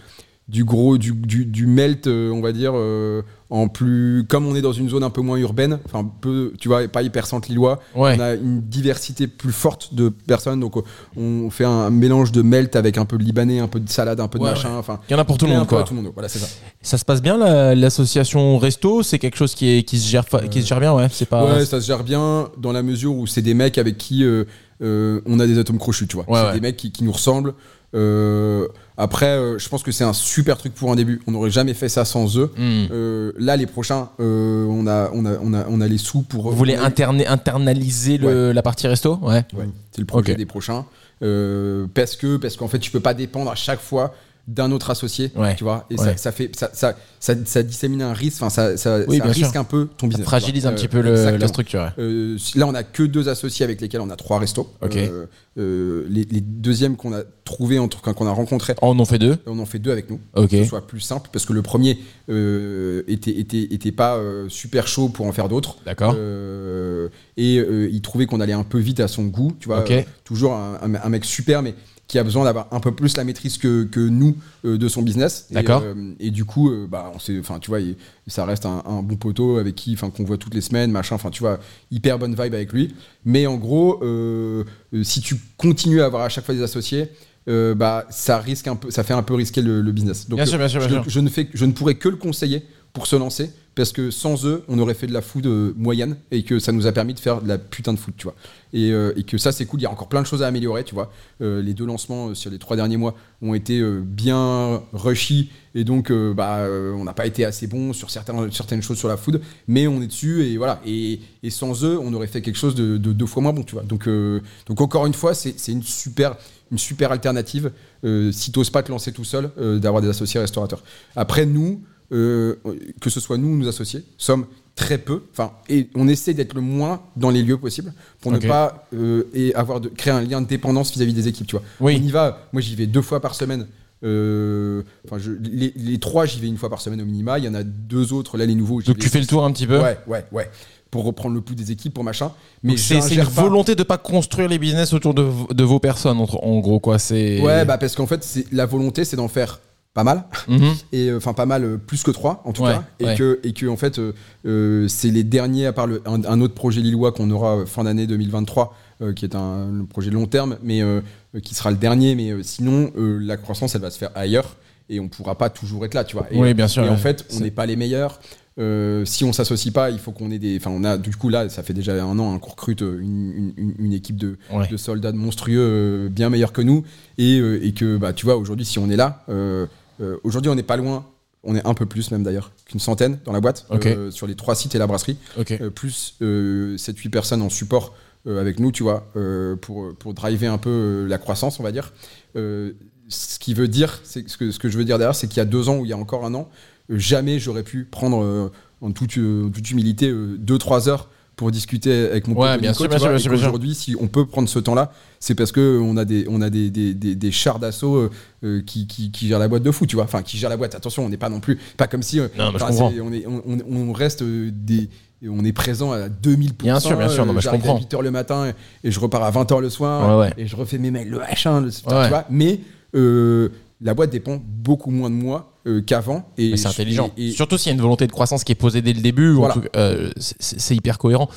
S1: du gros, du, du, du melt, euh, on va dire, euh, en plus. Comme on est dans une zone un peu moins urbaine, enfin, un peu, tu vois, pas hyper centre lillois,
S3: Ouais.
S1: on a une diversité plus forte de personnes. Donc, euh, on fait un, mélange de melt avec un peu de libanais, un peu de salade, un peu de
S3: Ouais,
S1: machin. Enfin,
S3: Il y en a pour tout le
S1: plaît un
S3: monde
S1: peu à
S3: quoi.
S1: Tout le monde. Voilà, c'est ça.
S3: Ça se passe bien la- l'association resto. C'est quelque chose qui est qui se gère fa- qui se gère bien ouais. C'est pas.
S1: Ouais, ça se gère bien dans la mesure où c'est des mecs avec qui euh, euh, on a des atomes crochus, tu vois.
S3: Ouais,
S1: c'est
S3: ouais.
S1: des mecs qui, qui nous ressemblent. Euh, après, euh, je pense que c'est un super truc pour un début. On n'aurait jamais fait ça sans eux.
S3: Hmm.
S1: Euh, là, les prochains, euh, on, a, on, a, on, a, on a les sous pour.
S3: Vous voulez interner- internaliser le, la partie resto Ouais.
S1: Ouais, c'est le projet
S3: Ok.
S1: des prochains. Euh, parce que parce qu'en fait, tu peux pas dépendre à chaque fois d'un autre associé,
S3: Ouais.
S1: tu vois. Et
S3: Ouais.
S1: ça, ça fait ça, ça, ça, ça dissémine un risque, enfin ça, ça,
S3: Oui,
S1: ça
S3: bien sûr.
S1: risque un peu ton
S3: Ça
S1: business. tu vois.
S3: fragilise un
S1: Euh,
S3: petit peu le- la
S1: exactement.
S3: structure. ouais.
S1: Euh, là, on a que deux associés avec lesquels on a trois restos.
S3: Ok.
S1: Euh, euh, les, les deuxièmes qu'on a trouvés, en tout cas, qu'on a rencontrés,
S3: On en fait deux.
S1: on en fait deux avec nous.
S3: Ok.
S1: Que ce soit plus simple, parce que le premier euh, était, était, était pas euh, super chaud pour en faire d'autres.
S3: D'accord.
S1: Euh, et euh, il trouvait qu'on allait un peu vite à son goût. Tu vois,
S3: Ok.
S1: Euh, toujours un, un- un mec super, mais qui a besoin d'avoir un peu plus la maîtrise que, que nous euh, de son business. Et,
S3: D'accord.
S1: euh, Et, du coup, euh, bah, on s'est- enfin, tu vois, il- ça reste un, un bon poteau avec qui, enfin, qu'on voit toutes les semaines, machin. Enfin, tu vois, hyper bonne vibe avec lui. Mais en gros, euh, euh, si tu continues à avoir à chaque fois des associés. euh, bah, ça risque un peu, ça fait un peu risquer le, le business. Donc,
S3: Bien sûr, bien sûr, bien
S1: je,
S3: sûr.
S1: je ne fais, je ne pourrais que le conseiller pour se lancer parce que sans eux, on aurait fait de la food euh, moyenne et que ça nous a permis de faire de la putain de food, tu vois. Et, euh, et que ça, c'est cool. Il y a encore plein de choses à améliorer, tu vois. Euh, les deux lancements euh, sur les trois derniers mois ont été euh, bien rushy et donc euh, bah, euh, on n'a pas été assez bon sur certains, certaines choses sur la food, mais on est dessus et voilà. Et, et sans eux, on aurait fait quelque chose de, de deux fois moins bon, tu vois. Donc, euh, donc encore une fois, c'est c'est une super une super alternative euh, si t'oses pas te lancer tout seul, euh, d'avoir des associés restaurateurs. Après, nous, euh, que ce soit nous ou nos associés, sommes très peu, enfin, et on essaie d'être le moins dans les lieux possibles pour
S3: Ok.
S1: ne pas euh, et avoir de, créer un lien de dépendance vis-à-vis des équipes, tu vois.
S3: Oui.
S1: On y va, moi j'y vais deux fois par semaine. Euh, Enfin, je- les, les trois, j'y vais une fois par semaine au minima. Il y en a deux autres, là les nouveaux. j'y
S3: Donc
S1: vais-
S3: tu fais le tour un petit peu.
S1: Ouais, ouais, ouais. Pour reprendre le pouls des équipes, pour machin. Mais
S3: Mais c'est c'est une
S1: j'ingère pas.
S3: volonté de pas construire les business autour de, v- de vos personnes, entre- en gros, quoi. C'est.
S1: Ouais, bah parce qu'en fait, c'est la volonté, c'est d'en faire pas mal.
S3: Mhm.
S1: et euh, enfin pas mal euh, plus que trois en tout
S3: Ouais,
S1: cas et
S3: ouais.
S1: que et que en fait euh, euh, c'est les derniers à part le- un, un autre projet lillois qu'on aura euh, fin d'année 2023 euh, qui est un, le projet long terme mais euh, euh, qui sera le dernier mais euh, sinon euh, la croissance elle va se faire ailleurs et on pourra pas toujours être là tu vois et,
S3: Oui, bien sûr,
S1: et
S3: ouais.
S1: en fait on
S3: C'est-
S1: n'est pas les meilleurs Euh, si on s'associe pas, il faut qu'on ait des. Enfin, on a du coup là, ça fait déjà un an hein, qu'on recrute euh, une, une- une équipe de,
S3: Ouais.
S1: de soldats de monstrueux euh, bien meilleurs que nous et, euh, et que bah tu vois aujourd'hui si on est là euh, euh, aujourd'hui on n'est pas loin on est un peu plus même d'ailleurs qu'une centaine dans la boîte
S3: Ok.
S1: euh, sur les trois sites et la brasserie
S3: Ok.
S1: euh, plus 7-8 personnes en support euh, avec nous, tu vois, euh, pour, pour driver un peu euh, la croissance, on va dire. Euh, ce qui veut dire, c'est ce que, ce que je veux dire derrière, c'est qu'il y a deux ans ou il y a encore un an, euh, jamais j'aurais pu prendre euh, en toute, euh, en toute humilité 2-3 heures pour discuter avec mon
S3: Ouais,
S1: pote
S3: bien
S1: Nico, tu
S3: sûr, bien sûr,
S1: vois,
S3: bien
S1: et
S3: sûr, bien sûr.
S1: qu'aujourd'hui, si on peut prendre ce temps-là, c'est parce que on a des, on a des, des, des- des chars d'assaut euh, euh, qui, qui, qui gèrent la boîte de fou, tu vois, enfin qui gèrent la boîte. Attention, on n'est pas non plus, pas comme si euh,
S3: Non, mais je
S1: Enfin,
S3: comprends.
S1: c'est- on, est, on, on- on reste euh, des. et On est présent à 2000%.
S3: Bien sûr, bien sûr, non, mais je
S1: euh, j'arrive
S3: comprends.
S1: à 8h le matin et, et je repars à 20h le soir.
S3: Ouais, ouais.
S1: Et je refais mes mails, le H1, le, tu
S3: Ouais.
S1: vois. Mais euh, la boîte dépend beaucoup moins de moi euh, qu'avant. Et
S3: Mais c'est
S1: je-
S3: intelligent.
S1: et- et-
S3: Surtout s'il y a une volonté de croissance qui est posée dès le début, ou en
S1: Voilà.
S3: tout cas, euh, c'est- c'est c'est hyper cohérent.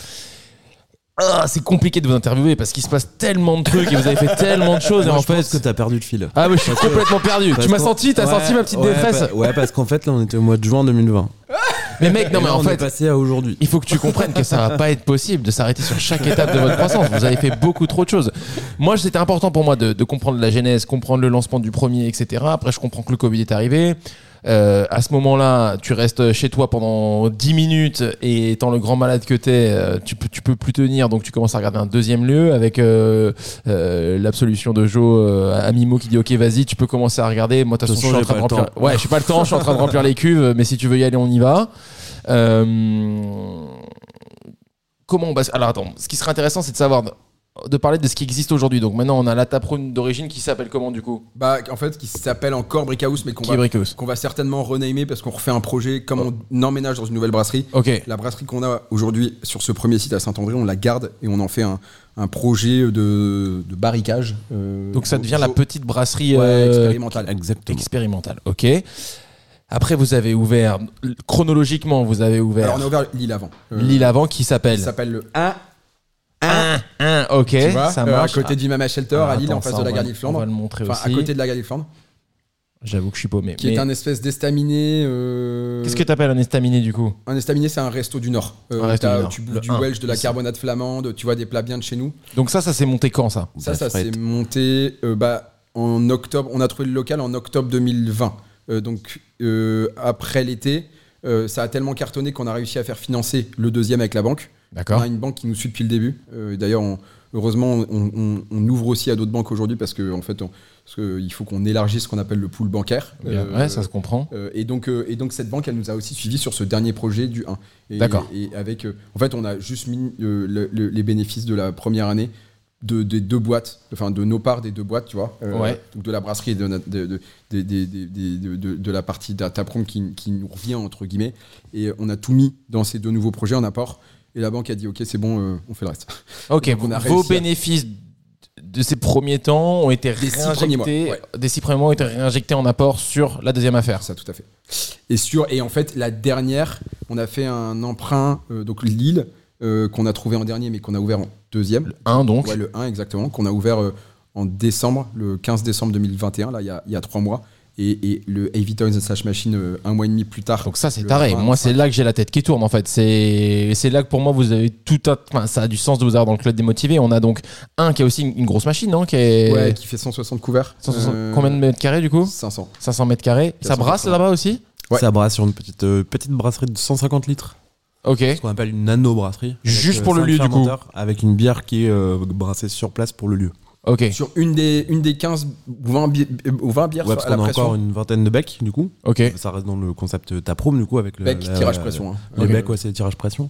S3: Ah, c'est compliqué de vous interviewer parce qu'il se passe tellement de trucs et vous avez fait tellement de choses et
S2: Moi,
S3: en
S2: je pense que
S3: fait.
S2: t'as perdu le fil.
S3: Ah, mais je suis
S2: Parce que-
S3: complètement perdu.
S2: Parce
S3: Tu m'as
S2: qu'on-
S3: senti, t'as
S2: Ouais,
S3: senti ma petite
S2: ouais, bah,
S3: détresse.
S2: pa- ouais, parce qu'en fait, là, on était au mois de juin 2020.
S3: Mais mec, non,
S2: Et
S3: mais
S2: là,
S3: en
S2: on est
S3: fait,
S2: passé à aujourd'hui.
S3: il faut que tu comprennes que ça va pas être possible de s'arrêter sur chaque étape de votre croissance. Vous avez fait beaucoup trop de choses. Moi, c'était important pour moi de, de comprendre la genèse, comprendre le lancement du premier, etc. Après, je comprends que le Covid est arrivé. Euh, à ce moment-là, tu restes chez toi pendant 10 minutes et étant le grand malade que t'es, euh, tu, peux- tu peux plus tenir, donc tu commences à regarder un deuxième lieu avec euh, euh, l'absolution de Joe euh, à Mimo qui dit ok vas-y, tu peux commencer à regarder. Moi, de toute
S2: De toute
S3: façon, je suis en
S2: façon,
S3: train de
S2: j'ai pas le
S3: remplir. Ouais, je suis pas le temps, je suis en train de remplir les cuves, mais si tu veux y aller, on y va. Euh, comment on bas- Alors attends, ce qui serait intéressant, c'est de savoir, de parler de ce qui existe aujourd'hui. Donc maintenant, on a la taproom d'origine qui s'appelle comment du coup
S1: bah, en fait, qui s'appelle encore Brickhouse, mais qu'on
S3: Qui
S1: va,
S3: est Bricos.
S1: qu'on va certainement renamer parce qu'on refait un projet, comme on emménage dans une nouvelle brasserie.
S3: Ok.
S1: La brasserie qu'on a aujourd'hui sur ce premier site à Saint-André, on la garde et on en fait un, un projet de, de barricage. euh,
S3: Donc ça
S1: au-
S3: devient la
S1: au-
S3: petite brasserie
S1: Ouais,
S3: euh,
S1: expérimentale.
S2: Exactement.
S3: expérimentale. Ok. Après, vous avez ouvert chronologiquement, vous avez
S1: Alors
S3: ouvert
S1: on a ouvert l'île avant. Euh,
S3: l'île avant qui s'appelle.
S1: qui s'appelle le 1,
S3: Un, un, ok.
S1: tu vois,
S3: ça
S1: euh,
S3: marche.
S1: à côté du Mama Shelter,
S3: Ah,
S1: à Lille,
S3: attends,
S1: en face
S3: ça,
S1: de
S3: on
S1: la
S3: va-
S1: gare d'Iflandre.
S3: On va le montrer
S1: Enfin,
S3: aussi.
S1: à côté de la gare d'Iflandre,
S3: J'avoue que je suis paumé.
S1: qui
S3: Mais
S1: est un euh, espèce d'estaminet. euh,
S3: Qu'est-ce que t'appelles un estaminet du coup
S1: Un estaminet, c'est un resto du Nord. Euh,
S3: Un resto
S1: t'as-
S3: du Nord.
S1: Tu
S3: Le
S1: bouffes du
S3: un.
S1: Welsh, de la
S3: Ici.
S1: carbonate flamande, tu vois des plats bien de chez nous.
S3: Donc ça, ça s'est monté quand ça
S1: Ça,
S2: La
S1: ça
S2: frette.
S1: s'est monté euh, bah, en octobre. On a trouvé le local en octobre 2020. Euh, donc, euh, après l'été, euh, ça a tellement cartonné qu'on a réussi à faire financer le deuxième avec la banque.
S3: D'accord.
S1: On a une banque qui nous suit depuis le début. Euh, D'ailleurs, on- heureusement, on, on- on ouvre aussi à d'autres banques aujourd'hui parce qu'en en fait, on- parce que il faut qu'on élargisse ce qu'on appelle le pool bancaire.
S3: Bien,
S1: Euh,
S3: ouais, ça se comprend.
S1: euh, et, donc, euh, et donc cette banque, elle nous a aussi suivis sur ce dernier projet du 1. Et-
S3: D'accord.
S1: Et avec, euh, en fait, on a juste mis euh, le- le- les bénéfices de la première année de, des deux boîtes, enfin de nos parts des deux boîtes, tu vois. Euh,
S3: Ouais.
S1: Donc de la brasserie et de, na- de, de, des- des- des- des- de- de- de la partie de la taproom qui, qui nous revient, entre guillemets. Et on a tout mis dans ces deux nouveaux projets en apport. Et la banque a dit, OK, c'est bon, euh, on fait le reste.
S3: Ok,
S1: donc on a
S3: vos
S1: réussi à-
S3: bénéfices de ces premiers temps ont été
S1: Des six
S3: réinjectés,
S1: premiers mois, ouais.
S3: des six premiers mois ont été réinjectés en apport sur la deuxième affaire.
S1: Ça, tout à fait. Et sur et en fait la dernière, on a fait un emprunt euh, donc Lille euh, qu'on a trouvé en dernier mais qu'on a ouvert en deuxième.
S3: Un donc.
S1: Ouais, le 1 exactement qu'on a ouvert euh, en décembre, le 15 décembre 2021 là il y a, il y a trois mois et, et le Heavy Toys and Slash Machine euh, un mois et demi plus tard.
S3: Donc ça c'est
S1: Le
S3: taré.
S1: 20,
S3: Moi c'est là que j'ai la tête qui tourne en fait. C'est c'est là que pour moi vous avez tout un... enfin, ça a du sens de vous avoir dans le club démotivé. On a donc un qui a aussi une, une grosse machine non qui est
S1: Ouais, qui fait 160 couverts.
S3: 160
S1: Euh,
S3: combien de mètres carrés du coup
S1: 500.
S3: 500 mètres carrés. Ça
S1: 480.
S3: brasse là-bas aussi.
S1: Ouais.
S2: Ça brasse sur une petite, euh, petite brasserie de 150 litres.
S3: Ok.
S2: Ce qu'on appelle une nano-brasserie.
S3: Juste
S2: Avec,
S3: pour
S2: euh,
S3: le
S2: cinq
S3: lieu, du coup.
S2: fermenteurs, Avec une bière qui est euh, brassée sur place pour le lieu.
S3: Ok.
S1: Sur une des, une des 15 ou 20, bi- ou 20 bières
S2: Ouais,
S1: sur-
S2: parce
S1: à la
S2: qu'on a
S1: pression.
S2: encore une vingtaine de becs, du coup.
S3: Ok.
S2: Ça reste dans le concept taproom, du coup, avec le.
S1: Bec,
S2: la-
S1: tirage
S2: la-
S1: pression. hein.
S2: Le
S1: Ok.
S2: bec, ouais, c'est le tirage pression.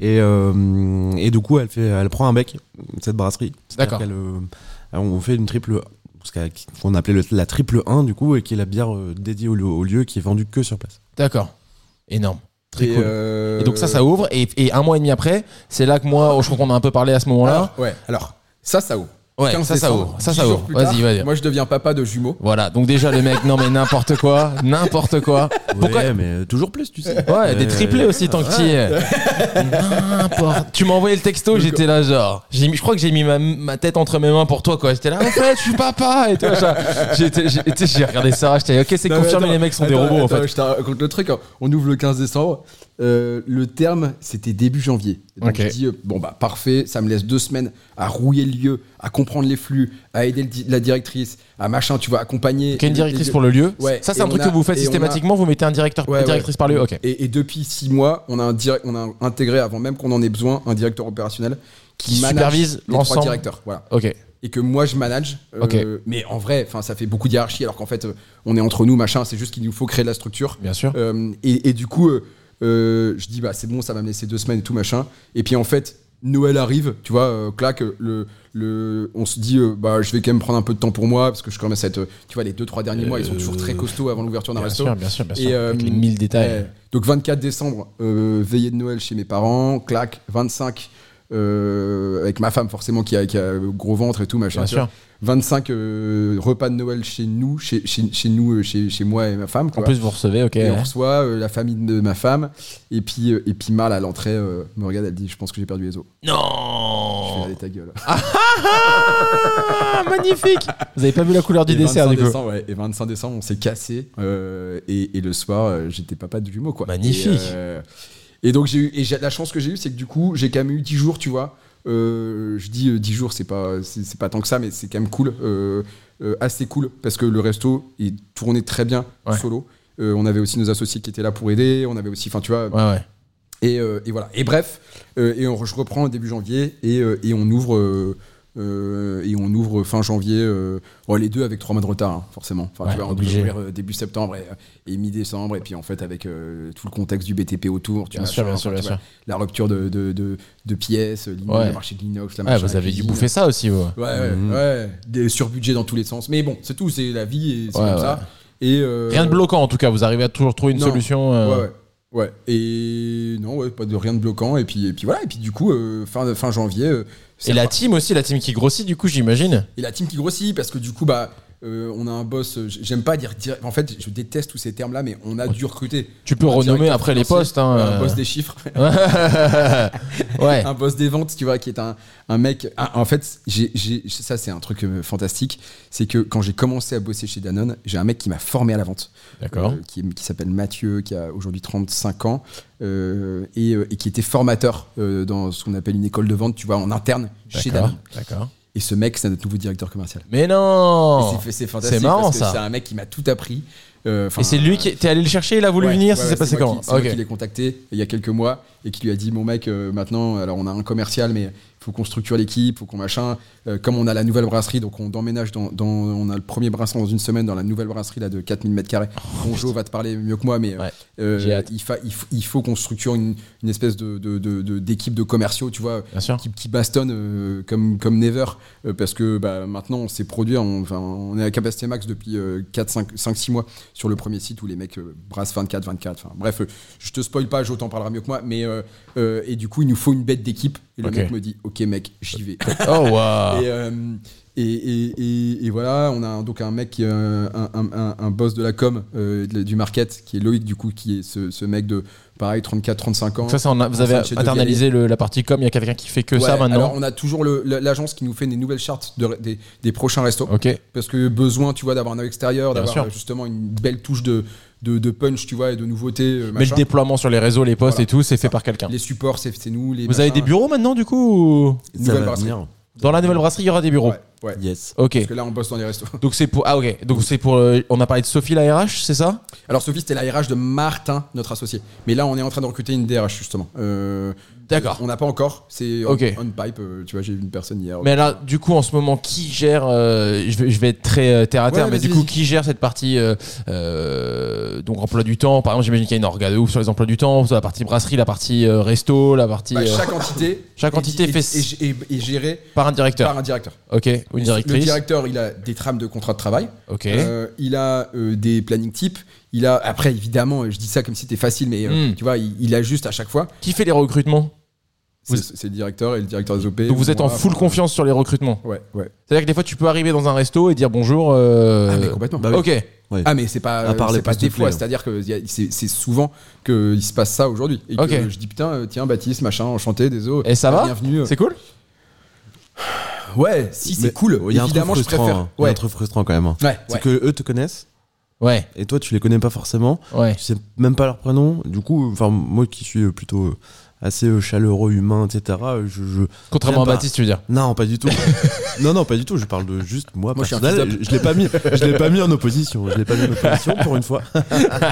S2: Et, euh, et du coup, elle, fait, elle prend un bec, cette brasserie.
S3: D'accord.
S2: C'est-à-dire qu'elle, euh, on fait une triple. ce qu'a- qu'on appelait le- la triple 1, du coup, et qui est la bière euh, dédiée au lieu, au lieu qui est vendue que sur place.
S3: D'accord. Énorme. Très
S1: Et,
S3: cool.
S1: euh,
S3: Et donc ça ça ouvre et, et un mois et demi après c'est là que moi je crois qu'on a un peu parlé à ce moment-là.
S1: alors, ah, ouais, alors, ça, ça ouvre.
S3: Ouais.
S1: 15
S3: Ça ça
S1: décembre,
S3: ouvre. Ça
S1: 10
S3: ça
S1: jours
S3: ouvre.
S1: plus
S3: Vas-y
S1: tard,
S3: vas-y.
S1: Moi, je deviens papa de jumeaux.
S3: Voilà, donc déjà le mec, non mais n'importe quoi, n'importe quoi. Pourquoi
S2: Ouais, mais euh, toujours plus, tu sais.
S3: Ouais, des
S2: Euh,
S3: triplés aussi tant que t'y es. N'importe. Tu m'as envoyé le texto, j'étais là genre. j'ai mis- Je crois que j'ai mis ma, ma tête entre mes mains pour toi quoi. J'étais là, en fait, je suis papa et toi ça. J'étais- j'ai- tu sais, J'ai regardé ça, j'étais ok, c'est
S1: Non, mais
S3: confirmé,
S1: attends,
S3: les mecs sont des
S1: attends,
S3: robots en
S1: attends,
S3: fait.
S1: Je te raconte le truc. hein. On ouvre le 15 décembre. Euh, le terme, c'était début janvier. Et Donc
S3: Ok.
S1: je dis, euh, bon bah parfait, ça me laisse deux semaines à rouiller le lieu, à comprendre les flux, à aider le di- la directrice, à machin, tu vois, accompagner.
S3: Ok, une directrice pour le lieu.
S1: Ouais,
S3: ça, c'est
S1: et
S3: un truc
S1: on
S3: que
S1: a-
S3: vous faites
S1: et on a-
S3: systématiquement, vous mettez un directeur,
S1: Ouais,
S3: une directrice par lieu. Ok.
S1: Et, et depuis six mois, on a, un direct, on a un- intégré, avant même qu'on en ait besoin, un directeur opérationnel qui
S3: Qui
S1: manage
S3: supervise
S1: les trois
S3: l'ensemble.
S1: directeurs. Voilà.
S3: Ok.
S1: Et que moi, je manage. euh,
S3: Ok.
S1: Mais en vrai, enfin, ça fait beaucoup de hiérarchie, alors qu'en fait, euh, on est entre nous, machin. C'est juste qu'il nous faut créer de la structure.
S3: Bien sûr.
S1: Euh, et, et du coup, euh, euh, je dis, bah, c'est bon, ça va me laisser deux semaines et tout, machin. Et puis en fait, Noël arrive, tu vois, euh, clac, euh, le, le, on se dit, euh, bah, je vais quand même prendre un peu de temps pour moi, parce que je commence à être, euh, tu vois, les deux, trois derniers mois, ils sont toujours très costauds avant l'ouverture d'un
S3: Euh, Bien
S1: resto.
S3: sûr, bien sûr, bien sûr.
S1: Et, euh,
S3: Avec les mille détails.
S1: Ouais. Donc 24 décembre, euh, veillée de Noël chez mes parents, clac, 25, euh, avec ma femme forcément qui a, qui a gros ventre et tout, machin.
S3: Bien
S1: tu
S3: sûr.
S1: vois. 25, euh, repas de Noël chez nous, chez, chez, chez nous, euh, chez, chez moi et ma femme.
S3: En
S1: quoi.
S3: plus, vous recevez, ok.
S1: Et
S3: ouais.
S1: on reçoit euh, la famille de ma femme. Et puis, euh, et puis Mal à l'entrée euh, me regarde, elle dit Je pense que j'ai perdu les os. Je fais
S3: Non
S1: Allez, ta gueule.
S3: Ah, magnifique Vous avez pas vu la couleur du
S1: Et
S3: dessert
S1: 25
S3: du coup
S1: décembre, ouais, et 25 décembre, on s'est cassé. euh, et, et le soir, euh, j'étais papa de jumeaux. Quoi.
S3: Magnifique.
S1: Et, euh, et donc, j'ai eu, et j'ai- la chance que j'ai eue, c'est que du coup, j'ai quand même eu 10 jours, tu vois. Euh, je dis euh, 10 jours, c'est pas, c'est, c'est pas tant que ça, mais c'est quand même cool. euh, euh, assez cool, parce que le resto, il tournait très bien
S3: Ouais.
S1: solo. Euh, on avait aussi nos associés qui étaient là pour aider. On avait aussi, enfin, tu vois,
S3: Ouais, ouais.
S1: Et, euh, et voilà. Et bref, euh, et on, re- je reprends début janvier et, euh, et on ouvre. euh, euh, et on ouvre fin janvier, euh, bon, les deux avec trois mois de retard, hein, forcément. Enfin,
S3: Ouais,
S1: tu vois, on devait
S3: obligé.
S1: ouvrir, euh, début septembre et, euh, et mi-décembre, et puis en fait avec euh, tout le contexte du BTP autour, tu
S3: Bien
S1: vois,
S3: sûr,
S1: enfin,
S3: bien sûr,
S1: tu
S3: bien
S1: vois,
S3: sûr.
S1: la rupture de, de, de, de pièces, l'inox,
S3: Ouais.
S1: le marché de l'inox, la
S3: Ouais,
S1: machin,
S3: vous
S1: la
S3: avez dû
S1: cuisine.
S3: bouffer Mm-hmm. ça aussi, Mmh. ouais.
S1: Ouais, ouais,
S2: Mhm.
S1: ouais. des surbudgets dans tous les sens. Mais bon, c'est tout, c'est la vie et c'est
S3: Ouais,
S1: comme
S3: ouais.
S1: ça. Et, euh,
S3: Rien de bloquant en tout cas, vous arrivez à toujours trouver une
S1: Non.
S3: solution.
S1: Ouais,
S3: euh,
S1: ouais. Ouais. Et non, ouais, pas de rien de bloquant. Et puis, et puis voilà. Et puis du coup, euh, fin, fin janvier. euh, c'est
S3: Et la
S1: reparti.
S3: team aussi, la team qui grossit du coup, j'imagine.
S1: et la team qui grossit parce que du coup, bah, euh, on a un boss. euh, j- J'aime pas dire direct. En fait, je déteste tous ces termes-là, mais on a dû recruter.
S3: Tu peux
S1: Un
S3: renommer
S1: Ah, directeur
S3: après les
S1: financier,
S3: postes. Hein,
S1: Un
S3: euh.
S1: boss des chiffres,
S3: ouais.
S1: un boss des ventes, tu vois, qui est un, un mec. un- en fait, j'ai j'ai- ça, c'est un truc euh, fantastique. C'est que quand j'ai commencé à bosser chez Danone, j'ai un mec qui m'a formé à la vente.
S3: D'accord.
S1: euh, qui, qui s'appelle Mathieu, qui a aujourd'hui 35 ans, euh, et, euh, et qui était formateur euh, dans ce qu'on appelle une école de vente, tu vois, en interne chez
S3: D'accord.
S1: Danone.
S3: D'accord.
S1: Et ce mec, c'est notre nouveau directeur commercial. Et
S3: Mais non
S1: c'est- C'est fantastique.
S3: Oh, c'est marrant,
S1: parce que
S3: ça.
S1: C'est un mec qui m'a tout appris. euh, enfin,
S3: Et c'est lui qui. T'es allé le chercher, il a voulu
S1: Ouais, ouais,
S3: venir, ça
S1: ouais,
S3: s'est passé
S1: c'est moi
S3: comment
S1: qui- C'est moi
S3: Ok.
S1: qui l'ai contacté il y a quelques mois et qui lui a dit Mon mec, euh, maintenant, alors on a un commercial, mais il faut qu'on structure l'équipe, faut qu'on machin. Euh, comme on a la nouvelle brasserie, donc on emménage dans, dans- On a le premier brassin dans une semaine dans la nouvelle brasserie là, de 4000 m. Bonjour, va te parler mieux que moi, mais euh,
S3: Oh, Ouais,
S1: euh,
S3: j'ai hâte.
S1: il, fa- il faut- il faut qu'on structure une, une espèce d'équipe de, de, de- d'équipe de commerciaux, tu vois,
S3: Bien sûr.
S1: qui, qui bastonne euh, comme, comme never euh, parce que bah, maintenant on sait produire, on, enfin, on est à capacité max depuis euh, 4, 5, 6 mois sur le premier site où les mecs euh, brassent 24, 24. Enfin, bref, euh, je te spoil pas, Jo t'en parlera mieux que moi, mais euh, euh, et du coup il nous faut une bête d'équipe. Et le
S3: Ok.
S1: mec me dit, ok, ok mec, j'y vais.
S3: Oh, waouh
S1: Et, euh, et, et- et- et voilà, on a un- donc un mec, qui est un, un- un- un boss de la com euh, de- du market, qui est Loïc, du coup, qui est ce, ce mec de pareil, 34-35 ans.
S3: Donc ça, c'est en- vous avez
S1: Sanchez de
S3: internalisé le- la partie com. Il y a quelqu'un qui fait que
S1: Ouais,
S3: ça maintenant.
S1: Alors, on a toujours le- le- l'agence qui nous fait des nouvelles chartes de- des, des prochains restos.
S3: Ok.
S1: Parce que besoin, tu vois, d'avoir un œil extérieur,
S3: Bien
S1: d'avoir euh,
S3: sûr.
S1: justement une belle touche de, de, de punch, tu vois, et de nouveauté. euh,
S3: Mais le
S1: machin.
S3: déploiement sur les réseaux, les posts
S1: Voilà.
S3: et tout, c'est fait par quelqu'un.
S1: Les supports, c'est c'est nous. Les
S3: Vous avez
S1: machins.
S3: des bureaux maintenant, du coup ou-
S2: Ça
S1: Nouvelle
S2: va
S1: brasserie.
S2: venir.
S3: Dans la nouvelle brasserie, il y aura des bureaux.
S1: Ouais, ouais.
S2: Yes.
S3: Ok.
S1: Parce que là, on bosse dans les restos.
S3: Donc c'est pour ah ok donc c'est pour euh, on a parlé de Sophie la RH c'est ça
S1: Alors Sophie, c'était la RH de Martin, notre associé. Mais là, on est en train de recruter une DRH justement. Euh,
S3: D'accord.
S1: On n'a pas encore. C'est on,
S3: Ok.
S1: on pipe. euh, tu vois, j'ai vu une personne hier.
S3: mais là du coup en ce moment qui gère euh, je, vais, je vais être très euh, terre à terre
S1: Ouais,
S3: mais du
S1: vas-y.
S3: coup qui gère cette partie euh, euh, donc emploi du temps par exemple j'imagine qu'il y a une orga de ouf sur les emplois du temps sur la partie brasserie la partie euh, resto la partie
S1: Bah,
S3: euh,
S1: chaque entité,
S3: chaque
S1: est-
S3: entité
S1: est-
S3: fait-
S1: est- est- est gérée
S3: par un directeur
S1: par un directeur.
S3: ok ou
S1: Le
S3: une directrice
S1: directeur, il a des trames de contrat de travail.
S3: ok
S1: Euh, il a euh, des plannings types. Il a après évidemment, je dis ça comme si c'était facile, mais euh,
S3: Hmm.
S1: tu vois, il, il ajuste à chaque fois.
S3: qui fait les recrutements
S1: C'est
S3: Vous-
S1: c'est le directeur et euh, le directeur des OP.
S3: donc vous êtes en
S1: Voilà.
S3: full confiance sur les recrutements
S1: Ouais, ouais.
S3: c'est à dire que des fois tu peux arriver dans un resto et dire bonjour euh,
S1: Ah mais complètement.
S2: bah oui.
S3: ok
S1: Ah mais c'est pas,
S2: À part
S1: c'est
S2: les
S1: pas
S2: postes
S1: des
S2: de
S1: fois,
S2: play, hein.
S1: c'est-à-dire que y a- c'est c'est souvent qu'il se passe ça aujourd'hui. Et que
S3: Ok.
S1: je dis putain, euh, tiens Baptiste, machin, enchanté, désolé.
S3: Et ça va
S1: Bienvenue. Ah,
S3: c'est cool
S1: Ouais, si c'est
S2: Mais
S1: cool.
S2: Il y a un truc
S1: Évidemment, je
S2: frustrant.
S1: préfère.
S2: hein. Il y a
S1: Ouais.
S2: un truc frustrant quand même. hein.
S1: Ouais,
S2: C'est
S1: ouais.
S2: que eux te connaissent
S3: ouais
S2: et toi tu les connais pas forcément.
S3: ouais
S2: Tu sais même pas leur prénom. Du coup, enfin moi qui suis euh, plutôt euh, assez euh, chaleureux, humain, etc. euh, Je, je-
S3: contrairement à
S2: J'aime pas.
S3: Baptiste tu veux dire
S2: non pas du tout. non non pas du tout. Je parle de juste moi.
S1: Moi, je suis un
S2: personnel.
S1: fils
S2: je l'ai pas mis. Je l'ai pas mis en opposition. Je l'ai pas mis en opposition pour une fois.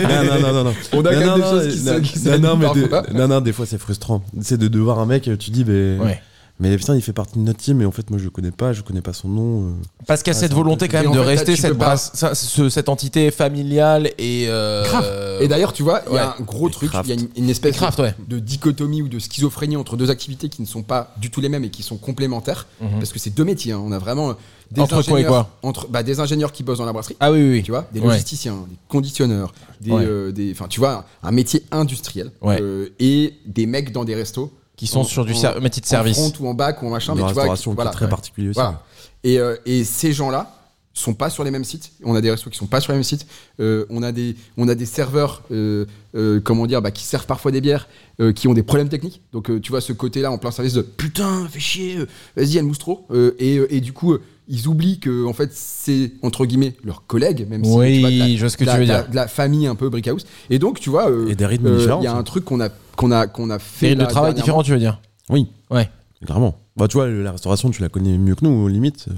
S2: non non non non. non.
S1: On a
S2: non,
S1: quand même
S2: non,
S1: des choses qui
S2: non,
S1: se- qui
S2: non, non,
S1: s'annulent
S2: mais des-
S1: parfois.
S2: non, non, des fois c'est frustrant. C'est de, de voir un mec, tu dis, mais,
S3: ouais
S2: mais putain, il fait partie de notre team, mais en fait, moi je le connais pas, je connais pas son nom. euh.
S3: Parce qu'il y a
S2: Ah,
S3: cette
S2: c'est
S3: volonté quand
S1: Et
S3: même
S1: en
S3: de
S1: fait, là,
S3: rester
S1: tu
S3: cette,
S1: peux pas.
S3: brasse- ça- ce- cette entité familiale et. euh,
S1: Et d'ailleurs, tu vois, il y a
S3: ouais.
S1: un gros
S2: Et
S1: truc,
S2: craft.
S1: il y a une, une espèce
S3: Et craft,
S1: de,
S3: ouais.
S1: de dichotomie ou de schizophrénie entre deux activités qui ne sont pas du tout les mêmes et qui sont complémentaires,
S3: Mhm.
S1: parce que c'est deux métiers. hein. On a vraiment euh, des
S3: Entre quoi et
S1: ingénieurs-
S3: quoi
S1: entre, bah, Des ingénieurs qui bossent dans la brasserie,
S3: Ah oui, oui, oui.
S1: tu vois, des
S3: Ouais.
S1: logisticiens, des conditionneurs, des,
S3: Ouais.
S1: euh, des- enfin, tu vois, un métier industriel
S3: Ouais.
S1: euh, et des mecs dans des restos
S3: Qui sont
S1: en-
S3: sur du
S1: en-
S3: ser- métier de
S1: en
S3: service.
S1: front ou en bac ou en machin,
S2: de
S1: mais tu vois,
S2: restauration
S1: voilà,
S2: qui est très
S1: ouais.
S2: particulier aussi.
S1: Voilà. Et, euh, et ces gens-là sont pas sur les mêmes sites. On a des restos qui sont pas sur les mêmes sites. Euh, on a des on a des serveurs euh, euh, comment dire bah, qui servent parfois des bières, euh, qui ont des problèmes techniques. Donc euh, tu vois ce côté-là en plein service de putain fais chier, euh, vas-y elle mousse trop. Euh, et, euh, et du coup euh, ils oublient que en fait c'est entre guillemets leurs collègues même si
S3: Oui,
S1: tu vois, de la-
S3: je vois ce que
S1: de la-
S3: tu veux
S1: de la-
S3: dire.
S1: de la famille un peu brick house. Et donc tu vois euh,
S2: Et des rythmes
S1: euh,
S2: différents,
S1: Il y a
S2: ça.
S1: un truc qu'on a qu'on a qu'on a fait
S3: Et le
S1: là,
S3: travail
S1: dernièrement.
S3: différent, tu veux dire
S2: Oui,
S3: Ouais.
S2: clairement. Bah, tu vois, la restauration, tu la connais mieux que nous, limite. Euh,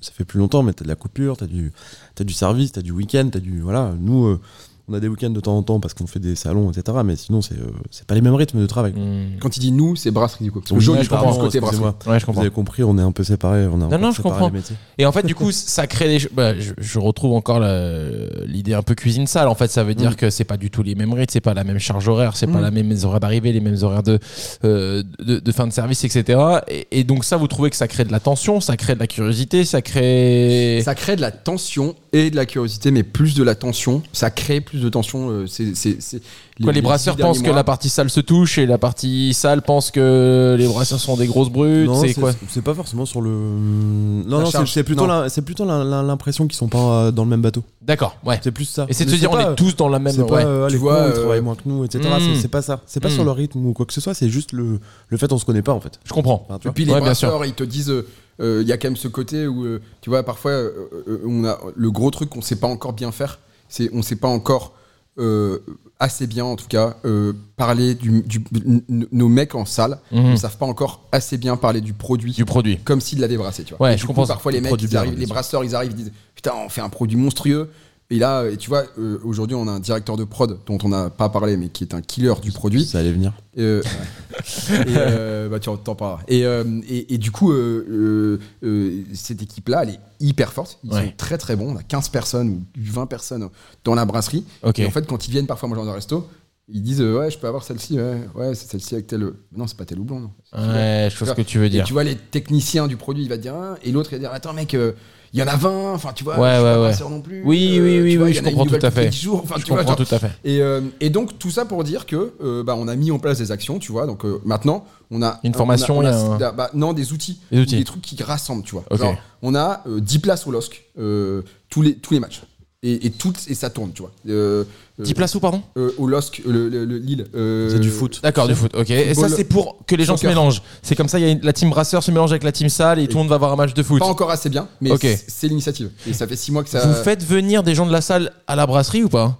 S2: ça fait plus longtemps, mais t'as de la coupure, t'as du, t'as du service, t'as du week-end, t'as du. Voilà, nous. euh, on a des week-ends de temps en temps parce qu'on fait des salons, etc. Mais sinon, c'est euh, c'est pas les mêmes rythmes de travail.
S1: Quand il dit nous c'est brasserie du coup. Parce que
S2: Oui,
S1: Joe,
S3: ouais,
S1: il
S3: je
S1: prend
S3: comprends,
S1: ce côté brasserie.
S2: excusez-moi.
S3: Ouais, je
S2: Vous
S3: comprends.
S2: avez compris, on est un peu séparés. On a un
S3: Non,
S2: peu
S3: non, je
S2: séparés
S3: comprends.
S2: les métiers.
S3: Et en fait, du coup, ça crée des. bah, je, je retrouve encore la- l'idée un peu cuisine sale. En fait, ça veut dire
S1: Hmm.
S3: que c'est pas du tout les mêmes rythmes, c'est pas la même charge horaire, c'est pas la même horaire d'arrivée, les mêmes horaires de, euh, de, de fin de service, etc. Et, et donc, ça, vous trouvez que ça crée de la tension, ça crée de la curiosité, ça crée.
S1: Ça crée de la tension et de la curiosité, mais plus de la tension. Ça crée plus de tension. euh, c'est- c'est- c'est-
S3: Quoi, les,
S1: six
S3: brasseurs
S1: derniers
S3: pensent que
S1: mois.
S3: la partie sale se touche et la partie sale pense que les brasseurs sont des grosses brutes.
S2: Non,
S3: C'est quoi
S2: C'est pas forcément sur le. Non,
S1: La
S2: non, c'est
S1: charge.
S2: c'est plutôt
S1: Non.
S2: la- c'est plutôt la- la- l'impression qu'ils sont pas euh, dans le même bateau.
S3: D'accord, ouais.
S2: C'est plus ça.
S3: Et c'est de
S2: Mais
S3: se dire,
S2: pas,
S3: on est tous dans la même.
S2: C'est pas,
S3: ouais.
S2: euh, ah,
S1: Tu
S2: les
S1: vois,
S2: cons, ils
S1: euh,
S2: travaillent moins que nous, etc.
S3: Mm.
S2: C'est- C'est pas ça. C'est pas
S3: Mm.
S2: sur leur rythme ou quoi que ce soit. C'est juste le, le fait on se connaît pas en fait.
S3: Je comprends.
S2: Enfin, tu
S1: Et
S2: vois.
S1: puis les
S3: Ouais, bien sûr.
S1: brasseurs, ils te disent. euh, euh, Il y a quand même ce côté où, euh, tu vois, parfois, euh, euh, on a le gros truc qu'on sait pas encore bien faire. C'est on sait pas encore euh, assez bien, en tout cas, euh, parler du, du- n- n- nos mecs en salle.
S3: Mhm.
S1: Ils savent pas encore assez bien parler du produit.
S3: Du produit.
S1: comme s'ils l'avaient brassé, tu vois.
S3: Ouais,
S1: Et
S3: je
S1: du
S3: comprends
S1: coup,
S3: ça.
S1: Parfois, les
S2: Le
S1: mecs,
S2: produit
S1: ils
S2: bien,
S1: arrivent,
S2: bien
S1: les
S2: sûr.
S1: brasseurs, ils arrivent, ils disent Putain, on fait un produit monstrueux. Et là, euh, et tu vois, euh, aujourd'hui, on a un directeur de prod dont on n'a pas parlé, mais qui est un killer du produit.
S2: Ça allait venir.
S1: Euh, et, euh, bah, tu en- t'en parleras. Et, euh, et, et du coup, euh, euh, euh, cette équipe-là, elle est hyper forte. Ils
S3: Ouais.
S1: sont très très bons. On a 15 personnes ou 20 personnes dans la brasserie.
S3: Ok.
S1: Et en fait, quand ils viennent parfois manger dans un resto, Ils disent euh, ouais, je peux avoir celle-ci, ouais, ouais, c'est celle-ci avec tel. Non, c'est pas tel houblon, non.
S3: Ouais, je vois ce que tu veux
S1: Et
S3: dire.
S1: tu vois les techniciens du produit, il va te dire un, et l'autre il va dire attends mec, euh, il y en a 20, enfin tu vois,
S3: Ouais,
S1: je suis
S3: ouais,
S1: pas
S3: ouais.
S1: passeur non plus. euh,
S3: Oui, oui,
S1: tu
S3: oui,
S1: vois,
S3: oui,
S1: il y
S3: je
S1: en a une
S3: comprends
S1: nouvelle
S3: tout à
S1: tous les
S3: fait.
S1: 10 jours, enfin,
S3: Je
S1: tu vois,
S3: comprends
S1: genre-
S3: tout à fait.
S1: et, euh, et donc tout ça pour dire que euh, bah, on a mis en place des actions, tu vois. Donc euh, maintenant on a
S3: Une formation,
S1: on a- on a-
S3: il y
S1: bah, non des outils,
S3: Des outils.
S1: trucs qui rassemblent, tu vois.
S3: Ok.
S1: Genre, on a euh, 10 places au LOSC euh, tous les tous les matchs et et toutes et ça tourne, tu vois. Euh, euh,
S3: 10 places où, pardon
S1: euh, au LOSC, euh, le, le- le- Lille. euh,
S2: C'est du foot.
S3: D'accord, du foot, ok. Et ça,
S1: Football.
S3: c'est pour que les gens se
S1: Soccer.
S3: mélangent. C'est comme ça, il y a une- la team brasseur se mélange avec la team salle et tout le monde va avoir un match de foot.
S1: Pas encore assez bien, mais
S3: Ok.
S1: c'est- c'est l'initiative. Et ça fait 6 mois que ça.
S3: Vous faites venir des gens de la salle à la brasserie ou pas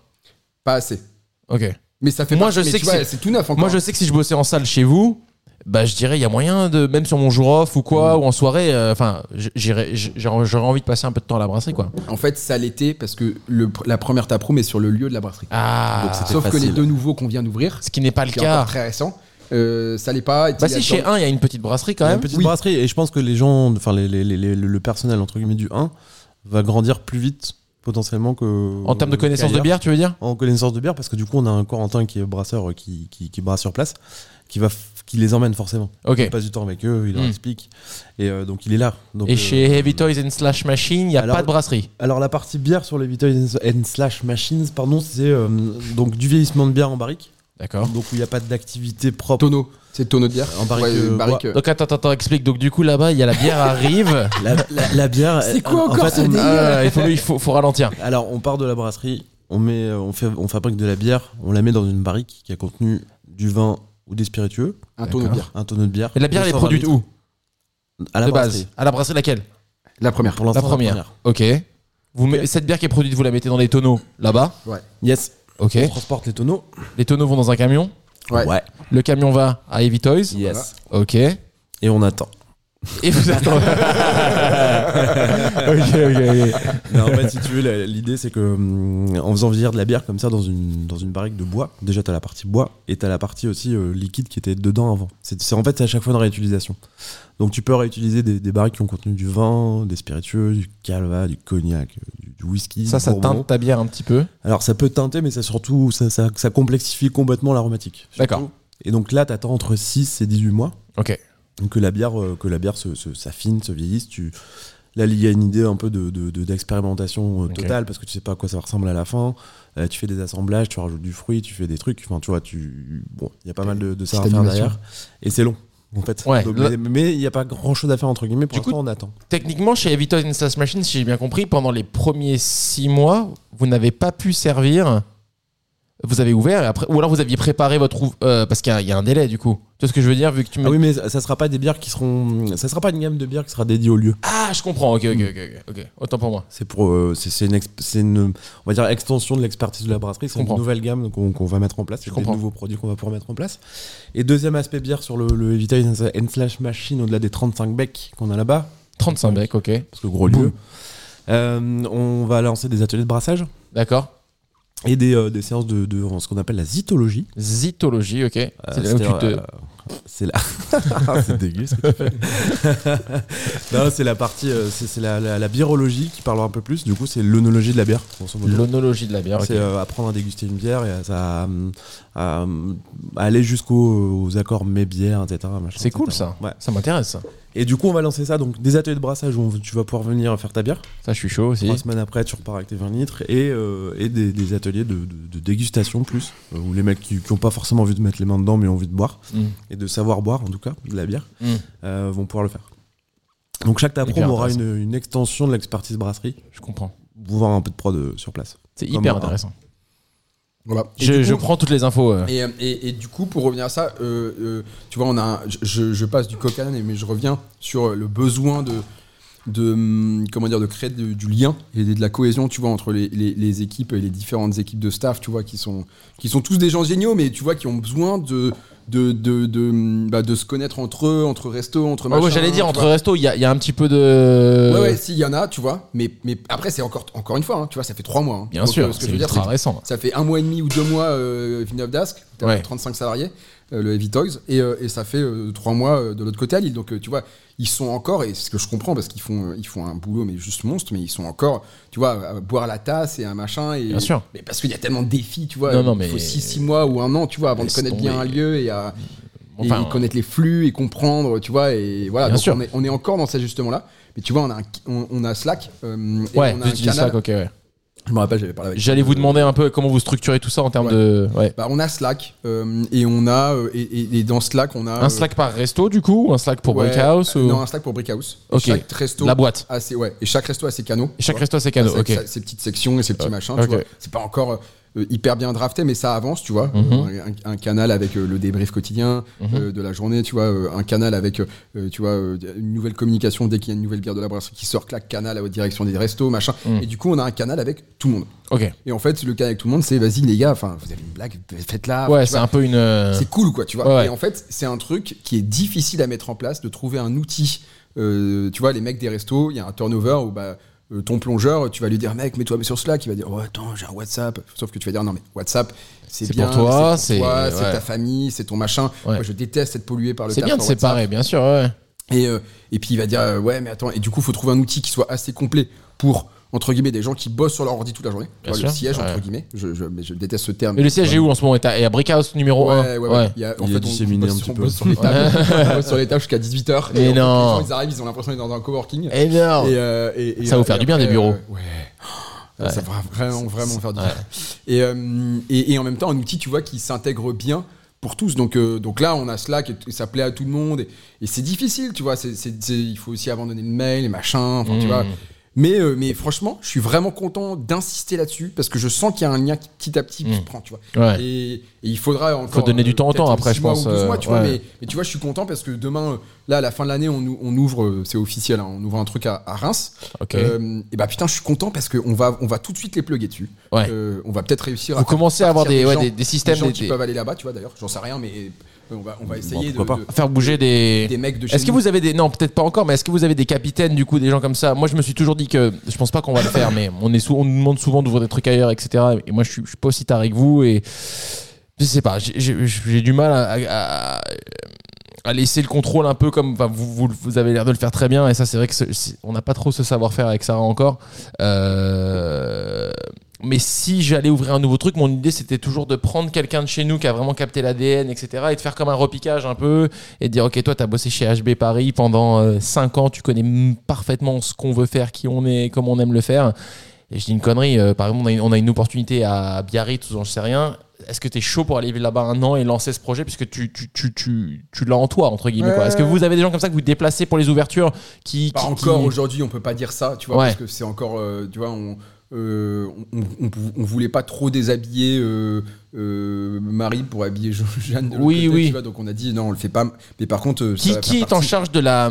S1: Pas assez.
S3: Ok.
S1: Mais ça fait
S3: Moi,
S1: partie-
S3: je
S1: mais
S3: sais
S1: tu
S3: que
S1: vois,
S3: c'est-
S1: c'est tout neuf encore.
S3: Moi, je sais que si je bossais en salle chez vous, bah, je dirais, il y a moyen de, même sur mon jour off ou quoi,
S2: Mm.
S3: ou en soirée, euh, enfin, j- j'irais- j- j'aurais j'aurais envie de passer un peu de temps à la brasserie, quoi.
S1: En fait, ça l'était parce que le, la première taproom est sur le lieu de la brasserie.
S3: Ah,
S1: Donc, Sauf que
S2: facile.
S1: les deux nouveaux qu'on vient d'ouvrir,
S3: ce qui n'est pas le
S1: qui est encore
S3: cas.
S1: très récent, euh, ça l'est pas. et
S3: Bah,
S1: il y a
S3: si, chez
S1: dans-
S3: un, il y a une petite brasserie quand
S2: Il y a
S3: même.
S2: une petite
S1: Oui.
S2: brasserie et je pense que les gens, enfin les- les- les- les- le personnel entre guillemets du 1 va grandir plus vite potentiellement que
S3: En termes de connaissance de
S2: qu'ailleurs.
S3: bière, tu veux dire
S2: en connaissance de bière parce que du coup on a un Corentin qui est brasseur euh, qui, qui, qui brasse sur place qui va f- qui les emmène forcément
S3: Ok.
S2: il passe du temps avec eux il leur
S3: Mm.
S2: explique et euh, donc il est là donc,
S3: Et
S2: euh,
S3: chez Heavy Toys and Slash Machine, il n'y a
S2: Alors-
S3: pas de brasserie.
S2: alors la partie bière sur les Vitoys and slash machines pardon c'est euh, donc du vieillissement de bière en barrique
S3: D'accord.
S2: donc où il n'y a pas d'activité propre
S1: tonneau, c'est tonneau de bière.
S2: En barrique,
S1: Ouais,
S2: euh,
S1: barrique, euh,
S3: Donc attends, attends, attends, explique. Donc du coup là-bas, il y a la bière arrive.
S2: la, la- la bière euh,
S1: C'est quoi encore ce
S2: on-
S1: délire
S3: Ah, il faut, il faut, faut ralentir.
S2: alors on part de la brasserie on met euh, on fait on fabrique de la bière on la met dans une barrique qui a contenu du vin ou des spiritueux
S1: un tonneau de
S3: D'accord.
S1: bière.
S2: un tonneau de bière
S3: Et la bière, elle est
S2: 220
S3: produite où
S2: litres, à la
S3: De
S2: brasserie.
S3: base. À la brasserie laquelle
S1: La première.
S2: pour l'instant
S3: La première. Ok. Vous met- cette bière qui est produite, vous la mettez dans des tonneaux là-bas.
S2: Yes.
S3: Ok.
S2: On transporte les tonneaux.
S3: Les tonneaux vont dans un camion.
S1: Ouais.
S3: Le camion va à Heavy Toys.
S2: Yes.
S3: Ok. Et
S2: Et on attend.
S3: vous attendez. ok, ok, ok.
S2: Non, en fait, si tu veux, la- l'idée c'est que hum, en faisant vieillir de la bière comme ça dans une, dans une barrique de bois, déjà t'as la partie bois et t'as la partie aussi euh, liquide qui était dedans avant. C'est c'est- en fait c'est à chaque fois une réutilisation. Donc tu peux réutiliser des, des barriques qui ont contenu du vin, des spiritueux, du calva, du cognac, euh, du, du whisky.
S3: Ça,
S2: du
S3: ça
S2: bourbon.
S3: teinte ta bière un petit peu.
S2: Alors ça peut teinter, mais ça surtout ça, ça, ça complexifie complètement l'aromatique.
S3: D'accord.
S2: Et donc là, t'attends entre 6 et 18 mois.
S3: Ok.
S2: Donc que la bière, euh, que la bière se, se- s'affine, se vieillisse. Tu... Là, il y a une idée un peu de, de- de- d'expérimentation euh,
S3: Ok.
S2: totale parce que tu sais pas à quoi ça ressemble à la fin. Euh, tu fais des assemblages, tu rajoutes du fruit, tu fais des trucs. Enfin, tu vois, tu... Bon, il y a pas mal de, de ça à faire
S1: animation.
S2: derrière. Et c'est long, en fait.
S3: Ouais,
S2: Donc,
S3: là-
S2: mais- Mais il n'y a pas grand chose à faire, entre guillemets. Pour
S3: Du coup,
S2: l'instant, on attend.
S3: Techniquement, chez Heavy Toys and Slash Machine, si j'ai bien compris, pendant les premiers six mois, vous n'avez pas pu servir. Vous avez ouvert et après, ou alors vous aviez préparé votre ouv- euh, parce qu'il y, a- il y a un délai du coup. Tu vois ce que je veux dire vu que tu me.
S2: Ah oui, mais ça ça sera pas des bières qui seront. Ça sera pas une gamme de bières qui sera dédiée au lieu.
S3: Ah, je comprends. Ok, ok, ok, ok. ok. Autant pour moi.
S2: C'est pour, euh, c'est c'est une, exp- c'est une, on va dire extension de l'expertise de la brasserie. C'est une
S3: comprends.
S2: nouvelle gamme qu'on qu'on va mettre en place. C'est des
S3: comprends.
S2: nouveaux produits qu'on va pouvoir mettre en place. Et deuxième aspect bière sur le, le Evitalis and slash machine au-delà des 35 becs qu'on a là-bas,
S3: 35 becs, ok.
S2: parce que gros
S3: Boum.
S2: lieu. Euh, on va lancer des ateliers de brassage
S3: D'accord.
S2: et des, euh, des séances de, de ce qu'on appelle la zytologie.
S3: Zytologie, ok.
S2: Euh,
S3: Ah, c'est là où tu te.
S2: euh, C'est la. c'est dégueu ce que tu fais. non, c'est la partie, euh, c'est c'est la, la, la birologie qui parle un peu plus. Du coup, c'est l'onologie de la bière. grosso modo.
S3: L'onologie de la bière, Ah, ok.
S2: C'est euh, apprendre à déguster une bière et à, ça, hum, à, hum, à aller jusqu'aux aux accords mes bières, etc. machin,
S3: C'est cool
S2: etc.
S3: ça.
S2: Ouais.
S3: Ça m'intéresse. ça.
S2: Et du coup, on va lancer ça. Donc, des ateliers de brassage où on- tu vas pouvoir venir faire ta bière.
S3: Ça, je suis chaud aussi.
S2: Trois semaines après, tu repars avec tes 20 litres. Et, euh, et des, des ateliers de, de- de dégustation plus. euh, Où les mecs qui n'ont pas forcément envie de mettre les mains dedans, mais ont envie de boire.
S3: Mm.
S2: Et de savoir boire, en tout cas, de la bière,
S3: Mm.
S2: euh, vont pouvoir le faire. Donc, chaque taprom
S3: Hyper
S2: aura une, une extension de l'expertise brasserie.
S3: Je comprends.
S2: Pouvoir un peu de prod euh, sur place.
S3: C'est
S2: Comme
S3: hyper
S2: un-
S3: intéressant.
S1: Voilà. Et
S3: Je,
S1: du
S3: je
S1: coup-
S3: prends toutes les infos. euh.
S1: Et, euh, et- et du coup, pour revenir à ça, euh, euh, tu vois, on a, un- je, je passe du coq à l'âne, mais je reviens sur le besoin de, de hum, comment dire, de créer de- du lien et de la cohésion, tu vois, entre les, les- les équipes et les différentes équipes de staff, tu vois, qui sont, qui sont tous des gens géniaux, mais tu vois, qui ont besoin de, de, de, de, hum, bah, de se connaître entre eux, entre restos, entre
S3: Ouais, ouais,
S1: machins,
S3: J'allais dire,
S1: tu
S3: entre
S1: vois.
S3: resto, il y, a- il y a un petit peu de.
S1: Ouais, ouais, s'il y en a, tu vois, mais, mais après, c'est encore, encore une fois, hein, tu vois, ça fait trois mois. hein.
S3: Bien
S1: Donc, euh,
S3: sûr,
S1: ce que
S3: c'est
S1: je veux dire, c'est
S3: ultra
S1: que
S3: récent.
S1: ça fait un mois et demi ou deux mois euh, Villeneuve d'Ascq, t'as
S3: Ouais.
S1: 35 salariés, euh, le Heavy Toys, et, euh, et ça fait euh, trois mois euh, de l'autre côté à Lille. Donc euh, tu vois, il- ils sont encore, et c'est ce que je comprends parce qu'ils font, euh, ils font un boulot mais juste monstre, mais ils sont encore, tu vois, à boire la tasse et un machin. Et,
S3: Bien sûr.
S1: Mais parce qu'il y a tellement de défis, tu vois.
S3: Non, non, mais-
S1: Il faut 6 mois ou un an, tu vois, avant de
S3: Laisse
S1: connaître
S3: tomber.
S1: bien un lieu et à et
S3: Enfin,
S1: connaître les flux et comprendre, tu vois. Et voilà,
S3: Bien
S1: donc
S3: sûr.
S1: On, est, on est encore dans cet ajustement-là. Mais tu vois, on a, un- on, on a Slack. euh, et
S3: ouais,
S1: on a un
S3: j'utilise
S1: canal.
S3: ça, ok, ouais.
S1: Je me rappelle, j'avais parlé avec
S3: J'allais vous demander un peu comment vous structurez tout ça en termes
S1: Ouais.
S3: de. Ouais.
S1: Bah, on a Slack euh, et on a euh, et, et- et dans Slack on a euh,
S3: Un Slack par resto, du coup ou Un Slack pour
S1: ouais,
S3: Breakhouse
S1: euh,
S3: ou...
S1: non un Slack pour Breakhouse Et
S3: Ok.
S1: chaque resto
S3: La boîte.
S1: a ses- ouais et chaque resto a ses canaux
S3: Et chaque
S1: tu
S3: resto, c'est
S1: vois.
S3: cadeau,
S1: Sa-
S3: ok.
S1: sa- ses petites sections et ses petits machins
S3: ok.
S1: tu vois c'est pas encore euh, hyper bien drafté mais ça avance tu vois
S3: Mhm.
S1: Euh, un, un canal avec euh, le débrief quotidien euh, de la journée tu vois euh, un canal avec euh, tu vois euh, une nouvelle communication dès qu'il y a une nouvelle bière de la brasserie qui sort claque canal à la direction des restos machin
S3: Mhm.
S1: et du coup on a un canal avec tout le monde
S3: Ok.
S1: et en fait le canal avec tout le monde c'est vas-y les gars enfin vous avez une blague faites-la
S3: Ouais,
S1: Ah, tu
S3: c'est
S1: vois.
S3: un peu une. euh,
S1: C'est cool, quoi, tu vois.
S3: Ouais, ouais.
S1: Et en fait, c'est un truc qui est difficile à mettre en place, de trouver un outil. Euh, tu vois, les mecs des restos, il y a un turnover où bah, euh, ton plongeur, tu vas lui dire, mec, mets-toi sur Slack. Il va dire, oh, attends, j'ai un WhatsApp. Sauf que tu vas dire, non, mais WhatsApp, c'est
S3: C'est
S1: bien.
S3: pour toi,
S1: c'est pour
S3: c'est-
S1: toi, c'est
S3: ouais.
S1: ta famille, c'est ton machin.
S3: Ouais.
S1: Moi, je déteste être pollué par le
S3: C'est
S1: taf
S3: bien de
S1: par WhatsApp.
S3: séparer, bien sûr, ouais.
S1: Et, euh, et puis il va dire euh, ouais mais attends et du coup il faut trouver un outil qui soit assez complet pour entre guillemets des gens qui bossent sur leur ordi toute la journée Tu
S3: Bien
S1: vois,
S3: sûr,
S1: le siège
S3: ouais.
S1: entre guillemets je, je- mais je déteste ce terme
S3: Et le siège est où en ce moment Et à et à Breakhouse numéro
S1: Ouais,
S3: 1
S1: ouais, ouais. Il y a, en
S2: Il
S1: fait,
S2: a
S1: on
S2: disséminé
S1: bosse
S2: un
S1: sur-
S2: petit
S1: on
S2: peu.
S1: bosse sur les tables, on bosse sur les tables jusqu'à 18h.
S3: Mais
S1: et en fait,
S3: non.
S1: les gens, ils arrivent, ils ont l'impression d'être dans un coworking. Et,
S3: Énorme
S1: euh, et- et,
S3: Ça va vous
S1: euh,
S3: faire
S1: et
S3: du bien,
S1: après,
S3: des bureaux.
S1: euh, ouais. Ça va vraiment, vraiment faire du
S3: Ouais.
S1: bien. Et, euh, et, et en même temps, un outil, tu vois, qui s'intègre bien pour tous. Donc, euh, donc là, on a Slack, et t- ça plaît à tout le monde. Et, et c'est difficile, tu vois. c'est- c'est- c'est- il faut aussi abandonner le mail et machin. Enfin, tu
S3: Mm.
S1: vois. Mais, euh, mais franchement, je suis vraiment content d'insister là-dessus parce que je sens qu'il y a un lien qui petit à petit qui se
S3: Mm.
S1: prend, tu vois.
S3: Ouais.
S1: Et, et il faudra encore. euh,
S3: donner du temps au temps
S1: peut-être
S3: après,
S1: six
S3: je
S1: mois
S3: pense,
S1: ou douze
S3: euh,
S1: mois, tu vois,
S3: ouais.
S1: mais, mais tu vois, je suis content parce que demain, euh, là, à la fin de l'année, on, ou- on ouvre, euh, c'est officiel, hein, on ouvre un truc à, à Reims.
S3: Ok.
S1: et bah putain, je suis content parce qu'on va, on va tout de suite les plugger dessus.
S3: Ouais.
S1: Euh, on va peut-être réussir
S3: Vous
S1: à.
S3: commencez à avoir
S1: partir
S3: des,
S1: des
S3: ouais,
S1: gens-
S3: des, des systèmes,
S1: des gens
S3: des-
S1: qui
S3: des-
S1: peuvent aller là-bas, tu vois, d'ailleurs, j'en sais rien, mais euh, on va, on va essayer
S2: pourquoi
S1: de- de,
S3: faire bouger des.
S1: des mecs de chez
S3: Est-ce que
S1: nous.
S3: vous avez des non peut-être pas encore mais est-ce que vous avez des capitaines du coup des gens comme ça moi je me suis toujours dit que je pense pas qu'on va le faire mais on est sou- on nous demande souvent d'ouvrir des trucs ailleurs etc et moi je suis, je suis pas aussi taré que vous et je sais pas j'ai- j'ai j'ai du mal à, à- à laisser le contrôle un peu comme enfin, vous, vous, vous avez l'air de le faire très bien et ça c'est vrai que ce- c'est- on n'a pas trop ce savoir-faire avec Sarah encore Euh, mais si j'allais ouvrir un nouveau truc, mon idée c'était toujours de prendre quelqu'un de chez nous qui a vraiment capté l'ADN, etc. et de faire comme un repiquage un peu et de dire ok toi t'as bossé chez HB Paris pendant 5 ans tu connais mm, parfaitement ce qu'on veut faire qui on est comment on aime le faire et je dis une connerie euh, par exemple on a une, on a une opportunité à Biarritz ou j'en sais rien est-ce que t'es chaud pour aller vivre là-bas un an et lancer ce projet puisque tu, tu, tu, tu, tu l'as en toi entre guillemets quoi.
S1: Ouais.
S3: est-ce que vous avez des gens comme ça que vous déplacez pour les ouvertures qui,
S1: Pas
S3: qui-
S1: encore
S3: qui-
S1: aujourd'hui, on peut pas dire ça, tu vois,
S3: Ouais.
S1: parce que c'est encore, euh, tu vois, on, euh, on, on- on- on voulait pas trop déshabiller euh, euh, Marie pour habiller Je- Jeanne. de l'autre
S3: Oui,
S1: côté,
S3: oui.
S1: tu vois, donc on a dit non, on le fait pas. Mais par contre, euh, ça
S3: qui,
S1: va
S3: qui
S1: faire
S3: est en
S1: partie.
S3: charge de la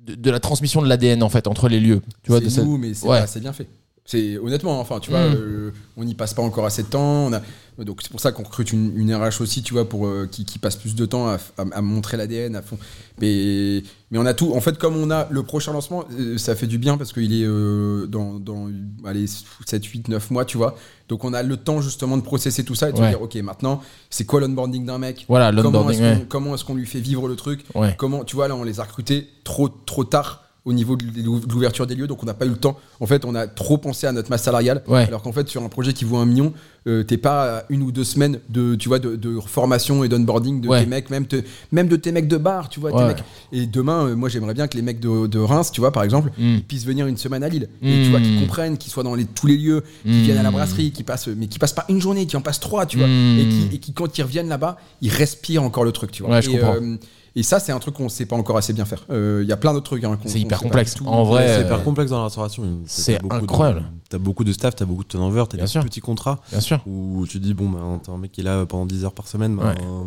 S3: de, de la transmission de l'ADN en fait entre les lieux tu vois de
S1: C'est
S3: cette-
S1: nous, mais c'est
S3: Ouais.
S1: pas- c'est bien fait. C'est honnêtement, enfin, tu vois,
S3: Mm.
S1: euh, on n'y passe pas encore assez de temps. on a- donc c'est pour ça qu'on recrute une, une RH aussi, tu vois, pour euh, qui, qui passe plus de temps à, à- à montrer l'ADN à fond. Mais mais on a tout. En fait, comme on a le prochain lancement, euh, ça fait du bien parce qu'il est euh, dans, dans allez, 7, 8, 9 mois, tu vois. Donc on a le temps justement de processer tout ça et de se
S3: Ouais.
S1: dire, ok, maintenant, c'est quoi l'onboarding d'un mec
S3: voilà
S1: Comment est-ce
S3: l'onboarding
S1: qu'on
S3: ouais.
S1: comment est-ce qu'on lui fait vivre le truc
S3: Ouais.
S1: comment tu vois là on les a recrutés trop trop tard au niveau de l'ou- de l'ouverture des lieux donc on n'a pas eu le temps en fait on a trop pensé à notre masse salariale
S3: Ouais.
S1: alors qu'en fait sur un projet qui vaut un million euh, t'es pas à une ou deux semaines de tu vois de, de formation et d'onboarding de
S3: Ouais.
S1: tes mecs même te- même de tes mecs de bar tu vois tes
S3: Ouais.
S1: mecs. et demain euh, moi j'aimerais bien que les mecs de, de Reims tu vois par exemple
S3: Mm.
S1: ils puissent venir une semaine à Lille et tu vois
S3: Mm.
S1: qu'ils comprennent qu'ils soient dans les, tous les lieux qu'ils
S3: Mm.
S1: viennent à la brasserie qu'ils passent mais qui passent pas une journée qui en passent trois tu vois
S3: Mm.
S1: et qui et qui, quand ils reviennent là-bas ils respirent encore le truc tu vois
S3: Ouais, je
S1: et,
S3: comprends.
S1: euh, et ça, c'est un truc qu'on sait pas encore assez bien faire. Euh, Il y a plein d'autres trucs. hein, qu'on-
S3: C'est hyper
S1: qu'on sait pas
S3: complexe.
S1: du tout.
S3: En vrai,
S2: C'est
S3: euh,
S2: hyper complexe dans la restauration. T'as-
S3: c'est
S2: t'as beaucoup de-
S3: incroyable.
S2: T'as beaucoup de staff, t'as beaucoup de turnover, t'as
S3: Bien
S2: des
S3: sûr.
S2: petits contrats
S3: bien sûr
S2: où tu dis, bon, ben, t'as un mec qui est là pendant 10 heures par semaine. ben,
S3: Ouais.
S2: euh,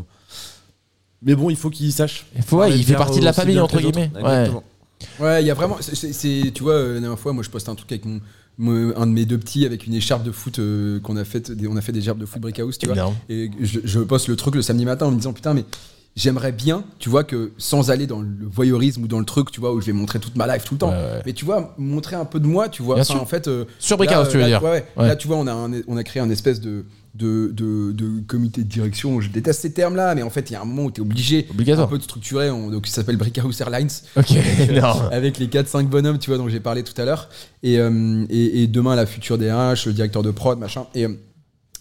S2: Mais bon, il faut qu'il sache.
S3: Il
S1: Ah,
S3: faut- ouais,
S2: parler
S3: il
S2: de
S3: fait
S2: bière
S3: partie de la
S2: aussi
S3: famille,
S2: bien
S3: entre
S2: que les autres.
S3: guillemets. Ouais.
S2: Exactement.
S3: euh,
S1: Ouais, il y a vraiment. c'est- c'est- c'est- tu vois, euh, la dernière fois, moi, je poste un truc avec mon, mon- un de mes deux petits avec une écharpe de foot euh, qu'on a fait. On a fait des écharpes de foot breakhouse, tu vois.
S3: Énorme.
S1: Et je, je poste le truc le samedi matin en me disant putain mais J'aimerais bien, tu vois, que sans aller dans le voyeurisme ou dans le truc, tu vois, où je vais montrer toute ma life tout le temps.
S3: Ouais, ouais.
S1: Mais tu vois, montrer un peu de moi, tu vois.
S3: Bien
S1: Enfin,
S3: sûr.
S1: En fait, euh,
S3: Sur Brickhouse,
S1: là,
S3: tu veux
S1: là,
S3: dire.
S1: ouais, ouais.
S3: Ouais.
S1: Là, tu vois, on a, un- on a créé un espèce de, de, de, de comité de direction. Je déteste ces termes-là, mais en fait, il y a un moment où tu es obligé un
S3: Obligatoire.
S1: peu de structurer. On- donc, ça s'appelle Brickhouse Airlines
S3: Ok, non.
S1: avec les 4-5 bonhommes, tu vois, dont j'ai parlé tout à l'heure. Et, euh, et, et demain, la future DRH, le directeur de prod, machin. Et, euh,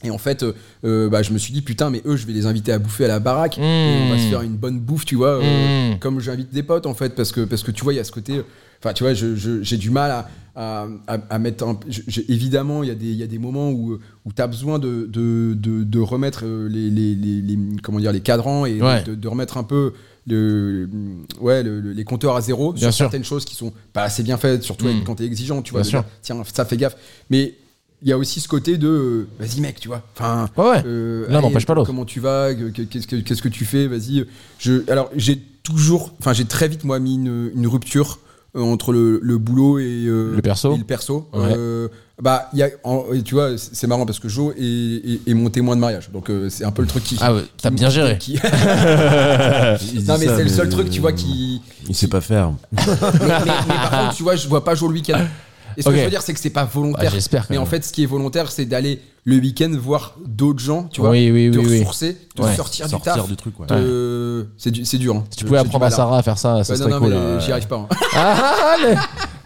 S1: et en fait, euh, euh, bah, je me suis dit, putain, mais eux, je vais les inviter à bouffer à la baraque.
S3: Mmh.
S1: Et on va se faire une bonne bouffe, tu vois. euh,
S3: Mmh.
S1: Comme j'invite des potes, en fait, parce que, parce que tu vois, il y a ce côté. Enfin, tu vois, je- je- j'ai du mal à. à- à- à mettre un- je- je- évidemment il y, a des- il y a des moments où, où tu as besoin de, de, de- de remettre euh, les, les- les- les- comment dire, les cadrans et
S3: Ouais.
S1: de, de remettre un peu le, ouais, le- le- les compteurs à zéro
S3: Bien
S1: sur
S3: sûr.
S1: certaines choses qui sont pas assez bien faites, surtout
S3: Mm.
S1: quand t'es exigeant, tu
S3: Bien
S1: vois. de
S3: sûr.
S1: dire, Tiens, ça fait gaffe. Mais il y a aussi ce côté de euh, vas-y mec, tu vois. Enfin,
S3: Ouais, ouais.
S1: euh,
S3: L'un
S1: allez,
S3: n'empêche pas l'autre.
S1: Comment tu vas que- que- Qu'est-ce que qu'est-ce que tu fais Vas-y. Je alors j'ai toujours, enfin j'ai très vite moi mis une, une rupture euh, entre le, le boulot et euh,
S3: Le perso.
S1: et le perso.
S3: Ouais.
S1: Euh, bah il y a, en- et tu vois, c'est c'est marrant parce que Joe est, est- est mon témoin de mariage, donc euh, c'est un peu le truc qui.
S3: Ah ouais, t'as
S1: qui-
S3: bien géré.
S1: qui-
S2: Il dit
S1: Euh, non mais
S2: ça, euh,
S1: c'est le seul truc, tu vois, qui
S2: Il sait pas faire.
S1: mais, mais- mais par contre, tu vois, je vois pas jour le week-end. Et ce
S3: Ah. Ok.
S1: que je veux dire, c'est que c'est pas
S3: Ah,
S1: volontaire.
S3: J'espère. quand
S1: mais en
S3: même.
S1: fait, ce qui est volontaire, c'est d'aller le week-end voir d'autres gens, tu vois,
S3: oui, oui,
S1: te
S3: oui, oui.
S1: ressourcer, te
S3: Ouais.
S1: sortir,
S2: Sortir
S1: du taf.
S2: du truc, ouais.
S1: te- C'est du- c'est dur. hein.
S3: Si tu
S1: J'ai-
S3: pouvais
S1: j'ai du
S3: apprendre à
S1: mal, hein.
S3: Sarah à faire ça, ça
S1: Ouais,
S3: serait
S1: non, non,
S3: cool.
S1: mais
S3: hein.
S1: j'y arrive pas. hein.
S3: Ah, allez.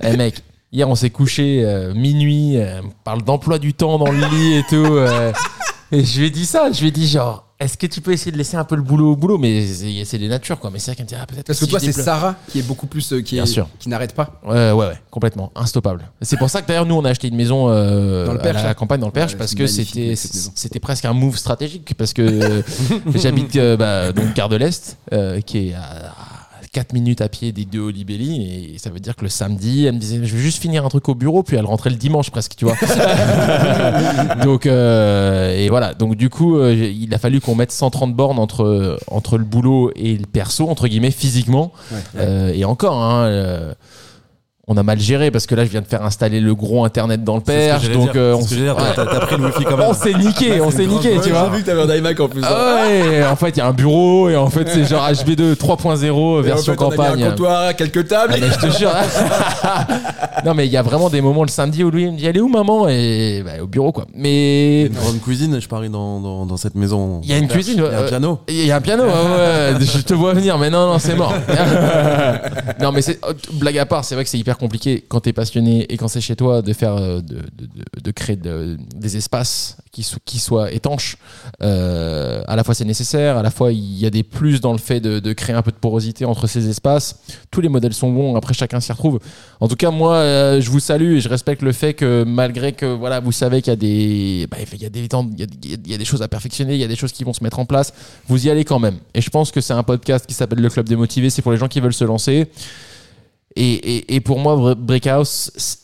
S3: Eh, mec, hier on s'est couché euh, minuit, euh, on parle d'emploi du temps dans le lit et tout. euh, et je lui ai dit ça, je lui ai dit genre, est-ce que tu peux essayer de laisser un peu le boulot au boulot Mais c'est c'est des natures quoi, mais c'est vrai qu'elle me dit, ah peut-être
S1: Parce que
S3: si
S1: toi,
S3: je
S1: c'est
S3: déploie-
S1: Sarah qui est beaucoup plus, euh, qui
S3: Bien
S1: est-
S3: sûr.
S1: qui n'arrête pas.
S3: Ouais, ouais, ouais, complètement, instoppable. C'est pour ça que d'ailleurs nous on a acheté une maison euh,
S1: Dans le Perche,
S3: à la
S1: hein.
S3: campagne dans le Perche
S1: Ouais,
S3: parce
S1: c'est
S3: que
S1: magnifique,
S3: c'était
S1: mais cette maison.
S3: c'était presque un move stratégique parce que euh, j'habite euh, bah, donc Gare de l'Est euh, qui est à 4 minutes à pied des deux Olibelli et ça veut dire que le samedi elle me disait je vais juste finir un truc au bureau puis elle rentrait le dimanche presque tu vois donc euh, et voilà donc du coup euh, j'ai- il a fallu qu'on mette 130 bornes entre entre le boulot et le perso entre guillemets physiquement
S1: Ouais.
S3: Euh, et encore hein, euh, on a mal géré parce que là je viens de faire installer le gros internet dans le
S2: C'est ce que
S3: perche
S2: j'allais
S3: donc
S2: dire,
S3: euh,
S2: c'est ce que j'allais dire, t'as- t'as t'as pris le wifi quand
S3: on,
S2: même.
S3: on s'est niqué on s'est niqué tu vois
S1: J'ai vu que t'avais un iMac en plus. hein.
S3: ah ouais, en fait, il y a un bureau et en fait, c'est genre HB2 3.0
S1: Et en
S3: version
S1: fait, on a mis
S3: campagne.
S1: Un comptoir, quelques tables.
S3: Ah, mais je te jure. non, mais il y a vraiment des moments le samedi où lui il me dit Allez où, maman Et bah, au bureau, quoi. Mais.
S2: Une grande cuisine, je parie, dans, dans, dans cette maison.
S3: Il y a euh, une cuisine.
S2: Il y
S3: ouais,
S2: a un
S3: ouais.
S2: piano.
S3: Il y a un piano, ouais, ouais, je te vois venir, mais non, non, c'est mort. non, mais c'est oh, blague à part, c'est vrai que c'est hyper compliqué quand t'es passionné et quand c'est chez toi de faire, euh, de, de- de- de créer de- des espaces qui, so- qui soient étanches. Euh, à la fois c'est nécessaire, à la fois il y a des plus dans le fait de, de créer un peu de porosité entre ces espaces. Tous les modèles sont bons, après chacun s'y retrouve. En tout cas, moi, euh, je vous salue et je respecte le fait que malgré que voilà, vous savez qu'il y a des, bah, il y a des temps- il y a- il y a- il y a des choses à perfectionner, il y a des choses qui vont se mettre en place vous y allez quand même. Et je pense que c'est un podcast qui s'appelle Le Club des Motivés, c'est pour les gens qui veulent se lancer. Et, et- et pour moi, Bre- Brickhouse, c'est-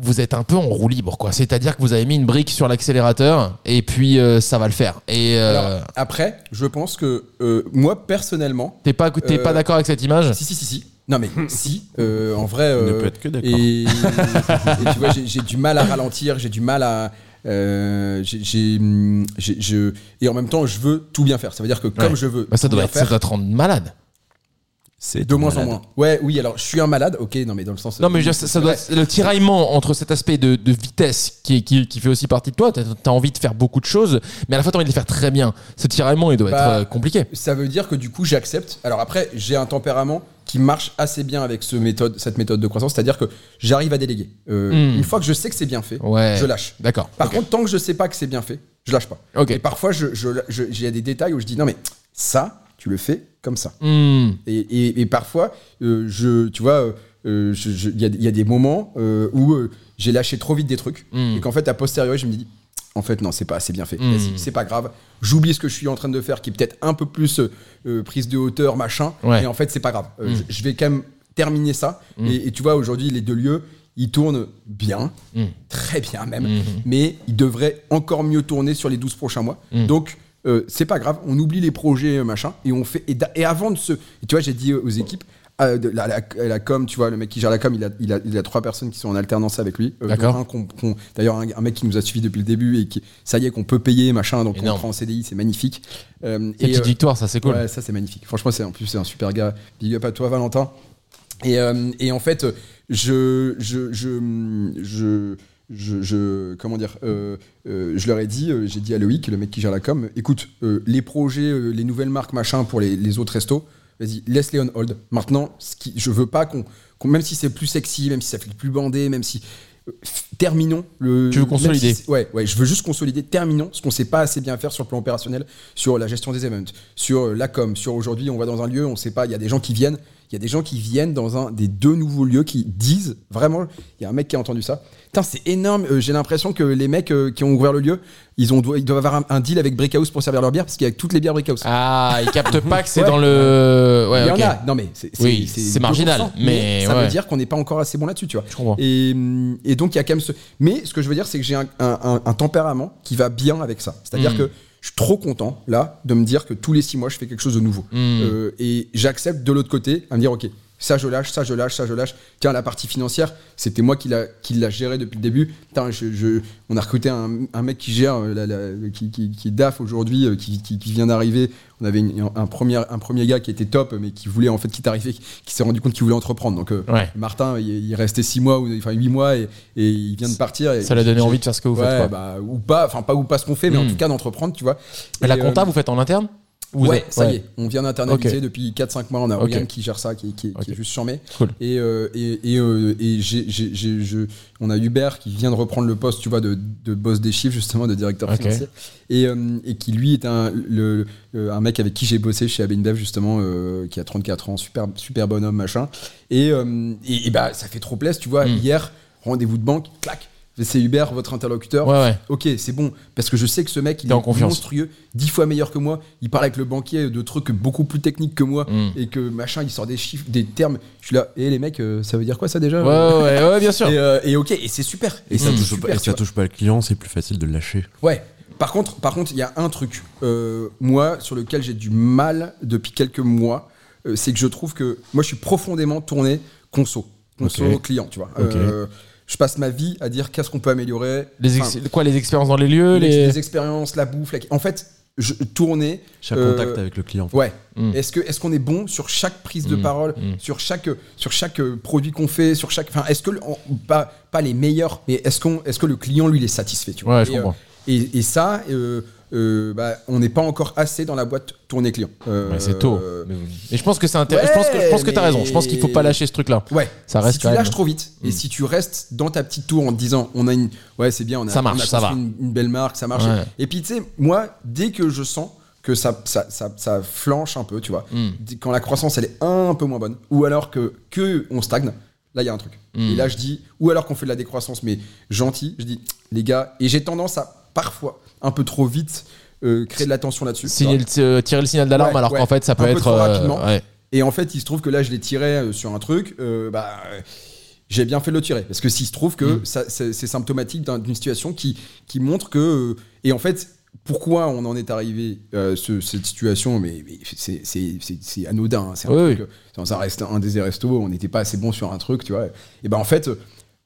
S3: vous êtes un peu en roue libre, quoi. C'est-à-dire que vous avez mis une brique sur l'accélérateur et puis euh, ça va le faire. Et euh,
S1: Alors, après, je pense que euh, moi, personnellement,
S3: t'es pas, t'es
S1: euh,
S3: pas d'accord avec cette image
S1: Si, si, si, si. Non, mais si, euh, en vrai.
S2: ne
S1: euh,
S2: peut être que d'accord.
S1: Et, et tu vois, j'ai j'ai du mal à ralentir, j'ai du mal à. euh, j'ai- j'ai- hum, j'ai- je- et en même temps, je veux tout bien faire. Ça veut dire que comme
S3: Ouais.
S1: je veux.
S3: Bah, ça,
S1: tout
S3: doit
S1: bien
S3: être, ça
S1: faire,
S3: doit te rendre malade.
S2: C'est
S1: de moins en
S2: malade.
S1: moins. Ouais, oui, alors je suis un malade, ok, non, mais dans le sens.
S3: Non, mais je veux dire, ça, ça doit être le tiraillement entre cet aspect de, de vitesse qui, est- qui, qui fait aussi partie de toi. T'as as envie de faire beaucoup de choses, mais à la fois t'as envie de les faire très bien. Ce tiraillement, il doit
S1: Bah,
S3: être euh, compliqué.
S1: Ça veut dire que du coup, j'accepte. Alors après, j'ai un tempérament qui marche assez bien avec ce méthode, cette méthode de croissance, c'est-à-dire que j'arrive à déléguer. Euh,
S3: Hmm.
S1: Une fois que je sais que c'est bien fait,
S3: Ouais.
S1: je lâche.
S3: D'accord.
S1: Par
S3: Ok.
S1: contre, tant que je sais pas que c'est bien fait, je lâche pas.
S3: Ok.
S1: Et parfois, je- je- je- j'ai des détails où je dis non, mais ça, tu le fais comme ça.
S3: Hmm.
S1: Et, et- et parfois, euh, je, tu vois, euh, il y, a- y a des moments euh, où euh, j'ai lâché trop vite des trucs
S3: Mm.
S1: et qu'en fait, a posteriori, je me dis. En fait, non, c'est pas assez bien fait.
S3: Mm.
S1: Vas-y, c'est pas grave. J'oublie ce que je suis en train de faire, qui est peut-être un peu plus euh, euh, prise de hauteur, machin.
S3: Ouais.
S1: Et en fait, c'est pas grave. Euh,
S3: Mm.
S1: je, je vais quand même terminer ça. Et, et tu vois, aujourd'hui, les deux lieux, ils tournent bien,
S3: Mm.
S1: très bien même,
S3: Mhm.
S1: mais ils devraient encore mieux tourner sur les 12 prochains mois.
S3: Mm.
S1: Donc, euh, c'est pas grave, on oublie les projets, euh, machin, et on fait. Et, da- et avant de se. et tu vois, j'ai dit aux équipes, euh, de la, la, la com, tu vois, le mec qui gère la com, il a, il a, il a trois personnes qui sont en alternance avec lui. Euh, dont
S3: D'accord.
S1: un qu'on- qu'on- D'ailleurs, un, un mec qui nous a suivi depuis le début et qui, ça y est, qu'on peut payer, machin, donc on
S3: Énorme.
S1: prend en CDI, c'est magnifique. Euh,
S3: C'est une
S1: et,
S3: petite
S1: euh,
S3: victoire, ça, c'est cool.
S1: Ouais, ça c'est magnifique. Franchement, c'est en plus c'est un super gars. Big up à toi, Valentin. Et, euh, et en fait, je je je je, je- je- comment dire, euh, euh, je leur ai dit, euh, j'ai dit à Loïc, le mec qui gère la com, écoute, euh, les projets, euh, les nouvelles marques, machin, pour les, les autres restos, vas-y, laisse-les on hold. Maintenant, ce qui, je veux pas qu'on, qu'on- même si c'est plus sexy, même si ça fait plus bandé, même si euh, f- Terminons le.
S3: Tu veux
S1: même
S3: consolider.
S1: si c'est- ouais, ouais, je veux juste consolider. Terminons ce qu'on sait pas assez bien faire sur le plan opérationnel, sur la gestion des events, sur euh, la com, sur aujourd'hui, on va dans un lieu, on sait pas, il y a des gens qui viennent, il y a des gens qui viennent dans un des deux nouveaux lieux qui disent vraiment, il y a un mec qui a entendu ça. Putain, c'est énorme, euh, j'ai l'impression que les mecs euh, qui ont ouvert le lieu, ils, ont, ils doivent avoir un, un deal avec Brickhouse pour servir leur bière parce qu'il y a toutes les bières Brickhouse.
S3: Ah, ils captent pas que c'est
S1: Ouais.
S3: dans le.
S1: il
S3: Ouais,
S1: y
S3: ok.
S1: en a, non mais c'est c'est-
S3: Oui, c'est marginal,
S1: 2%,
S3: mais
S1: ça
S3: ouais.
S1: veut dire qu'on n'est pas encore assez bon là-dessus, tu vois.
S3: Je comprends.
S1: Et, hum, et donc, il y a quand même ce. Mais ce que je veux dire, c'est que j'ai un, un- un- un tempérament qui va bien avec ça. C'est-à-dire
S3: Mm.
S1: que je suis trop content, là, de me dire que tous les six mois, je fais quelque chose de nouveau.
S3: Mm.
S1: Euh, et j'accepte de l'autre côté à me dire, OK, ça, je lâche, ça, je lâche, ça, je lâche. Tiens, la partie financière, c'était moi qui l'a, qui l'a géré depuis le début. Putain, je, je- on a recruté un, un mec qui gère, euh, la- la- qui, qui- qui est DAF aujourd'hui, euh, qui, qui- qui vient d'arriver. On avait une- un, premier, un premier gars qui était top, mais qui voulait, en fait, qui est arrivé, qui s'est rendu compte qu'il voulait entreprendre. Donc, euh,
S3: Ouais.
S1: Martin, il, il restait 6 mois, ou, enfin 8 mois, et, et il vient de partir. Et
S3: Ça lui a donné envie de faire ce que vous
S1: Ouais,
S3: faites. quoi.
S1: bah, ou pas, enfin pas ou pas ce qu'on fait, mais en
S3: Mm.
S1: tout cas d'entreprendre, tu vois.
S3: Et la
S1: Et,
S3: compta,
S1: euh,
S3: vous faites en interne Ou vous
S1: ouais,
S3: êtes-
S1: ça
S3: ouais.
S1: y est, on vient d'internaliser
S3: Ok.
S1: depuis 4-5 mois, on a
S3: Ok.
S1: Oriane qui gère ça, qui, qui- qui
S3: Ok.
S1: est juste charmé.
S3: Cool.
S1: Et, euh, et, et, euh, et j'ai- j'ai- j'ai- je- on a Hubert qui vient de reprendre le poste, tu vois, de, de boss des chiffres, justement, de directeur
S3: Ok.
S1: financier. Et, euh, et qui, lui, est un, le, le- un mec avec qui j'ai bossé chez Abindev, justement, euh, qui a 34 ans, super, super bonhomme, machin. Et, euh, et, et bah, ça fait trop plaisir, tu vois.
S3: Mm.
S1: Hier, rendez-vous de banque, clac, c'est Hubert, votre interlocuteur.
S3: Ouais, ouais.
S1: Ok, c'est bon, parce que je sais que ce mec, il
S3: T'es
S1: est
S3: en confiance.
S1: monstrueux, dix fois meilleur que moi. Il parle avec le banquier de trucs beaucoup plus techniques que moi
S3: Mm.
S1: et que machin, il sort des chiffres, des termes. Je suis là, et les mecs, euh, ça veut dire quoi ça déjà
S3: Ouais, ouais, ouais, ouais, Mm. bien
S1: Et,
S3: sûr.
S1: euh, et ok, et c'est super. Et ça
S2: touche
S1: touche
S2: pas-
S1: super.
S2: et
S1: tu
S2: ça
S1: vois.
S2: touche pas le client, c'est plus facile de le lâcher.
S1: Ouais. Par contre, par contre, il y a un truc, euh, moi, sur lequel j'ai du mal depuis quelques mois, euh, c'est que je trouve que moi, je suis profondément tourné conso, conso
S2: Ok.
S1: client, tu vois.
S2: Ok.
S1: Euh, je passe ma vie à dire qu'est-ce qu'on peut améliorer.
S3: Les
S1: Enfin,
S3: ex- quoi, les expériences dans les lieux
S1: les,
S3: les...
S1: les expériences, la bouffe. la- En fait, je, tourner.
S2: Chaque
S1: euh,
S2: contact avec le client.
S1: Ouais.
S3: Mm.
S1: Est-ce que est-ce qu'on est bon sur chaque prise de
S3: Mm.
S1: parole,
S3: Mm.
S1: sur chaque sur chaque euh, produit qu'on fait, sur chaque. Enfin, est-ce que le- on- pas pas les meilleurs, mais est-ce qu'on est-ce que le client lui il est satisfait, tu vois
S3: Ouais, je
S1: Et, euh,
S3: comprends.
S1: et, et ça, euh, euh, bah, on n'est pas encore assez dans la boîte tournée client. Euh,
S3: Ouais, c'est tôt.
S1: euh,
S3: Mais vous- Et je pense que c'est intéressant. je pense que, je pense que t'as
S1: mais-
S3: raison. Je pense qu'il faut pas lâcher ce truc-là.
S1: Ouais,
S3: Ça reste
S1: si tu
S3: quand même-
S1: lâches trop vite
S3: Mm.
S1: et si tu restes dans ta petite tour en te disant on a une ouais c'est bien on a,
S3: Ça marche,
S1: on a
S3: ça
S1: construit Une, une belle marque ça marche
S3: Ouais.
S1: et puis tu sais moi dès que je sens que ça ça, ça, ça flanche un peu tu vois
S3: Mm.
S1: dès- quand la croissance elle est un peu moins bonne ou alors que que on stagne là il y a un truc
S3: Mm.
S1: et là je dis ou alors qu'on fait de la décroissance mais gentil je dis les gars et j'ai tendance à parfois un peu trop vite euh, créer de la tension là-dessus tu vois.
S3: Signaler le- euh, tirer le signal d'alarme
S1: Ouais,
S3: alors
S1: ouais.
S3: qu'en fait ça peut
S1: Un peu
S3: être
S1: trop
S3: euh,
S1: rapidement.
S3: ouais.
S1: Et en fait, il se trouve que là, je l'ai tiré euh, sur un truc, euh, bah, euh, j'ai bien fait de le tirer. Parce que s'il se trouve
S3: Mm.
S1: que ça- c'est c'est symptomatique d'un- d'une situation qui, qui montre que. euh, et en fait, pourquoi on en est arrivé euh, ce- cette situation Mais, mais c'est- c'est c'est- c'est anodin. hein, c'est un
S3: Oui,
S1: truc, euh, Dans un, resta- un des restos, on n'était pas assez bon sur un truc, tu vois. Et ben en fait. euh,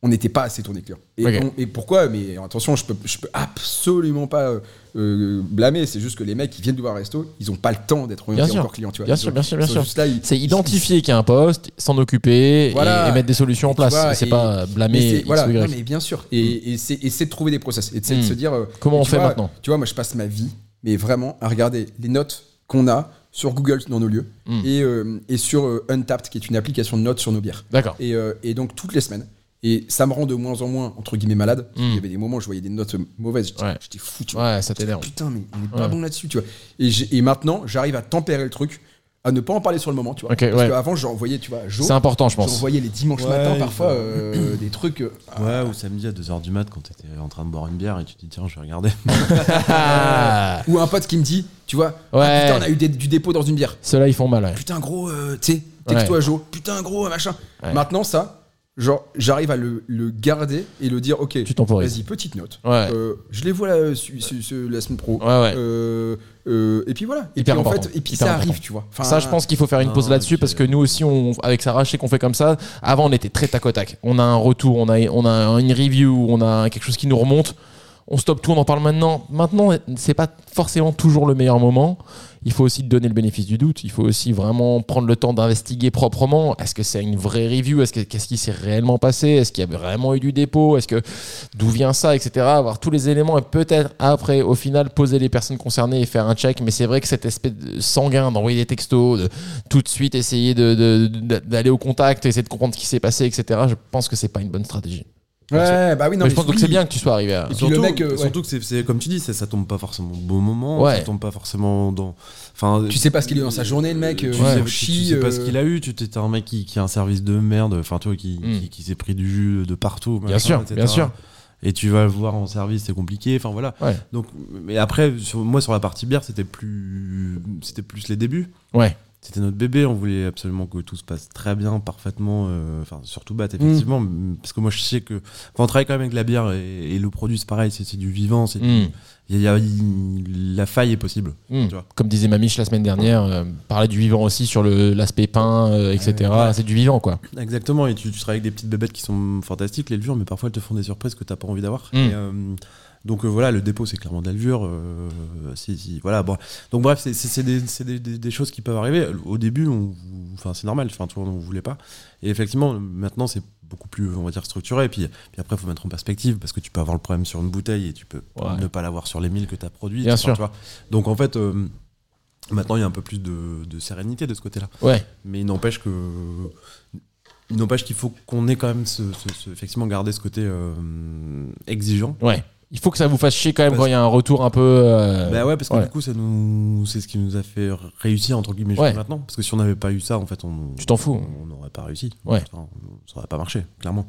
S1: On n'était pas assez tourné client. Et,
S3: Ok.
S1: on- et pourquoi Mais attention, je peux, je peux absolument pas euh, euh, blâmer. C'est juste que les mecs qui viennent de voir un resto, ils n'ont pas le temps d'être orientés
S3: sûr.
S1: encore client. Tu vois.
S3: Bien
S1: Ils
S3: sûr,
S1: ont-
S3: bien sûr, bien
S1: ils sont
S3: sûr.
S1: juste là, ils-
S3: C'est
S1: ils-
S3: identifier qu'il y a un poste, s'en occuper et-
S1: Voilà.
S3: et, mettre des solutions en
S1: Tu
S3: place.
S1: vois,
S3: c'est
S1: et-
S3: pas
S1: mais
S3: blâmer
S1: c'est-
S3: X
S1: voilà,
S3: ou Y.
S1: non, mais bien sûr. Et, et c'est et c'est de trouver des process. Et c'est
S3: Mm.
S1: de se dire. euh,
S3: Comment
S1: et
S3: on
S1: tu
S3: fait
S1: vois,
S3: maintenant
S1: Tu vois, moi, je passe ma vie, mais vraiment, à regarder les notes qu'on a sur Google dans nos lieux
S3: Mm.
S1: et, euh, et sur euh, Untapped, qui est une application de notes sur nos bières.
S3: D'accord.
S1: Et, euh, et donc, toutes les semaines. Et ça me rend de moins en moins, entre guillemets, malade.
S3: Mm.
S1: Il y avait des moments où je voyais des notes euh, mauvaises. J'étais
S3: Ouais.
S1: j'étais foutu.
S3: Ouais, ça t'énerve.
S1: Putain, mais on n'est pas
S3: Ouais.
S1: bon là-dessus, tu vois. Et, j'ai- et maintenant, j'arrive à tempérer le truc, à ne pas en parler sur le moment, tu vois.
S3: Ok,
S1: Parce
S3: ouais.
S1: qu'avant, j'envoyais, tu vois, à Jo,
S3: C'est important, je pense.
S1: j'envoyais les dimanches
S2: Ouais,
S1: matins,
S2: il
S1: parfois,
S2: faut-
S1: euh, des trucs. euh,
S2: Ouais, ou samedi à 2h du mat quand t'étais en train de boire une bière et tu te dis tiens, je vais regarder.
S3: Ah,
S1: Ou un pote qui me dit, tu vois, Ah,
S3: Ouais.
S1: putain, on a eu des- du dépôt dans une bière.
S3: Ceux-là, ils font mal. ouais.
S1: Putain, gros, euh, tu sais, texte-toi, Jo. Putain, gros, machin.
S3: Ouais.
S1: Maintenant, ça, genre, j'arrive à le, le garder et le dire, ok,
S3: Tu temporises.
S1: vas-y, petite note.
S3: Ouais.
S1: Euh, je les vois la, su- su- su- la semaine pro.
S3: Ouais, ouais.
S1: Euh, euh, et puis voilà. Et
S3: Hyper
S1: puis en
S3: important.
S1: fait, et puis
S3: Hyper
S1: ça
S3: important.
S1: arrive, tu vois. Euh, Enfin,
S3: Ça, je pense qu'il faut faire une pause
S2: non,
S3: là-dessus
S2: puis,
S3: parce que
S2: euh,
S3: nous aussi, on, avec Sarah, je sais qu'on fait comme ça. Avant, on était très tac au tac. On a un retour, on a, on a une review, on a quelque chose qui nous remonte. On stoppe tout, on en parle maintenant. Maintenant, c'est pas forcément toujours le meilleur moment. Il faut aussi donner le bénéfice du doute. Il faut aussi vraiment prendre le temps d'investiguer proprement. Est-ce que c'est une vraie review Est-ce que qu'est-ce qui s'est réellement passé Est-ce qu'il y a vraiment eu du dépôt Est-ce que d'où vient ça, etc. Avoir tous les éléments et peut-être après, au final, poser les personnes concernées et faire un check. Mais c'est vrai que cet aspect de- sanguin d'envoyer des textos, de tout de suite essayer de- de- de- d'aller au contact, essayer de comprendre ce qui s'est passé, etc. Je pense que c'est pas une bonne stratégie.
S1: Ouais, bah oui, non,
S3: mais je pense donc
S1: oui.
S3: c'est bien que tu sois arrivé à.
S1: Et puis
S2: Surtout,
S1: le mec, euh, ouais.
S2: surtout que c'est- c'est comme tu dis, ça, ça tombe pas forcément au bon moment,
S3: Ouais.
S2: ça tombe pas forcément dans. Enfin,
S1: Tu sais pas ce qu'il a eu dans sa journée, le mec,
S2: Tu,
S1: euh,
S2: sais,
S1: ouais.
S2: tu- tu
S1: Chi,
S2: sais pas
S1: euh,
S2: ce qu'il a eu. Tu t'es t'es un mec qui, qui a un service de merde, enfin tu vois, qui,
S3: Mm.
S2: qui, qui s'est pris du jus de partout.
S3: Bien sûr, bien sûr.
S2: Et tu vas le voir en service, c'est compliqué. Enfin voilà.
S3: Ouais.
S2: Donc, mais après, sur- moi sur la partie bière, c'était plus, c'était plus les débuts.
S3: Ouais.
S2: C'était notre bébé, on voulait absolument que tout se passe très bien, parfaitement, euh, enfin surtout batte effectivement, m- parce que moi je sais que, enfin, on travaille quand même avec la bière et, et le produit c'est pareil, c'est c'est du vivant, c'est
S3: Mm,
S2: il y a- il- la faille est possible.
S3: mm.
S2: Tu vois.
S3: Comme disait Mamiche la semaine dernière, euh, parlait du vivant aussi sur le- l'aspect pain, euh, etc. C'est du vivant, quoi.
S2: Exactement, et tu, tu travailles avec des petites bébêtes qui sont fantastiques, les levures, mais parfois elles te font des surprises que t'as pas envie d'avoir.
S3: Mm.
S2: Et, euh, donc euh, voilà, le dépôt c'est clairement de la levure. euh, si, si, voilà, bon. Donc bref, c'est- c'est c'est des, c'est des- des- des choses qui peuvent arriver. Au début, on, enfin, c'est normal, enfin, tu vois, on voulait pas. Et effectivement, maintenant c'est beaucoup plus, on va dire, structuré. Et puis, puis après, il faut mettre en perspective parce que tu peux avoir le problème sur une bouteille et tu peux
S3: Ouais.
S2: ne pas l'avoir sur les milles que t'as produites.
S3: Bien
S2: Enfin,
S3: sûr.
S2: tu vois. Donc en fait, euh, maintenant il y a un peu plus de- de sérénité de ce côté-là.
S3: Ouais.
S2: Mais il n'empêche que. Il n'empêche qu'il faut qu'on ait quand même ce, ce- ce- effectivement garder ce côté euh, exigeant.
S3: Ouais. Il faut que ça vous fasse chier quand même
S2: Parce-
S3: quand il y a un retour un peu. euh,
S2: bah ouais, parce que
S3: ouais.
S2: du coup, ça nous, c'est ce qui nous a fait réussir entre guillemets jusqu'à
S3: Ouais.
S2: maintenant. Parce que si on n'avait pas eu ça, en fait, on
S3: Tu t'en fous.
S2: on n'aurait pas réussi.
S3: Ouais.
S2: Enfin, ça n'aurait pas marché, clairement.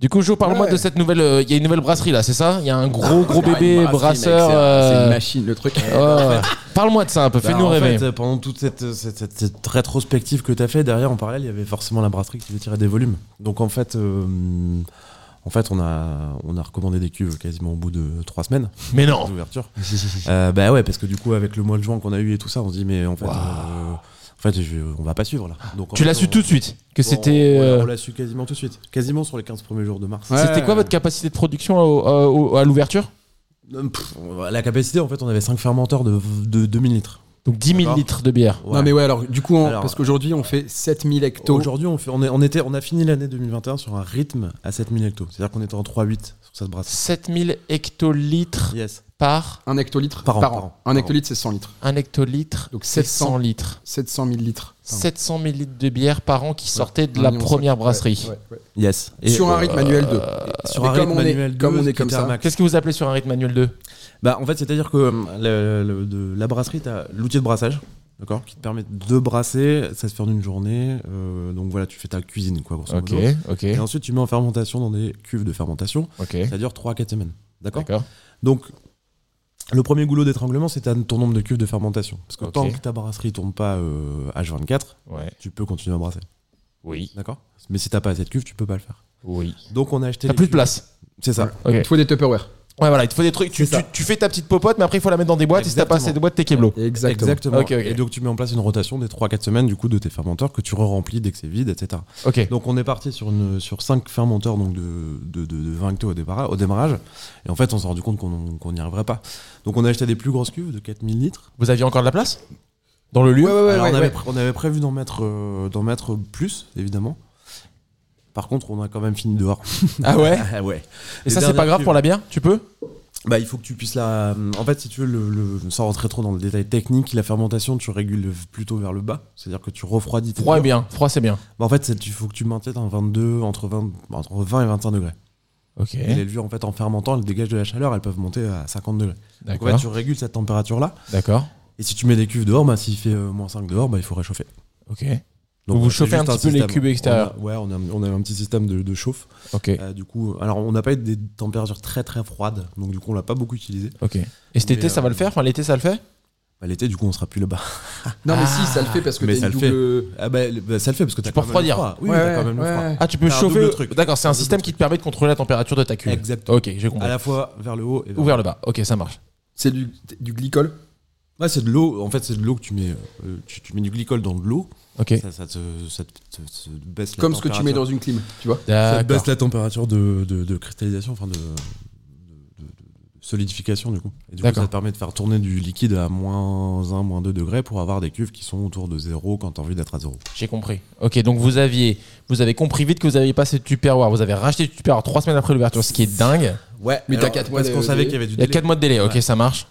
S3: Du coup, Jo, parle-moi
S1: Ouais.
S3: de cette nouvelle. euh, Il y a une nouvelle brasserie là, c'est ça Il y a un gros gros
S1: Ah, une
S3: bébé
S1: brasserie,
S3: brasseur.
S1: mec, c'est-
S3: euh,
S1: C'est une machine, le truc.
S3: ouais. Parle-moi de ça un peu, fais-nous
S2: Bah, en
S3: rêver.
S2: fait, euh, pendant toute cette, cette- cette- cette rétrospective que tu as fait, derrière, en parallèle, il y avait forcément la brasserie qui devait tirer des volumes. Donc en fait, euh, en fait on, a, on a recommandé des cuves quasiment au bout de trois semaines.
S3: Mais non
S2: d'ouverture. Euh, bah ouais, parce que du coup, avec le mois de juin qu'on a eu et tout ça, on se dit, mais en fait,
S3: Waouh.
S2: euh, en fait je- on va pas suivre là. Donc, en
S3: Tu
S2: fait,
S3: l'as su
S2: on-
S3: tout de suite que
S2: on-
S3: c'était.
S2: on l'a-
S3: euh,
S2: On l'a su quasiment tout de suite. Quasiment sur les 15 premiers jours de mars.
S1: Ouais.
S3: C'était quoi votre capacité de production au- au- au- à, l'ouverture
S2: Euh, pff, la capacité, en fait, on avait 5 fermenteurs de, de 2000 litres.
S3: Donc 10 000
S2: D'accord.
S3: litres de bière.
S2: Ouais.
S1: Non, mais ouais, alors, du coup, on-
S2: Alors,
S1: parce qu'aujourd'hui, on fait 7000 hectos.
S2: Aujourd'hui, on, fait- on, est- on était, on a fini l'année 2021 sur un rythme à 7000 hectos. C'est-à-dire qu'on était en 3-8 sur cette brasserie.
S3: 7000 hectolitres
S2: Yes.
S3: par
S1: Un hectolitre
S2: Par an,
S1: par
S2: par
S1: an.
S2: an.
S1: Un hectolitre, c'est 100 litres.
S3: 1 hectolitre,
S1: Donc,
S3: c'est
S1: 700.
S3: 100 litres.
S1: 700 000 litres. Pardon.
S3: 700 000 litres de bière par an qui sortaient de la
S1: Un million
S3: première
S1: cinq.
S3: brasserie.
S1: Ouais, ouais, ouais.
S2: Yes.
S1: Sur un rythme annuel 2.
S2: sur
S1: Et
S2: euh, un
S1: comme
S2: rythme
S1: on est-
S2: annuel deux,
S1: comme on est
S2: ce qui
S1: comme
S2: était
S1: ça.
S2: un max.
S3: Qu'est-ce que vous appelez sur un rythme annuel 2
S2: Bah, en fait, c'est-à-dire que euh, le- le- de la brasserie, tu as l'outil de brassage, d'accord, qui te permet de brasser, ça se fait en une journée. euh, donc voilà, tu fais ta cuisine, quoi, grosso modo.
S3: ok,
S2: Et ensuite, tu mets en fermentation dans des cuves de fermentation.
S3: ok.
S2: Ça dure 3-4 semaines, d'accord
S3: D'accord.
S2: Donc, le premier goulot d'étranglement, c'est ta- ton nombre de cuves de fermentation. Parce que
S3: Ok.
S2: tant que ta brasserie tourne pas euh, H24,
S3: Ouais.
S2: tu peux continuer à brasser,
S3: Oui.
S2: d'accord Mais si t'as pas assez de cuves, tu peux pas le faire.
S3: Oui.
S2: Donc, on a acheté.
S3: T'as
S2: les
S3: plus de
S2: cuves.
S3: place.
S2: C'est ça.
S3: Ok.
S1: Il te faut des Tupperware.
S3: Ouais, voilà, il te faut des trucs. Tu, tu, tu fais ta petite popote, mais après, il faut la mettre dans des boîtes. Et si t'as pas
S2: Exactement.
S3: assez de boîtes, t'es keblo.
S1: Exactement.
S3: Ok, ok.
S2: Et donc tu mets en place une rotation des 3-4 semaines du coup de tes fermenteurs que tu re-remplis dès que c'est vide, etc.
S3: Ok.
S2: Donc on est parti sur, une, sur 5 fermenteurs donc de, de, de, de 20 hectos au, dépara- au démarrage. Et en fait on s'est rendu compte qu'on qu'on n'y arriverait pas. Donc on a acheté des plus grosses cuves de 4000 litres.
S3: Vous aviez encore de la place Dans le lieu
S1: Ouais, ouais, ouais,
S2: Alors,
S1: ouais,
S2: on, avait
S1: ouais.
S2: pré- on avait prévu d'en mettre, euh, d'en mettre plus évidemment. Par contre on a quand même fini dehors.
S3: Ah ouais
S2: Ah ouais.
S3: Et
S2: Les
S3: ça, c'est pas
S2: dernières
S3: grave
S2: cuves.
S3: pour la bière Tu peux
S2: Bah, il faut que tu puisses la. En fait, si tu veux, le, le- sans rentrer trop dans le détail technique, la fermentation, tu régules plutôt vers le bas. C'est-à-dire que tu refroidis. tes
S3: Froid est
S2: cuves.
S3: bien. Froid, c'est bien.
S2: Bah, en fait, c'est- il faut que tu maintiennes un 22, entre 20, bah, entre 20 et 25 degrés.
S3: Ok.
S2: Et les levures, en fait, en fermentant, elles dégagent de la chaleur, elles peuvent monter à 50 degrés. Donc, en fait,
S3: D'accord.
S2: tu régules cette température-là.
S3: D'accord.
S2: Et si tu mets des cuves dehors, bah, s'il fait euh, moins 5 dehors, bah, il faut réchauffer.
S3: Ok.
S2: Donc,
S3: Vous
S2: voilà,
S3: chauffez
S2: c'est
S3: un
S2: juste
S3: petit peu les
S2: système.
S3: cuves extérieures.
S2: On a- ouais, on a, on a un petit système de, de chauffe.
S3: Ok.
S2: Euh, du coup, alors, on n'a pas eu des températures très très froides, donc du coup, on l'a pas beaucoup utilisé.
S3: Ok. Et cet
S2: Mais, euh,
S3: été, ça va le faire Enfin, l'été, ça le fait
S2: Bah, L'été, du coup, on sera plus là-bas.
S1: Non, mais si, ça le fait parce que
S2: mais
S1: t'as
S2: ça
S1: une
S2: le fait.
S1: double.
S2: Ah bah, le- bah, ça le fait parce que t'as
S3: peux
S2: quand même le
S3: refroidir.
S2: froid. Oui,
S1: Ouais,
S2: t'as quand même le
S1: ouais,
S2: froid.
S1: ouais.
S3: Ah, tu peux
S2: T'as un
S3: chauffer.
S2: double
S3: au-
S2: truc.
S3: D'accord, c'est un
S2: T'as un
S3: système
S2: double
S3: qui te permet de contrôler la température de ta cuve.
S2: Exactement.
S3: Ok, j'ai compris.
S2: À la fois vers le haut et vers
S3: Ou vers le bas. Ok, ça marche.
S1: C'est du, du glycol
S2: Ouais, c'est de l'eau. En fait, c'est de l'eau que tu mets. euh, tu, tu mets du glycol dans de l'eau.
S3: Ok.
S2: Ça, ça te, ça te- te- te baisse la
S1: Comme ce que tu mets dans
S2: température.
S1: une clim, tu vois.
S2: Ça te
S3: D'accord.
S2: baisse la température de, de- de cristallisation, enfin de, de- de- de solidification du coup. Et du coup,
S3: D'accord.
S2: ça te permet de faire tourner du liquide à moins 1, moins 2 degrés pour avoir des cuves qui sont autour de zéro quand t'as envie d'être à zéro.
S3: J'ai compris. Ok, donc vous aviez, vous avez compris vite que vous aviez passé du Tupperware. Vous avez racheté du Tupperware trois semaines après l'ouverture, ce qui est dingue.
S2: Ouais,
S1: mais t'as quatre mois
S2: Parce
S1: de-
S2: qu'on
S1: de-
S2: savait qu'il y avait du
S3: Il y a
S2: délai.
S3: 4 mois de délai, ok,
S2: Ouais.
S3: ça marche.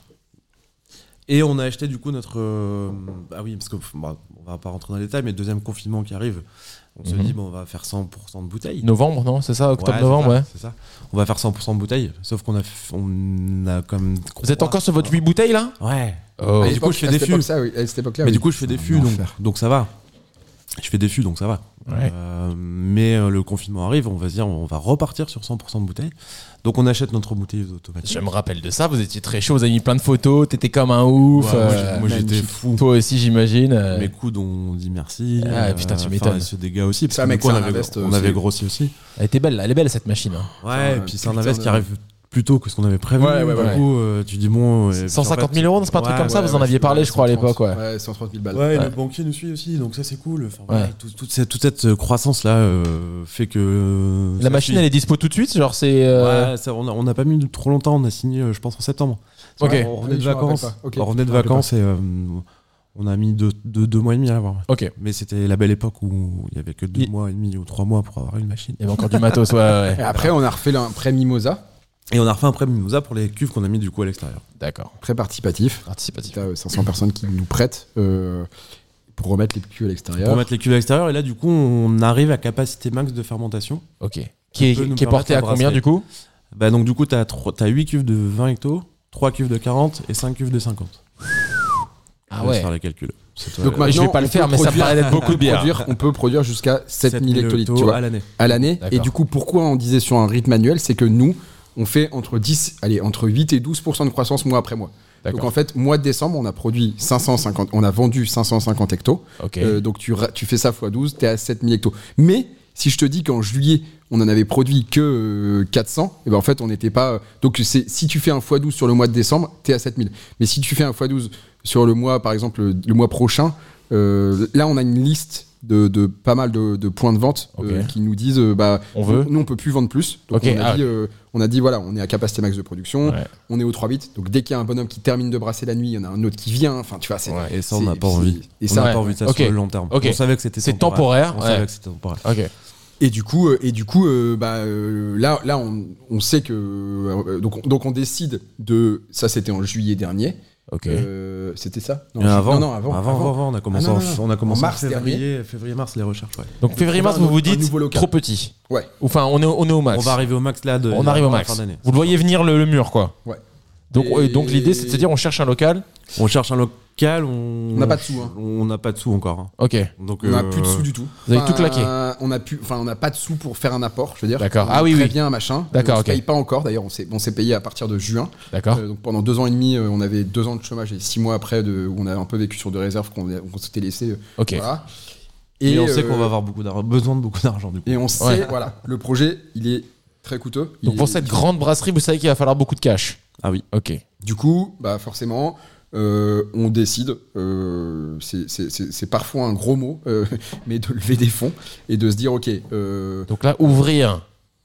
S2: Et on a acheté du coup notre. euh, ah oui, parce que bah, on va pas rentrer dans les détails, mais le deuxième confinement qui arrive, on se
S3: Mhm.
S2: dit bon, on va faire 100% de bouteilles.
S3: Novembre, non C'est ça
S2: Ouais, c'est
S3: Octobre-novembre,
S2: ça,
S3: ouais.
S2: C'est ça. On va faire 100% de bouteilles, sauf qu'on a, f- on a comme.
S3: Vous êtes encore sur votre 8 bouteilles là
S2: Ouais.
S3: Oh.
S1: À
S2: du coup,
S1: l'époque-
S2: je fais
S1: à
S2: des
S1: cette
S2: fûts.
S1: époque-là, oui, À cette époque-là,
S2: mais
S1: oui.
S2: du coup, je fais des fûts, donc, donc ça va. Je fais des fûts, donc ça va.
S3: Ouais.
S2: Euh, mais euh, le confinement arrive, on va se dire, on va repartir sur 100% de bouteilles. Donc on achète notre bouteille automatique.
S3: Je me rappelle de ça, vous étiez très chaud, vous avez mis plein de photos, t'étais comme un ouf.
S2: Ouais, moi,
S3: euh,
S2: j'ai- moi, j'étais
S1: magnifique.
S2: fou.
S3: toi aussi, j'imagine. euh,
S2: Mes coudes, on dit merci. Euh,
S3: Ah, putain, tu m'étonnes.
S2: enfin, C'est des gars aussi. Parce
S1: C'est un
S2: que du
S1: mec,
S2: coup, on,
S1: c'est un
S2: avait,
S1: invest
S2: on
S1: aussi.
S2: avait grossi aussi.
S3: Elle était belle, là, elle est belle cette machine. hein.
S2: Ouais,
S1: un
S2: et puis c'est un
S1: putain
S2: invest
S1: de-
S2: qui arrive plus tôt que ce qu'on avait prévu.
S1: Ouais, ouais,
S2: du
S1: ouais.
S2: coup, euh, tu dis bon. et puis, en
S3: 150
S2: fait,
S3: 000 euros, c'est pas un truc
S2: ouais,
S3: comme ça,
S2: ouais,
S3: vous en
S2: ouais,
S3: aviez
S2: c'est-
S3: parlé, je crois, à
S2: 130.
S3: l'époque. Ouais.
S1: Ouais, 130 000 balles.
S2: Ouais,
S3: Ouais.
S2: le banquier nous suit aussi, donc ça c'est cool. Enfin,
S3: Ouais.
S2: voilà, tout- toute, cette, toute cette croissance là fait que. euh,
S3: La machine, elle est dispo tout de suite, genre c'est. euh,
S2: Ouais, ça, on, a, on a pas mis trop longtemps, on a signé, euh, je pense, en septembre.
S3: Ok.
S2: Ouais, On
S1: Ah
S2: revenait
S1: oui,
S2: de
S1: je me
S2: vacances.
S1: rappelle pas. Ok. Ah,
S2: On revenait de
S1: Je me rappelle
S2: vacances et euh, on a mis deux, deux, deux mois et demi à l'avoir.
S3: Ok.
S2: Mais c'était la belle époque où il y avait que deux
S3: Il-
S2: mois et demi ou trois mois pour avoir une machine.
S3: Il y avait encore du matos, ouais, ouais.
S1: Et après, on a refait un prêt mimosa,
S2: Et on a refait un prêt Mimosa pour les cuves qu'on a mis du coup à l'extérieur.
S3: D'accord.
S1: prêt participatif.
S3: Participatif.
S1: T'as euh, 500 personnes qui nous prêtent euh, pour remettre les culs à
S2: Pour
S1: l'extérieur.
S2: mettre les cuves à l'extérieur, et là du coup, on arrive à capacité max de fermentation.
S3: Ok. Qui
S2: peut
S3: est,
S2: nous
S3: qui est porté à
S2: permettre la
S3: combien
S2: brasserie.
S3: du coup
S2: Bah donc du coup, t'as 8 cuves de 20 hectos, 3 cuves de 40 et 5 cuves de 50.
S3: Ah
S2: Je vais
S3: ouais.
S2: faire les calculs. C'est euh, toi,
S1: Donc
S2: là.
S1: maintenant,
S3: Je vais pas le
S1: on
S3: faire,
S1: peut
S3: mais ça me
S1: produire-
S3: paraît d'être beaucoup de bière.
S1: produire- on peut produire jusqu'à 7000 hectolitres,
S2: hectos
S1: tu vois.
S2: à l'année.
S1: à l'année.
S3: D'accord.
S1: Et du coup, pourquoi on disait sur un rythme annuel C'est que nous, on fait entre 10, allez, entre 8 et 12 de croissance mois après mois. Donc en fait, mois de décembre, on a produit 550, on a vendu 550 hectos.
S3: Ok.
S1: Euh, donc tu, ra- tu fais ça x 12, t'es à 7000 hectos. Mais si je te dis qu'en juillet, on en avait produit que euh, 400, et ben en fait, on n'était pas. Donc c'est si tu fais un x 12 sur le mois de décembre, t'es à 7000. Mais si tu fais un x 12 sur le mois, par exemple, le mois prochain, euh, là, on a une liste de, de pas mal de, de points de vente euh,
S3: Ok.
S1: qui nous disent euh, bah,
S3: On veut.
S1: Nous, on peut plus vendre plus. Donc
S3: Ok,
S1: on, a
S3: ah
S1: dit, euh, on a dit voilà, on est à capacité max de production,
S3: Ouais.
S1: on est au 3 bits. Donc dès qu'il y a un bonhomme qui termine de brasser la nuit, il y en a un autre qui vient. Enfin, tu vois, c'est.
S3: Euh,
S2: Et ça, on
S1: c'est-
S2: n'a pas
S1: c'est-
S2: envie.
S1: Et
S2: on
S1: ça,
S2: n'a
S3: ouais.
S2: pas envie de ça
S3: Ok.
S2: sur le long terme.
S3: Ok.
S2: On savait que c'était
S3: C'est
S2: temporaire.
S3: temporaire,
S2: On
S3: ouais.
S2: savait que c'était temporaire.
S3: Ok.
S1: Et du coup, euh, et du coup, euh, bah, euh, là, là, on, on sait que euh, donc, on- donc on décide de ça. C'était en juillet dernier.
S3: Ok.
S1: Euh, c'était ça
S2: Mais
S1: ju-
S2: avant,
S1: non, non, avant, avant.
S2: on a commencé,
S1: Ah, non,
S2: en-
S1: non, non.
S2: on a commencé
S1: En mars
S2: en février, février, mars les recherches. ouais.
S3: Donc février-mars,
S1: on
S3: vous
S1: a
S3: vous
S1: un
S3: dites
S1: nouveau local.
S3: trop petit.
S1: Ouais.
S3: Enfin, on est, au- on est au max.
S2: On va arriver au max là. De,
S3: On arrive au
S2: à la
S3: max.
S2: fin d'année.
S3: Vous le voyez venir le, le mur, quoi.
S1: Ouais.
S3: Donc,
S1: Et-
S3: et donc l'idée, c'est de se dire, on cherche un local.
S2: On cherche un local. On
S1: On n'a pas de sous, hein.
S2: On n'a pas de sous encore. hein.
S3: Ok.
S2: Donc,
S1: On n'a
S2: euh,
S1: plus de sous du tout.
S3: Vous avez tout claqué.
S1: On a pu, enfin, on n'a pas de sous pour faire un apport. Je veux dire.
S3: D'accord.
S1: On
S3: Ah oui,
S1: très
S3: oui.
S1: Bien, machin.
S3: D'accord,
S1: On
S3: ok. Ah.
S1: se paye pas encore. D'ailleurs, on s'est, on s'est payé à partir de juin.
S3: D'accord.
S1: Euh, donc pendant deux ans et demi, euh, on avait deux ans de chômage et six mois après de, où on a un peu vécu sur de réserves qu'on, qu'on s'était laissé. euh,
S3: Ok.
S1: voilà.
S2: Et on sait qu'on
S1: euh,
S2: va avoir beaucoup d'argent, besoin de beaucoup d'argent du coup.
S1: Et on sait,
S3: Ouais.
S1: voilà, le projet, il est très coûteux.
S3: Donc
S1: Il
S3: pour
S1: est-
S3: cette grande brasserie, vous savez qu'il va falloir beaucoup de cash.
S2: Ah oui.
S3: Ok.
S1: Du coup, bah forcément, euh, on décide, euh, c'est- c'est c'est- c'est parfois un gros mot, euh, mais de lever des fonds et de se dire, ok, euh,
S3: Donc là, ouvrir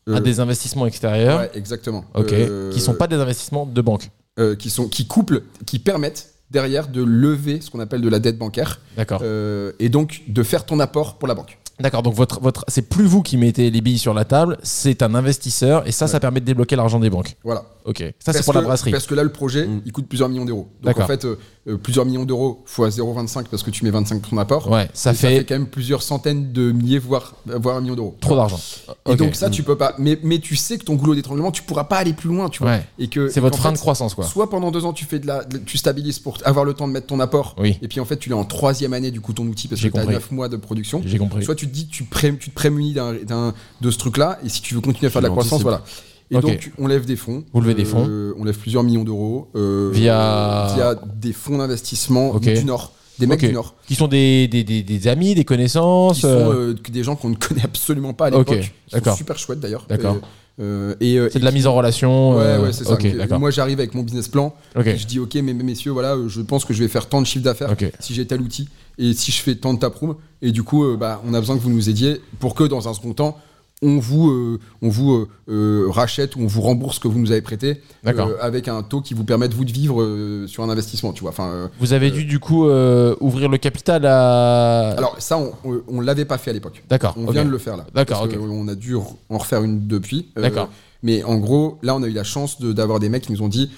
S3: à
S1: euh,
S3: des investissements extérieurs.
S1: ouais, exactement,
S3: Ok.
S1: Euh,
S3: Qui sont pas des investissements de banque.
S1: euh, qui sont qui couplent, qui permettent derrière de lever ce qu'on appelle de la dette bancaire
S3: D'accord.
S1: euh, et donc de faire ton apport pour la banque.
S3: D'accord. Donc votre, votre, c'est plus vous qui mettez les billes sur la table, c'est un investisseur et ça, ça permet de débloquer l'argent des banques.
S1: Voilà.
S3: Ok. Ça, c'est
S1: Parce
S3: pour la
S1: que-
S3: brasserie.
S1: Parce que là, le projet,
S2: Mm.
S1: il coûte plusieurs millions d'euros. Donc
S3: D'accord.
S1: en fait, euh, euh, plusieurs millions d'euros fois 0,25 parce que tu mets 25 ton apport.
S3: Ouais. Ça
S1: Et ça fait
S3: fait
S1: quand même plusieurs centaines de milliers, voire, voire un million d'euros.
S3: trop d'argent.
S1: Et
S3: Ok.
S1: donc ça, tu peux pas. Mais, mais tu sais que ton goulot d'étranglement, tu pourras pas aller plus loin, tu vois.
S3: Ouais.
S1: Et que
S3: C'est
S1: et
S3: votre
S1: qu'en
S3: frein
S1: fait,
S3: de croissance, quoi.
S1: Soit pendant deux ans, tu fais de la, de- tu stabilises pour avoir le temps de mettre ton apport.
S3: Oui.
S1: Et puis en fait, tu l'as en troisième année du coup ton outil parce que
S3: J'ai
S1: tu as
S3: compris.
S1: 9 mois de production.
S3: J'ai compris.
S1: Soit tu te dis, tu, pré- tu te prémunis d'un- d'un- de ce truc-là, et si tu veux continuer à faire de la
S2: Tu
S1: croissance,
S2: l'anticipes.
S1: voilà. Et
S3: Ok.
S1: donc, on lève des fonds.
S3: Vous levez des fonds.
S1: On lève plusieurs millions d'euros. euh,
S3: Via-
S1: via des fonds d'investissement
S3: Ok.
S1: du Nord. Des mecs
S3: Ok.
S1: du Nord.
S3: Qui sont des, des, des, des amis, des connaissances.
S1: Qui sont euh,
S3: euh,
S1: des gens qu'on ne connaît absolument pas à
S3: Ok,
S1: l'époque. Ils sont
S3: d'accord.
S1: Super chouettes d'ailleurs.
S3: D'accord.
S1: Euh, euh, et, euh,
S3: C'est de la mise en relation.
S1: Ouais,
S3: euh,
S1: ouais, c'est ça.
S3: Ok,
S1: Et
S3: d'accord.
S1: Moi, j'arrive avec mon business plan.
S3: Ok.
S1: Je dis, ok, mais mes messieurs, voilà, euh, je pense que je vais faire tant de chiffre d'affaires
S3: Ok.
S1: si j'ai tel outil et si je fais tant de taproom. Et du coup, euh, bah, on a besoin que vous nous aidiez pour que dans un second temps, on vous, euh, on vous euh, euh, rachète ou on vous rembourse ce que vous nous avez prêté
S3: D'accord.
S1: euh, avec un taux qui vous permette vous de vivre euh, sur un investissement, tu vois. Enfin, euh,
S3: Vous avez dû du coup euh, ouvrir le capital à.
S1: alors ça, on, on, on l'avait pas fait à l'époque.
S3: D'accord.
S1: On
S3: ok.
S1: vient de le faire là.
S3: D'accord,
S1: Parce que
S3: ok.
S1: On a dû re- en refaire une depuis. Euh,
S3: D'accord.
S1: Mais en gros, là, on a eu la chance de- d'avoir des mecs qui nous ont dit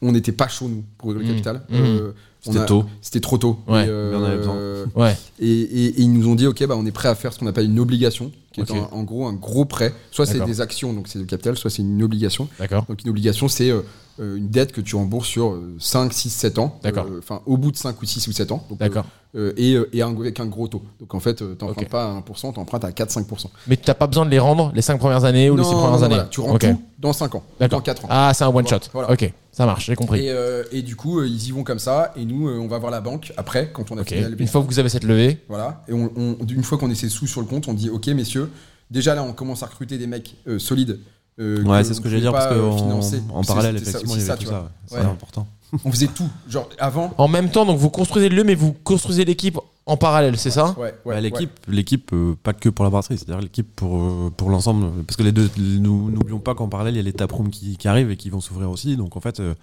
S1: on n'était pas chaud, nous, pour le
S3: Mmh,
S1: capital.
S3: mmh.
S1: Euh, on
S2: C'était
S1: a-
S2: tôt.
S1: C'était trop tôt.
S3: Ouais,
S1: Et, euh,
S2: mais on avait besoin.
S3: Ouais.
S1: et, et- et ils nous ont dit ok, bah, on est prêt à faire ce qu'on appelle une obligation, qui est
S3: Ok.
S1: en, en gros un gros prêt. Soit c'est
S3: D'accord.
S1: des actions, donc c'est du capital, soit c'est une obligation.
S3: D'accord.
S1: Donc une obligation, c'est euh, euh, une dette que tu rembourses sur euh, 5, 6, 7 ans.
S3: D'accord.
S1: Euh, Enfin, au bout de 5 ou 6 ou 7 ans. Donc,
S3: D'accord.
S1: euh, et euh, et un- avec un gros taux. Donc en fait, euh, t'empruntes
S3: Ok.
S1: pas à 1%, t'empruntes à 4-5%.
S3: Mais t'as pas besoin de les rendre les 5 premières années ou les 6
S1: Non,
S3: premières
S1: non,
S3: années.
S1: voilà, tu rends
S3: Ok.
S1: tout dans 5 ans,
S3: D'accord.
S1: dans 4 ans.
S3: Ah, c'est un one shot.
S1: Voilà.
S3: Ok, ça marche, j'ai compris.
S1: Et, euh, et du coup, euh, ils y vont comme ça, et nous, euh, on va voir la banque après, quand on a
S3: Ok.
S1: fait la levée.
S3: Une fois que vous avez cette levée,
S1: Voilà, et on, on- une fois qu'on est ses sous sur le compte, on dit Ok, messieurs, déjà là, on commence à recruter des mecs euh, solides. euh,
S2: Ouais, c'est
S1: vous
S2: ce que
S1: pouvez
S2: j'allais dire
S1: pas,
S2: parce que
S1: euh,
S2: en-
S1: financer.
S2: en
S1: C'est-
S2: parallèle,
S1: c'était ça
S2: effectivement,
S1: aussi,
S2: il y
S1: ça,
S2: avait
S1: tu
S2: tout
S1: vois.
S2: ça. C'est
S1: Ouais.
S2: important.
S1: On faisait tout. Genre, avant.
S3: en même temps, donc vous construisez le lieu, mais vous construisez l'équipe en parallèle, c'est ça
S1: Ouais,
S2: Bah,
S1: ouais,
S2: l'équipe, l'équipe euh, pas que pour la brasserie, c'est-à-dire l'équipe pour, euh, pour l'ensemble. Parce que les deux, nous n'oublions pas qu'en parallèle, il y a les taprooms qui, qui arrivent et qui vont s'ouvrir aussi. Donc en fait, euh,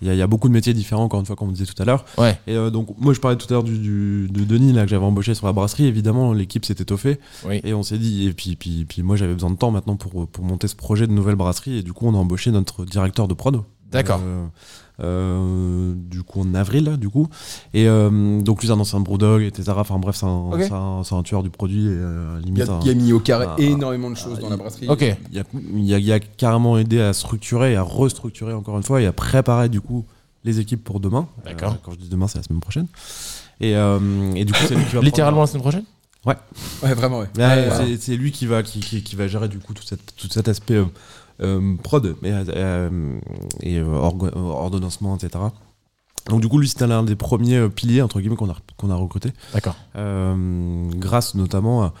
S2: il y, a- il y a beaucoup de métiers différents, encore une fois, comme on disait tout à l'heure.
S3: Ouais.
S2: Et euh, donc, moi, je parlais tout à l'heure du, du- de Denis, là, que j'avais embauché sur la brasserie. Évidemment, l'équipe s'est étoffée.
S3: Oui.
S2: Et on s'est dit, et puis, puis, puis moi, j'avais besoin de temps maintenant pour, pour monter ce projet de nouvelle brasserie. Et du coup, on a embauché notre directeur de prod.
S3: D'accord.
S2: Euh, euh, du coup, en avril, là, du coup. Et euh, donc, lui, c'est un ancien Brewdog, etc. Enfin, bref, c'est un,
S3: Ok.
S2: c'est un, c'est un tueur du produit. Et, euh,
S1: Il y
S2: limite,
S1: a,
S2: un-
S1: il y a mis au carré
S2: Ah,
S1: énormément de choses
S2: ah,
S1: dans la brasserie.
S3: Ok.
S2: il y a, il y a- il y a carrément aidé à structurer, à restructurer encore une fois et à préparer du coup les équipes pour demain.
S3: D'accord.
S2: Euh, quand je dis demain, c'est la semaine prochaine. Et, euh, et du coup, c'est lui qui va prendre-
S3: Littéralement la semaine prochaine
S1: Ouais, vraiment, ouais.
S2: Ouais,
S3: Ouais,
S2: c'est-
S3: voilà.
S2: c'est lui qui va qui, qui- qui va gérer du coup tout, cette- tout cet aspect euh, euh, prod mais, euh, et euh, orga- euh, ordonnancement etc. Donc du coup lui c'était l'un des premiers euh, piliers entre guillemets qu'on a qu'on a recruté
S3: D'accord.
S2: euh, grâce notamment à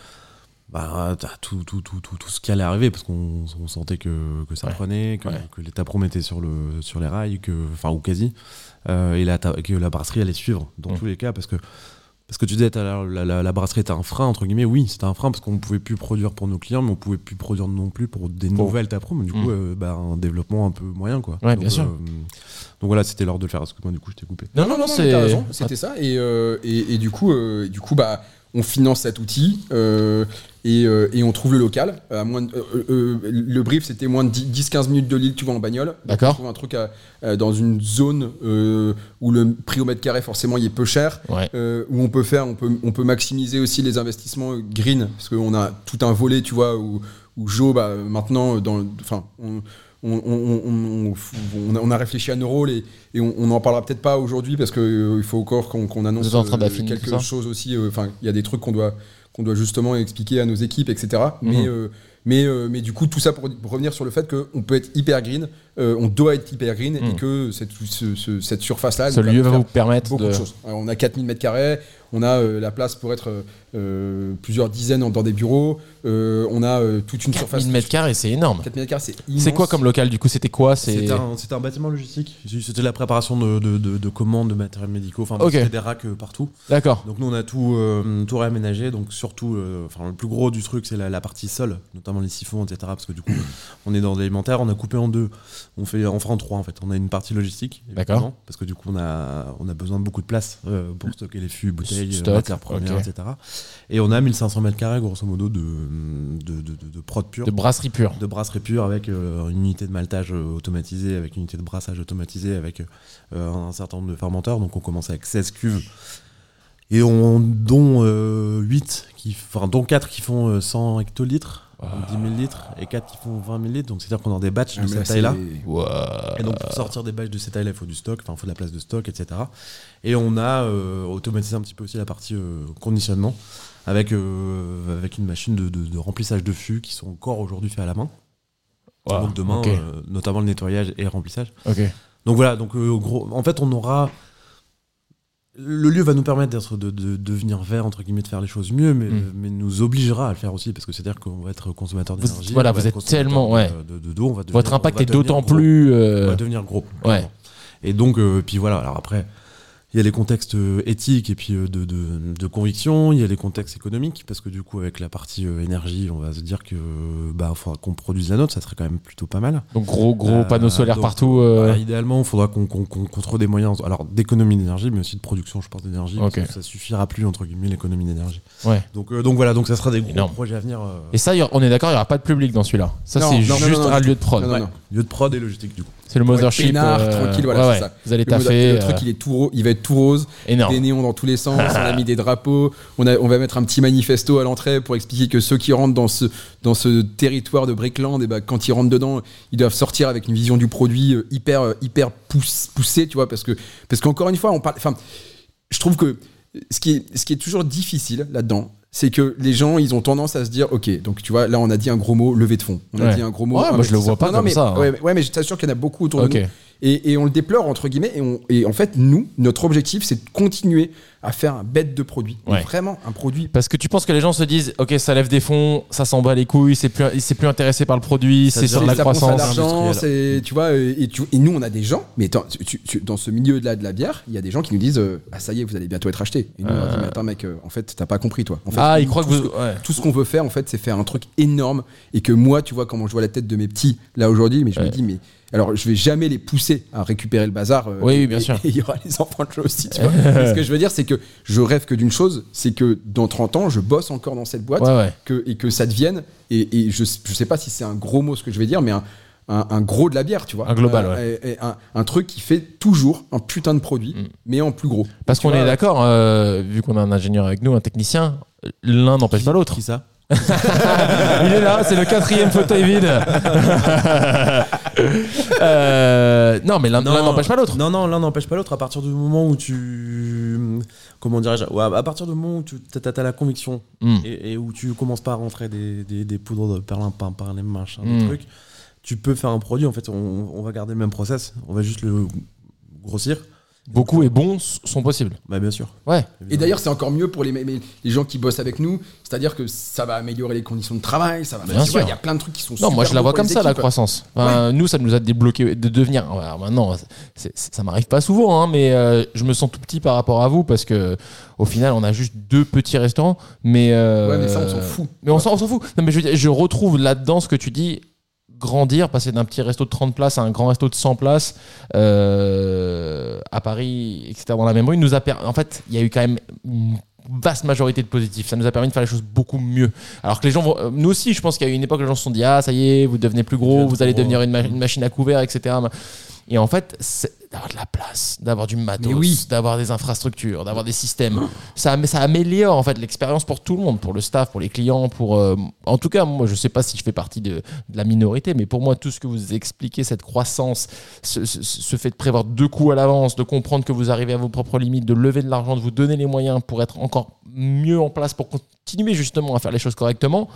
S2: bah, à tout, tout, tout, tout, tout ce qui allait arriver, parce qu'on on sentait que, que ça
S3: Ouais.
S2: prenait, que,
S3: Ouais.
S2: que l'État promettait sur, le, sur les rails, que, enfin, ou quasi, euh, et la, ta- que la brasserie allait suivre, dans
S3: Mm.
S2: tous les cas, parce que, parce que tu disais, tout à l'heure, la, la, la brasserie était un frein, entre guillemets, oui, c'était un frein, parce qu'on ne pouvait plus produire pour nos clients, mais on ne pouvait plus produire non plus pour des nouvelles taprooms, mais du
S3: Mm.
S2: coup, euh, bah, un développement un peu moyen, quoi.
S3: Ouais,
S2: donc,
S3: bien sûr.
S2: euh, donc voilà, c'était l'heure de le faire, parce que moi, du coup, je t'ai coupé.
S3: Non, non, non,
S1: mais
S3: c'est.
S1: t'as raison, C'était ça. Et, euh, et, et du coup, euh, du coup bah, on finance cet outil euh, et, euh, et on trouve le local. À moins de- euh, euh, euh, le brief, c'était moins de 10-15 minutes de Lille, tu vas en bagnole. Donc,
S3: D'accord.
S1: On trouve un truc à- à- dans une zone euh, où le prix au mètre carré, forcément, il est peu cher.
S3: Ouais.
S1: Euh, où on peut faire, on peut, on peut maximiser aussi les investissements green, parce qu'on a tout un volet, tu vois, où, où Joe, bah, maintenant, dans, enfin, on, on, on- on- on- on a- on a réfléchi à nos rôles et, et on on n'en parlera peut-être pas aujourd'hui parce qu'il faut encore qu'on qu'on annonce
S3: Vous êtes en train
S1: euh,
S3: d'affiner tout ça
S1: quelque chose aussi. euh, Enfin, il y a des trucs qu'on doit, qu'on doit justement expliquer à nos équipes, etc. Mais,
S3: Mhm.
S1: euh, mais, euh, mais du coup, tout ça pour, pour revenir sur le fait qu'on peut être hyper green, euh, on doit être hyper green et
S3: Mhm.
S1: que cette, ce- ce- cette surface-là.
S3: Ce
S1: nous permet
S3: lieu
S1: de
S3: va
S1: faire
S3: vous permettre
S1: beaucoup
S3: de.
S1: de choses. Alors, on a 4000 mètres carrés, on a euh, la place pour être euh, euh, plusieurs dizaines dans des bureaux, euh, on a euh, toute une surface.
S3: 1000 mètres carrés, c'est énorme.
S1: 4000 mètres carrés, c'est immense.
S3: C'est quoi comme local du coup C'était quoi C'est.
S2: C'était un, c'était un bâtiment logistique. C'était la préparation de, de- de- de commandes, de matériel médicaux. Enfin,
S3: Ok.
S2: c'était des racks euh, partout.
S3: D'accord.
S2: Donc nous, on a tout, euh, tout réaménagé. Donc surtout, euh, enfin, le plus gros du truc, c'est la, la partie sol, notamment les siphons, etc. Parce que du coup, on est dans l'alimentaire. On a coupé en deux. On fait, on fera en trois en fait. On a une partie logistique.
S3: D'accord.
S2: évidemment, Parce que du coup, on a, on a besoin de beaucoup de place euh, pour stocker les fûts, bouteilles,
S3: Stock,
S2: euh, matières premières,
S3: ok.
S2: etc. Et on a 1500 mètres carrés grosso modo de de, de, de- de prod pure
S3: De brasserie pure.
S2: de brasserie pure avec euh, une unité de maltage euh, automatisée, avec une unité de brassage automatisée, avec euh, un certain nombre de fermenteurs. Donc on commence avec 16 cuves et on dont euh, 8 qui enfin dont 4 qui font euh, 100 hectolitres, donc 10 000 litres et 4 qui font 20 000 litres. Donc c'est-à-dire qu'on a des batchs
S1: Ah,
S2: de
S1: mais là,
S2: cette taille-là.
S1: c'est-
S3: Ouah.
S2: Et donc pour sortir des batchs de cette taille-là, il faut du stock, enfin il faut de la place de stock, etc. Et on a euh, automatisé un petit peu aussi la partie euh, conditionnement avec, euh, avec une machine de, de- de remplissage de fûts qui sont encore aujourd'hui faits à la main.
S3: Ouah.
S2: Donc demain,
S3: Ok.
S2: euh, notamment le nettoyage et le remplissage.
S3: Ok.
S2: Donc voilà, donc euh, gros, en fait, on aura le lieu va nous permettre d'être de, de- de devenir vert entre guillemets de faire les choses mieux mais, euh,
S3: Mm.
S2: mais nous obligera à le faire aussi parce que c'est à dire qu'on va être consommateur
S3: Vous-
S2: d'énergie
S3: voilà,
S2: on va
S3: vous
S2: être
S3: êtes
S2: consommateur
S3: tellement-
S2: de-
S3: ouais.
S2: de, de- d'eau, on va
S3: Votre
S2: devenir- on
S3: impact
S2: va
S3: est d'autant
S2: devenir gros.
S3: plus. euh,
S2: on va devenir gros
S3: ouais.
S2: et donc euh, puis voilà alors après il y a les contextes euh, éthiques et puis euh, de, de, de conviction, il y a les contextes économiques, parce que du coup, avec la partie euh, énergie, on va se dire que euh, bah, faudra qu'on produise la nôtre, ça serait quand même plutôt pas mal.
S3: Donc gros gros
S2: Euh,
S3: panneaux solaires
S2: donc,
S3: partout. euh,
S2: Voilà, Bah, idéalement, il faudra qu'on qu'on- qu'on- qu'on trouve des moyens, alors d'économie d'énergie, mais aussi de production, je pense, d'énergie.
S3: Ok.
S2: parce que Ça suffira plus, entre guillemets, l'économie d'énergie.
S3: Ouais.
S2: Donc, euh, donc voilà, donc ça sera des gros
S3: Énorme.
S2: projets à venir. euh,
S3: Et ça, y a- on est d'accord, il n'y aura pas de public dans celui-là. Ça,
S1: Non, non,
S3: c'est
S1: non,
S3: juste
S1: non, non,
S3: un lieu de prod.
S1: Non, non, non.
S2: lieu de prod et logistique, du coup.
S3: C'est le mothership.
S1: peinard,
S3: euh,
S1: tranquille, voilà,
S3: ouais,
S1: c'est
S3: ouais.
S1: ça.
S3: Vous allez
S1: Le,
S3: taffer.
S1: le truc,
S3: euh,
S1: il est tout, ro- il va être tout rose,
S3: Énorme.
S1: des néons dans tous les sens. on a mis des drapeaux. On, a- on va mettre un petit manifesto à l'entrée pour expliquer que ceux qui rentrent dans ce, dans ce territoire de Brickland, et ben quand ils rentrent dedans, ils doivent sortir avec une vision du produit euh, hyper, euh, hyper pousse- poussée, tu vois, parce que, parce qu'encore une fois, on parle. Enfin, je trouve que ce qui est, ce qui est toujours difficile là-dedans. C'est que les gens, ils ont tendance à se dire, ok, donc tu vois, là on a dit un gros mot, levée de fonds. On a
S3: Ouais.
S1: dit un gros mot.
S3: Ouais, moi, je le vois pas
S1: investisseur. Non, non,
S3: comme
S1: mais-
S3: ça,
S1: Ouais,
S3: hein.
S1: mais- ouais, mais je t'assure qu'il y en a beaucoup autour
S3: Ok.
S1: de nous. Et, et on le déplore, entre guillemets, et, on- et en fait, nous, notre objectif, c'est de continuer à faire un bête de produit.
S3: Ouais.
S1: Mais Vraiment, un produit.
S3: Parce que tu penses que les gens se disent, ok, ça lève des fonds, ça s'en bat les couilles, c'est plus, c'est plus intéressé par le produit,
S2: Ça
S3: c'est
S2: devient
S3: sur la
S2: des
S1: ça pense à
S3: croissance.
S1: l'argent,
S2: industrielle.
S1: c'est- tu vois, et, et tu- et nous, on a des gens, mais attends, tu- tu- tu- dans ce milieu-là de la bière, il y a des gens qui nous disent euh, Ah, ça y est, vous allez bientôt être acheté. Et nous, on leur dit Mais Attends, mec, euh, en fait, t'as pas compris, toi. En fait,
S3: Ah, ils
S1: nous,
S3: croient que
S1: tout ce
S3: vous. ouais.
S1: tout ce qu'on veut faire en fait c'est faire un truc énorme et que moi tu vois comment je vois la tête de mes petits là aujourd'hui mais je
S3: Ouais.
S1: me dis mais alors je vais jamais les pousser à récupérer le bazar euh,
S3: Oui, oui,
S1: et-
S3: bien
S1: et-
S3: sûr.
S1: et il y aura les enfants de jeu aussi tu vois Mais ce que je veux dire c'est que je rêve que d'une chose c'est que dans 30 ans je bosse encore dans cette boîte
S3: Ouais, ouais.
S1: que, et que ça devienne et, et je, je sais pas si c'est un gros mot ce que je vais dire mais un un, un gros de la bière, tu vois. Euh,
S3: Un global,
S1: et- et un, un truc qui fait toujours un putain de produit,
S3: Mm.
S1: mais en plus gros.
S3: Parce qu'on
S1: vois,
S3: est d'accord, euh, vu qu'on a un ingénieur avec nous, un technicien, l'un n'empêche pas l'autre.
S2: Qui ça
S3: Il est là, c'est le quatrième fauteuil vide. Euh, non, mais l'un
S2: Non.
S3: l'un n'empêche pas l'autre.
S2: Non, non, l'un n'empêche pas l'autre. À partir du moment où tu. Comment dirais-je Ouais, À partir du moment où tu as, la conviction
S3: Hmm.
S2: et, et où tu commences pas à rentrer des, des, des poudres de perlimpin par les machins,
S3: Mm.
S2: des trucs, tu peux faire un produit. En fait, on, on va garder le même process. On va juste le grossir.
S3: Beaucoup et bons s- sont possibles.
S2: Bah, bien sûr.
S3: Ouais.
S1: Et d'ailleurs, c'est encore mieux pour les, mais- mais les gens qui bossent avec nous. C'est-à-dire que ça va améliorer les conditions de travail. Ça va.
S3: Bien
S1: tu vois,
S3: sûr.
S1: Il y a plein de trucs qui sont.
S3: Non, moi
S1: super
S3: je la
S1: bons
S3: vois
S1: pour
S3: comme
S1: les
S3: ça, la
S1: équipes.
S3: croissance. Enfin, Nous, ça nous a débloqué de devenir. Alors, maintenant, c'est- c'est- ça m'arrive pas souvent, hein, mais euh, je me sens tout petit par rapport à vous parce que au final, on a juste deux petits restaurants. Mais, euh,
S1: Ouais, mais ça, on s'en fout.
S3: Mais on s'en on s'en fout. Non, mais je, veux dire, je retrouve là-dedans ce que tu dis grandir, passer d'un petit resto de 30 places à un grand resto de 100 places euh, à Paris, etc. dans la même rue, nous a per- en fait, il y a eu quand même une vaste majorité de positifs. Ça nous a permis de faire les choses beaucoup mieux. Alors que les gens vont... euh, Nous aussi, je pense qu'il y a eu une époque où les gens se sont dit, ah ça y est, vous devenez plus gros,
S2: Deviens
S3: vous allez
S2: trop
S3: devenir
S2: gros.
S3: une, ma- une machine à couvert, etc. Et en fait, c'est d'avoir de la place, d'avoir du matos,
S1: Mais oui.
S3: d'avoir des infrastructures, d'avoir des systèmes. Ça, am- ça améliore en fait l'expérience pour tout le monde, pour le staff, pour les clients, pour. euh, en tout cas, moi, je sais pas si je fais partie de, de la minorité, mais pour moi, tout ce que vous expliquez, cette croissance, ce, ce- ce fait de prévoir deux coups à l'avance, de comprendre que vous arrivez à vos propres limites, de lever de l'argent, de vous donner les moyens pour être encore mieux en place, pour continuer justement à faire les choses correctement,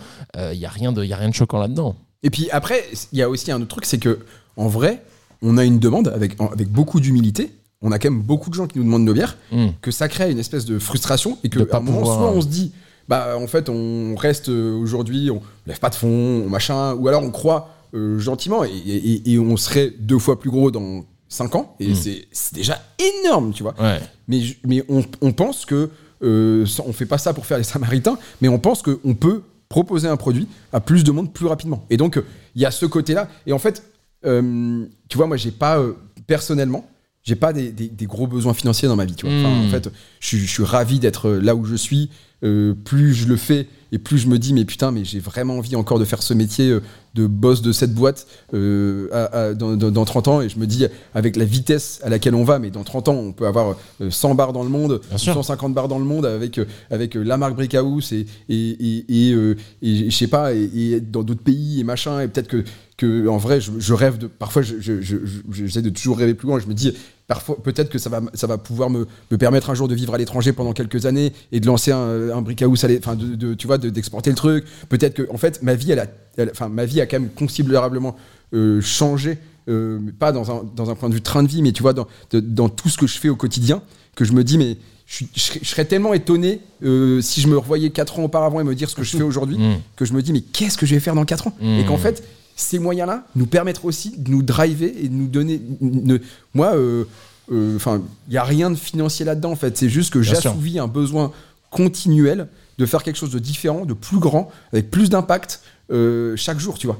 S3: il n'y a, rien de- y a rien de choquant là-dedans.
S1: Et puis après, il y a aussi un autre truc, c'est que en vrai, on a une demande avec en- avec beaucoup d'humilité. On a quand même beaucoup de gens qui nous demandent nos bières,
S3: Hmm.
S1: que ça crée une espèce de frustration et que
S3: De
S1: à
S3: pas
S1: un moment,
S3: pouvoir-
S1: soit on se dit, bah en fait, on reste euh, aujourd'hui, on lève pas de fond, on machin, ou alors on croit euh, gentiment et, et- et on serait deux fois plus gros dans 5 ans et
S3: Hmm.
S1: c'est c'est déjà énorme, tu vois.
S3: Ouais.
S1: mais, je- mais on, on pense que euh, ça- on fait pas ça pour faire les Samaritains, mais on pense qu'on peut proposer un produit à plus de monde plus rapidement. Et donc euh, il y a ce côté-là. Et en fait, euh, tu vois, moi j'ai pas euh, personnellement, j'ai pas des, des- des gros besoins financiers dans ma vie. Tu vois. Enfin,
S3: Mm.
S1: en fait, je, suis- je suis ravi d'être euh, là où je suis. Euh, plus je le fais et plus je me dis mais putain mais j'ai vraiment envie encore de faire ce métier euh, de boss de cette boîte euh, à- à- dans, dans- dans 30 ans et je me dis avec la vitesse à laquelle on va mais dans 30 ans on peut avoir euh, 100 bars dans le monde
S3: Bien sûr.
S1: 150 bars dans le monde avec euh, avec euh, la marque Brickhouse et et, et, et, euh, et je sais pas et, et être dans d'autres pays et machin et peut-être que que en vrai je, je rêve de parfois je- je- je- je- j'essaie de toujours rêver plus loin je me dis parfois peut-être que ça va ça va pouvoir me, me permettre un jour de vivre à l'étranger pendant quelques années et de lancer un, un Brickhouse à l'é- enfin de, de- tu vois de- d'exporter le truc peut-être que en fait ma vie elle a elle- enfin ma vie a quand même considérablement euh, changé euh, pas dans un, dans un point de vue train de vie, mais tu vois, dans, de- dans tout ce que je fais au quotidien, que je me dis, mais je, suis- je serais- je serais tellement étonné euh, si je me revoyais 4 ans auparavant et me dire ce que je fais aujourd'hui,
S3: Mm.
S1: que je me dis, mais qu'est-ce que je vais faire dans 4 ans
S3: Mm.
S1: Et qu'en fait, ces moyens-là nous permettent aussi de nous driver et de nous donner. ne- moi, euh, euh, enfin, il n'y a rien de financier là-dedans, en fait. C'est juste que
S3: Bien sûr.
S1: j'assouvis un besoin continuel de faire quelque chose de différent, de plus grand, avec plus d'impact euh, chaque jour, tu vois.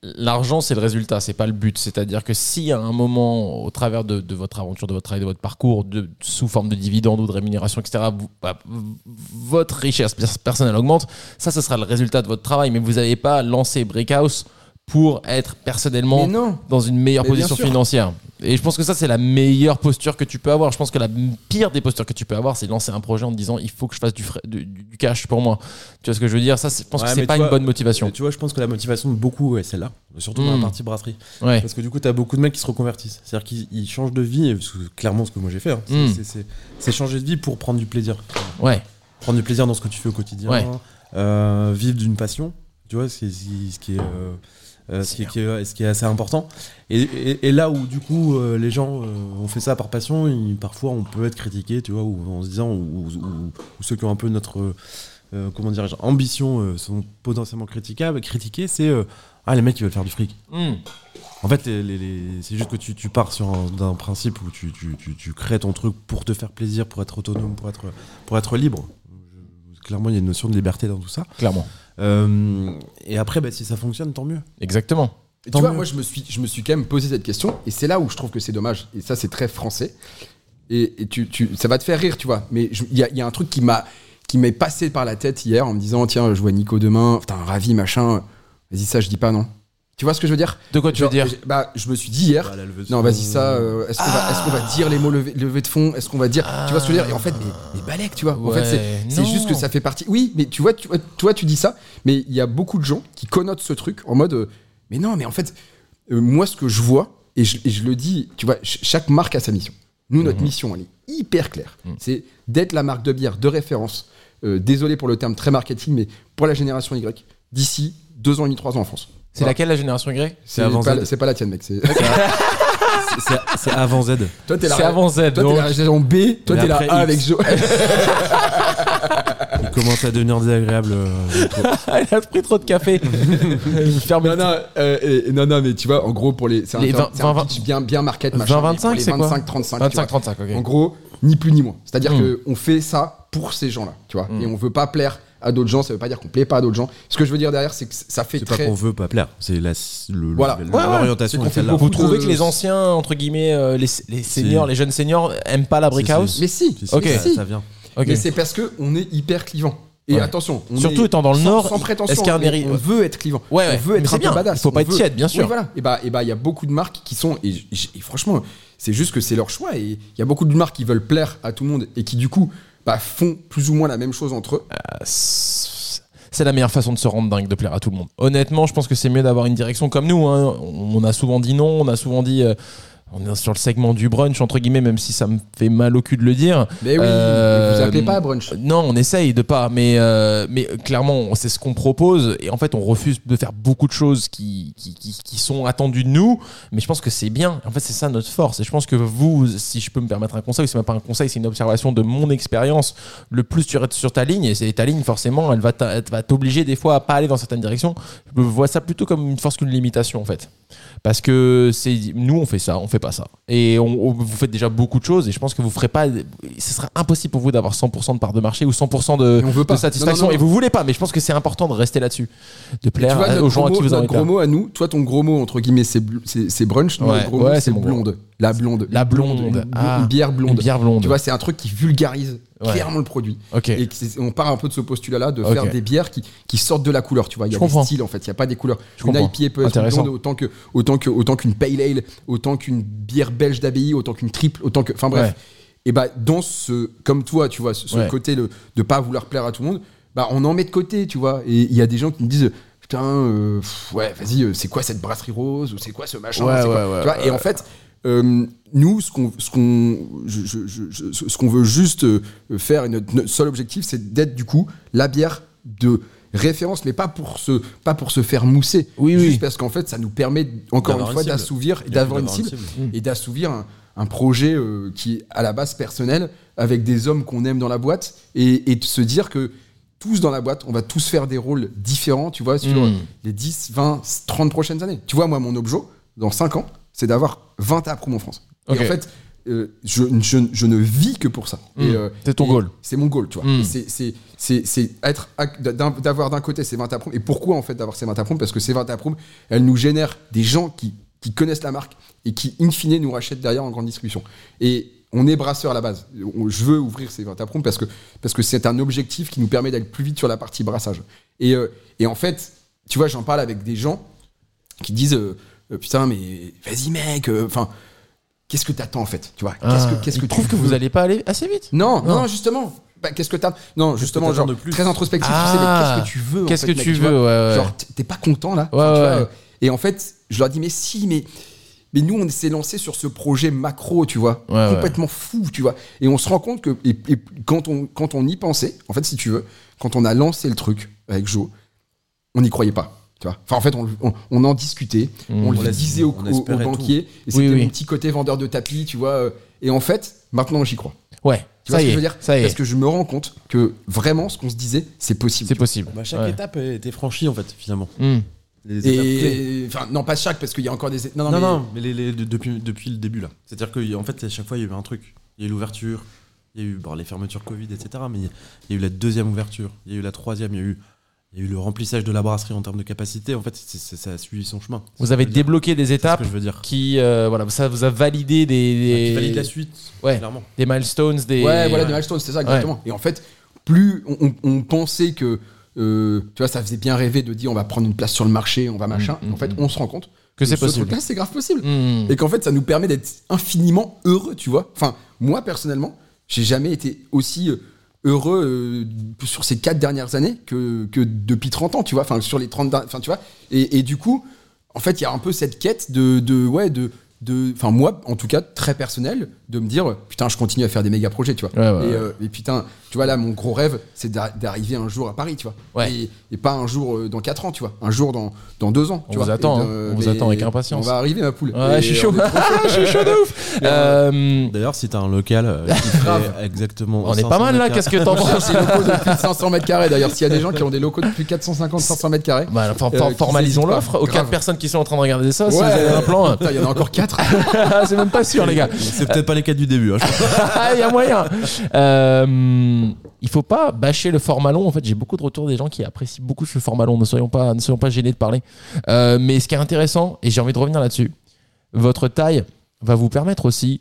S3: L'argent, c'est le résultat, c'est pas le but. C'est-à-dire que si à un moment, au travers de, de votre aventure, de votre travail, de votre parcours, de, sous forme de dividendes ou de rémunération, etc., vous- bah, v- votre richesse pers- personnelle augmente, ça, ce sera le résultat de votre travail. Mais vous n'avez pas lancé Breakhouse pour être personnellement
S1: Mais non
S3: dans une meilleure
S1: Mais bien
S3: position
S1: sûr.
S3: financière. Et je pense que ça, c'est la meilleure posture que tu peux avoir. Je pense que la pire des postures que tu peux avoir, c'est de lancer un projet en te disant il faut que je fasse du, frais- du, du cash pour moi. Tu vois ce que je veux dire Ça, c'est- je pense
S2: Ouais,
S3: que c'est
S2: mais
S3: pas
S2: tu
S3: une
S2: vois-
S3: bonne motivation.
S2: Mais Tu vois, je pense que la motivation de beaucoup est celle-là, surtout dans
S3: Mm.
S2: la partie brasserie.
S3: Ouais.
S2: Parce que du coup, t'as beaucoup de mecs qui se reconvertissent. C'est-à-dire qu'ils ils changent de vie, et parce que clairement, ce que moi j'ai fait, hein, c'est-
S3: Mm.
S2: c'est- c'est c'est changer de vie pour prendre du plaisir.
S3: Ouais.
S2: Prendre du plaisir dans ce que tu fais au quotidien,
S3: Ouais.
S2: euh, vivre d'une passion, tu vois, ce qui est, ce qui est, euh, euh, ce qui est- qui est- ce qui est assez important. Et, et- et là où du coup, euh, les gens euh, ont fait ça par passion, ils- parfois on peut être critiqué, tu vois, ou en se disant, ou, ou- ou- ou ceux qui ont un peu notre. euh, comment dirais-je, ambition euh, sont potentiellement critiquables, critiqués, c'est euh, ah les mecs ils veulent faire du fric.
S3: Hmm.
S2: En fait, les- les- les- c'est juste que tu, tu pars sur un, d'un principe où tu, tu- tu- tu crées ton truc pour te faire plaisir, pour être autonome, pour être, pour être libre. Je- clairement, il y a une notion de liberté dans tout ça.
S3: Clairement.
S2: Euh, et après, bah, si ça fonctionne, tant mieux.
S3: Exactement.
S1: Et
S2: Tant
S1: tu vois,
S2: mieux.
S1: moi, je me, suis, je me suis quand même posé cette question, et c'est là où je trouve que c'est dommage. Et ça, c'est très français. Et, et tu, tu- ça va te faire rire, tu vois. Mais je- il y a, il y a un truc qui m'a qui m'est passé par la tête hier en me disant tiens, je vois Nico demain, putain, ravi, machin. Vas-y, ça, je dis pas non. Tu vois ce que je veux dire
S3: De quoi tu veux
S1: Genre,
S3: dire
S1: j'ai- bah, je me suis dit hier.
S2: Bah, la levée de
S1: Non,
S2: fonds,
S1: vas-y, ça,
S2: euh,
S1: euh, est-ce qu'on va, est-ce qu'on va dire les mots levés levés de fond Est-ce qu'on va dire. Tu vois ce que je veux dire Et en fait, mais, mais balèque, tu vois. En fait, c'est-
S3: Ouais,
S1: c'est
S3: non.
S1: juste que ça fait partie. Oui, mais tu vois, tu, vois- toi, tu dis ça, mais il y a beaucoup de gens qui connotent ce truc en mode. euh, mais non, mais en fait, euh, moi, ce que je vois, et je, et je le dis, tu vois, ch- chaque marque a sa mission. Nous, notre mission, elle est hyper claire. C'est d'être la marque de bière de référence. Euh, désolé pour le terme très marketing, mais pour la génération Y, d'ici deux ans et demi, trois ans en France.
S3: C'est laquelle la génération Y
S1: C'est
S2: avant
S1: pas,
S2: Z.
S1: c'est pas la tienne, mec. C'est-
S2: c'est- c'est- C'est avant Z.
S1: toi, t'es la,
S3: C'est avant Z.
S1: toi, t'es
S3: donc.
S1: la génération B, toi,
S2: Mais
S1: t'es la
S2: après,
S1: A
S2: X.
S1: avec Jo.
S2: Il commence à devenir désagréable. euh,
S3: Elle a pris trop de café. Ferme
S1: Non non, euh, et- et non, non, mais tu vois, en gros, pour les. C'est un,
S3: Les
S1: terme-
S3: 20,
S1: c'est un
S3: 20,
S1: pitch bien, bien market, machin.
S3: 20,
S1: mais pour
S3: 25,
S1: les
S3: c'est quoi
S1: 25, 35. tu vois.
S3: 25-35, ok.
S1: En gros, ni plus ni moins. C'est-à-dire
S3: Mm.
S1: que qu'on fait ça pour ces gens-là, tu vois.
S3: Hmm.
S1: Et on veut pas plaire à d'autres gens, ça veut pas dire qu'on plaît pas à d'autres gens. Ce que je veux dire derrière, c'est que ça fait
S2: C'est pas
S1: très.
S2: qu'on veut pas plaire, c'est la- le-
S1: Voilà.
S2: le-
S1: Ouais,
S3: ouais.
S2: l'orientation
S1: C'est qu'on
S2: est
S1: fait
S2: celle-là.
S1: beaucoup
S3: Vous trouvez
S1: de-
S3: que les anciens, entre guillemets, euh, les, les seniors, les jeunes seniors, aiment pas la
S2: Si,
S3: Breakhouse
S2: si.
S1: Mais si,
S2: Si, si,
S3: Ok.
S2: ça, ça vient.
S3: Ok.
S1: mais c'est parce que on est hyper clivant. Et
S3: Ouais.
S1: attention, on
S3: Surtout
S1: est-
S3: étant dans le
S1: sans-
S3: Nord,
S1: sans
S3: il-
S1: prétention,
S3: est-ce qu'il y a un
S1: mais
S3: mérite-
S1: on veut être clivant.
S3: Ouais, ouais.
S1: On veut
S3: Mais
S1: être
S3: c'est
S1: un
S3: bien.
S1: peu badass.
S3: Faut
S1: on
S3: pas être
S1: veut-
S3: tiède, bien sûr.
S1: Oui, voilà. Et bah, et bah, il y a beaucoup de marques qui sont et, j- j- et franchement, c'est juste que c'est leur choix. Et il y a beaucoup de marques qui veulent plaire à tout le monde et qui du coup, bah, font plus ou moins la même chose entre
S3: Euh,
S1: eux.
S3: c'est la meilleure façon de se rendre dingue, de plaire à tout le monde. Honnêtement, je pense que c'est mieux d'avoir une direction comme nous. hein. On on a souvent dit non, on a souvent dit. euh, on est sur le segment du brunch, entre guillemets, même si ça me fait mal au cul de le dire.
S1: Mais oui,
S3: Euh,
S1: mais vous appelez pas à brunch.
S3: Non, on essaye de pas, mais, euh, mais clairement, on- c'est ce qu'on propose. Et en fait, on refuse de faire beaucoup de choses qui, qui, qui, qui sont attendues de nous. Mais je pense que c'est bien. En fait, c'est ça notre force. Et je pense que vous, si je peux me permettre un conseil, c'est même pas un conseil, c'est une observation de mon expérience. Le plus tu restes sur ta ligne, et c'est ta ligne, forcément, elle va t'a- elle va t'obliger des fois à pas aller dans certaines directions. Je vois ça plutôt comme une force qu'une limitation, en fait. Parce que c'est nous, on fait ça, on fait pas ça. Et on- on- vous faites déjà beaucoup de choses, et je pense que vous ferez pas. Ce sera impossible pour vous d'avoir 100% de part de marché ou 100% de,
S1: Et on veut
S3: de
S1: pas. Non,
S3: satisfaction.
S1: non, non,
S3: Et vous voulez pas, mais je pense que c'est important de rester là-dessus, de
S1: Tu
S3: plaire
S1: vois,
S3: à-
S1: notre
S3: euh, aux gens
S1: gros
S3: à qui
S1: mot-
S3: vous en
S1: notre gros mot à nous, toi ton gros mot entre guillemets c'est bl- c'est c'est brunch, nous,
S3: Ouais,
S1: notre gros
S3: ouais,
S1: mot,
S3: c'est
S1: c'est
S3: mon gros.
S1: blonde, la blonde,
S3: La blonde,
S1: une, bl-
S3: ah,
S1: une bière blonde.
S3: Une bière blonde.
S1: Tu vois, c'est un truc qui vulgarise
S3: Ouais.
S1: clairement le produit.
S3: ok.
S1: Et que c'est- on part un peu de ce postulat-là de
S3: Ok.
S1: faire des bières qui, qui sortent de la couleur, tu vois. Il y
S3: Je
S1: a des
S3: comprends.
S1: styles en fait, il n'y a pas des couleurs.
S3: Je
S1: une
S3: comprends.
S1: IPA peut être une
S3: Intéressant.
S1: blonde autant que autant que autant qu'une pale ale, autant qu'une bière belge d'abbaye, autant qu'une triple, autant que enfin bref.
S3: Ouais.
S1: Et bah dans ce comme toi, tu vois, ce, ce
S3: Ouais.
S1: côté de de pas vouloir plaire à tout le monde, bah on en met de côté, tu vois. Et il y a des gens qui me disent putain euh, pff, ouais, vas-y, euh, c'est quoi cette brasserie rose ou c'est quoi ce machin,
S3: Ouais,
S1: c'est quoi-
S3: ouais, ouais,
S1: tu vois.
S3: ouais,
S1: Et en fait euh, nous, ce qu'on ce qu'on je- je- je- je- ce ce qu'on veut juste euh, faire, et notre, notre seul objectif, c'est d'être du coup la bière de référence, mais pas pour se, pas pour se faire mousser.
S3: Oui,
S1: juste
S3: oui.
S1: parce qu'en fait, ça nous permet, encore
S4: D'avoir
S1: une fois,
S4: une cible.
S1: d'assouvir, d'avoir une cible et d'assouvir un, un projet euh, qui est à la base personnel avec des hommes qu'on aime dans la boîte et, et de se dire que tous dans la boîte, on va tous faire des rôles différents, tu vois, sur
S3: Mm.
S1: les 10, 20, 30 prochaines années. Tu vois, moi, mon objet, dans 5 ans, c'est d'avoir 20 approves en France.
S3: Ok.
S1: Et en fait, euh, je, je- je ne vis que pour ça.
S3: Mm.
S1: Et, euh,
S3: C'est ton
S1: et
S3: goal.
S1: C'est mon goal, tu vois.
S3: Mm.
S1: Et c'est- C'est c'est- c'est être ac- d'un- d'avoir d'un côté ces 20 approves. Et pourquoi, en fait, d'avoir ces 20 approves Parce que ces 20 approves, elles nous génèrent des gens qui, qui connaissent la marque et qui, in fine, nous rachètent derrière en grande distribution. Et on est brasseur à la base. On- Je veux ouvrir ces 20 approves parce que parce que c'est un objectif qui nous permet d'aller plus vite sur la partie brassage. Et, euh, et en fait, tu vois, j'en parle avec des gens qui disent euh, euh, Putain, mais vas-y, mec, euh, enfin, qu'est-ce que t'attends en fait Tu vois, qu'est-ce que, qu'est-ce que
S3: Ah, trouve que
S1: veux
S3: vous allez pas aller assez vite
S1: non, non,
S3: Non.
S1: justement. Bah, qu'est-ce que t'as Non, justement,
S2: t'attends
S1: genre
S2: de plus
S1: très introspectif. tu sais,
S3: Ah.
S1: mais qu'est-ce que tu veux en
S3: Qu'est-ce
S1: fait,
S3: que
S1: mec,
S3: tu
S1: vois
S3: veux ouais, ouais.
S1: Genre, t- t'es pas content là
S3: Ouais,
S1: Enfin, tu
S3: ouais,
S1: vois,
S3: ouais.
S1: euh, Et en fait, je leur dis mais si, mais mais nous, on s'est lancé sur ce projet macro, tu vois,
S3: Ouais, ouais.
S1: complètement fou, tu vois. Et on se rend compte que et- et quand on quand on y pensait, en fait, si tu veux, quand on a lancé le truc avec Joe, on n'y croyait pas. Tu vois. Enfin, en fait, on, le- on- on en discutait,
S3: Mmh.
S1: on
S4: On
S1: le
S4: l'a-
S1: disait au,
S4: on
S1: au- au
S4: espérait tout.
S1: banquier, et
S3: Oui,
S1: c'était
S3: oui.
S1: mon petit côté vendeur de tapis, tu vois. euh, Et en fait, maintenant, j'y crois.
S3: Ouais,
S1: Tu vois ce
S3: ça y
S1: que
S3: est.
S1: je veux dire
S3: Ça y
S1: Parce
S3: est.
S1: que je me rends compte que vraiment, ce qu'on se disait, c'est possible.
S3: C'est possible.
S2: Bah, chaque
S3: Ouais.
S2: étape était franchie en fait finalement.
S3: Mm.
S2: Les étapes clés.
S1: Et enfin, non, pas chaque, parce qu'il y a encore des. Non, non,
S2: Non, non,
S1: mais-
S2: mais les- les- de- depuis, depuis le début là. C'est-à-dire qu'en fait, à chaque fois, il y a eu un truc. Il y a eu l'ouverture, il y a eu bon, les fermetures Covid, etc. Mais il y a eu la deuxième ouverture, il y a eu la troisième, il y a eu, il y a eu le remplissage de la brasserie en termes de capacité. En fait, c'est- c'est- ça a suivi son chemin. C'est
S3: Vous
S2: ce que
S3: avez
S2: je veux dire.
S3: débloqué des
S2: C'est ce
S3: étapes
S2: que je veux dire.
S3: qui, euh, voilà, ça vous a
S1: Ah,
S3: validé
S2: Qui
S3: des,
S2: valide la
S3: des,
S2: suite,
S3: Ouais.
S2: clairement.
S3: des milestones, des.
S1: Ouais, voilà, des milestones, c'est ça, exactement. Et en fait, plus on, on- on pensait que. euh, tu vois, ça faisait bien rêver de dire on va prendre une place sur le marché, on va machin.
S3: Mm, mm,
S1: en fait,
S3: mm.
S1: on se rend compte
S3: Que c'est
S1: ce
S3: possible.
S1: truc-là, c'est grave possible.
S3: Mm.
S1: Et qu'en fait, ça nous permet d'être infiniment heureux, tu vois. Enfin, moi, personnellement, j'ai jamais été aussi euh, heureux euh, sur ces quatre dernières années que, que depuis 30 ans, tu vois. Enfin, sur les 30 dernières- Enfin, tu vois. Et, et du coup, en fait, il y a un peu cette quête de. de ouais, de. de- Enfin, moi, en tout cas, très personnel, de me dire putain, je continue à faire des méga projets, tu vois.
S3: Ouais, ouais,
S1: et,
S3: ouais.
S1: euh, et putain, tu vois, là, mon gros rêve, c'est d'a- d'arriver un jour à Paris, tu vois.
S3: Ouais.
S1: Et, et pas un jour euh, dans 4 ans, tu vois. Un jour dans, dans 2 ans,
S3: On
S1: tu
S3: vous
S1: vois. Et
S3: attend,
S1: de-
S3: hein. On vous
S1: mais
S3: attend avec impatience.
S1: On va arriver, ma poule.
S3: Ouais,
S1: Et
S3: je suis
S1: on
S3: chaud.
S1: est trop
S3: je suis chaud de ouf. Euh,
S2: D'ailleurs, si t'as un local euh, qui fait
S1: Grave.
S2: exactement.
S3: on est pas mal là, qu'est-ce que t'en
S1: Cherche
S3: penses
S1: des locaux de plus de 500 mètres carrés. D'ailleurs, s'il y a des gens qui ont des locaux de plus de 450, 500 mètres carrés.
S3: Bah, for-
S1: Euh,
S3: for-
S1: qu'ils
S3: formalisons
S1: hésitent pas.
S3: l'offre aux
S1: Grave.
S3: quatre personnes qui sont en train de regarder ça. Si
S1: Ouais.
S3: vous avez un plan, hein. Ah,
S1: Putain, Il y en a encore 4.
S3: c'est même pas sûr, hein, les gars.
S2: C'est peut-être pas les cas du début. hein, je pense.
S3: Ah, Il y a moyen. Euh, il faut pas bâcher le format long. En fait, j'ai beaucoup de retours des gens qui apprécient beaucoup ce format long. Ne soyons pas, ne soyons pas gênés de parler. Euh, mais ce qui est intéressant, et j'ai envie de revenir là-dessus, votre taille va vous permettre aussi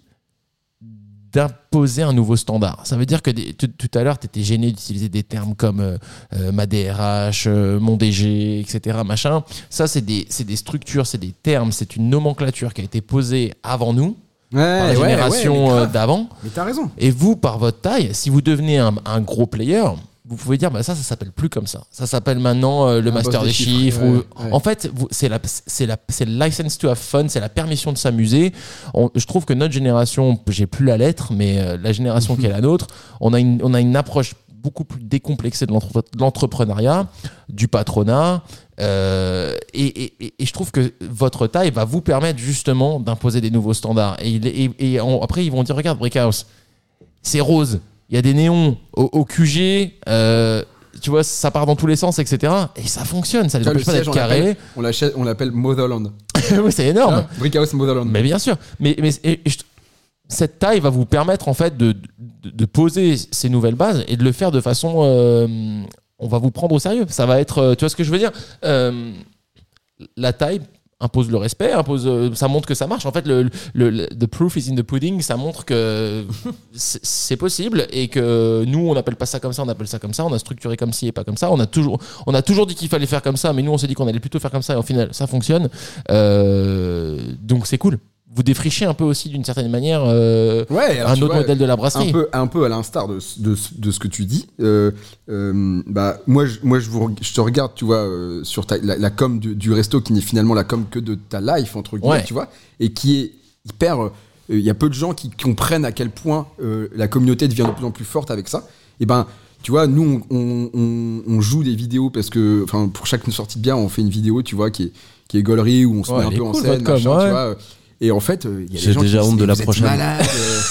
S3: d'imposer un nouveau standard. Ça veut dire que des- tout, tout à l'heure, tu étais gêné d'utiliser des termes comme euh, euh, ma DRH, euh, mon DG, etc. Machin. Ça, c'est des, c'est des structures, c'est des termes, c'est une nomenclature qui a été posée avant nous, par
S1: Eh
S3: la génération
S1: mais
S3: euh,
S1: grave.
S3: d'avant.
S1: Mais t'as raison.
S3: Et vous, par votre taille, si vous devenez un, un gros player, vous pouvez dire bah ça, ça s'appelle plus comme ça. Ça s'appelle maintenant euh, le
S1: Un
S3: master
S1: boss des
S3: des chiffres.
S1: chiffres,
S3: ou-
S1: ouais, ouais.
S3: En fait, vous- c'est la, c'est la, c'est le license to have fun, c'est la permission de s'amuser. On- Je trouve que notre génération, j'ai plus la lettre, mais euh, la génération qui est la nôtre, on a une, on a une approche beaucoup plus décomplexée de l'entre- de l'entrepreneuriat, du patronat. euh, et, et- et- et je trouve que votre taille va vous permettre justement d'imposer des nouveaux standards. Et, il- et- et on- après, ils vont dire, regarde, Brickhouse, c'est rose, il y a des néons au, au QG, euh, tu vois, ça part dans tous les sens, etc. Et ça fonctionne, ça
S1: Tu
S3: les
S1: vois, le
S3: empêche pas
S1: siège,
S3: d'être
S1: on l'appelle-
S3: carrés.
S1: on l'achète- on l'appelle Motherland.
S3: Oui, c'est énorme.
S1: Hein Brickhouse Motherland.
S3: Oh, Mais bien sûr. Mais, mais et- et je- cette taille va vous permettre en fait de, de, de poser ces nouvelles bases et de le faire de façon. euh, on va vous prendre au sérieux. Ça va être. euh, Tu vois ce que je veux dire Euh, La taille impose le respect, impose, euh, ça montre que ça marche. En fait, le, le- le- the proof is in the pudding. Ça montre que c'est c'est possible et que nous, on n'appelle pas ça comme ça, on appelle ça comme ça. On a structuré comme ci et pas comme ça. On a toujours, on a toujours dit qu'il fallait faire comme ça, mais nous, on s'est dit qu'on allait plutôt faire comme ça et au final, ça fonctionne. Euh, donc c'est cool. Vous défrichez un peu aussi d'une certaine manière euh,
S1: Ouais, alors,
S3: un
S1: tu
S3: autre
S1: vois,
S3: modèle de la
S1: un
S3: brasserie.
S1: peu, un peu à l'instar de, ce- de, ce- de ce que tu dis, euh, euh, bah, moi, je, moi je, vous, je te regarde, tu vois, euh, sur ta- la, la com du, du resto qui n'est finalement la com que de ta life, entre guillemets,
S3: Ouais.
S1: tu vois, et qui est hyper. euh, Il y a peu de gens qui comprennent à quel point euh, la communauté devient de plus en plus forte avec ça. Et ben, tu Tu vois, nous, on, on- on- on joue des vidéos parce que, enfin, pour chaque sortie de bière, on fait une vidéo, tu vois, qui est, qui est gaulerie, où on se
S3: Ouais,
S1: met un
S3: elle est
S1: peu en
S3: cool,
S1: scène,
S3: votre com,
S1: machin, tu
S3: ouais.
S1: vois. euh, Et en fait, euh, il y a
S2: J'ai
S1: des gens
S2: déjà
S1: qui
S2: honte
S1: disent,
S2: de la
S1: vous êtes
S2: prochaine.
S1: malades, euh,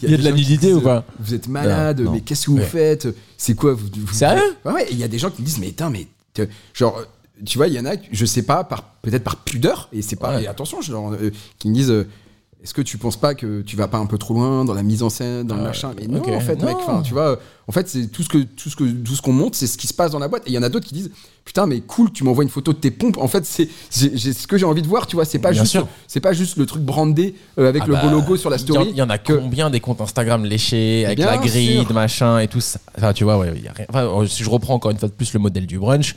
S3: Il y
S1: des
S3: a de
S1: gens
S3: la
S1: qui
S3: nudité
S1: disent,
S3: ou pas
S1: euh, Vous êtes malade,
S2: Non, non.
S1: mais qu'est-ce que vous
S3: Ouais.
S1: faites C'est quoi vous, vous-
S3: Sérieux
S1: Ouais, ouais, il y a des gens qui me disent, mais putain, mais. t'es- Genre, euh, tu vois, il y en a, je sais pas, par- peut-être par pudeur, et c'est pas.
S3: Ouais.
S1: Et attention, genre, euh, qui me disent. euh, est-ce que tu penses pas que tu vas pas un peu trop loin dans la mise en scène, dans le
S3: Ah,
S1: machin Mais non,
S3: ok.
S1: en fait, mec,
S3: Non.
S1: enfin, tu vois, euh, en fait, c'est tout ce que tout ce que tout ce qu'on monte, c'est ce qui se passe dans la boîte. Et il y en a d'autres qui disent, putain, mais cool, tu m'envoies une photo de tes pompes. En fait, c'est j'ai- j'ai ce que j'ai envie de voir, tu vois. C'est pas
S3: Bien
S1: juste,
S3: sûr.
S1: c'est pas juste le truc brandé euh, avec
S3: Ah
S1: le
S3: bah,
S1: beau logo sur la
S3: Il y en-
S1: story.
S3: Il y en a
S1: que-
S3: combien des comptes Instagram léchés avec
S1: Bien
S3: la grille,
S1: sûr.
S3: machin et tout ça. Enfin, tu vois, ouais, il y a rien. Enfin, euh, si je reprends encore une fois de plus le modèle du brunch,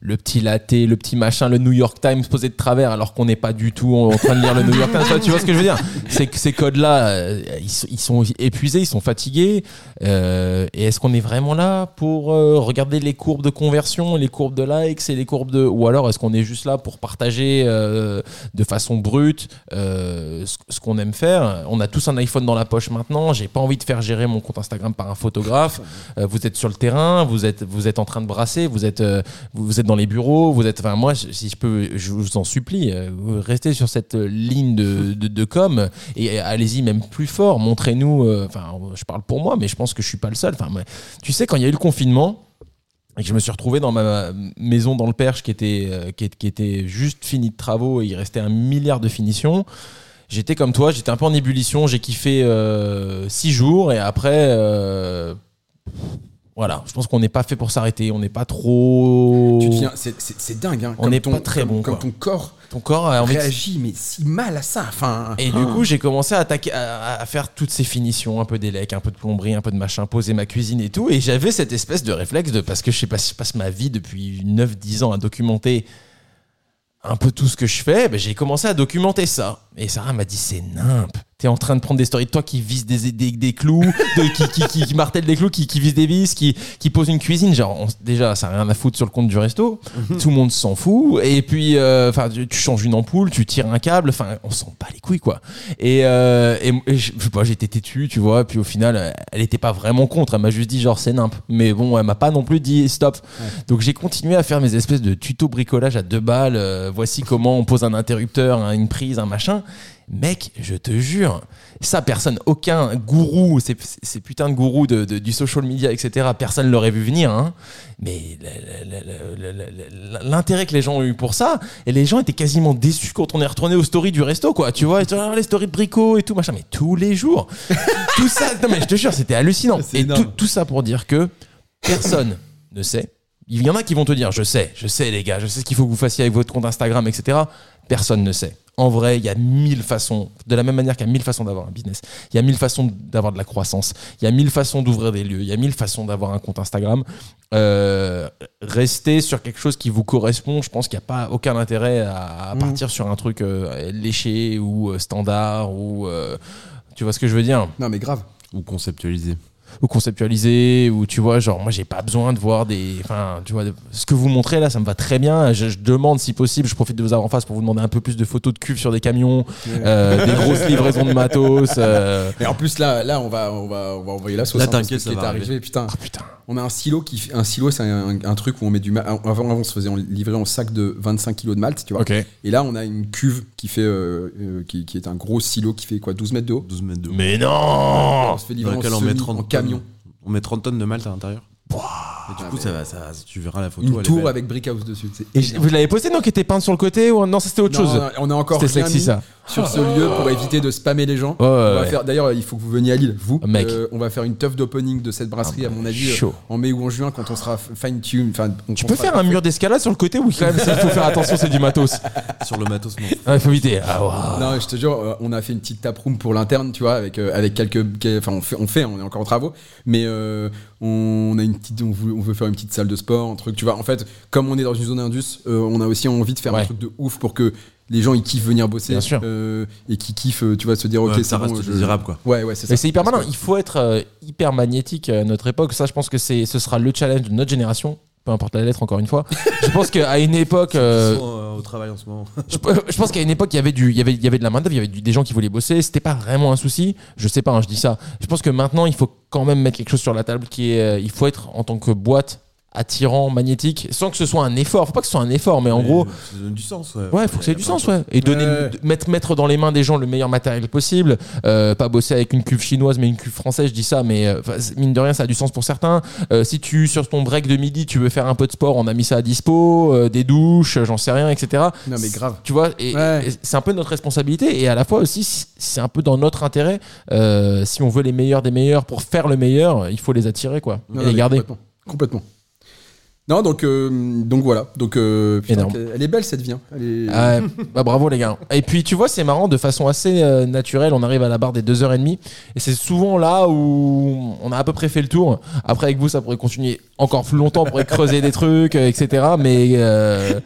S3: le petit latte, le petit machin, le New York Times posé de travers alors qu'on n'est pas du tout en train de lire le New York Times. Enfin, tu vois ce que je veux dire C'est que ces codes-là, euh, ils, sont- ils sont épuisés, ils sont fatigués. Euh, et est-ce qu'on est vraiment là pour euh, regarder les courbes de conversion, les courbes de likes et les courbes de. Ou alors est-ce qu'on est juste là pour partager euh, de façon brute euh, ce, ce qu'on aime faire. On a tous un iPhone dans la poche maintenant. J'ai pas envie de faire gérer mon compte Instagram par un photographe. Euh, vous êtes sur le terrain, vous êtes vous êtes en train de brasser, vous êtes euh, vous, vous êtes dans les bureaux, vous êtes. Enfin moi, je- si je peux, je vous en supplie, euh, restez sur cette euh, ligne de, de, de com et allez-y même plus fort. Montrez-nous. euh, Enfin, je parle pour moi, mais je pense que je suis pas le seul. Enfin, mais- tu sais quand il y a eu le confinement et que je me suis retrouvé dans ma maison dans le Perche qui était, euh, qui, est- qui était juste finie de travaux et il restait un milliard de finitions. J'étais comme toi, j'étais un peu en ébullition, j'ai kiffé euh, six jours et après, euh, voilà, je pense qu'on n'est pas fait pour s'arrêter, on n'est pas trop.
S1: Tu deviens- c'est- c'est c'est dingue. Hein,
S3: On
S1: comme
S3: n'est
S1: ton-
S3: pas très
S1: comme-
S3: bon,
S1: Comme
S3: quoi.
S1: ton corps
S3: Ton corps a envie de
S1: réagit, mais si mal à ça. Enfin, hein.
S3: Et du coup, j'ai commencé à, attaquer, à, à- à faire toutes ces finitions, un peu d'élec, un peu de plomberie, un peu de machin, poser ma cuisine et tout. Et j'avais cette espèce de réflexe de, parce que je, sais pas, je passe ma vie depuis 9-10 ans à documenter un peu tout ce que je fais, ben, j'ai commencé à documenter ça. Et Sarah m'a dit, c'est nimp. T'es en train de prendre des stories de toi qui vise des, des, des clous, de- qui, qui, qui, qui martèle des clous, qui, qui vise des vis, qui, qui pose une cuisine. Genre, on- déjà, ça n'a rien à foutre sur le compte du resto. Tout le monde s'en fout. Et puis, euh, enfin, tu, tu changes une ampoule, tu tires un câble. Enfin, on s'en bat les couilles, quoi. Et, euh, et, et je, je sais pas, j'étais têtu, tu vois. Puis au final, euh, elle était pas vraiment contre. Elle m'a juste dit, genre, c'est nimp. Mais bon, elle m'a pas non plus dit stop. Donc j'ai continué à faire mes espèces de tutos bricolage à deux balles. euh, voici comment on pose un interrupteur, hein, une prise, un machin. Mec, je te jure, ça personne, aucun gourou, ces, ces putains de gourous de- de- du social media, etc., personne l'aurait vu venir. hein. Mais la- la- la- la- la- la- la- l'intérêt que les gens ont eu pour ça, et les gens étaient quasiment déçus quand on est retourné aux stories du resto, quoi. Tu vois, et tu vois, les stories de brico et tout, machin, mais tous les jours. tout ça, non mais je te jure, c'était hallucinant.
S1: C'est
S3: Et
S1: énorme.
S3: tout, tout ça pour dire que personne ne sait. Il y en a qui vont te dire, je sais, je sais les gars, je sais ce qu'il faut que vous fassiez avec votre compte Instagram, etc. Personne ne sait. En vrai, il y a mille façons, de la même manière qu'il y a mille façons d'avoir un business, il y a mille façons d'avoir de la croissance, il y a mille façons d'ouvrir des lieux, il y a mille façons d'avoir un compte Instagram. Euh, rester sur quelque chose qui vous correspond, je pense qu'il n'y a pas aucun intérêt à, à partir sur un truc euh, léché ou euh, standard ou... euh, tu vois ce que je veux dire
S1: non, mais grave.
S2: Ou conceptualiser.
S3: ou conceptualiser ou tu vois genre moi j'ai pas besoin de voir des enfin tu vois de- ce que vous montrez là ça me va très bien je, je demande si possible je profite de vous avoir en face pour vous demander un peu plus de photos de cuves sur des camions euh, des grosses livraisons de matos euh,
S1: Et en plus là, là on va, on va, on va envoyer la sauce.
S2: Là,
S1: hein, parce
S2: t'inquiète,
S1: que ce
S2: ça
S1: qui
S2: va
S1: est
S2: arriver.
S1: arrivé, putain.
S3: Oh, putain
S1: On a un silo qui, fait- un silo, c'est un, un truc où on met du. ma- Avant, avant, on se faisait en- livrer en sac de 25 kilos Bah, de malt, tu vois.
S3: ok
S1: Et là, on a une cuve qui fait, euh, euh, qui, qui est un gros silo qui fait quoi, 12 mètres de haut.
S2: 12 mètres de haut.
S3: mais non
S1: on se fait
S2: Oh, Dans
S1: livrer en,
S2: lequel on met
S1: semi,
S2: 30
S1: en
S2: tonnes.
S1: camion.
S2: On met 30 tonnes de malt à l'intérieur. Ah, Et du coup, ça va, ça va, tu verras la photo.
S1: Une
S2: elle est
S1: tour
S2: belle.
S1: avec brick house dessus. C'est
S3: et
S1: énorme.
S3: je- vous l'avez posté non qui était peinte sur le côté ou non ça c'était autre
S1: Non,
S3: chose
S1: non, on a encore
S3: c'était
S1: rien
S3: sexy
S1: mis
S3: ça
S1: sur ce lieu pour éviter de spammer les gens.
S3: Ouais, ouais,
S1: On va
S3: Oh. ouais.
S1: faire- D'ailleurs, il faut que vous veniez à Lille, vous.
S3: Mec. Ah bah,
S1: Euh, on va faire une teuf d'opening de cette brasserie, à mon avis, euh,
S3: chaud.
S1: en mai ou en juin, quand on sera fine tune.
S3: tu peux faire un mur d'escalade sur le côté ou quand même ça, il faut faire attention c'est du matos
S2: Sur le matos, non.
S3: Ah, il faut éviter ah, waouh.
S1: Non, je te jure, euh, on a fait une petite taproom pour l'interne, tu vois, avec, euh, avec quelques. quel- Enfin, on fait, on fait, hein, on est encore en travaux, mais euh, on a une petite. On veut, on veut faire une petite salle de sport, un truc, tu vois. En fait, comme on est dans une zone indus, euh, on a aussi envie de faire
S3: Ouais.
S1: un truc de ouf pour que les gens ils kiffent venir bosser.
S3: Bien sûr.
S1: euh, et qui kiffent, euh, tu vois, se dire,
S2: Ouais,
S1: ok,
S2: que
S1: c'est
S2: ça
S1: bon,
S2: reste
S1: je-
S2: désirable, quoi.
S1: Ouais, ouais, c'est
S3: Mais
S1: ça.
S3: c'est hyper
S1: Parce
S3: malin. Il faut être euh, hyper magnétique euh, à notre époque. Ça, je pense que c'est, ce sera le challenge de notre génération. Peu importe la lettre, encore une fois. je pense qu'à une époque, euh,
S2: Ils sont, euh, au travail en ce moment.
S3: Je, je pense qu'à une époque, il y avait du, il y avait, il y avait de la main d'œuvre, il y avait du- des gens qui voulaient bosser. C'était pas vraiment un souci. Je sais pas, hein, je dis ça. Je pense que maintenant, il faut quand même mettre quelque chose sur la table qui est, euh, il faut être en tant que boîte attirant, magnétique, sans que ce soit un effort. Faut pas que ce soit un effort, mais en gros,
S2: Mais ça donne du sens. Ouais,
S3: Euh, Ouais, faut que ça ait du sens, ouais. Et donner,
S2: Ouais.
S3: de- mettre, mettre dans les mains des gens le meilleur matériel possible. Euh, pas bosser avec une cuve chinoise, mais une cuve française, je dis ça, mais euh, enfin, c'est- mine de rien, ça a du sens pour certains. Euh, si tu, sur ton break de midi, tu veux faire un peu de sport, on a mis ça à dispo, euh, des douches, euh, j'en sais rien, etc.
S1: Non, mais grave.
S3: Tu vois, et,
S1: Ouais.
S3: et c'est un peu notre responsabilité, et à la fois aussi, c'est un peu dans notre intérêt. Euh, si on veut les meilleurs des meilleurs pour faire le meilleur, il faut les attirer, quoi.
S1: Non,
S3: et
S1: non,
S3: les
S1: mais
S3: garder.
S1: Complètement. complètement. Non, donc, euh, donc voilà. Donc, euh, putain,
S3: Énorme.
S1: qu'elle- elle est belle cette vie. hein. Elle est-
S3: Ah ouais, bah bravo les gars. Et puis tu vois, c'est marrant, de façon assez euh, naturelle, on arrive à la barre des 2h30. Et c'est souvent là où on a à peu près fait le tour. Après, avec vous, ça pourrait continuer encore plus longtemps, on pourrait creuser des trucs, euh, etc. Mais euh,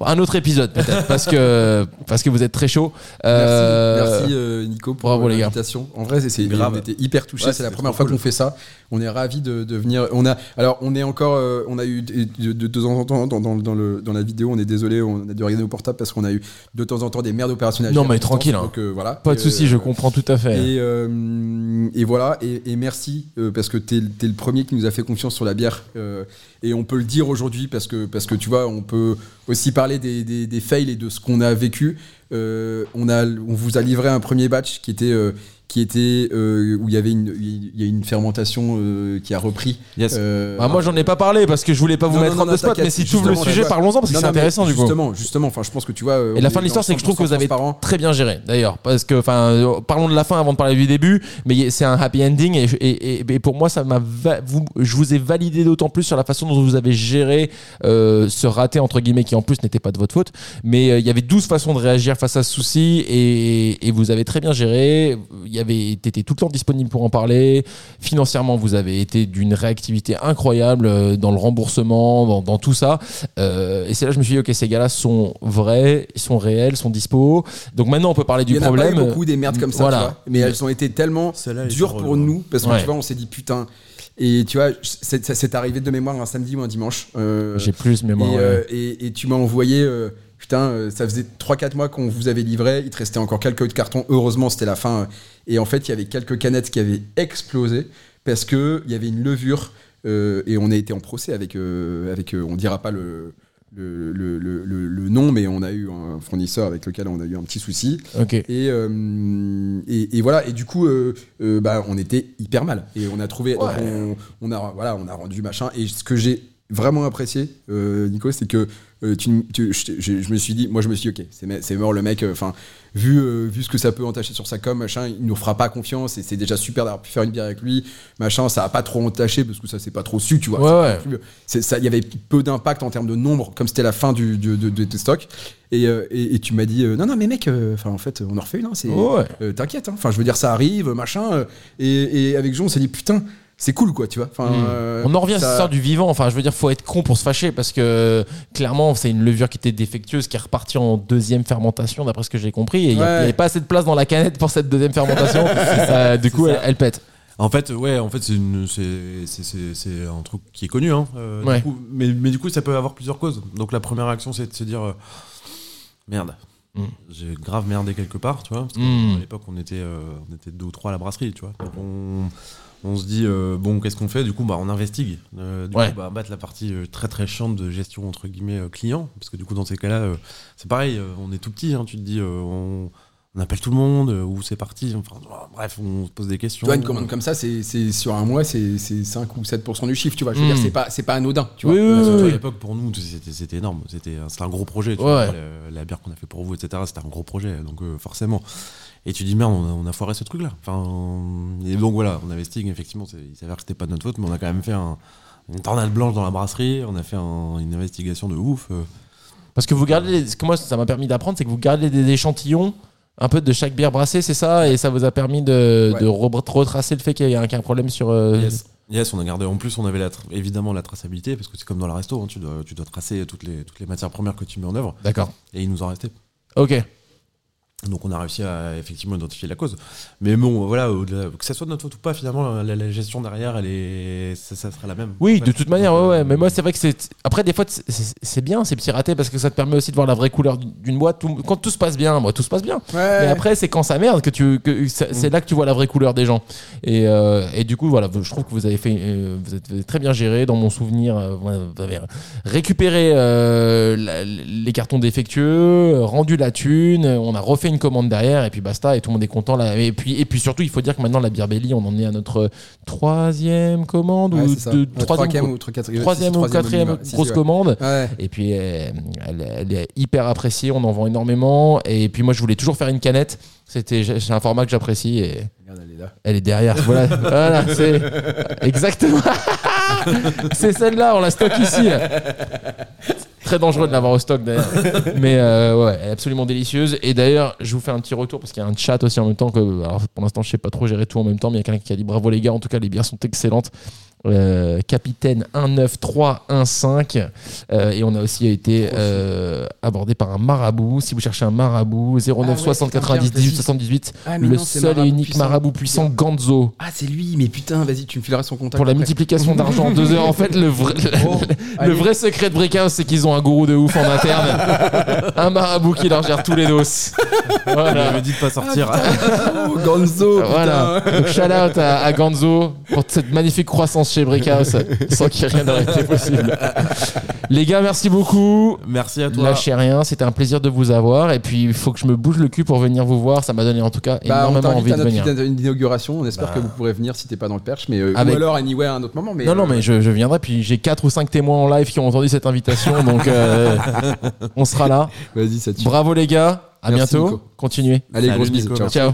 S3: un autre épisode peut-être, parce que, parce que vous êtes très chaud.
S1: Merci, merci, euh, Nico pour
S3: bravo,
S1: euh,
S3: les gars.
S1: l'invitation. En vrai, c'est- c'est
S2: Grave.
S1: On était hyper touchés.
S2: Ouais,
S1: c'est la
S2: c'était
S1: première
S2: trop
S1: fois
S2: cool.
S1: qu'on fait ça. On est ravis de, de venir. On a, alors, on est encore. euh, on a eu de, de- de temps en temps dans, dans- dans le, dans la vidéo. On est désolé. On a dû regarder nos portables parce qu'on a eu de temps en temps des merdes opérationnelles.
S3: Non,
S1: à
S3: mais
S1: distance,
S3: tranquille, hein.
S1: donc, euh, voilà.
S3: Pas de
S1: Et,
S3: souci, je
S1: euh,
S3: comprends tout à fait.
S1: Et, euh, et voilà, et, et merci, euh, parce que t'es es le premier qui nous a fait confiance sur la bière. euh, et on peut le dire aujourd'hui, parce que, parce que tu vois, on peut aussi parler des, des- des fails et de ce qu'on a vécu. Euh, on, a, on vous a livré un premier batch qui était, euh, qui était euh, où il y avait une, il y a une fermentation euh, qui a repris.
S2: Yes.
S1: Euh,
S3: Bah, moi, j'en ai pas parlé parce que je voulais pas vous
S1: Non,
S3: mettre
S1: non,
S3: en
S1: non,
S3: de spot,
S1: t'inquiète,
S3: mais si tu ouvres le
S1: justement,
S3: sujet,
S1: ouais.
S3: parlons-en parce que
S1: Non,
S3: c'est
S1: non, mais
S3: intéressant du coup.
S1: Justement, justement. Enfin, je pense que tu vois. euh,
S3: Et la
S1: on
S3: fin
S1: est
S3: de l'histoire, c'est que je trouve que vous avez
S1: 100%
S3: très bien géré, d'ailleurs. Parce que, enfin, euh, parlons de la fin avant de parler du début, mais y- c'est un happy ending. Et, je- et- et- et pour moi, ça m'a va- vous- je vous ai validé d'autant plus sur la façon dont vous avez géré euh, ce raté, entre guillemets, qui en plus n'était pas de votre faute. Mais euh, il y avait 12 façons de réagir face à ce souci et, et vous avez très bien géré. Il y avait été tout le temps disponible pour en parler. Financièrement, vous avez été d'une réactivité incroyable euh, dans le remboursement, dans, dans tout ça. Euh, et c'est là que je me suis dit, ok, ces gars-là sont vrais, ils sont réels, sont dispo. Donc maintenant, on peut parler du
S1: Il y en a pas eu
S3: problème.
S1: beaucoup des merdes comme ça,
S3: Voilà.
S1: tu vois. mais elles ont été tellement
S2: Celle-là, elle est
S1: dures
S2: drôle,
S1: pour
S2: ouais.
S1: nous parce que
S3: Ouais.
S1: tu vois, on s'est dit putain. Et tu vois, c'est- ça s'est arrivé de mémoire un samedi ou un dimanche. Euh,
S3: J'ai plus de
S1: et,
S3: mémoire.
S1: euh,
S3: ouais.
S1: et- et tu m'as envoyé. euh, Putain, euh, ça faisait 3-4 mois qu'on vous avait livré, il te restait encore quelques cartons, heureusement c'était la fin. euh, Et en fait, il y avait quelques canettes qui avaient explosé parce qu'il y avait une levure euh, et on a été en procès avec, euh, avec euh, on dira pas le, le, le- le- le- le nom, mais on a eu un fournisseur avec lequel on a eu un petit souci.
S3: Ok.
S1: Et, euh, et, et voilà, et du coup, euh, euh, bah, on était hyper mal. Et on a trouvé, donc on, on a, voilà, on a rendu machin. Et ce que j'ai vraiment apprécié, euh, Nico, c'est que euh, tu, tu- je, t'ai- je- je me suis dit, moi je me suis dit, ok, c'est me- c'est mort le mec, enfin, vu, euh, vu ce que ça peut entacher sur sa com, machin, il nous fera pas confiance et c'est déjà super d'avoir pu faire une bière avec lui, machin, ça a pas trop entaché parce que ça s'est pas trop su, tu vois.
S3: Ouais, ouais.
S1: C'est pas non plus- c'est- ça- Il y avait peu d'impact en termes de nombre, comme c'était la fin du, du- de, de tes stocks. Et, euh, et- et tu m'as dit, euh, non, non, mais mec, euh, enfin en fait, on en refait une, hein, c'est-
S3: Ouais.
S1: euh, t'inquiète, hein. enfin je veux dire, ça arrive, machin. euh, et, et avec Jean, on s'est dit, putain, c'est cool quoi, tu vois. Enfin,
S3: Mm.
S1: euh,
S3: On en revient à cette
S1: ça-
S3: histoire du vivant. Enfin, je veux dire, faut être con pour se fâcher parce que clairement, c'est une levure qui était défectueuse, qui est repartie en deuxième fermentation, d'après ce que j'ai compris. Et il n'y
S1: Ouais.
S3: avait pas assez de place dans la canette pour cette deuxième fermentation. Euh, du coup,
S2: ça.
S3: elle, elle pète.
S2: En fait, ouais, en fait, c'est une- c'est- c'est- c'est- c'est un truc qui est connu. Hein. euh, du
S3: Ouais.
S2: coup, mais, mais du coup, ça peut avoir plusieurs causes. Donc la première réaction, c'est de se dire euh, merde.
S3: Mm.
S2: J'ai grave merdé quelque part, tu vois. parce que,
S3: Mm.
S2: À l'époque, on était, euh, on était deux ou trois à la brasserie, tu vois. Donc on, on se dit, euh, bon, qu'est-ce qu'on fait Du coup, bah, on investigue. Euh, du
S3: Ouais.
S2: coup, bah, battre la partie euh, très très chiante de gestion, entre guillemets, euh, client. Parce que du coup, dans ces cas-là, euh, c'est pareil, euh, on est tout petit, hein, tu te dis, euh, on, on appelle tout le monde, euh, ou c'est parti. Enfin, bref, on se pose des
S1: Tu
S2: questions.
S1: vois, une commande comme ça, c'est c'est- sur un mois, c'est c'est 5 ou 7% du chiffre, tu vois. Je veux
S3: Mm.
S1: dire, c'est pas, c'est pas anodin, tu vois.
S3: Oui,
S2: Bah,
S3: oui,
S2: surtout
S3: Ah, oui,
S2: à
S3: oui.
S2: l'époque, pour nous, c'était c'était énorme. C'était un- c'était un gros projet. tu
S3: Ouais.
S2: vois, la, la bière qu'on a fait pour vous, etc. C'était un gros projet. Donc, euh, forcément. Et tu dis, merde, on a, on a foiré ce truc-là. Enfin, et donc, voilà, on investigue. Effectivement, c'est- il s'avère que c'était pas de notre faute, mais on a quand même fait un- une tornade blanche dans la brasserie. On a fait un- une investigation de ouf. euh.
S3: Parce que vous gardez, les- ce que moi ça m'a permis d'apprendre, c'est que vous gardez des échantillons un peu de chaque bière brassée, c'est ça Et ça vous a permis de,
S1: Ouais.
S3: de re- retracer le fait qu'il y a un, qu'il y a un problème sur. euh,
S2: Yes. Yes, on a gardé. En plus, on avait la tra- évidemment la traçabilité, parce que c'est comme dans la resto, hein, tu, dois, tu dois tracer toutes les, toutes les matières premières que tu mets en œuvre.
S3: D'accord.
S2: Et il nous en restait.
S3: Ok.
S2: Donc on a réussi à effectivement identifier la cause. Mais bon, voilà, au-delà- que ça soit de notre faute ou pas, finalement, la, la gestion derrière, elle est, ça, ça sera la même.
S3: Oui,
S2: Ouais.
S3: de toute manière, ouais,
S2: Donc, euh,
S3: ouais. Mais moi, c'est vrai que c'est. Après, des fois, c'est- c'est c'est bien ces petits ratés parce que ça te permet aussi de voir la vraie couleur d'une boîte. Tout- Quand tout se passe bien, moi, tout se passe bien. Mais après, c'est quand ça merde que tu. que ça-
S1: Mm.
S3: c'est là que tu vois la vraie couleur des gens. Et, euh, et du coup, voilà, je trouve que vous avez fait. euh, vous êtes très bien géré. Dans mon souvenir, euh, vous avez récupéré euh, la- les cartons défectueux, euh, rendu la thune. euh, On a refait une commande derrière et puis basta. Et tout le monde est content. Là. Et puis, et puis surtout, il faut dire que maintenant, la bière Belly, on en est à notre troisième commande
S1: Ouais,
S3: ou
S1: c'est ça.
S3: deux-
S1: Ouais, troisième ou
S3: ou
S1: quatrième
S3: troisième
S1: si,
S3: ou
S1: troisième
S3: quatrième
S1: minimum. Si, si,
S3: grosse
S1: ouais.
S3: commande.
S1: Ouais.
S3: Et puis euh, elle, elle est hyper appréciée, on en vend énormément. Et puis moi je voulais toujours faire une canette. C'était c'est un format que j'apprécie et
S1: Regarde, elle est là.
S3: elle est derrière. Voilà, Voilà, c'est exactement. c'est celle-là, on la stocke ici. Très dangereux de l'avoir au stock d'ailleurs. Mais euh, ouais, elle est absolument délicieuse. Et d'ailleurs, je vous fais un petit retour parce qu'il y a un chat aussi en même temps. Que, alors, pour l'instant, je sais pas trop gérer tout en même temps, mais il y a quelqu'un qui a dit bravo les gars, en tout cas, les bières sont excellentes. Euh, capitaine 19315 euh, et on a aussi été euh, abordé par un marabout si vous cherchez un marabout 09
S1: Ah ouais,
S3: 60
S1: putain, merde,
S3: 98
S1: je l'ai dit.
S3: 78
S1: Ah, mais
S3: le
S1: non, c'est
S3: seul et
S1: Marabout
S3: unique
S1: puissant.
S3: marabout puissant Ganzo.
S1: Ah, c'est lui, mais putain, vas-y, tu me fileras son contact.
S3: Pour la
S1: après.
S3: multiplication d'argent, deux heures. En fait, le vrai,
S1: Oh,
S3: le
S1: allez.
S3: vrai secret de Brickhouse, c'est qu'ils ont un gourou de ouf en interne. un marabout qui leur gère tous les dos.
S2: Elle
S3: Voilà.
S2: m'avait dit de pas sortir.
S1: Oh, Gonzo, putain.
S3: Ah, Voilà. Donc, shout out à, à Ganzo pour cette magnifique croissance chez Brickhouse, sans qu'il rien n'aurait été possible. Les gars, merci beaucoup.
S2: Merci à toi.
S3: Lâchez rien, c'était un plaisir de vous avoir. Et puis, il faut que je me bouge le cul pour venir vous voir. Ça m'a donné en tout cas
S1: Bah, on
S3: énormément
S1: t'invite
S3: envie
S1: à
S3: de
S1: notre
S3: venir.
S1: petite inauguration. On espère
S2: Bah.
S1: que vous pourrez venir si t'es pas dans le perche, mais euh,
S3: Avec-
S1: ou alors anyway à un autre moment. Mais
S3: Non, non,
S1: euh,
S3: mais je, je viendrai. Puis j'ai 4 ou 5 témoins en live qui ont entendu cette invitation. donc, euh, on sera là.
S1: vas-y, ça tue.
S3: Bravo, les gars. À
S1: Merci,
S3: bientôt.
S1: Nico.
S3: Continuez.
S1: Allez,
S2: Salut,
S1: grosse bise.
S2: Nico,
S1: Ciao.
S3: Ciao.